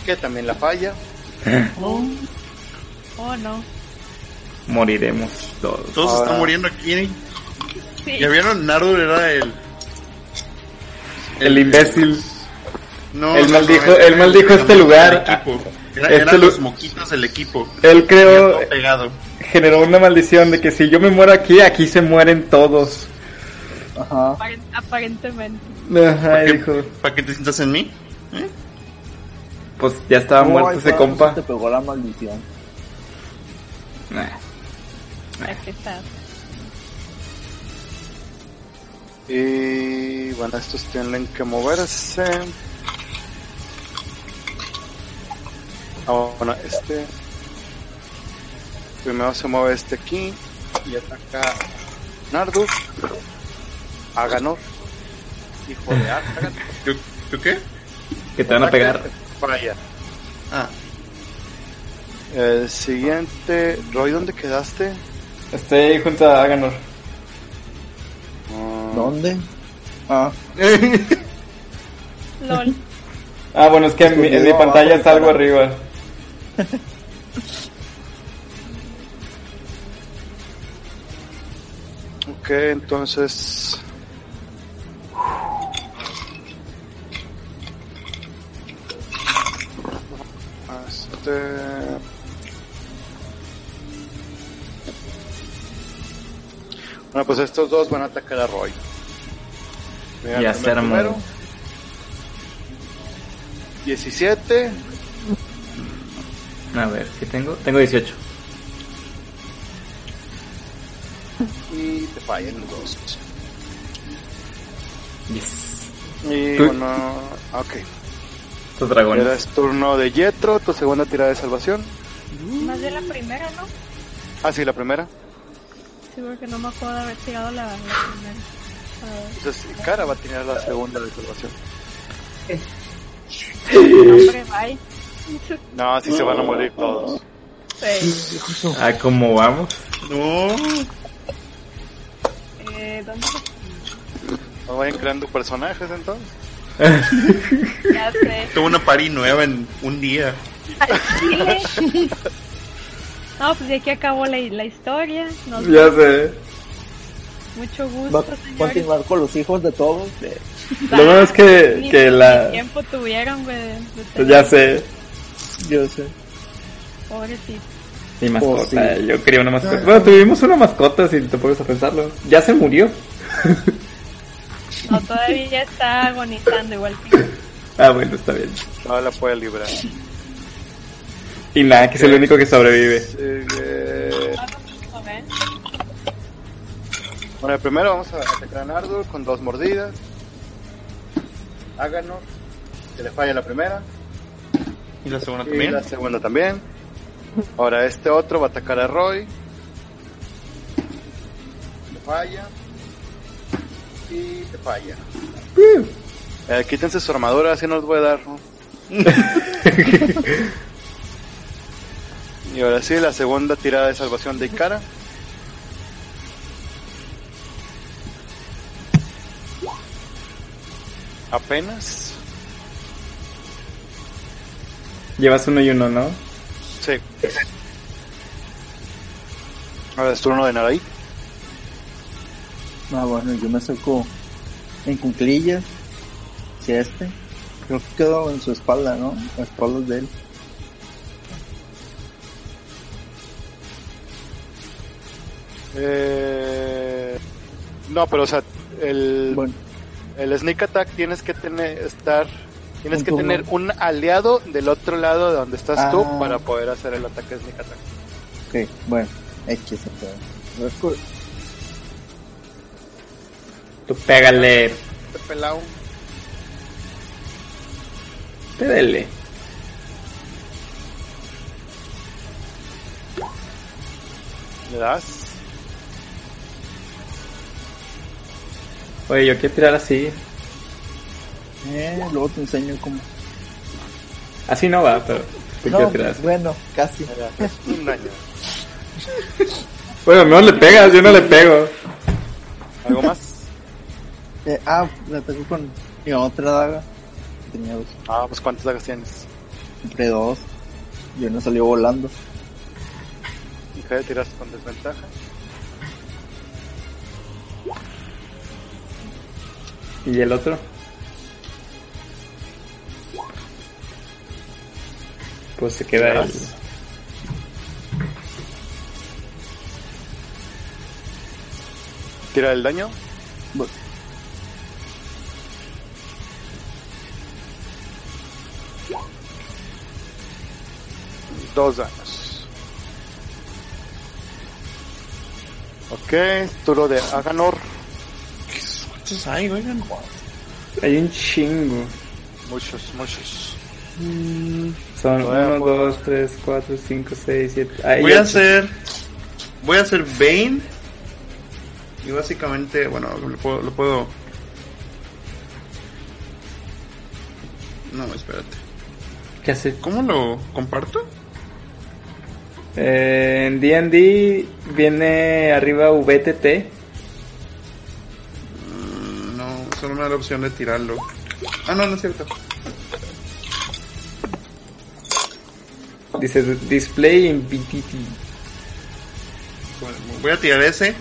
B: Que también la falla.
C: Oh, no.
D: Moriremos todos.
E: Todos
B: Ahora-
E: están muriendo aquí. ¿eh?
C: Sí.
E: ¿Ya vieron? Nardo era el.
D: El imbécil.
E: No,
D: Él
E: no,
D: maldijo-
E: no,
D: él maldijo este
E: el
D: lugar.
E: equipo. Era,
D: Este
E: eran
D: lu-
E: los moquitos del equipo.
D: Él
E: Tenía
D: creo Ah,
E: todo pegado.
D: generó una maldición de que si yo me muero aquí, aquí se mueren todos.
F: Ajá.
C: Aparen- Aparentemente.
D: Ajá,
E: ¿Qué-
D: dijo.
E: ¿Para qué te sientas en mí?
D: Pues ya estaba
F: No,
D: muerto
F: ahí
D: ese
F: está,
D: compa.
F: Te pegó la maldición.
D: Nah.
B: Ah.
C: Aquí está.
B: Y bueno, estos tienen que moverse. Ah, bueno, este. Primero se mueve este aquí y ataca a Nardu. A Ganor. Hijo de
D: [LAUGHS]
B: Artagan.
E: ¿Yo, yo qué?
D: Que te van a pegar.
B: Vaya.
E: Ah,
B: El siguiente. Roy, ¿dónde quedaste?
D: Estoy junto a Aganor.
B: Ah,
F: ¿Dónde? Ah,
C: LOL.
D: Ah, bueno, es que en mi, en mi
F: Conmigo
D: pantalla
F: abajo
D: está algo
F: está.
D: arriba.
B: Ok, entonces. Este. Bueno, pues estos dos van a atacar a Roy. Voy a
D: Ya
B: tomar
D: se armó.
B: primero. 17.
D: A ver, ¿qué tengo? Tengo 18.
B: Y te fallan los dos.
D: Yes.
B: Y
D: Tú-
B: bueno. Ok.
D: Estos dragones.
B: Ahora es turno de Yetro, tu segunda tirada de salvación.
C: Más de la primera, ¿no?
B: Ah, sí, la primera.
C: Sí, porque no me acuerdo de haber tirado la, la primera. A ver.
B: Entonces, Cara va a tener la segunda de salvación.
C: No, hombre, bye.
B: No, sí se van a morir todos.
C: Sí.
D: Ah, ¿cómo vamos?
E: No.
C: Eh, ¿Dónde?
B: ¿No vayan creando personajes entonces?
C: Ya sé.
E: Tuve una pari nueva en un día.
C: Al chile.
D: [LAUGHS]
C: No, pues de aquí acabó la, la historia. Nos
D: Ya sé.
C: Mucho
F: Va
C: gusto,
F: a
C: señores.
F: continuar con los hijos de todos. de-
D: Lo bueno es que-
C: Ni-
D: que la-
C: ni tiempo tuvieron, güey. de- de
D: Pues
C: tener-
D: ya sé.
F: Yo sé.
C: Pobrecito.
D: Mi mascota.
F: sí.
D: Yo quería una mascota. Bueno, tuvimos una mascota, si te pones a pensarlo. Ya se murió.
C: No, todavía está agonizando igual
D: [LAUGHS]
C: que yo.
D: Ah, bueno, está bien.
B: No la puede librar.
D: Y nada, que es el único que sobrevive.
B: Eh,
C: A ver.
B: bueno, primero vamos a atacar a Ardor con dos mordidas. Háganos. Que le falla la primera.
E: Y la segunda
B: Y
E: también.
B: la segunda también. Ahora este otro va a atacar a Roy. Te falla. Y te falla. Eh, quítense su armadura, así no os voy a dar. ¿no? y ahora sí, la segunda tirada de salvación de cara. Apenas.
D: Llevas uno y uno, ¿no?
B: Sí. Ahora es turno de Naray.
F: Ah, bueno, yo me acerco en cunclillas. Si este. Creo que quedo en su espalda, ¿no? A espaldas de él.
B: Eh, no, pero o sea, el,
F: Bueno,
B: el sneak attack tienes que tener estar tienes
F: Un
B: que
F: turno.
B: tener un aliado del otro lado de donde estás tú
F: Ah.
B: para poder hacer el ataque sneak attack.
F: ok, bueno. Échese, pero.
D: Tú pégale.
B: Este pelao.
D: Pégale.
B: ¿Le das?
D: Oye, yo quiero tirar así.
F: Eh, luego te enseño cómo.
D: Así no va, pero te
F: No,
D: quiero tirar así.
F: bueno, casi.
B: Le das un daño.
D: Bueno, no le pegas, yo no le pego.
B: ¿Algo
F: [LAUGHS]
B: más?
F: Eh, ah, la ataco con mi otra daga. Tenía dos.
B: Ah, pues cuántas dagas tienes.
F: Compré dos. Y una salió volando.
B: Ok, tiras con desventaja.
D: ¿Y el otro? Pues se queda el...
B: Tira el daño.
F: Bu-
B: Dos daños. Ok, turno de Aganor.
E: ¿Cuántos hay, oigan?
D: Hay un chingo.
B: Muchos, muchos.
D: Son
B: Bueno,
D: 1, 2, 3, 4, 5, 6, 7...
E: Voy a hacer. Voy a hacer Bane. Y básicamente, bueno, lo puedo. Lo puedo... No, espérate.
D: ¿Qué hace?
E: ¿Cómo lo comparto?
D: Eh, en D&D viene arriba VTT.
E: Mm, No, solo me da la opción de tirarlo. Ah, no, no es cierto.
D: Dice Display in VTT.
E: Bueno, voy a tirar ese.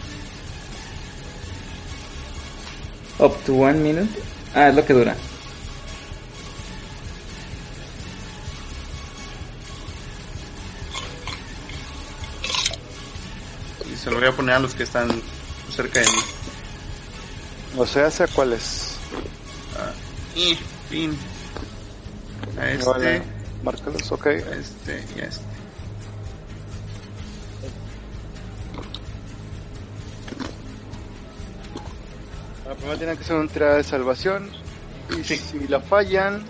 D: Up to one minute. Ah, es lo que dura.
E: Se lo voy a poner a los que están cerca de mí.
B: O sea, sé cuál es.
E: Ah, y, pin. A este,
B: Vale, márcalos, ok.
E: a este y a este.
B: La primera tiene que ser una tirada de salvación. Y si la fallan,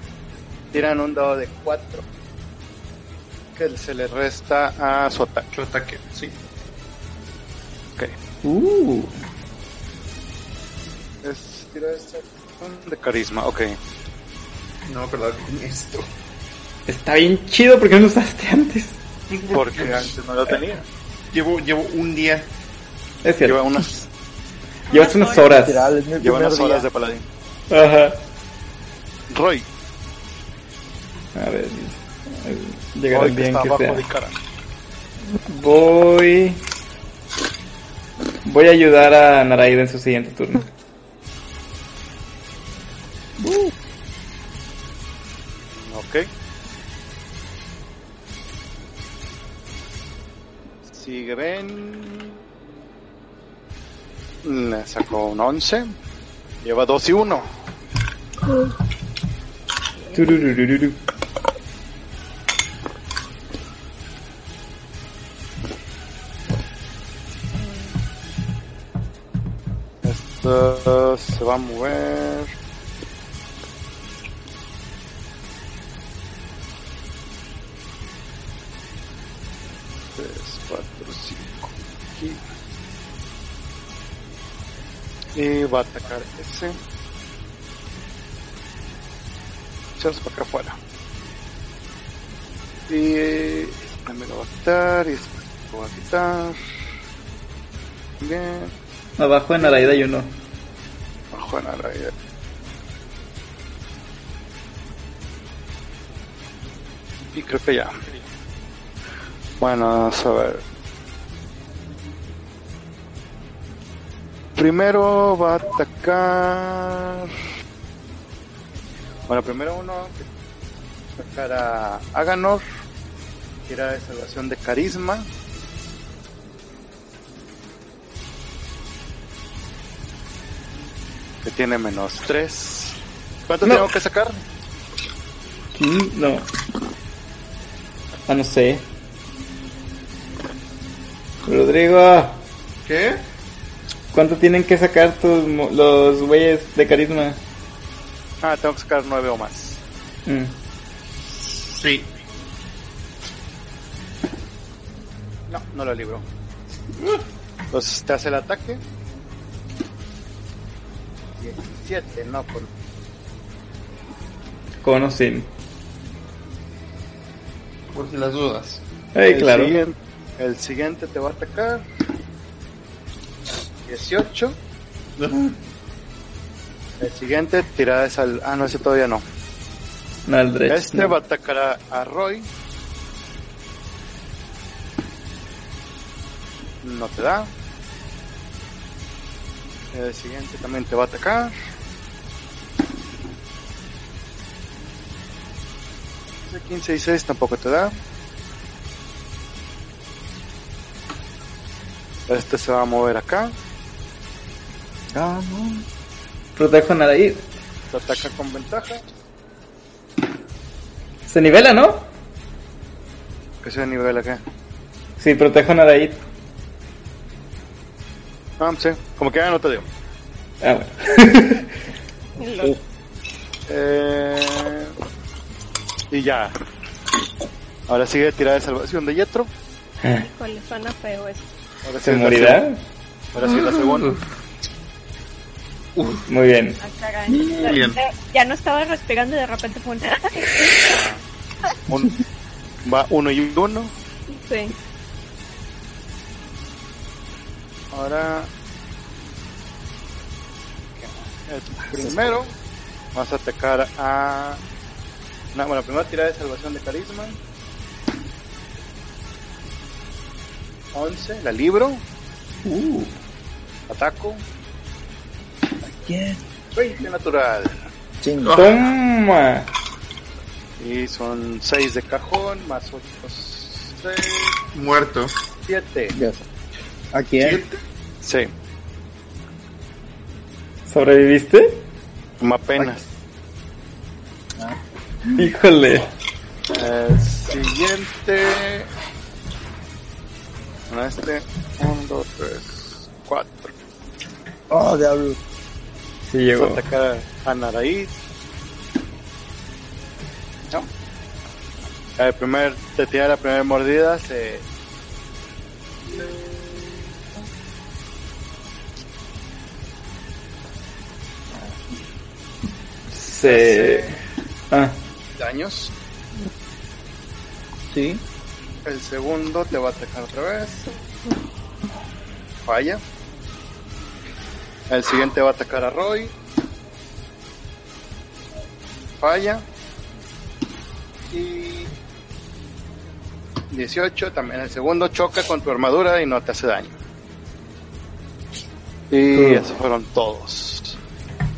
B: tiran un dado de 4. Que se le resta a su ataque.
E: Su ataque, sí.
B: Ok.
F: Uh,
B: Es tirada de salvación de carisma, ok.
E: No me acordaba con esto.
D: Está bien chido porque no lo usaste antes.
B: Porque antes no lo tenía.
E: Llevo, llevo un día.
D: Es
B: Lleva
D: cierto.
B: unas,
D: Llevas unas horas.
F: literal, es mi
B: lleva
F: primer
B: unas horas
F: día.
B: de paladín.
D: Ajá.
B: Roy,
D: A ver.
B: Roy
D: Llegarán
B: que
D: bien
B: está
D: que
B: abajo
D: sea.
B: de cara.
D: Voy. Voy a ayudar a Naraida en su siguiente turno.
B: Ok. Sigue Ben. Le sacó un 11. Lleva 2 y 1.
D: Tururururu.
B: Esto se va a mover. Tres, cuatro, cinco. aquí. Y va a atacar ese. Echarse para acá afuera. Y eh, también lo va a quitar. Y este lo va a quitar. Bien.
D: Abajo de Naraida hay uno.
B: Bajo la realidad. Y creo que ya. Bueno, vamos a ver. Primero va a atacar. Bueno, primero uno que va a atacar a Aganor. Tira de salvación de carisma. Que tiene menos 3. ¿Cuánto
D: No.
B: tengo que sacar?
D: Mm, No. Ah, no sé. Rodrigo,
E: ¿Qué?
D: ¿cuánto tienen que sacar tus, mo- los güeyes de carisma?
B: Ah, tengo que sacar 9 o más.
D: Mm.
E: Sí.
B: No, no lo libro. Entonces te hace el ataque. 17, no, por...
D: Con o sin.
E: Por si las dudas.
D: Eh,
B: Pues
D: claro.
B: Siguiente, el siguiente te va a atacar. 18. El siguiente tirada de sal. Ah, no, ese todavía no.
D: No, al derecho.
B: Este
D: no.
B: va a atacar a, a Roy. No te da. El siguiente también te va a atacar. Ese 15 y 6 tampoco te da. Este se va a mover acá.
D: Protejo a Naraida.
B: Te ataca con ventaja.
D: Se nivela, ¿no?
B: Que sea nivel acá.
D: Sí, protejo a Naraid.
B: Ah, sí. Como que ya no te digo.
D: Ah, bueno.
B: Eh, y ya. Ahora sigue tirada de salvación de Yetro.
C: Híjole, suena feo eso.
B: Ahora sí
D: ¿Se
B: es la
D: morirá?
B: segunda. Ahora sí es la segunda.
D: Muy bien.
C: Ah, caray. Ya-
E: bien.
C: Ya, ya no estaba respirando y de repente fue un... [LAUGHS]
B: Un- va uno y uno.
C: sí.
B: Ahora. El primero. Vas a atacar a. No, bueno, primero tirada de salvación de carisma. 11, la libro. Ataco. 20 natural.
F: chingo.
D: Toma.
B: Y son 6 de cajón, más 8, 6,
E: Muerto.
B: 7.
F: Ya sé. ¿A quién?
E: ¿Siete?
B: Sí,
D: ¿Sobreviviste?
B: como apenas.
D: Híjole.
B: El Eh, siguiente. No, este. 1, 2, 3, 4.
F: Oh, diablo.
D: Sí llegó.
B: Vamos a atacar a Naraí. No. El primer, te tira la primera mordida, se.
D: Se... Ah,
B: daños.
F: Sí.
B: El segundo te va a atacar otra vez. Falla. El siguiente va a atacar a Roy. Falla. Y 18 también. El segundo choca con tu armadura y no te hace daño. Y
D: Mm.
B: esos fueron todos.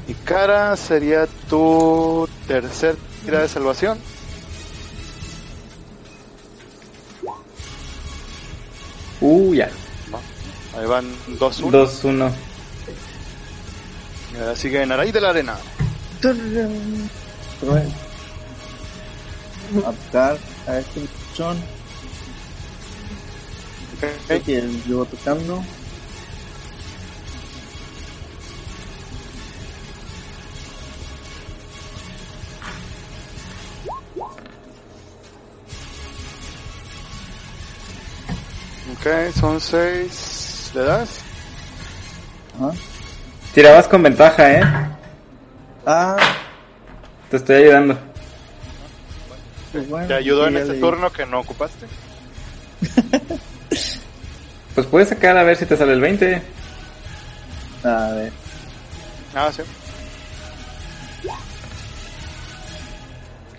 B: Y cara sería tu tercer tira de salvación.
D: uh, ya.
B: Ahí van 2-1.
D: 2-1.
B: Y ahora sigue Naraí de la Arena.
F: Cruel. Atacar a este muchachón
B: Ok.
F: que llevo atacando.
B: Ok, son seis. ¿Le das?
F: Ajá.
D: Tirabas con ventaja, ¿eh?
F: Ah,
D: Te estoy ayudando.
F: pues bueno.
B: ¿Te ayudó
F: sí,
B: en
F: ya
B: este
F: le-
B: turno que no ocupaste?
D: Pues puedes sacar a ver si te sale el 20.
F: A ver.
B: Ah, sí.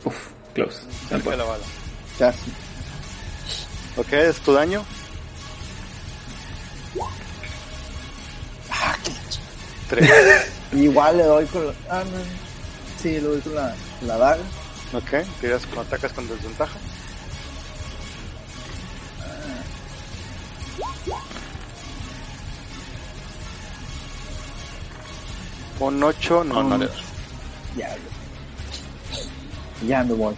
D: Uf, close.
B: Cerca de la bala.
F: Casi.
B: Ok, es tu daño. Ah, Tres.
F: Igual le doy con la... Ah, no. Sí, le doy con la, la daga.
B: Ok, tiras con atacas con desventaja. Con ocho, no, no le das.
F: Ya, ya me voy.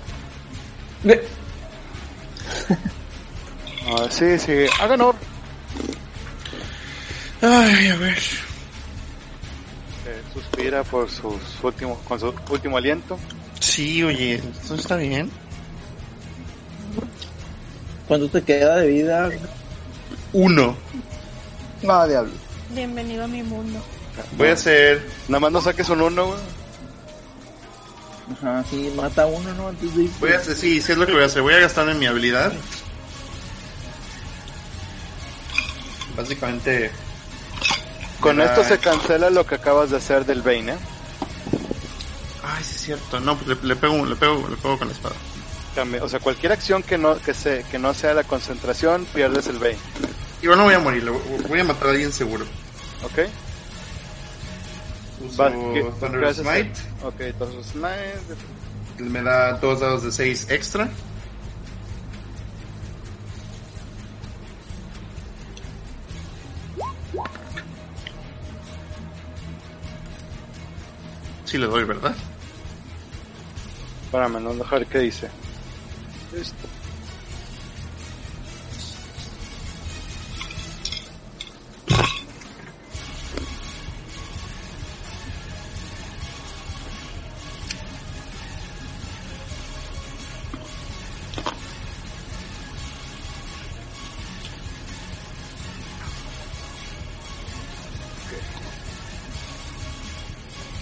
B: Ah, sí, sí, Aganor. Ay, a ver. Eh, suspira por sus últimos, con su último aliento.
E: Sí, oye, esto está bien.
F: ¿Cuánto te queda de vida?
E: Uno.
F: No, diablo.
C: Bienvenido a mi mundo.
E: Voy a hacer.
B: Nada más no saques un uno, güey.
F: Ajá, sí, mata a uno, ¿no? Antes de ir.
E: Voy a hacer, sí, sí es lo que voy a hacer. Voy a gastar en mi habilidad. Básicamente.
B: Con
E: Ay.
B: esto se cancela lo que acabas de hacer del Bane, ¿eh?
E: Ay, sí es cierto. No, pues le, le pego, le pego, le pego con la espada.
B: También, o sea, cualquier acción que no, que, se, que no sea la concentración, pierdes el Bane,
E: Igual no voy a morir, lo- voy a matar a alguien seguro.
B: ¿ok?
E: Uso
B: Vas- ¿qué- qué
E: Thunder
B: haces?
E: Smite.
B: Ok, entonces Smite.
E: Me da dos dados de 6 extra. Sí le doy, ¿verdad?
B: Espérame, no dejar qué dice. Listo.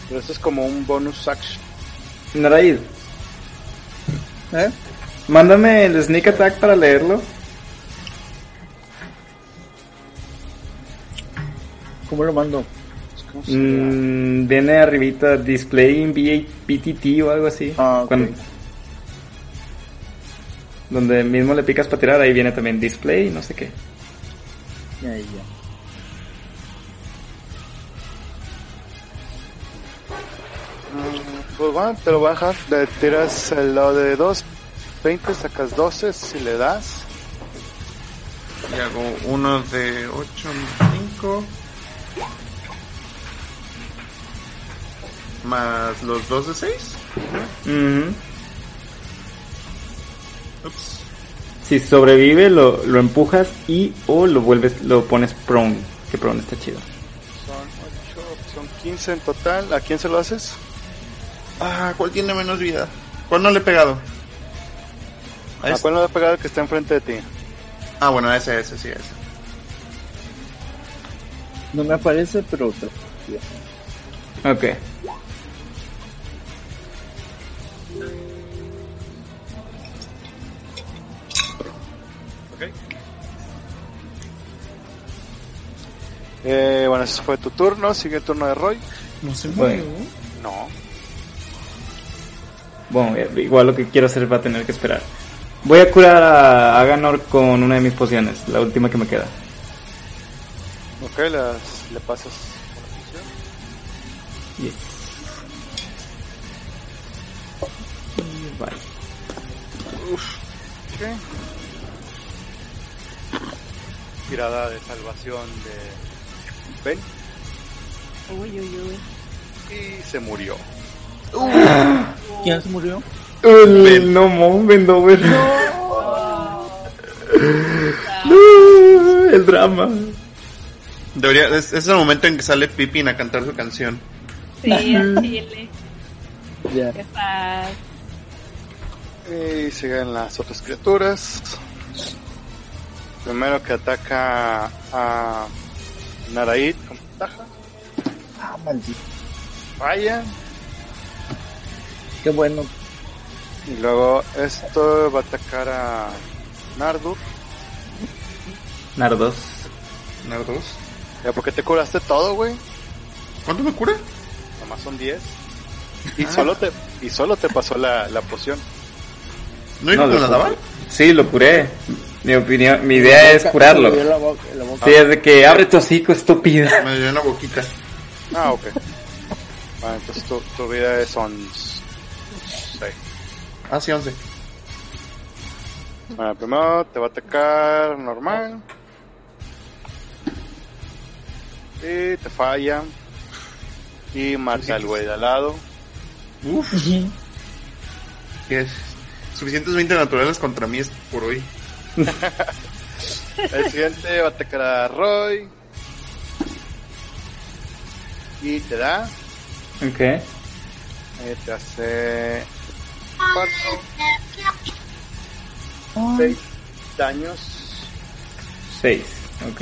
B: Pero esto es como un bonus action.
D: Naraid,
F: ¿Eh?
D: mándame el sneak attack para leerlo.
F: ¿Cómo lo mando?
B: ¿Cómo se llama?
D: Mm, viene arribita displaying VA PTT o algo así.
F: Ah, ok.
D: donde mismo le picas para tirar, ahí viene también display y no sé qué.
F: Ahí ya.
B: Pues bueno, te lo voy a dejar. Le tiras el lado de 2, 20, sacas 12 si le das.
E: Y hago uno de 8, 5. Más los dos de 6.
D: Ujú.
E: Ups.
D: Si sobrevive, lo, lo empujas y o lo vuelves, lo pones prone. Que prone está chido.
B: Son 8, son 15 en total. ¿A quién se lo haces?
E: Ah, ¿cuál tiene menos vida? ¿Cuál no le he pegado? ¿A
B: ¿A
E: este?
B: cuál no le ha pegado el que está enfrente de ti?
E: Ah, bueno, ese, ese, sí, ese.
F: No me aparece, pero otro.
D: Ok.
B: Eh, bueno, ese fue tu turno. Sigue el turno de Roy.
H: No se
D: Bueno.
H: murió.
B: No.
D: Bueno, eh, igual lo que quiero hacer va a tener que esperar. Voy a curar a, a Ganor con una de mis pociones, la última que me queda.
B: Ok, las, le pasas.
D: Yes. Y Vale.
B: Ok. Tirada de salvación de Ben.
C: Uy, uy, uy.
B: Y se murió.
H: ¿Quién se murió?
D: El gnomo, Vendover. Oh. El drama.
E: Debería, es, es el momento en que sale Pippin a cantar su canción.
C: Sí, a Chile.
F: Ya.
C: ¿Qué pasa?
B: Y siguen las otras criaturas. Primero que ataca a Naraid con ventaja.
F: Ah, maldito.
B: Ryan.
F: Qué bueno.
B: Y luego esto va a atacar a Nardur.
D: Nardos.
E: ¿No dos?
B: Ya, porque te curaste todo, güey.
E: ¿Cuánto me cura?
B: Nomás son 10. Y solo te, y solo te pasó la, la poción.
E: ¿No iba
D: No,
E: con
D: lo
E: la daban?
D: Sí, lo curé. Mi opinión, mi idea es
F: Boca-
D: curarlo.
F: me dio la boca- la boca.
D: Sí, es de que abre tu hocico, estúpida.
E: Me dio en la boquita.
B: Ah, ok. [LAUGHS] Vale, entonces tu, tu vida es 11.
E: Ah, sí, 11.
B: Bueno, primero te va a atacar normal. Y te falla. Y marcha al güey de al lado.
E: Uf, ¿qué es? Suficientes 20 naturales contra mí es por hoy.
B: El siguiente va a atacar a Roy. Y te da.
D: Ok.
B: Eh, te hace 4 6 daños
D: 6. Ok.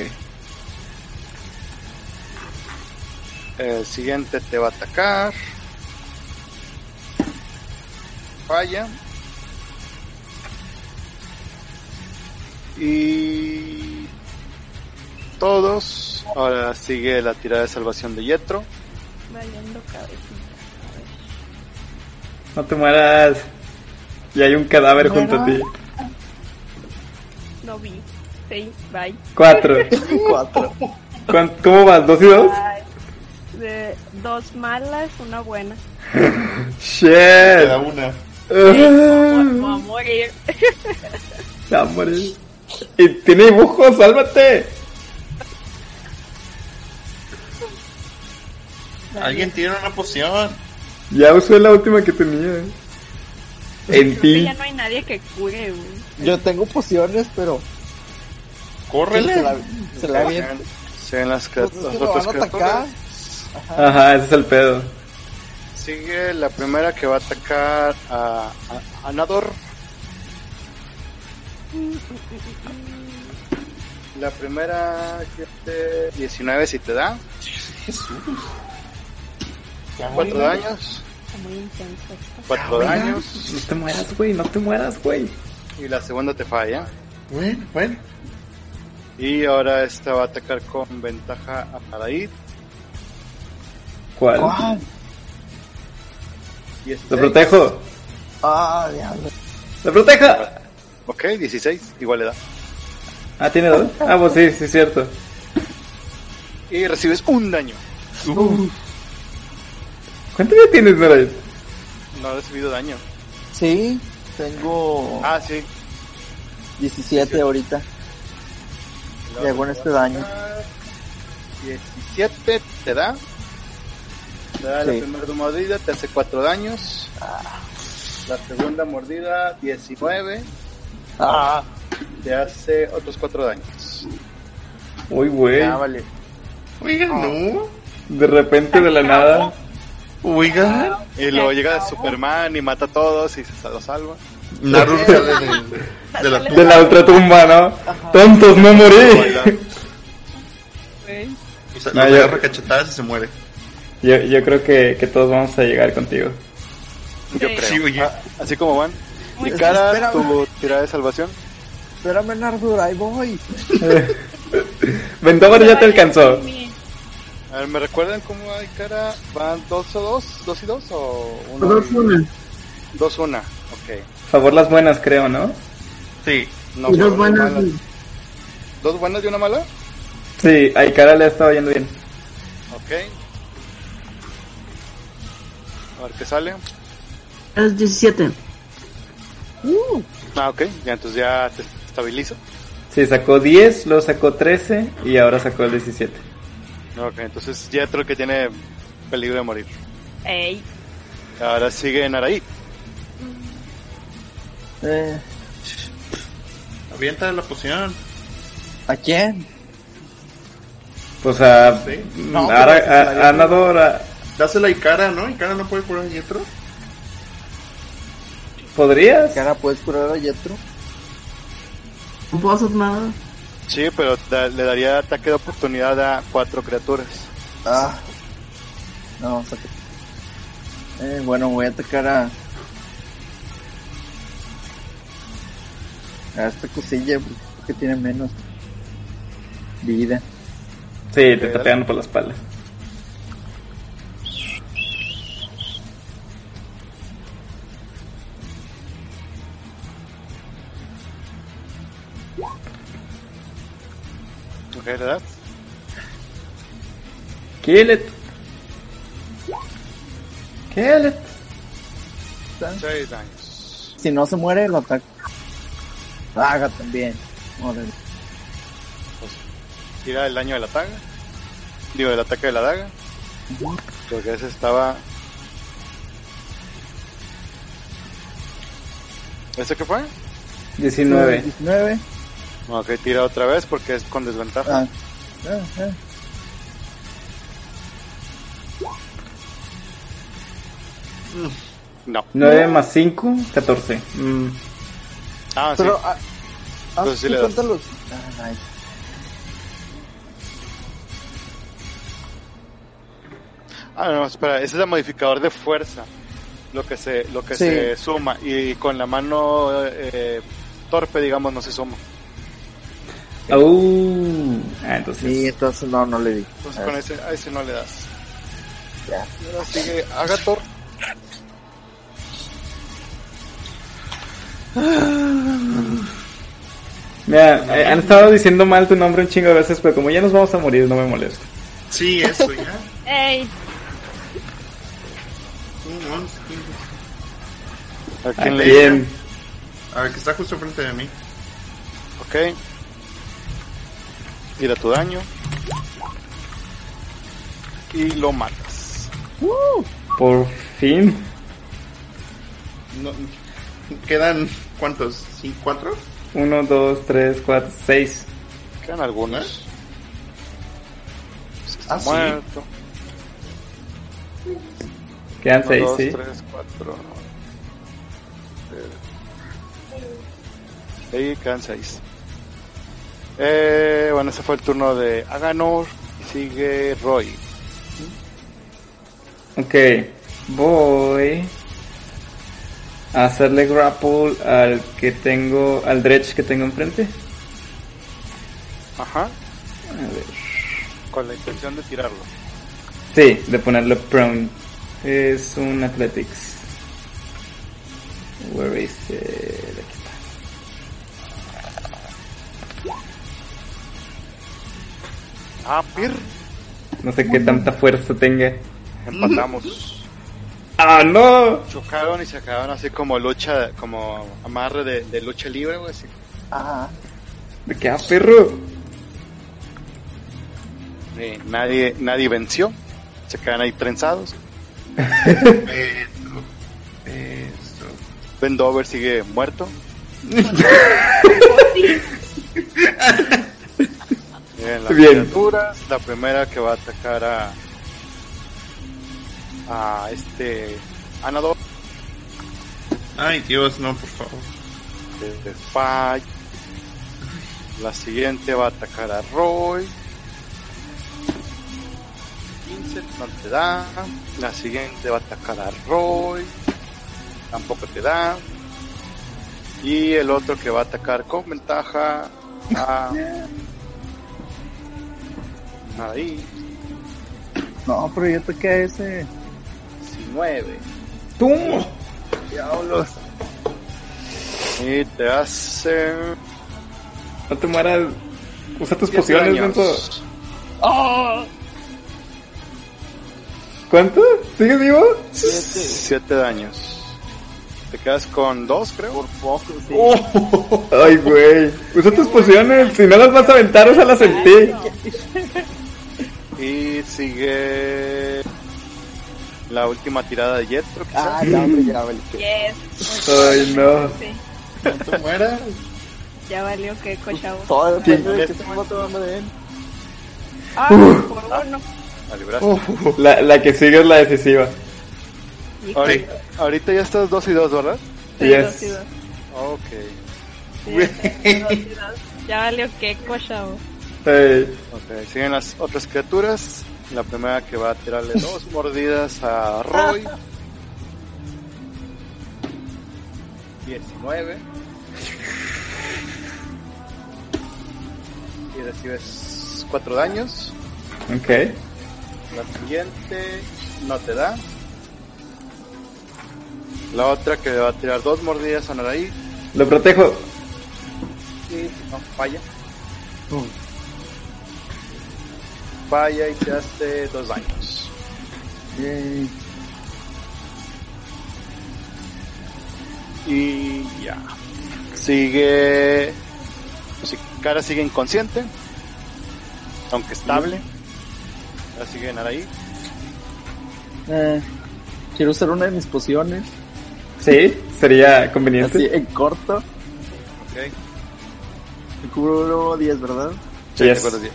B: el siguiente te va a atacar falla y todos ahora sigue la tirada de salvación de Yetro
C: Valiendo cabeza.
D: No te mueras. Y hay un cadáver junto a ti.
C: No vi. Sí, bye.
E: [LAUGHS]
D: 4.
F: Cuatro.
D: ¿Cómo vas? ¿Dos y dos?
C: De dos malas, una buena.
E: Te
D: Shit.
E: da una.
C: Voy
D: Ah,
C: voy a morir.
D: ya morí. Y tiene dibujos, sálvate.
E: Alguien tiene una poción.
D: Ya usé la última que tenía. En
C: Creo que
D: ti.
C: ya no hay nadie que cure, güey.
F: Yo tengo pociones, pero se la,
E: Córrele.
F: se la avientan.
B: siguen las, criat-
F: Pues es que
B: las
F: lo
B: otras
F: van a atacar.
B: criaturas
D: Ajá, ese es el pedo.
B: Sigue la primera que va a atacar a, a, a Nador. La primera que te- 19 si te da. Cuatro daños.
C: Está muy intenso esto.
B: Cuatro daños.
D: No te mueras, güey. No te mueras, güey.
B: Y la segunda te falla.
E: Bueno, bueno.
B: Y ahora esta va a atacar con ventaja a Paraid.
D: ¿Cuál?
F: ¿Cuál?
D: Lo protejo.
F: Ah, diablo.
D: Lo protejo.
B: Ok, 16. Igual le da.
D: Ah, tiene dos. Ah, pues sí, sí, es cierto.
B: Y recibes un daño.
D: ¿Cuánto ya tienes, Naray?
B: No ha recibido daño.
F: Sí, tengo
B: Ah, sí.
F: 17 ahorita. Y hago en este daño.
B: 17 te da. Te da
F: Sí.
B: la primera mordida, te hace 4 daños. La segunda mordida, 19.
F: Ah,
B: Te hace otros 4 daños.
D: Uy, güey.
F: ya vale.
E: Oiga, no.
D: De repente, de la nada.
E: Oiga.
B: Y luego llega Superman y mata a todos y se lo salva.
E: [LAUGHS] Naruto sale de, de la
D: De la otra tumba, ¿no? Tontos, no [LAUGHS] morí.
C: güey.
E: O sea,
D: No,
E: le
D: yo-
E: agarra cachetadas y se muere.
D: Yo, yo creo que, que todos vamos a llegar contigo.
B: Yo
C: Sí.
B: creo.
E: Sí, oye.
B: Ah, así como van.
F: Muy
B: Y cara,
F: bien.
B: tu tirada de salvación.
F: Espérame, Naruto, ahí voy.
D: Ventover ya te alcanzó.
C: Mi-
B: A ver, ¿me recuerdan cómo hay cara? ¿Van 2 o 2? ¿2 y 2 o 1?
G: Dos, una.
B: 2 1. Ok.
D: Favor las buenas, creo, ¿no?
E: Sí.
B: No,
G: y dos
B: fueron
G: buenas.
B: malas. ¿Dos buenas y una mala?
D: Sí, a Ikara le ha estado yendo bien.
B: Ok. A ver qué sale.
G: Es 17.
B: Ah, ok. Ya, entonces ya te estabiliza.
D: Sí, sacó 10, luego sacó 13 y ahora sacó el 17.
B: Ok, entonces ya creo que tiene peligro de morir.
C: Ey,
B: Ahora sigue Naraí.
F: Eh,
E: Avienta la poción.
F: ¿A quién?
D: Pues a.
E: Sí.
D: a-
E: No,
D: a-
E: pero
D: a-
E: la Yetro-
D: Anador, a-
E: Dásela a Ikara, ¿no? Ikara no puede curar a Yetro.
D: ¿podrías?
F: Cara, ¿puedes curar a Yetro?
G: No puedo hacer nada.
B: Sí, pero da- le daría ataque de oportunidad a cuatro criaturas.
F: Ah. No, saca. Eh, bueno, voy a atacar a... A esta cosilla que tiene menos vida.
D: Sí, te está pegando por la espalda.
B: Ok, ¿verdad?
D: Kill it. Kill it.
B: Seis daños.
F: Si no se muere, lo ataco. Haga también. Órale.
B: Tira el daño de la daga. Digo, el ataque de la daga. Porque ese estaba... ¿Ese qué fue?
D: 19.
F: 19.
B: Ok, tira otra vez porque es con desventaja.
F: Ah. Ah, ah.
B: No.
D: 9 más 5, 14. Mm,
B: Ah, sí.
F: Pero, ah, ah,
B: Pues sí
F: ¿tú
B: le das.
F: cuentas los- Ah, nice.
B: Ah, no, espera, ese es el modificador de fuerza, lo que se, lo que
F: Sí.
B: se suma, y con la mano eh, torpe, digamos, no se suma.
D: au. Ah,
F: Sí,
D: entonces.
F: entonces no, no le di.
B: Entonces
F: Ah,
B: con ese, a ese no le das.
F: Ya.
B: Y ahora sigue Agator.
D: Mira, eh, han estado diciendo mal tu nombre un chingo de veces, pero como ya nos vamos a morir, no me molesta.
E: Sí, eso [LAUGHS] ya.
C: ey,
E: Un once, quince.
B: ¿A
D: Ah,
B: quién le
D: Bien.
E: A ver, que está justo frente de mí.
B: Ok. Tira tu daño. Y lo matas.
D: Por fin.
E: No, ¿Quedan cuántos? ¿Sí, ¿Cuatro?
D: 1, 2, 3, 4, 6.
B: Quedan algunos.
E: Ah, sí.
B: Muerto.
D: Quedan
B: 1,
D: 6,
B: 2,
D: sí.
B: 3, 4. Ahí quedan 6. Eh, bueno, ese fue el turno de Aganor. Y sigue Roy.
D: Ok, voy a hacerle grapple al que tengo, al dredge que tengo enfrente.
B: Ajá.
D: A ver.
B: Con la intención de tirarlo.
D: Sí, de ponerlo prone. Es un athletics. Where is it? Aquí está.
B: Ah, pir.
D: No sé qué tanta fuerza tenga.
B: Empatamos.
D: ¡Ah, no!
B: Chocaron y se acabaron así como lucha, como amarre de, de lucha libre, güey. Así.
F: ah,
D: ¿De qué ah, perro?
B: Eh, nadie, nadie venció. Se quedan ahí trenzados.
E: Pedro, Pedro.
B: Vendover sigue muerto. Bien, las
D: Bien.
B: criaturas. La primera que va a atacar a. A este. Anador.
E: Ay, Dios, no, por favor.
B: Desde Fay. La siguiente va a atacar a Roy. 15, no te da. La siguiente va a atacar a Roy. Tampoco te da. Y el otro que va a atacar con ventaja a. Ahí,
F: No, pero yo toqué a ese.
B: 19.
D: ¡Tú!
F: Diablos.
B: Y te hace.
D: No te mueras. Usa tus
B: 10
D: pociones,
B: daños.
D: Benzo. ¿Cuánto? ¿Sigues vivo?
B: Siete daños. Te quedas con dos, creo. Uh.
D: Oh, [LAUGHS] ay, güey. Usa tus pociones. Si no las vas a aventar, úsalas en ti.
B: Y sigue la última tirada de Jetro.
F: Ah, ya, hombre, ya, vale.
C: Yes.
D: Ay, no.
C: Sí,
E: ¿Te mueras?
C: ya valió que cochavo.
F: Todo depende
B: ¿Quién?
F: de que se mueva todo madre.
C: Ah, por favor, no.
D: Uh. La, la que sigue es la decisiva.
C: Híjole,
B: ahorita, ahorita ya estás dos y dos, ¿verdad?
C: soy
D: Yes.
C: dos y
D: [LAUGHS]
C: dos.
B: Ok.
C: Sí, soy dos y dos. Ya valió que cochavo.
D: Ay,
B: Ok, siguen las otras criaturas. La primera que va a [LAUGHS] tirarle dos mordidas a Roy. 19. Y recibes cuatro daños.
D: ok.
B: La siguiente no te da. La otra que le va a tirar dos mordidas a Naraí
D: Lo protejo.
B: y no, falla. Falla y te hace dos daños. Y ya. Sigue. Si cara sigue inconsciente. Aunque estable. Ahora sigue Naraí.
F: Eh, quiero usar una de mis pociones.
D: Sí, sería conveniente.
F: Así, en corto.
B: Ok.
F: Me Cubro 10, ¿verdad?
B: Sí,
D: Yes.
B: tengo los 10.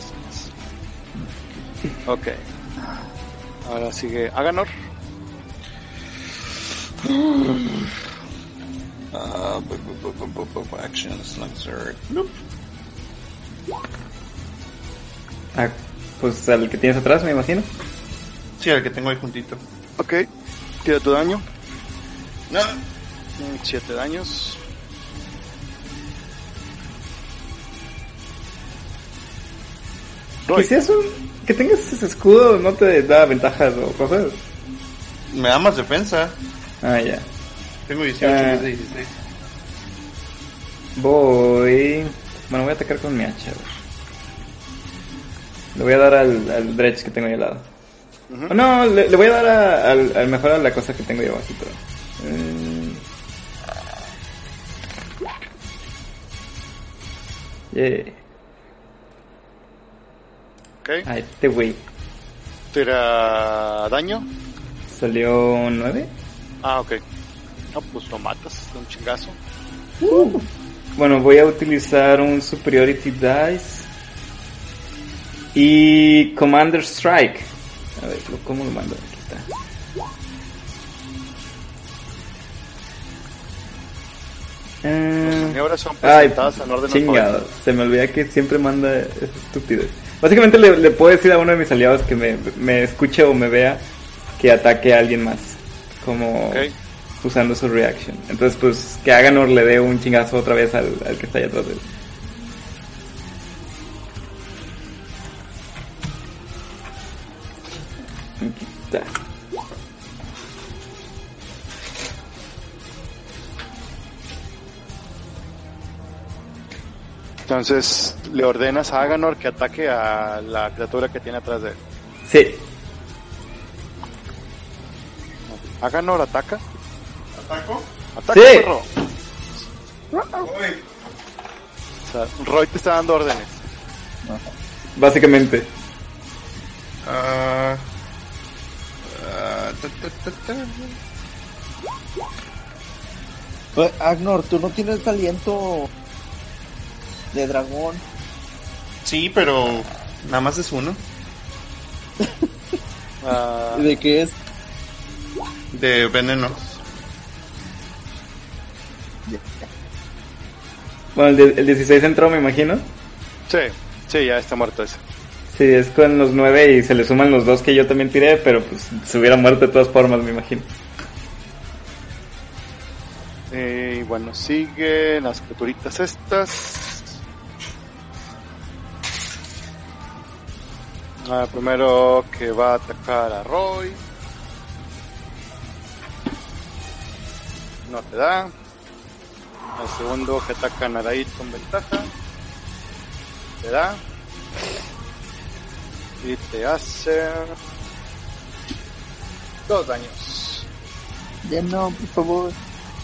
B: Ok. Ahora sigue Aganor.
E: Ah, bu- bu- bu- bu- bu- bu- bu- actions, not sure.
D: Ah, pues al que tienes atrás, me imagino.
E: Sí, el que tengo ahí juntito.
B: Ok. Tira tu daño.
E: No.
B: 7 daños. Roy.
D: Que seas un- Que tengas ese escudo no te da ventajas o cosas.
E: Me da más defensa.
D: Ah, ya.
E: Tengo 18
D: Ah.
E: en vez de 16.
D: Voy... Bueno, voy a atacar con mi hacha. a ver. Le voy a dar al, al dredge que tengo ahí al lado.
B: Ujú.
D: Oh, no, le, le voy a dar a- al, al mejor a la cosa que tengo ahí abajito. Mm. Yeah.
B: Ok.
D: A este güey.
B: Tira daño.
D: Salió 9.
B: Ah, ok. No, pues lo matas de un chingazo.
D: Bueno, voy a utilizar un Superiority Dice. Y Commander Strike. A ver, ¿lo- ¿cómo lo mando? Aquí está.
B: Y
D: Eh,
B: ahora son
D: ay,
B: presentadas en orden
D: chingado. Se me olvida que siempre manda esa estupidez. Básicamente le, le puedo decir a uno de mis aliados que me, me escuche o me vea que ataque a alguien más. Como
B: alfabético.
D: usando su reaction. Entonces, pues que Aganor le dé un chingazo otra vez al, al que está allá atrás de él. Aquí está.
B: Entonces le ordenas a Aganor que ataque a la criatura que tiene atrás de él.
D: Sí,
B: Aganor ataca.
E: ¿Ataco?
B: ¡Ataca,
D: Sí.
B: perro!
E: Uy.
B: O sea, Roy te está dando órdenes.
D: básicamente.
E: Ah, ah, ta, ta, ta, ta.
F: Pues, Agnor, tú no tienes aliento de dragón.
E: Sí, pero nada más es uno. Ah,
F: ¿De qué es?
E: de veneno.
D: Bueno, el, de- el 16 entró, me imagino.
B: Sí, sí, ya está muerto ese.
D: Sí, es con los 9 y se le suman los dos que yo también tiré, pero pues se hubiera muerto de todas formas, me imagino.
B: Eh, Y bueno, sigue las criaturitas estas. Ah, primero que va a atacar a Roy. No te da. El segundo que ataca a Naraid con ventaja. Te da. Y te hace dos daños.
F: Ya no, por favor.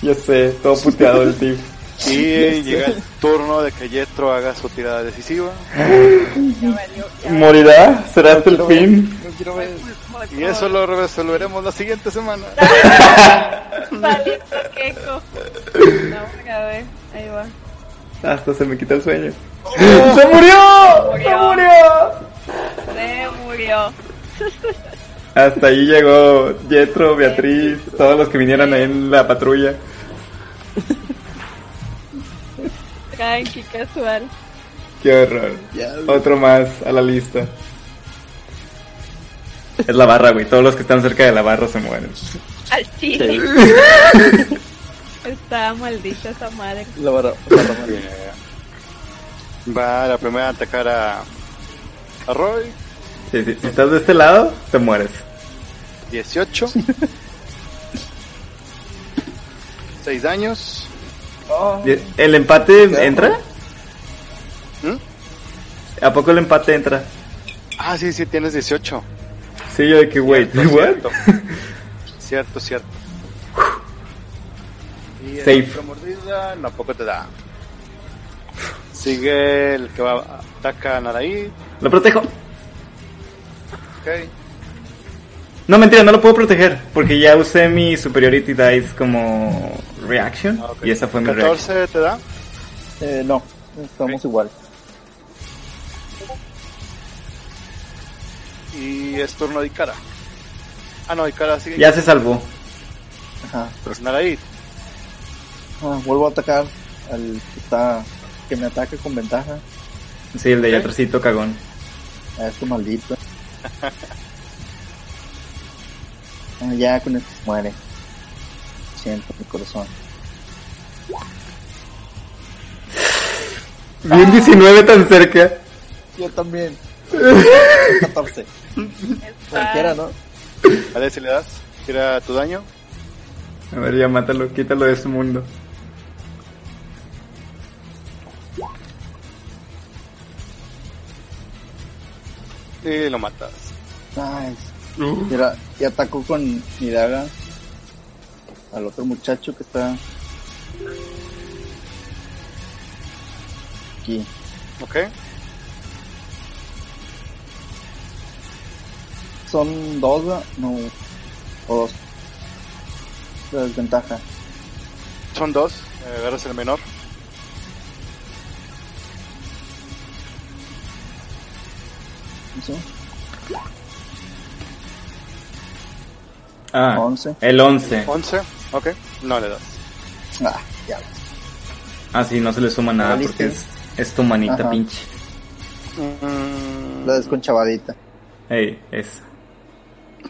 D: Ya sé, todo puteado el tip.
B: Y llega el turno de que Yetro haga su tirada decisiva.
C: Ya valió, ya
D: [LAUGHS] ¿Morirá? ¿Será hasta el fin?
F: No quiero ver.
C: valió.
B: Y eso lo resolveremos la siguiente semana.
C: Vale, queco. No, venga, a ver, ahí va.
D: Hasta se me quita el sueño. ¡Se murió! ¡Ah! ¡Se
C: Murió.
D: murió!
C: Se murió.
D: Hasta ahí llegó Jetro, Beatriz, todos los que vinieron ahí en la patrulla.
C: Tranqui, casual.
D: Qué horror. Otro más a la lista. Es la barra, güey. Todos los que están cerca de la barra se mueren.
C: Al chile. Está maldita esa madre.
F: La barra, la barra mal.
B: Va la primera a atacar a, a Roy.
D: Sí, sí. Si estás de este lado, te mueres.
B: 18. 6 daños.
F: Oh,
D: Die- ¿El empate entra?
B: ¿Mm?
D: ¿A poco el empate entra?
B: Ah, sí, sí, tienes 18.
D: Sí, yo de que, wait,
B: Cierto,
D: [LAUGHS] what?
B: cierto. Cierto, cierto. Y el
D: Safe.
B: otro mordida no, poco te da. Sigue el que va ataca a Naraí.
D: Lo protejo.
B: Ok.
D: No, mentira, no lo puedo proteger. Porque ya usé mi Superiority Dice como reaction.
B: Ah, ok.
D: Y esa fue mi reaction.
B: 14 te da.
F: eh, no, estamos igual.
B: Y es turno de Ikara. Ah, no, Ikara sigue. Pues
D: Ya se salvó.
F: Ajá.
B: Naraí.
F: Ah, vuelvo a atacar al que está, que me ataca con ventaja.
D: Sí, el de
B: Ok.
D: Yatrocito cagón.
F: A este maldito. Ah, ya con esto se muere. Siento mi corazón.
B: Ah.
D: Bien 19 tan cerca.
F: Yo [LAUGHS] también. 14. Cualquiera,
C: Está...
F: ¿no?
B: A ver si le das. Tira tu daño.
D: A ver, ya mátalo, quítalo de su mundo.
B: Y lo matas.
F: Nice. Mira, y atacó con mi daga al otro muchacho que está aquí.
B: Ok.
F: Son dos, ¿va? no, o dos. La desventaja.
B: Son dos. Eh, agarras el menor.
F: ¿Eso?
D: Ah,
F: Once.
D: el 11.
B: 11. Ok. No le das.
F: Ah, ya. ves.
D: Ah, sí, no se le suma nada
F: Valiste.
D: porque es, es tu manita,
F: Ajá.
D: pinche.
B: Mm,
F: La desconchavadita.
D: Ey, es.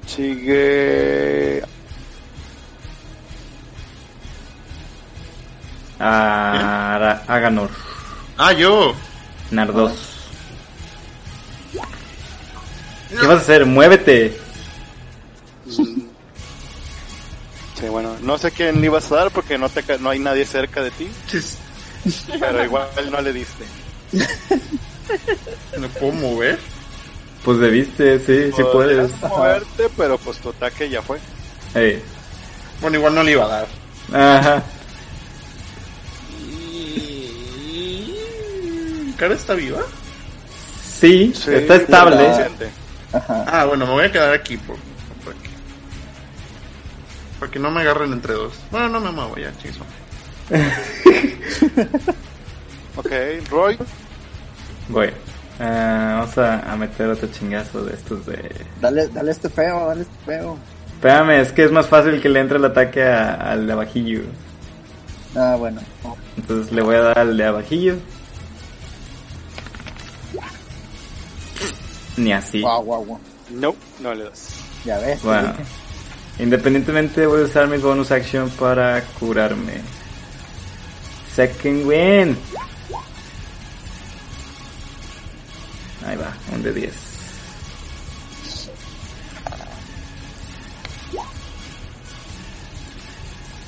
B: Sigue.
D: ah, Ara- Aganor.
E: Ah, yo.
D: Nardos. ¿Qué vas a hacer? Muévete.
B: Mm. Sí, bueno. No sé quién le ibas a dar porque no, te, ca- no hay nadie cerca de
D: [LAUGHS]
B: ti. Pero igual no le diste.
E: ¿Me puedo mover?
D: Pues debiste, sí, sí puedes.
B: Podrías moverte, pero pues tu ataque ya fue.
D: Ey.
E: Bueno, igual no le iba a dar.
D: Ajá.
E: ¿Cara está viva?
D: Sí,
B: Sí,
D: está estable.
B: suficiente.
F: Ajá.
E: Ah, bueno, me voy a quedar aquí por, por aquí. Para que no me agarren entre dos. Bueno, no me muevo ya, chicos.
B: Ok, Roy.
D: Voy. Ah, vamos a, a meter otro chingazo de estos de...
F: Dale, dale este feo, dale este feo.
D: Espérame, es que es más fácil que le entre el ataque a- al de abajillo.
F: Ah, bueno.
D: Entonces le voy a dar al de abajillo. Ni así.
F: Guau, guau, guau.
B: No, no le das.
F: Ya ves. te
D: Bueno.
F: dije.
D: Independientemente voy a usar mi bonus action para curarme. Second win. Ahí va, un de 10.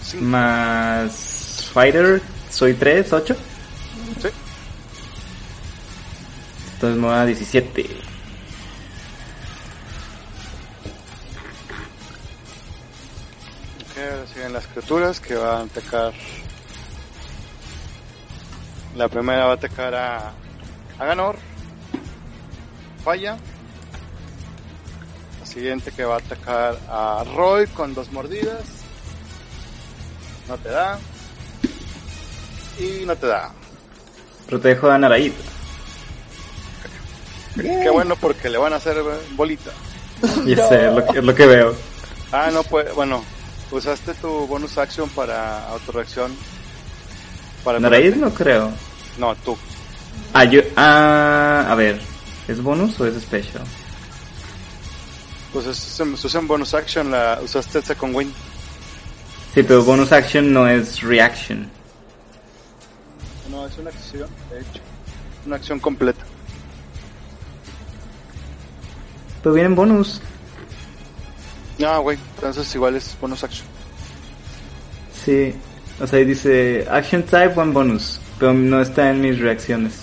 B: Sí,
D: Más Fighter, soy 3, 8.
B: sí.
D: Entonces me va a 17.
B: Ok, ahora siguen las criaturas que van a atacar. La primera va a atacar a, a Ganor. Falla. La siguiente que va a atacar a Roy con dos mordidas. No te da. Y no te da.
D: Protejo a Naraid.
B: Qué bueno porque le van a hacer bolita.
D: Y ese es, lo que, es lo que veo.
B: Ah, no, pues, bueno, usaste tu bonus action para autorreacción. Para
D: Naraid no creo.
B: No, tú.
D: Ah, yo, ah, a ver. ¿Es bonus o es special?
B: Pues es, es- es en bonus action, la usaste el second win.
D: Sí, pero bonus action no es reaction.
B: No, es una acción, de hecho. Una acción completa.
D: Pero vienen bonus.
B: No, güey, entonces igual es bonus action.
D: Sí. O sea, ahí dice action type one bonus. Pero no está en mis reacciones.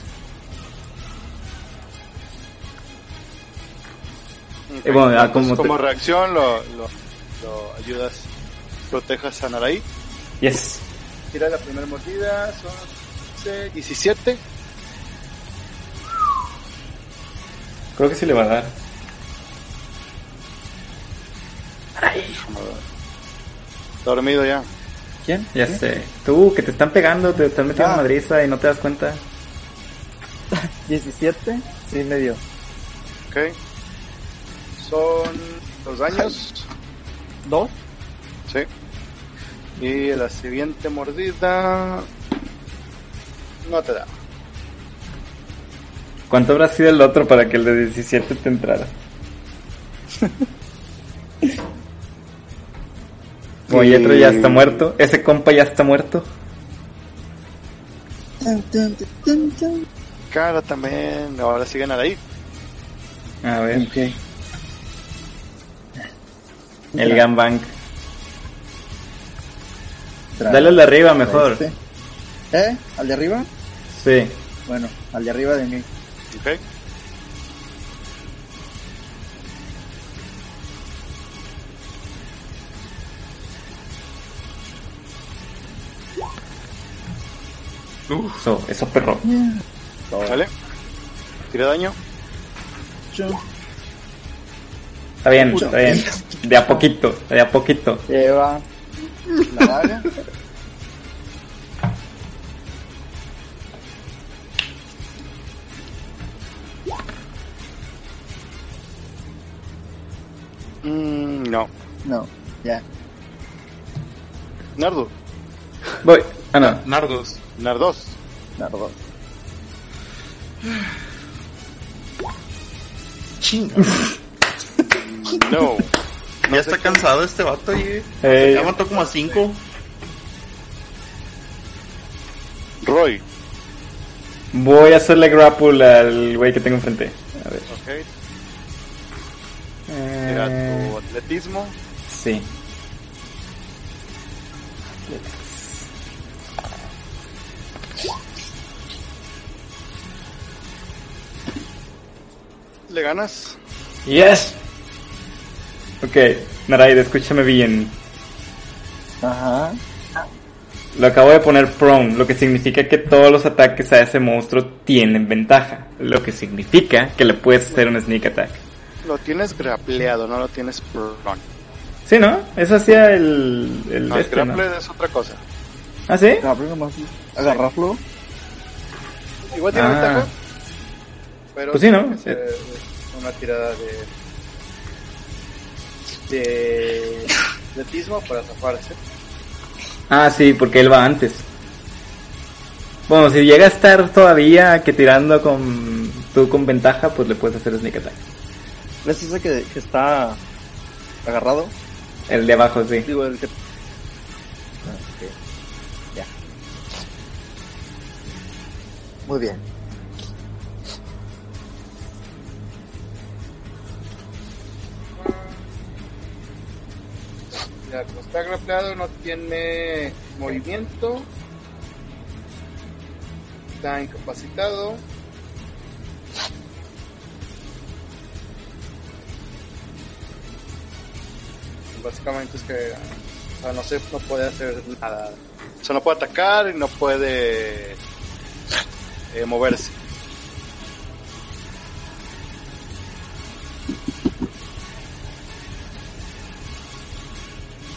D: Eh, bueno, ah, como
B: Entonces,
D: te-
B: como reacción lo, lo, lo ayudas, protejas a Narai.
D: Yes.
B: Tira la primera mordida, son 11, 17.
D: Creo que sí le va a dar.
B: Dormido ya.
F: ¿Quién?
D: Ya sé. Tú, que te están pegando, te están metiendo
F: Ah.
D: madriza y no te das [LAUGHS] cuenta.
F: 17. Sí, me dio.
B: Ok. Son los daños.
F: ¿Dos?
B: Sí. Y la siguiente mordida. No te da.
D: ¿Cuánto habrá sido el otro para que el de 17 te entrara? Oye, otro ya está muerto. Ese compa ya está muerto.
B: Cara también. Ahora siguen a ahí.
D: A ver,
F: Ok.
D: el gangbang.
F: Tra-
D: Dale al de arriba mejor.
F: Este. ¿Eh? ¿Al de arriba?
D: Sí.
F: Bueno, al de arriba de mí.
B: Ok.
D: Eso, eso perro.
B: ¿Vale? Tira daño.
D: Está bien, está bien. De a poquito, de a poquito.
F: Lleva la daga.
B: Mm, no.
F: No, ya.
B: Nardo.
D: Voy. Ah, no.
E: Nardos.
B: Nardos.
F: Nardo.
B: [LAUGHS] No.
E: Ya está cansado este vato, oye.
D: Eh,
E: Ya mató como a cinco.
B: Roy.
D: voy a hacerle grapple al güey que tengo enfrente. A ver.
B: Ok. Tira
D: Eh,
B: tu atletismo.
D: sí.
B: Le ganas.
D: Yes. Ok, Naraid, escúchame bien.
F: Ajá.
D: Lo acabo de poner prone, lo que significa que todos los ataques a ese monstruo tienen ventaja. Lo que significa que le puedes hacer un sneak attack.
B: Lo tienes grapleado, no lo tienes prone.
D: Sí, ¿no? Eso hacía el. el
B: No, el
D: este, ¿no?
B: grapple es otra cosa.
D: ¿Ah, sí?
F: Agarrarlo nomás, agarrarlo.
B: Igual tiene
D: Ah.
B: ventaja. Pero
D: Pues sí, ¿no?
B: tiene que ser Una tirada de. de. de tismo para zafarse.
D: Ah, sí, porque él va antes. Bueno, si llega a estar todavía que tirando con tú con ventaja, pues le puedes hacer sneak attack.
F: ¿Ves ese que, que está agarrado?
D: El de abajo, sí.
F: Digo, el que.
B: Muy bien. Ya, como está grapleado, no tiene movimiento. Está incapacitado. Básicamente es que o sea, no sé, no puede hacer nada. O sea, no puede atacar y no puede eh, moverse.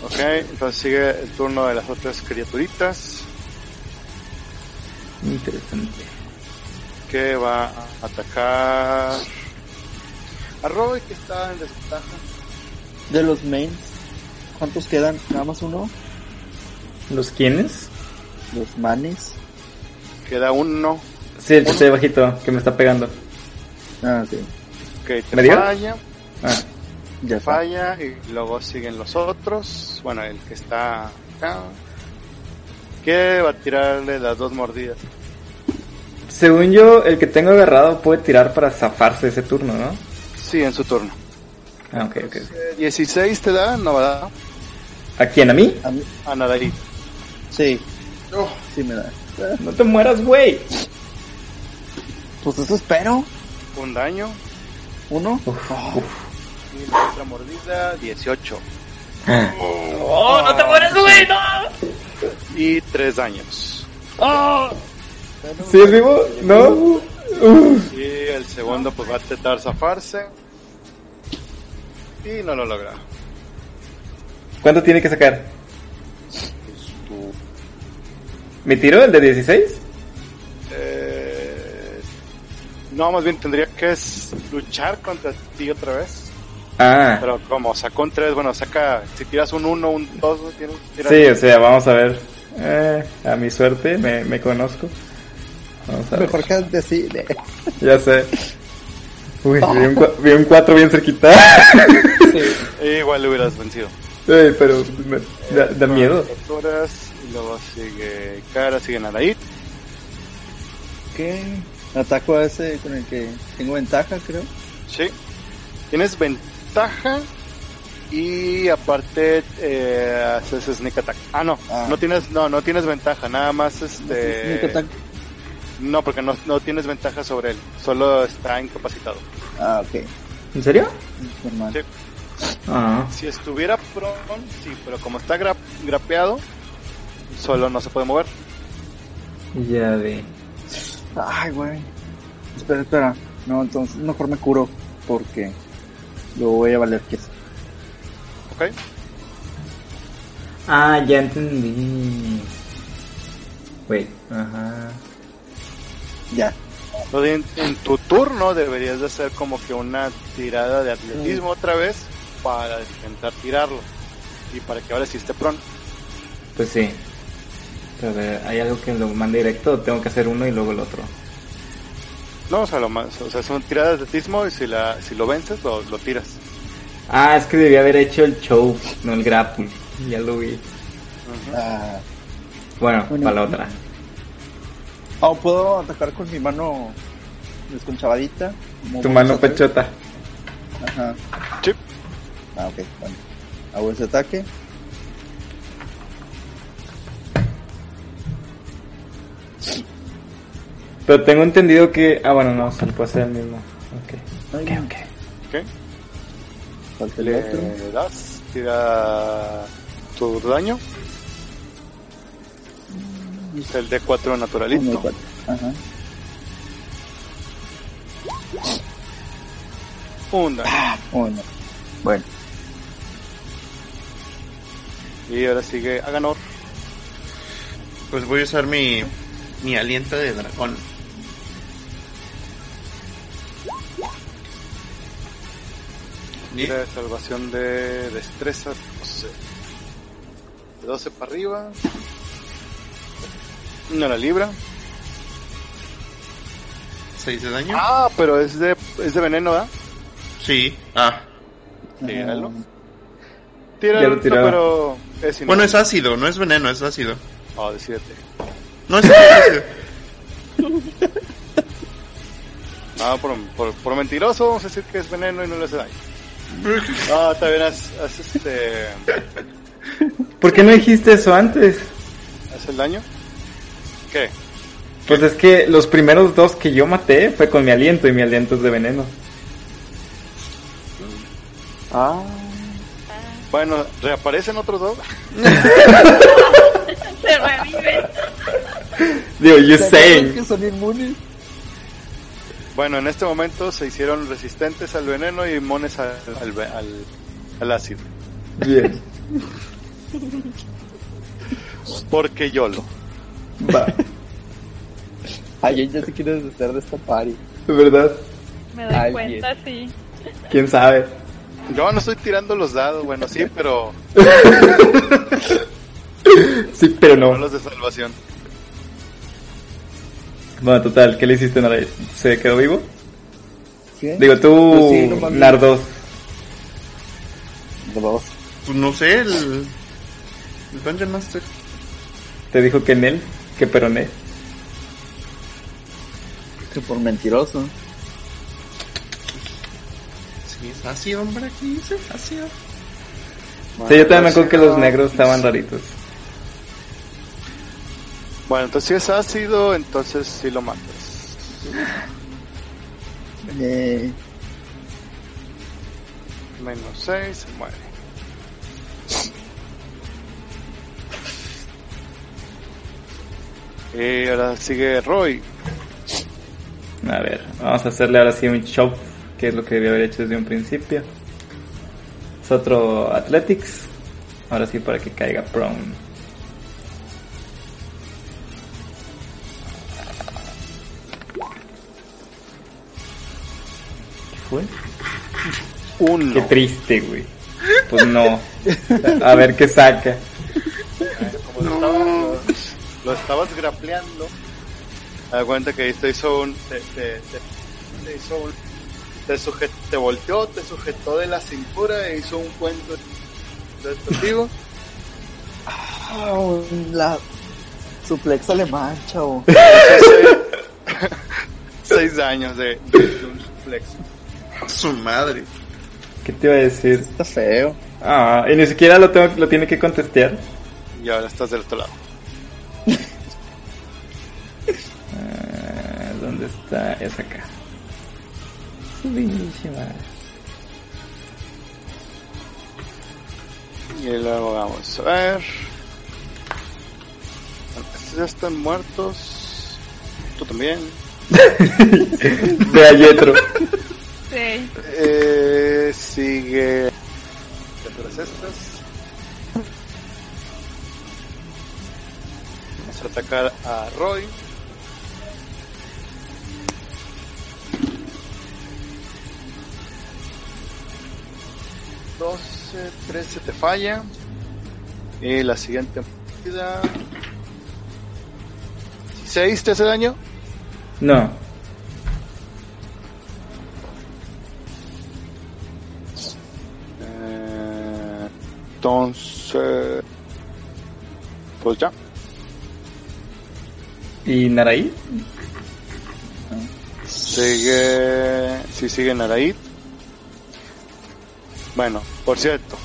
B: Ok, entonces sigue el turno de las otras criaturitas
D: Interesante.
B: que va a atacar a Roy que está en desventaja.
F: De los mains, ¿cuántos quedan? Nada más uno.
D: ¿Los quiénes?
F: Los manes.
B: Queda uno.
D: Sí, el que está ahí bajito, que me está pegando.
F: Ah, sí.
B: Ok, te
D: ¿Me dio?
B: falla,
D: Ah,
F: Ya está.
B: falla y luego siguen los otros. Bueno, el que está acá. Que va a tirarle las dos mordidas.
D: Según yo, el que tengo agarrado puede tirar para zafarse ese turno, ¿no?
B: Sí, en su turno.
D: Ah, ok, ok.
B: 16 te da, no va a
D: ¿A quién? ¿A mí?
F: A mí-
B: dar a Nadarit.
F: sí. Sí, me da.
D: No te mueras, güey.
F: Pues eso espero.
B: Un daño
F: Uno.
D: Uf, uf.
B: y la otra mordida, 18.
A: ¡Oh, no te mueres, güey! ¡No!
B: Y 3 daños.
D: ¿Sí es vivo? No. Uf.
B: Y el segundo pues va a intentar zafarse. Y no lo logra.
D: ¿Cuánto tiene que sacar? ¿Mi tiro? ¿El de 16?
B: Eh, no, más bien tendría que es luchar contra ti otra vez.
D: Ah.
B: Pero como sacó un 3, bueno, saca, si tiras un 1, un 2, tienes que tirar.
D: Sí, o sea, vamos a ver. Eh, a mi suerte, me, me conozco. Vamos a ver.
F: Mejor que antes sí.
D: Ya sé. Uy, vi, un, cua- vi un 4 bien cerquita. [LAUGHS]
B: Igual le hubieras vencido.
D: Ey, pero me- da, da miedo.
B: Criaturas, y luego sigue Cara, sigue Nadarit.
F: ¿Qué? Ataco a ese con el que tengo ventaja, creo.
B: Sí. Tienes ventaja y aparte eh, haces sneak attack. Ah, no,
F: Ah.
B: no tienes no no tienes ventaja, nada más
F: Entonces,
B: este
F: sneak attack.
B: No, porque no, no tienes ventaja sobre él, solo está incapacitado.
F: Ah, ok.
D: ¿En serio?
F: Normal.
B: Sí.
D: Ah.
B: Si estuviera prone, sí, pero como está gra- grapeado, solo no se puede mover.
D: Ya vi.
F: Ay, güey. Espera, espera. No, entonces mejor me curo porque lo voy a valer queso.
B: ¿Ok?
D: Ah, ya entendí. Wait, ajá.
F: Ya.
B: Entonces, en, en tu turno deberías de hacer como que una tirada de atletismo
F: Mm.
B: otra vez para intentar tirarlo y para que ahora sí esté prone.
D: Pues sí. Pero a ver, ¿hay algo que lo mande directo o tengo que hacer uno y luego el otro?
B: No, o sea, lo más, o sea, son tiradas de atletismo y si, la, si lo vences, lo, lo tiras.
D: Ah, es que debía haber hecho el show, no el grapple. Ya lo vi.
F: Ah.
D: Bueno,
F: Bueno.
D: para la otra.
F: Oh, puedo atacar con mi mano desconchavadita. Como
D: Tu
F: bonus
D: mano
F: attack?
D: pechota.
F: Ajá.
B: Sí.
F: Ah, ok. Bueno. Hago ese ataque.
D: Pero tengo entendido que. Ah, bueno, no, se lo puede hacer el mismo. Ok.
F: Ay,
D: Ok, ok.
B: ¿Ok?
F: Falta el otro.
B: Le das, tira tu daño.
F: Mm.
B: Es El D4
F: Uno y
B: naturalito.
F: cuatro. Ajá.
B: Uno.
F: Bueno. Bueno.
B: Y ahora sigue Aganor.
E: Pues voy a usar mi, mi aliento de dragón. Y
B: Tira de salvación de destreza 12. De 12 para arriba. No la libra.
E: 6 de daño.
B: Ah, pero es de, es de veneno, ¿verdad?
E: Sí. Ah.
B: Tíralo.
D: Ya
B: Tíralo,
D: lo tiraba.
B: pero es
E: Bueno, es ácido, no es veneno, es ácido.
B: Oh, decídete.
E: No es ácido.
B: Ah, por, por, por mentiroso vamos a decir que es veneno y no le hace daño. Ah, también haz, haz este...
D: ¿Por qué no dijiste eso antes?
B: ¿Hace el daño? ¿Qué?
D: Pues es que los primeros dos que yo maté fue con mi aliento y mi aliento es de veneno.
F: Ah,
B: Bueno, reaparecen otros dos.
C: Se revive.
D: Digo, you saying.
F: que son inmunes.
B: Bueno, en este momento se hicieron resistentes al veneno y mones al, al, ve- al- al ácido.
D: Bien.
B: Porque yo lo.
D: Va.
F: Ay, ya se quiere deshacer de esta party.
D: ¿Verdad?
C: Me doy
F: Ay,
C: cuenta, sí.
D: ¿Quién sabe?
B: Yo no estoy tirando los dados, bueno, sí, pero
D: Sí, pero
B: no
D: no.
B: los de salvación.
D: Bueno, total, ¿qué le hiciste Naray? ¿Se quedó vivo?
F: ¿Qué?
D: Digo, tú,
F: Pues sí, no mames.
D: Nardos.
F: Dos.
E: Pues no sé, el, el Dungeon Master.
D: Te dijo que en él, que pero en él.
F: Súper mentiroso.
E: Sí, es ácido, hombre, aquí dice ácido.
D: Sí, yo
F: pues
D: también me acuerdo que los negros estaban raritos.
B: Bueno, entonces si es ácido, entonces sí lo matas.
F: Eh,
B: Menos 6, se muere. Y ahora sigue Roy.
D: A ver, vamos a hacerle ahora sí un chop, que es lo que debió haber hecho desde un principio. Es otro Athletics. Ahora sí para que caiga prone. ¿Qué fue? Qué
B: Uno.
D: triste,
F: [LAUGHS]
D: güey. Pues no. A ver qué saca.
B: Como lo, estabas, lo- lo estabas grapleando. Te das cuenta que ahí te hizo un. Te, te- te- te hizo un. Te, sujet- te volteó, te sujetó de la cintura e hizo un cuento destructivo.
F: ah, un- la suplex alemán,
D: [LAUGHS]
F: chavo.
B: Seis años de, de- de un flex.
E: A Ah, su madre.
D: ¿Qué te iba a decir?
F: Está feo.
D: Ah, y ni siquiera lo, tengo, lo tiene que contestear.
B: Y ahora estás del otro lado.
D: Ah, ¿Dónde está? Es acá. Buenísima.
B: Y luego vamos a ver. Estos ya están muertos. Tú también.
D: Ve a Yetro.
C: Sí.
B: Eh, sigue. Criaturas estas. Vamos a atacar a Roy. Doce, trece te falla. Y la siguiente partida. ¿Seis te hace daño?
D: No.
B: Eh, entonces. Pues ya.
D: ¿Y Naraí?
B: Sigue. Si sigue Naraid. Bueno, por cierto,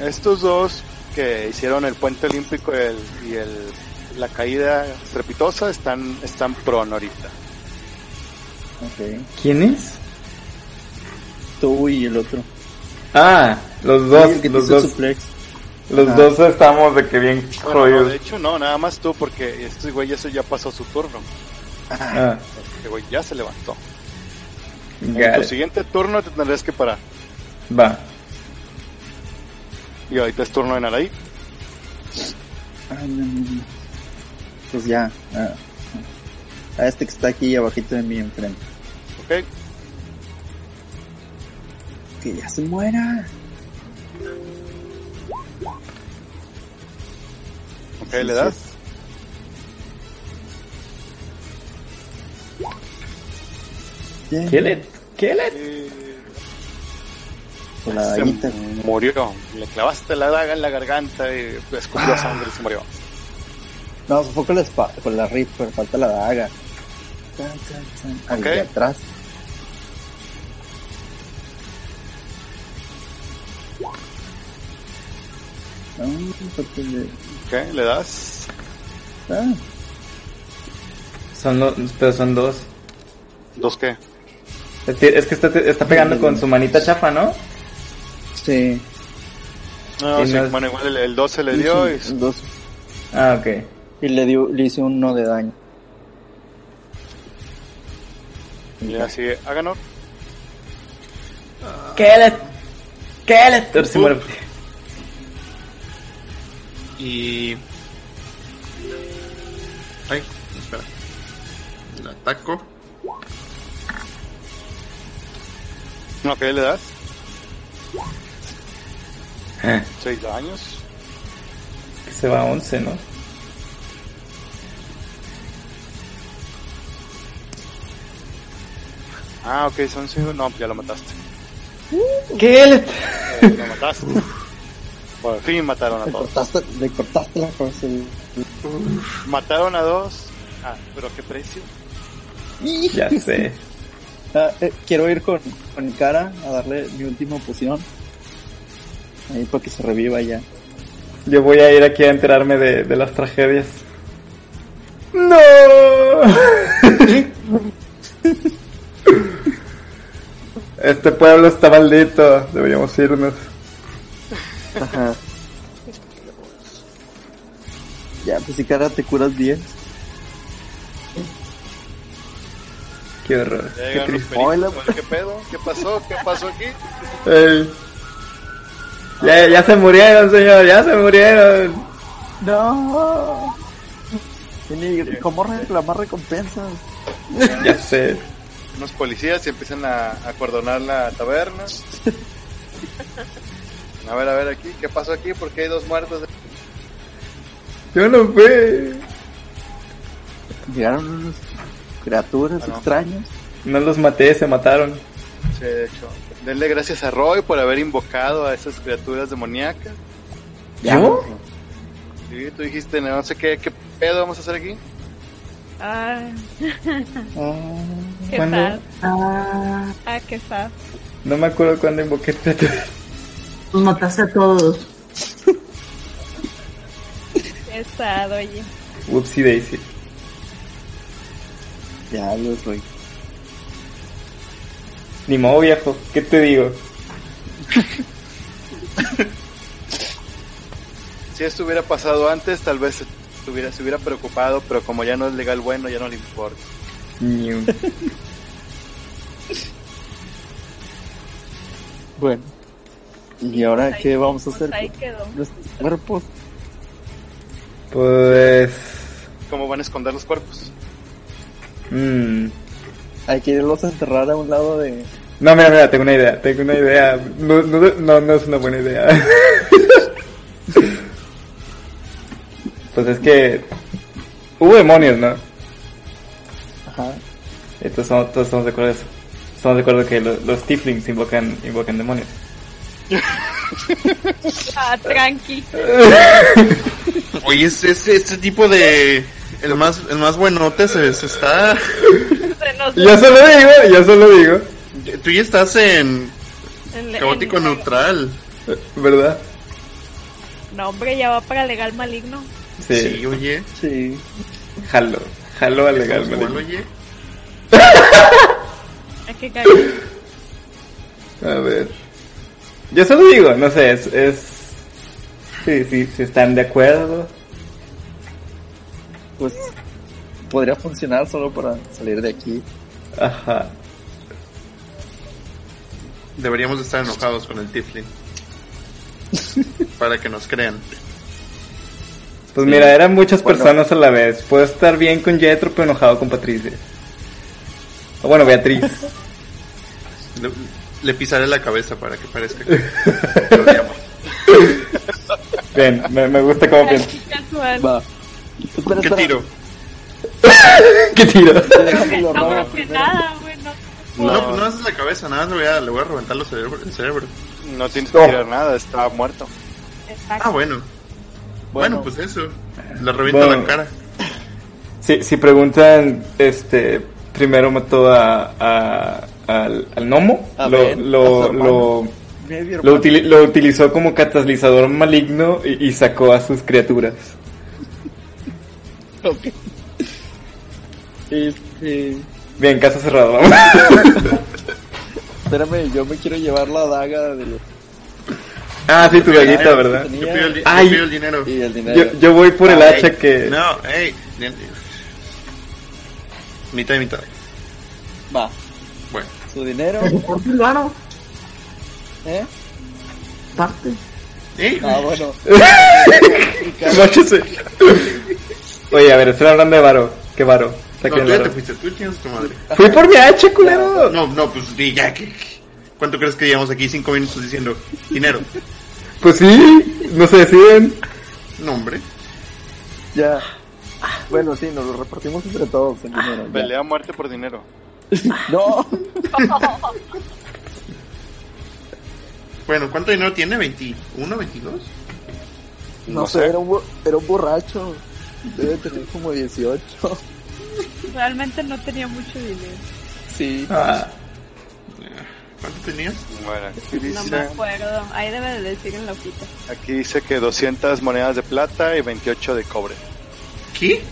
B: estos dos que hicieron el puente olímpico y, el, y el- la caída estrepitosa están, están pron ahorita.
F: Ok.
D: ¿Quién es?
F: Tú y el otro.
D: Ah, los
F: Sí,
D: dos,
F: el que te
D: los
F: hizo
D: dos,
F: suplex.
D: los
F: Ah.
D: dos estamos de que bien
B: Bueno, no, de
D: jodidos.
B: hecho, no, nada más tú, porque este güey eso ya pasó su turno.
D: Ah,
B: Este güey ya se levantó. En
D: Got
B: tu
D: it.
B: siguiente turno te tendrás que parar.
D: Va.
B: Y ahorita es turno de Naraí.
F: Ay, no, no, no. Pues ya. A, a este que está aquí abajito de mí enfrente.
B: Ok.
F: Que ya se muera.
B: Ok, le das.
F: Bien.
D: Kill it. Kill it.
B: Eh,
F: Con la
B: Se
F: daguita.
B: murió. Le clavaste la daga en la garganta y escupió sangre y se murió.
F: No, fue con la espada, con la rip, pero falta la daga. Tan, tan, tan. Ahí
B: Ok.
F: de atrás. No, porque le-
B: Ok, le das.
F: ah,
D: Son los, pero son dos.
B: ¿Dos qué?
D: Es que es que está, está pegando con su manita chafa, ¿no?
F: sí.
B: No,
D: Sí,
B: sí,
D: no.
B: bueno, igual el, el 12 le dio y
F: Hice un dos.
D: Ah, ok.
F: Y le dio, le hice un no de daño.
B: y así, ah, Aganor.
D: Kill it. Kill it. Ahora sí muere.
E: Y. Ay, espera. La ataco.
B: Ok, le das.
D: Eh,
B: Seis daños.
D: que Se va a 11, ¿no?
B: Ah, ok, son seis. No, ya lo mataste.
D: Kill it.
B: Eh, lo
D: [LAUGHS]
B: mataste. Por fin mataron a
F: Le
B: todos.
F: cortaste, le cortaste la cabeza.
B: Mataron a dos. Ah, pero qué precio.
D: Ya sé.
F: Ah, eh, quiero ir con, con cara a darle mi última poción. Ahí para que se reviva ya.
D: Yo voy a ir aquí a enterarme de, de las tragedias. ¡No! Este pueblo está maldito. Deberíamos irnos.
F: Ajá. Ya, pues si cara te curas 10.
D: Qué horror. Qué
B: Llegan los
D: triste.
B: pericos.
F: Hola.
B: ¿Qué pedo? ¿Qué pasó? ¿Qué pasó aquí?
D: Ey. Ya, ya se murieron, señor. Ya se murieron.
F: No. Tiene- ¿Cómo reclamar recompensas?
D: Ya sé.
B: Unos policías y empiezan a acordonar la taberna. A ver, a ver aquí, ¿qué pasó aquí? Porque hay dos muertos.
D: Yo no fui.
F: Llegaron unas criaturas
B: Ah, no.
F: extrañas.
D: No los maté, se mataron.
B: Sí, de hecho. Denle gracias a Roy por haber invocado a esas criaturas demoníacas.
D: ¿Yo?
B: Y tú dijiste, no sé qué, qué pedo vamos a hacer aquí.
C: Ah,
F: Ah,
C: qué
D: ¿Cuándo?
C: sad. Ah, qué sad.
D: No me acuerdo cuándo invoqué criaturas.
G: Los mataste pues a todos.
C: Qué sad, oye.
D: Whoopsie daisy.
F: ya los Roy.
D: Ni modo viejo, ¿qué te digo?
B: Si esto hubiera pasado antes, tal vez se hubiera, se hubiera preocupado, pero como ya no es legal bueno, ya no le importa.
D: New.
F: Bueno. ¿Y ahora
C: Pues ahí-
F: qué vamos a
C: pues
F: hacer?
C: Ahí
F: con
C: quedó.
F: Nuestros cuerpos.
D: Pues.
B: ¿Cómo van a esconder los cuerpos?
D: mm.
F: Hay que irlos a enterrar a un lado de.
D: No, mira, mira, tengo una idea, tengo una idea. No, no, no, no es una buena idea. [LAUGHS] pues es que. Hubo demonios, ¿no?
F: Ajá.
D: Entonces somos- todos estamos de acuerdo de eso. Estamos de acuerdo que lo- los tieflings invocan, invocan demonios.
C: Ah, tranqui.
E: Oye, ese, ese, ese tipo de. El más, el más buenote se, se está. [LAUGHS]
C: Se nos-
D: Yo se lo digo, yo se lo digo.
E: Tú ya estás en
C: en- en-
E: caótico neutral.
D: ¿Verdad?
C: No, hombre, ya va para legal maligno.
D: Sí.
E: Sí, oye.
F: Sí.
D: Jalo. Jalo al legal,
E: Igual,
D: maligno.
E: oye.
C: Hay que cagar.
D: A ver. Yo solo digo, no sé, es. es... Sí, sí, si están de acuerdo.
F: Pues podría funcionar solo para salir de aquí.
D: Ajá.
E: Deberíamos de estar enojados con el Tiflin. Para que nos crean.
D: Pues mira, eran muchas
E: Bueno.
D: personas a la vez. Puedo estar bien con Jetro, pero enojado con Patricia. O bueno, Beatriz.
E: [LAUGHS] Le, le pisaré la cabeza para que parezca
F: [LAUGHS]
E: que lo odiamos.
D: Bien, me, me gusta cómo
C: Ay,
D: piensas.
C: qué casual.
F: Va. Espera,
E: ¿Qué
F: espera,
E: tiro?
D: [LAUGHS] ¿Qué tiro?
F: déjame lo
C: No, [LAUGHS]
F: robo.
C: no sé nada, bueno.
E: No, pues no haces la cabeza, nada más le voy a, le voy a reventar los cerebro- el cerebro.
B: No tienes que
D: No.
B: tirar nada, está muerto.
E: Ah,
C: Exacto.
E: bueno. Bueno,
F: Bueno.
E: pues eso. Le reviento
D: Bueno.
E: la cara.
D: Si, si preguntan, este, primero mató a, a- al, al gnomo.
F: A
D: lo,
F: ver,
D: lo-
F: a su
D: lo,
F: hermano. Medio
D: lo
F: hermano.
D: utili- lo utilizó como catalizador maligno y, y sacó a sus criaturas.
F: Ok. Este,
D: Bien, caso cerrado.
F: espérame, yo me quiero llevar la daga de los-
D: [LAUGHS] ah, sí, tu
F: Ah,
D: gallita,
F: que
D: ¿verdad?
F: tenía
E: Yo pido el, di- yo
D: Ay.
E: pido el dinero.
F: Y el dinero.
D: Yo, yo voy por el
E: Ah,
D: hacha
E: ey,
D: que...
E: No, hey. Mitad y mitad.
F: Va,
E: Bueno.
F: su dinero,
G: Por tu lado,
F: ¿eh?
G: parte.
E: Eh,
F: Ah, bueno.
D: Máchese. [LAUGHS] Oye, a ver, estoy hablando de Varo. ¿Qué Varo? Está
E: no,
D: aquí el
E: tú ya
D: Varo.
E: te fuiste, tú tienes tu madre.
D: Fui por mi hacha, culero.
E: No, no, pues di ya que. ¿Cuánto crees que llevamos aquí cinco minutos diciendo dinero?
D: Pues sí, no se deciden.
E: No, hombre.
F: Ya. Bueno, sí, nos lo repartimos entre todos el dinero. ya.
B: Pelea a muerte por dinero.
F: No,
E: Bueno, ¿cuánto dinero tiene? ¿21, 22?
F: no, sé, era un, bo- era un borracho. Debe tener como 18.
C: Realmente no tenía mucho dinero.
F: Sí.
E: ¿Cuánto tenías?
B: Bueno, aquí
C: No me
B: dice,
C: acuerdo. Ahí debe de decir en la hojita.
B: aquí dice que 200 monedas de plata y 28 de cobre.
E: ¿Qué?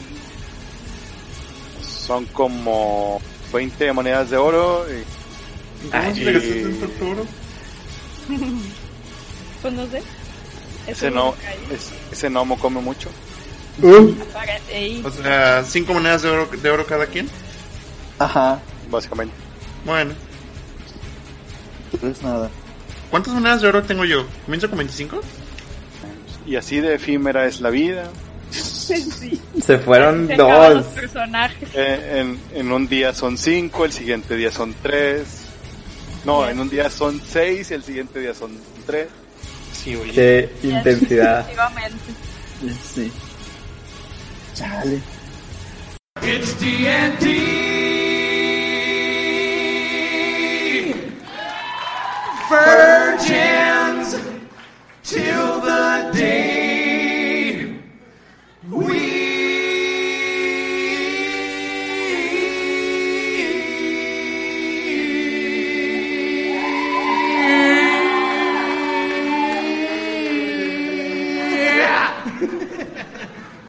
B: Son como 20 monedas de oro y
E: ¿Cómo se le gastó tanto oro?
C: Pues no sé. Eso
B: ese, no,
C: lo que hay.
B: es- ese gnomo come mucho.
D: Uh,
C: Aparece ahí.
E: O sea, cinco monedas de oro, de oro cada quien.
F: Ajá.
B: Básicamente,
E: Bueno,
F: No es nada.
E: ¿cuántas monedas de oro tengo yo? ¿Comienzo con 25?
B: y así de efímera es la vida.
C: Sí.
D: se fueron
C: Se acaban los
D: dos.
C: personajes.
B: Eh, en, en un día son 5, el siguiente día son 3. No, en un día son 6 y el siguiente día son 3.
E: Sí, oye.
D: Qué intensidad.
C: Efectivamente.
F: Sí. Chale.
A: It's D&D Virgin